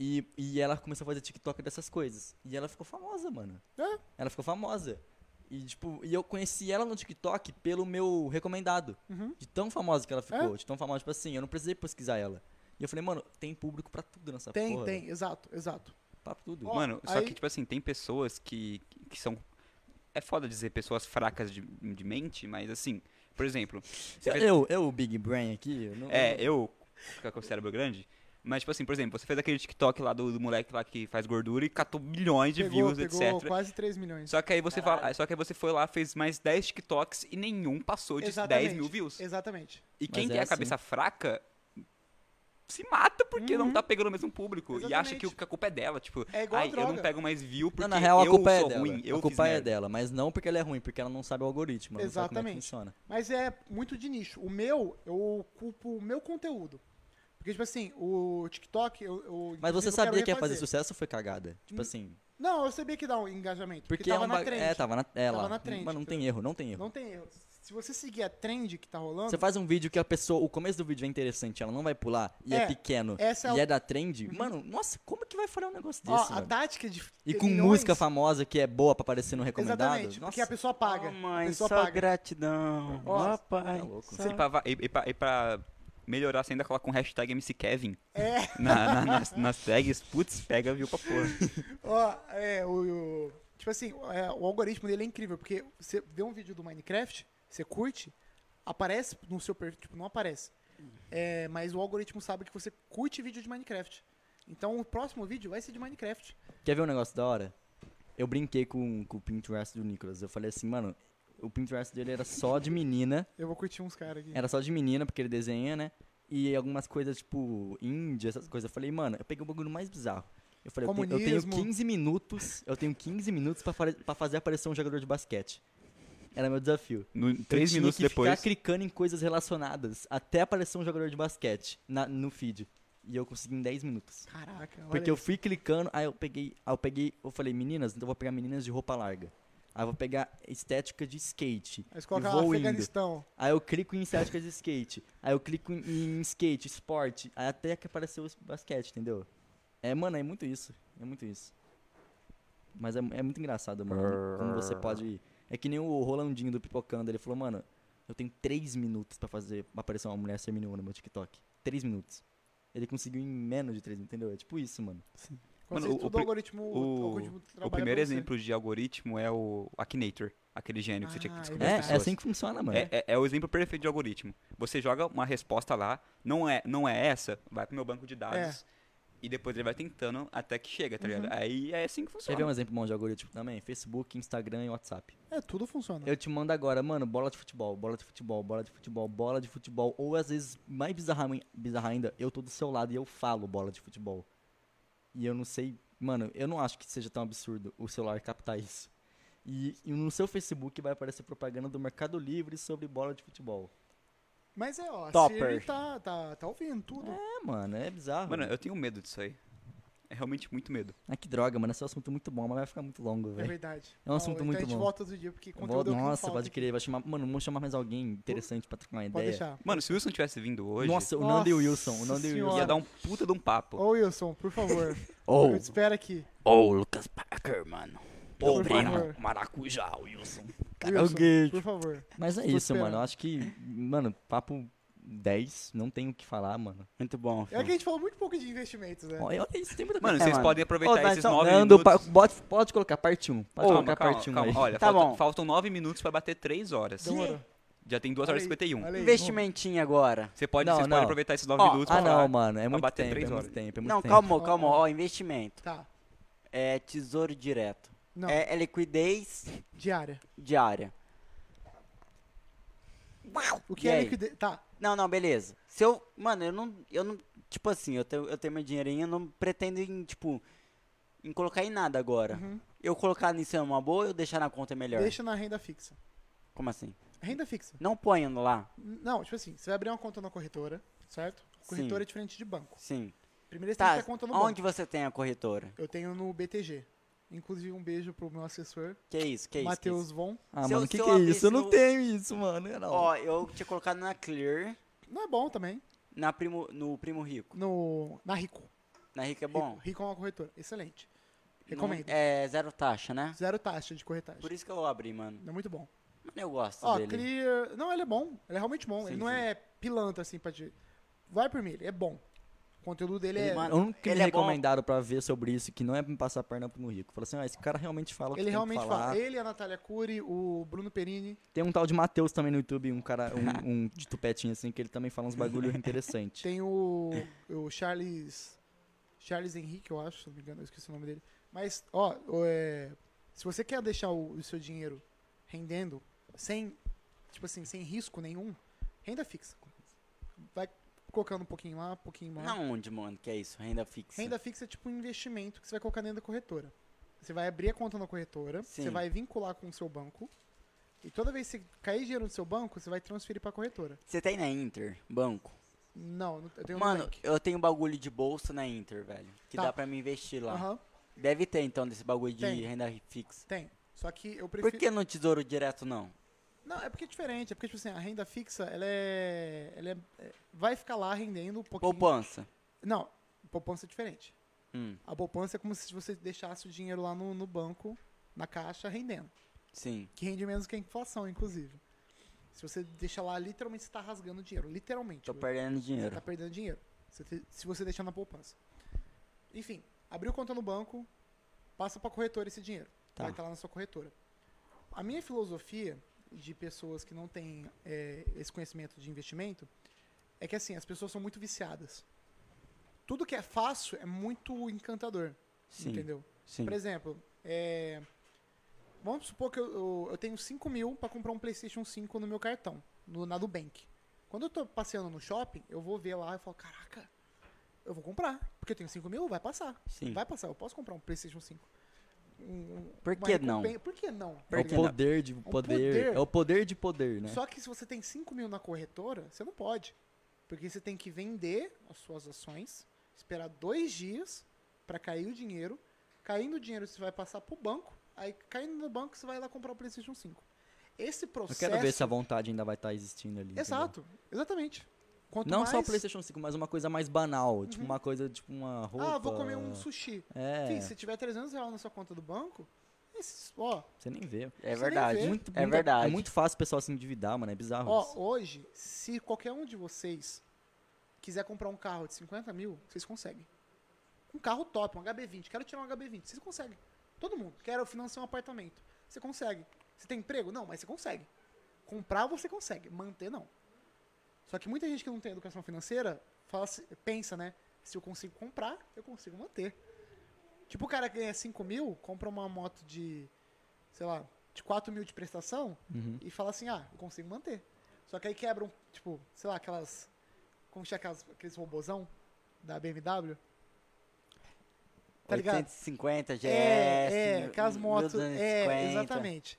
E, e ela começou a fazer TikTok dessas coisas. E ela ficou famosa, mano. É. Ela ficou famosa. E, tipo, e eu conheci ela no TikTok pelo meu recomendado. Uhum. É? De tão famosa que ela ficou. De tão famosa, tipo assim, eu não precisei pesquisar ela. E eu falei, mano, tem público pra tudo nessa Tem, porra. tem, exato, exato. Pra tudo. Ó, Mano, só aí- que, tipo assim, tem pessoas que, que são é foda dizer pessoas fracas de, de mente, mas assim, por exemplo, você fez- Eu, eu, o Big Brain aqui. eu não- Uhum. é, eu ficar com o cérebro grande. Mas, tipo assim, por exemplo, você fez aquele TikTok lá do, do moleque lá que faz gordura e catou milhões de pegou, views, pegou etc. quase 3 milhões. Só que aí você fala, só que aí você foi lá, fez mais 10 TikToks e nenhum passou de 10 mil views. Exatamente. E quem Mas tem é a cabeça fraca se mata porque não tá pegando o mesmo público e acha Uhum. Exatamente. que o- que a culpa é dela, tipo, É igual a ai, eu não droga. pego mais view porque Não, na real, a eu culpa é sou dela. ruim, eu a fiz culpa é merda. dela, mas não porque ela é ruim, porque ela não sabe o algoritmo. Ela Não sabe como é que Exatamente. funciona. Mas é muito de nicho. O meu, eu culpo o meu conteúdo. Porque, tipo assim, o TikTok, eu. eu Mas inclusive, você eu quero sabia que ia fazer refazer. sucesso ou foi cagada? Tipo Hum, assim, Não, eu sabia que dá um engajamento. Porque, porque é tava um na ba- trend. É, tava na, é, Tava lá. na trend, tipo Mas não tem erro, não tem erro. Não tem erro. Se você seguir a trend que tá rolando, Você faz um vídeo que a pessoa, o começo do vídeo é interessante, ela não vai pular e é, É, pequeno essa é e a- é da trend, mano, nossa, como que vai falar um negócio ó, desse, a mano? tática de. E ter com milhões- música famosa que é boa pra aparecer no recomendado. Exatamente, porque a nossa, pessoa paga. Oh, a mãe, pessoa só paga. gratidão. Ó, Ó, pai. tá louco. E pra, va- e, e pra, e pra melhorar, você ainda coloca um hashtag MC Kevin É. (laughs) na- na- nas, nas tags, putz, pega view pra porra. Ó, é, o, o- Tipo assim, é, o algoritmo dele é incrível, porque você vê um vídeo do Minecraft, você curte, aparece no seu perfil, tipo, não aparece. É, mas o algoritmo sabe que você curte vídeo de Minecraft. Então o próximo vídeo vai ser de Minecraft. Quer ver um negócio da hora? Eu brinquei com, com o Pinterest do Nicolas. Eu falei assim, mano, o Pinterest dele era só de menina. Eu vou curtir uns caras aqui. Era só de menina, porque ele desenha, né? E algumas coisas, tipo, índia, essas coisas. Eu falei, mano, eu peguei o bagulho mais bizarro. Eu falei, eu tenho, eu tenho Comunismo. 15 minutos, eu tenho 15 minutos pra, fare- pra fazer aparecer um jogador de basquete. Era meu desafio. No- três eu tinha minutos que depois. ficar clicando em coisas relacionadas até aparecer um jogador de basquete na- no feed. E eu consegui em 10 minutos. Caraca, olha Porque eu isso. fui clicando, aí eu peguei, aí eu peguei, eu falei, meninas, então eu vou pegar meninas de roupa larga. Aí eu vou pegar estética de skate. Aí você e coloca lá, vou indo. Afeganistão. Aí eu clico em estética de skate. Aí eu clico em, em skate, esporte. Aí até que apareceu o basquete, entendeu? É, mano, é muito isso. É muito isso. Mas é, é muito engraçado, mano. Como você pode. É que nem o Rolandinho do Pipocando. Ele falou, mano, eu tenho três minutos pra fazer pra aparecer uma mulher seminua no meu TikTok. Três minutos. Ele conseguiu em menos de três minutos, entendeu? É tipo isso, mano. Quando você Mano, o- o estuda o, pri- algoritmo, o, o- algoritmo O trabalha pra primeiro você. exemplo de algoritmo é o Akinator, aquele gênio que você tinha que Ah, descobrir É, as é pessoas. assim que funciona, mano. É, é- é o exemplo perfeito de algoritmo. Você joga uma resposta lá, não é, não é essa, vai pro meu banco de dados. É. E depois ele vai tentando até que chega, tá Uhum. ligado? Aí é assim que Quer ver funciona. um exemplo bom de algoritmo também? Facebook, Instagram e WhatsApp. É, tudo funciona. Eu te mando agora, mano, bola de futebol, bola de futebol, bola de futebol, bola de futebol. Ou às vezes, mais bizarra, bizarra ainda, eu tô do seu lado e eu falo bola de futebol. E eu não sei, mano, eu não acho que seja tão absurdo o celular captar isso. E, e no seu Facebook vai aparecer propaganda do Mercado Livre sobre bola de futebol. Mas é, ó, a Topper. Siri tá, tá, tá ouvindo tudo. É, mano, é bizarro. Mano, eu tenho medo disso aí. É realmente muito medo. Ah, que droga, mano, esse é um assunto muito bom, mas vai ficar muito longo, É velho. verdade. É um Ó, assunto então muito a gente bom. volta outro dia, porque Eu conteúdo é vou- o que não Nossa, falta pode aqui. crer, vai chamar, mano, vamos chamar mais alguém interessante pra trocar uma Pode ideia. deixar. Mano, se o Wilson tivesse vindo hoje, Nossa, o Nossa Nando e o Wilson, o Nando e o senhora. Wilson. ia dar um puta de um papo. Ô Wilson, (laughs) por favor. Ô, Eu te espero aqui. ô, Lucas Parker, mano. Ô, Por Breno, favor. maracujá, Wilson. Wilson, Karaokê. por favor. Mas é Tô isso, mano. esperando. Eu acho que, mano, papo 10, não tenho o que falar, mano. Muito bom. É filho. que a gente falou muito pouco de investimentos, né? Ó, Olha isso, tem muita Mano, coisa. vocês mano. podem aproveitar Ô, esses Danton, nove Nando, minutos. pa- Pode, pode colocar parte 1. Pode Ô, colocar calma, parte 1 calma, aí. Olha, Tá falta- bom. faltam nove minutos pra bater três horas. Demorou. Já tem duas Olha horas e aí, 51. olha aí. Investimentinho agora. Você pode, Não, vocês não. podem aproveitar esses nove Ó, minutos Ah, pra não, mano. É pra muito bater tempo, três é muito horas. tempo. É muito Não, tempo. calma, calma. Ó, investimento. Tá. É tesouro direto. Não, É, é liquidez diária. diária. O que E é aí? liquidez? Tá. Não, não, beleza. Se eu. Mano, eu não. Eu não. Tipo assim, eu tenho, eu tenho meu dinheirinho, eu não pretendo em, tipo. Em colocar em nada agora. Uhum. Eu colocar nisso é uma boa, eu deixar na conta é melhor. Deixa na renda fixa. Como assim? Renda fixa. Não ponho lá. N- Não, tipo assim, você vai abrir uma conta na corretora, certo? Corretora é diferente de banco. Sim. Primeiro você tem Tá, que ter conta no onde banco. você tem a corretora? Eu tenho no BTG. Inclusive, um beijo pro meu assessor, Que é isso, que isso? que Matheus isso? Von. Ah, Se eu- mano, o que, se eu que é isso? Eu abrisse não o- tenho isso, mano. Não. Ó, eu tinha colocado na Clear, Não é bom também. na primo, no Primo Rico. No, na Rico. Na Rico é bom. Rico, Rico é uma corretora. Excelente. Não- Recomendo. é zero taxa, né? Zero taxa de corretagem. Por isso que eu abri, mano. É muito bom. Mano, eu gosto Ó, dele. Clear. Não, ele é bom. Ele é realmente bom. Sim, ele não sim. é pilantra, assim, pra dizer. Vai por mim, ele é bom. O conteúdo dele é. Mano, O único que ele me é bom. recomendaram pra ver sobre isso, que não é pra me passar a perna pro rico. Falou assim, ah, esse cara realmente fala o que Ele tem realmente que falar. fala. Ele, a Natália Cury, o Bruno Perini. Tem um tal de Matheus também no YouTube, um cara, um, um de tupetinho assim, que ele também fala uns bagulho interessante. Tem o, o Charles. Charles Henrique, eu acho, se não me engano, eu esqueci o nome dele. Mas, ó, o, é, se você quer deixar o, o seu dinheiro rendendo, sem, tipo assim, sem risco nenhum, renda fixa. Vai colocando um pouquinho lá, um pouquinho lá. Na onde, mano, que é isso? Renda fixa. Renda fixa é tipo um investimento que você vai colocar dentro da corretora. Você vai abrir a conta na corretora, Sim. você vai vincular com o seu banco, e toda vez que cair dinheiro no seu banco, você vai transferir pra corretora. Você tem na Inter, banco? Não, não- eu tenho no Mano, Nubank. eu tenho bagulho de bolsa na Inter, velho. Que um Tá. dá pra me investir lá. Aham, Deve ter, então, desse bagulho de Tem. renda fixa. tem. Só que eu Por prefiro... que no Tesouro Direto não? Não, é porque é diferente. É porque, tipo assim, a renda fixa, ela é. Ela é é- vai ficar lá rendendo um pouquinho. Poupança. Não, poupança é diferente. Hum, A poupança é como se você deixasse o dinheiro lá no, no banco, na caixa, rendendo. sim. Que rende menos que a inflação, inclusive. Se você deixar lá, literalmente você tá rasgando dinheiro. Literalmente. Tô Will. perdendo Você dinheiro. tá perdendo dinheiro. Você te- se você deixar na poupança. Enfim, abriu conta no banco, passa pra corretora esse dinheiro. Tá. Vai estar lá na sua corretora. A minha filosofia de pessoas que não têm é, esse conhecimento de investimento é que assim, as pessoas são muito viciadas. Tudo que é fácil é muito encantador. Sim. Entendeu? Sim. Por exemplo, é, vamos supor que eu, eu, eu tenho 5 mil para comprar um PlayStation 5 no meu cartão, no, na Nubank. Quando eu tô passeando no shopping, eu vou ver lá e falo, caraca, eu vou comprar. Porque eu tenho 5 mil, vai passar. Sim. Vai passar, eu posso comprar um PlayStation 5. Um- um- Por uma que não? recompen- Por que não? É o Por que não? poder de poder, poder. É o poder de poder, né? Só que se você tem 5 mil na corretora, você não pode. Porque você tem que vender as suas ações, esperar dois dias para cair o dinheiro. Caindo o dinheiro, você vai passar pro banco. Aí, caindo no banco, você vai lá comprar o PlayStation 5. Esse Eu processo. quero ver se a vontade ainda vai estar existindo ali. entendeu? Exato, exatamente. Quanto Não mais... Uhum. só o PlayStation 5, mas uma coisa mais banal. Tipo, uma coisa, tipo, uma roupa. Ah, vou comer um sushi. É, Fih, se tiver 300 reais na sua conta do banco, esses- ó, você nem vê. É nem verdade. vê. Muito- é muita- verdade. É muito fácil o pessoal se endividar, mano. É bizarro isso. ó, hoje, se qualquer um de vocês quiser comprar um carro de 50 mil, vocês conseguem. Um carro top, um HB20. Quero tirar um HB20. Vocês conseguem. Todo mundo. Quero financiar um apartamento. Você consegue. Você tem emprego? Não, mas você consegue. Comprar você consegue. Manter, não. Só que muita gente que não tem educação financeira fala assim- pensa, né? Se eu consigo comprar, eu consigo manter. Tipo, o cara que ganha 5 mil, compra uma moto de, sei lá, de 4 mil de prestação Uhum. e fala assim, ah, eu consigo manter. Só que aí quebram, tipo, sei lá, aquelas. Como chama aquelas, aqueles robozão da BMW? Tá ligado? 850 GS. É, é, aquelas motos. 1250. É, exatamente.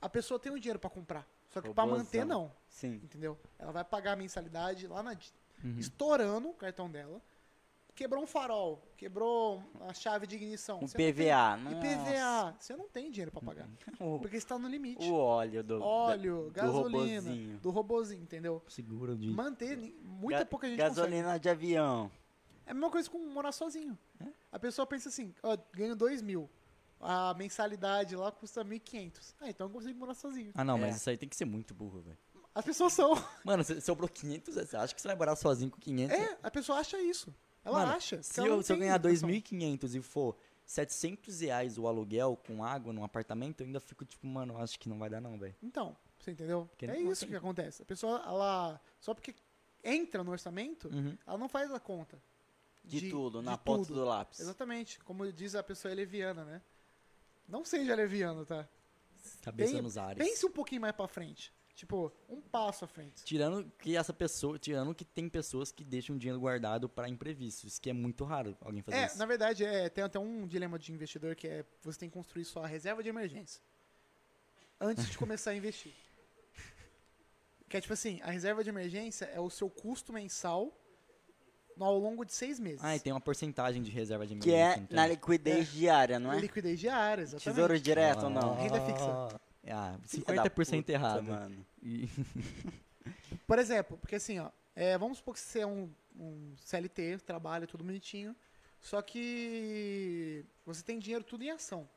A pessoa tem o dinheiro pra comprar. Só que pra Robozão. manter, não. Sim. Entendeu? Ela vai pagar a mensalidade lá na. di- Uhum. Estourando o cartão dela. Quebrou um farol. Quebrou a chave de ignição. Um Então, Você não tem- PVA. Nossa. IPVA. Você não tem dinheiro pra pagar. O, Porque você tá no limite. o óleo do. da- Óleo, gasolina. robozinho. Do robozinho, entendeu? Segura de. Manter, ni- muita ga- pouca gente consegue. Gasolina de avião. É a mesma coisa com morar sozinho. É? A pessoa pensa assim, ó, ganho dois mil. A mensalidade lá custa 1.500. Ah, então eu consigo morar sozinho. Ah, não, É. mas isso aí tem que ser muito burro, velho. As pessoas são. Mano, você sobrou 500, você acha que você vai morar sozinho com 500? É, a pessoa acha isso. Ela Mano, acha. porque Se ela eu, não se eu tem ganhar educação. 2.500 e for 700 reais o aluguel com água num apartamento, eu ainda fico tipo, mano, acho que não vai dar não, velho. Então, você entendeu? Porque é não isso tem. que acontece. A pessoa, ela. Só porque entra no orçamento, Uhum. ela não faz a conta. De, tudo, na de ponta tudo. do lápis. Exatamente. Como diz a pessoa leviana, né? Não seja leviano, tá? Cabeça Tem- nos ares. Pense um pouquinho mais pra frente. Tipo, um passo à frente. Tirando que essa pessoa, tirando que tem pessoas que deixam dinheiro guardado pra imprevistos, que é muito raro alguém fazer É, isso. Ah, na verdade, é, tem até um dilema de investidor que é você tem que construir sua reserva de emergência antes de começar a investir. Que é tipo assim, a reserva de emergência é o seu custo mensal no- ao longo de seis meses. Ah, e tem uma porcentagem de reserva de Que é emergência, então. entende? na liquidez diária, não é? Liquidez diária, exatamente. Tesouro direto ou não? Ah, Renda fixa. Ah, Filha da 50% puta, errado. Mano. E- Por exemplo, porque assim, ó, é, vamos supor que você é um, um CLT, trabalha tudo bonitinho, só que você tem dinheiro tudo em ação.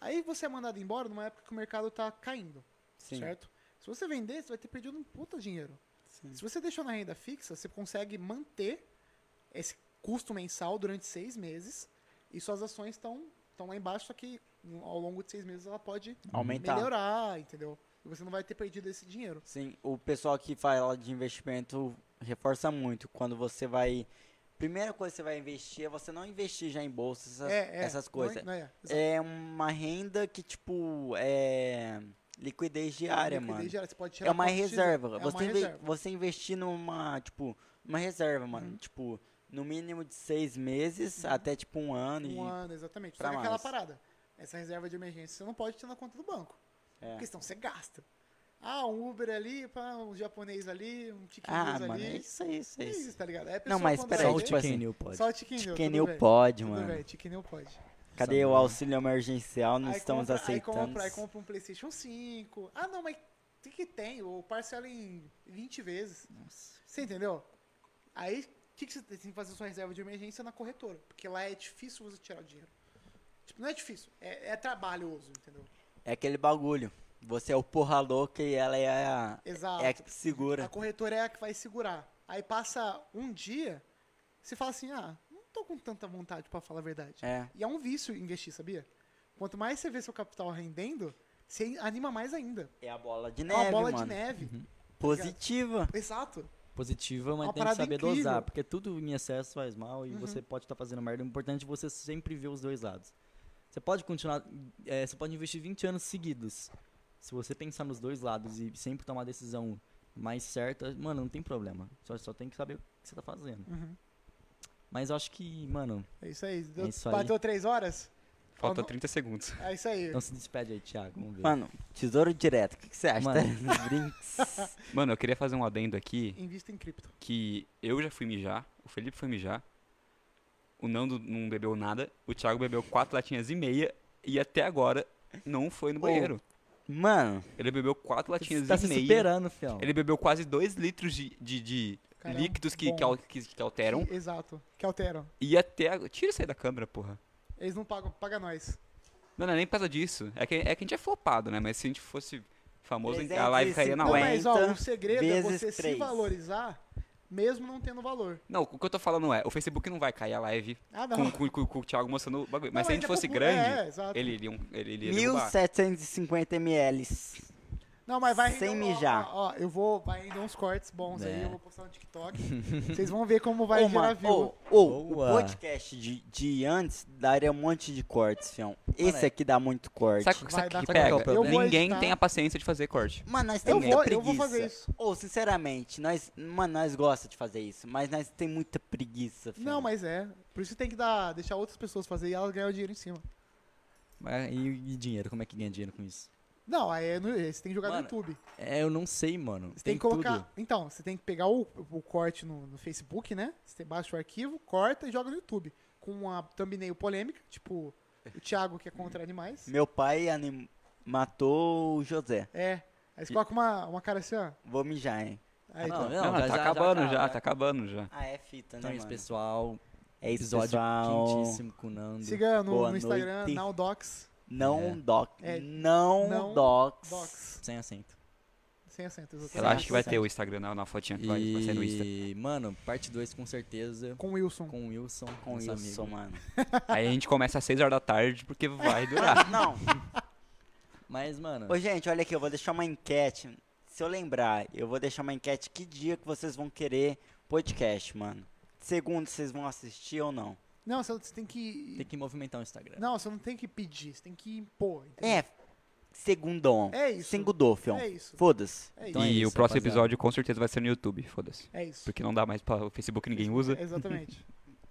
Aí você é mandado embora numa época que o mercado tá caindo, Sim. certo? Se você vender, você vai ter perdido um puta dinheiro. Sim. Se você deixou na renda fixa, você consegue manter esse custo mensal durante seis meses e suas ações estão estão lá embaixo, só que ao longo de seis meses ela pode Aumentar. melhorar, entendeu? E você não vai ter perdido esse dinheiro. Sim, o pessoal que fala de investimento reforça muito. Quando você vai. Primeira coisa que você vai investir é você não investir já em bolsa, essas, essas não coisas. é. não é, exato. É uma renda que, tipo, é. Liquidez diária, Liquidez mano. diária, você pode tirar É uma quanto quiser. reserva. É você, uma inve- reserva. Uhum. você investir numa, tipo, uma reserva, mano. Tipo, no mínimo de seis meses até, tipo, um ano. e... Um ano, exatamente. Só pra que aquela mais. parada. Essa reserva de emergência você não pode ter na conta do banco. É. Porque senão você gasta. Ah, um Uber ali, pá, um japonês ali, um chicken Ah, ali. mano, é isso aí, isso É aí. isso, tá ligado? É a Não, pessoa mas quando peraí, Só vai o ver- tipo assim, Chicken New pode. Só o chicken New, Chicken tudo New bem. pode, Tudo mano. bem, chicken New pode. Cadê o Sabe. auxílio emergencial? Não Aí estamos compra, aceitando. Aí compra, aí compra um PlayStation 5. Ah, não, mas o que, que tem? O parcela em 20 vezes. Nossa. Você entendeu? Aí, o que, que você tem que fazer sua reserva de emergência na corretora? Porque lá é difícil você tirar o dinheiro. Tipo, não é difícil, é, é trabalhoso, entendeu? É aquele bagulho. Você é o porra louca e ela é a, Exato. é a que te A segura. corretora é a que vai segurar. Aí passa um dia, você fala assim, ah, não tô com tanta vontade pra falar a verdade. É. E é um vício investir, sabia? Quanto mais você vê seu capital rendendo, você anima mais ainda. É a bola de é neve, uma bola mano. de neve. Uhum. Positiva. Exato. Positiva, mas Uma tem que parada saber incrível. Uhum. dosar, porque tudo em excesso faz mal e você pode estar fazendo merda. O importante é você sempre ver os dois lados. Você pode continuar, eh, você pode investir 20 anos seguidos. Se você pensar nos dois lados e sempre tomar a decisão mais certa, mano, não tem problema. Só, só tem que saber o que você tá fazendo. Uhum. Mas eu acho que, mano, É isso aí. Deu- É isso aí. Bateu três horas? Falta Falta- 30 segundos. É isso aí. então se despede aí, Thiago. Vamos ver. Mano, tesouro direto. O que, que você acha? Mano. (laughs) Tá? Brinks. (laughs) Mano, eu queria fazer um adendo aqui Invista em cripto. que eu já fui mijar, o Felipe foi mijar, o Nando não bebeu nada, o Thiago bebeu quatro latinhas e meia e até agora não foi no Ô. banheiro. Mano, Ele bebeu quatro você latinhas tá e se meia. superando, fião. Ele bebeu quase dois litros de, de, de Cara, é um líquidos que, que, bom. al- que, que alteram. Que- exato. Que alteram. E até. agora- Tira isso aí da câmera, porra. Eles não pagam, paga nós. Não, não é nem por causa disso. É que, é que a gente é flopado, né? Mas se a gente fosse famoso, a 350 live cairia na Não, web. mas ó, o 40 segredo é vezes você se três. valorizar, mesmo não tendo valor. Não, o que eu tô falando é, o Facebook não vai cair a live Ah, não. com, com, com- com o Thiago mostrando o bagulho. Mas Não, se a gente é fosse popular- grande, é, exato. ele iria, um- ele iria derrubar. 1750 ml. Não, mas vai Sem render- ó, mijar. Ó, ó, eu vou, vai render uns cortes bons aí, É. eu vou postar no (laughs) TikTok. Vocês vão ver como vai gerar view. o Boa. podcast de, de antes daria um monte de cortes, fião. é Esse aqui dá muito corte. Sabe, sabe Vai o dar corte. que Qual pega? que é o problema? Ninguém Eu vou tem editar. a paciência de fazer corte. Mano, nós Eu temos vou- muita eu É preguiça. vou fazer isso. Ou, sinceramente, nós, mano, nós gosta de fazer isso, mas nós tem muita preguiça, fião. Não, mas é. Por isso tem que dar, deixar outras pessoas fazer e elas ganham dinheiro em cima. Mas E, e dinheiro, como é que ganha dinheiro com isso? Não, aí é no- você tem que jogar Mano, no YouTube. É, eu não sei, mano. Você tem, que tudo. colocar. Então, você tem que pegar o, o corte no, no Facebook, né? Você baixa o arquivo, corta e joga no YouTube. Com uma thumbnail polêmica, tipo o Thiago que é contra animais. Meu pai anim- matou o José. É. Aí você coloca uma, uma cara assim, ó. Vou mijar, hein? Aí, Não, então. Não, tá acabando já, tá acabando já. Ah, é fita, né, Então né? é isso, mano? pessoal. É isso, Episódio pessoal. quentíssimo com o Nando. Siga no, Boa no Instagram, noite. nowdocs, Não doc. É, Não, não docs. docs, Sem acento. sem acento, exatamente. Eu acho que vai Certo. ter o Instagram na, na fotinha que vai, vai sair no Insta. E, mano, parte 2 com certeza. Com o Wilson. Com o Wilson. Com nosso isso, (laughs) amigo. mano. Aí a gente começa às 6 horas da tarde, porque vai (laughs) Ah, durar. Não. Mas, mano, Ô, gente, olha aqui, eu vou deixar uma enquete. Se eu lembrar, eu vou deixar uma enquete que dia que vocês vão querer podcast, mano. Segundo, vocês vão assistir ou não? Não, você você tem que. tem que movimentar o Instagram. Não, você não tem que pedir, você tem que impor. entendeu? É, segundão. É isso. Segundo, fion. É isso. Foda-se. É isso. Então é e isso, o próximo rapaziada. episódio com certeza vai ser no YouTube, foda-se. É isso. Porque não dá mais pra o Facebook ninguém usa. Exatamente.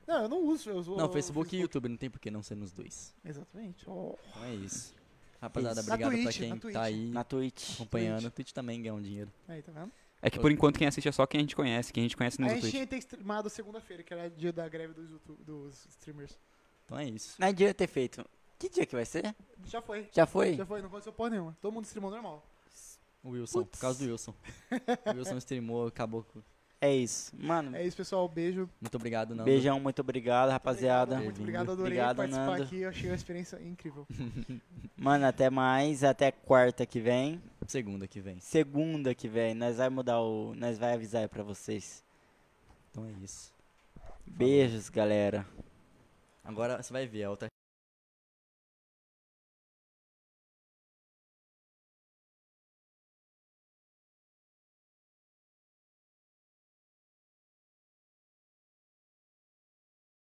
Não, eu não uso. Eu uso Não, o Facebook, e YouTube, não tem por que não ser nos dois. Exatamente. Ó, Então é isso. Rapaziada, Isso. Na obrigado pra Twitch, na quem Twitch. tá aí Na Twitch. acompanhando. O Twitch também ganha um dinheiro. Aí, tá vendo? É que por enquanto quem assiste é só quem a gente conhece, quem a gente conhece no a gente Twitch. tinha que ter streamado segunda-feira, que era dia da greve dos, YouTube, dos streamers. Então é isso. Nós devia ter feito. Que dia que vai ser? Já foi. Já foi? Já foi, não aconteceu porra nenhuma. Todo mundo streamou normal. O Wilson, por Putz. causa do Wilson. O Wilson streamou, acabou. com- É isso. Hum. Mano, É isso, pessoal. Beijo. Muito obrigado, Nando. beijão, muito obrigado, rapaziada. Muito obrigado, adorei Obrigado, participar Nando. aqui. Eu achei uma experiência incrível. Mano, até mais. Até quarta que vem. Segunda que vem. Segunda que vem. Nós vai mudar o. Nós vai avisar aí pra vocês. Então é isso. Beijos, galera. Agora você vai ver a outra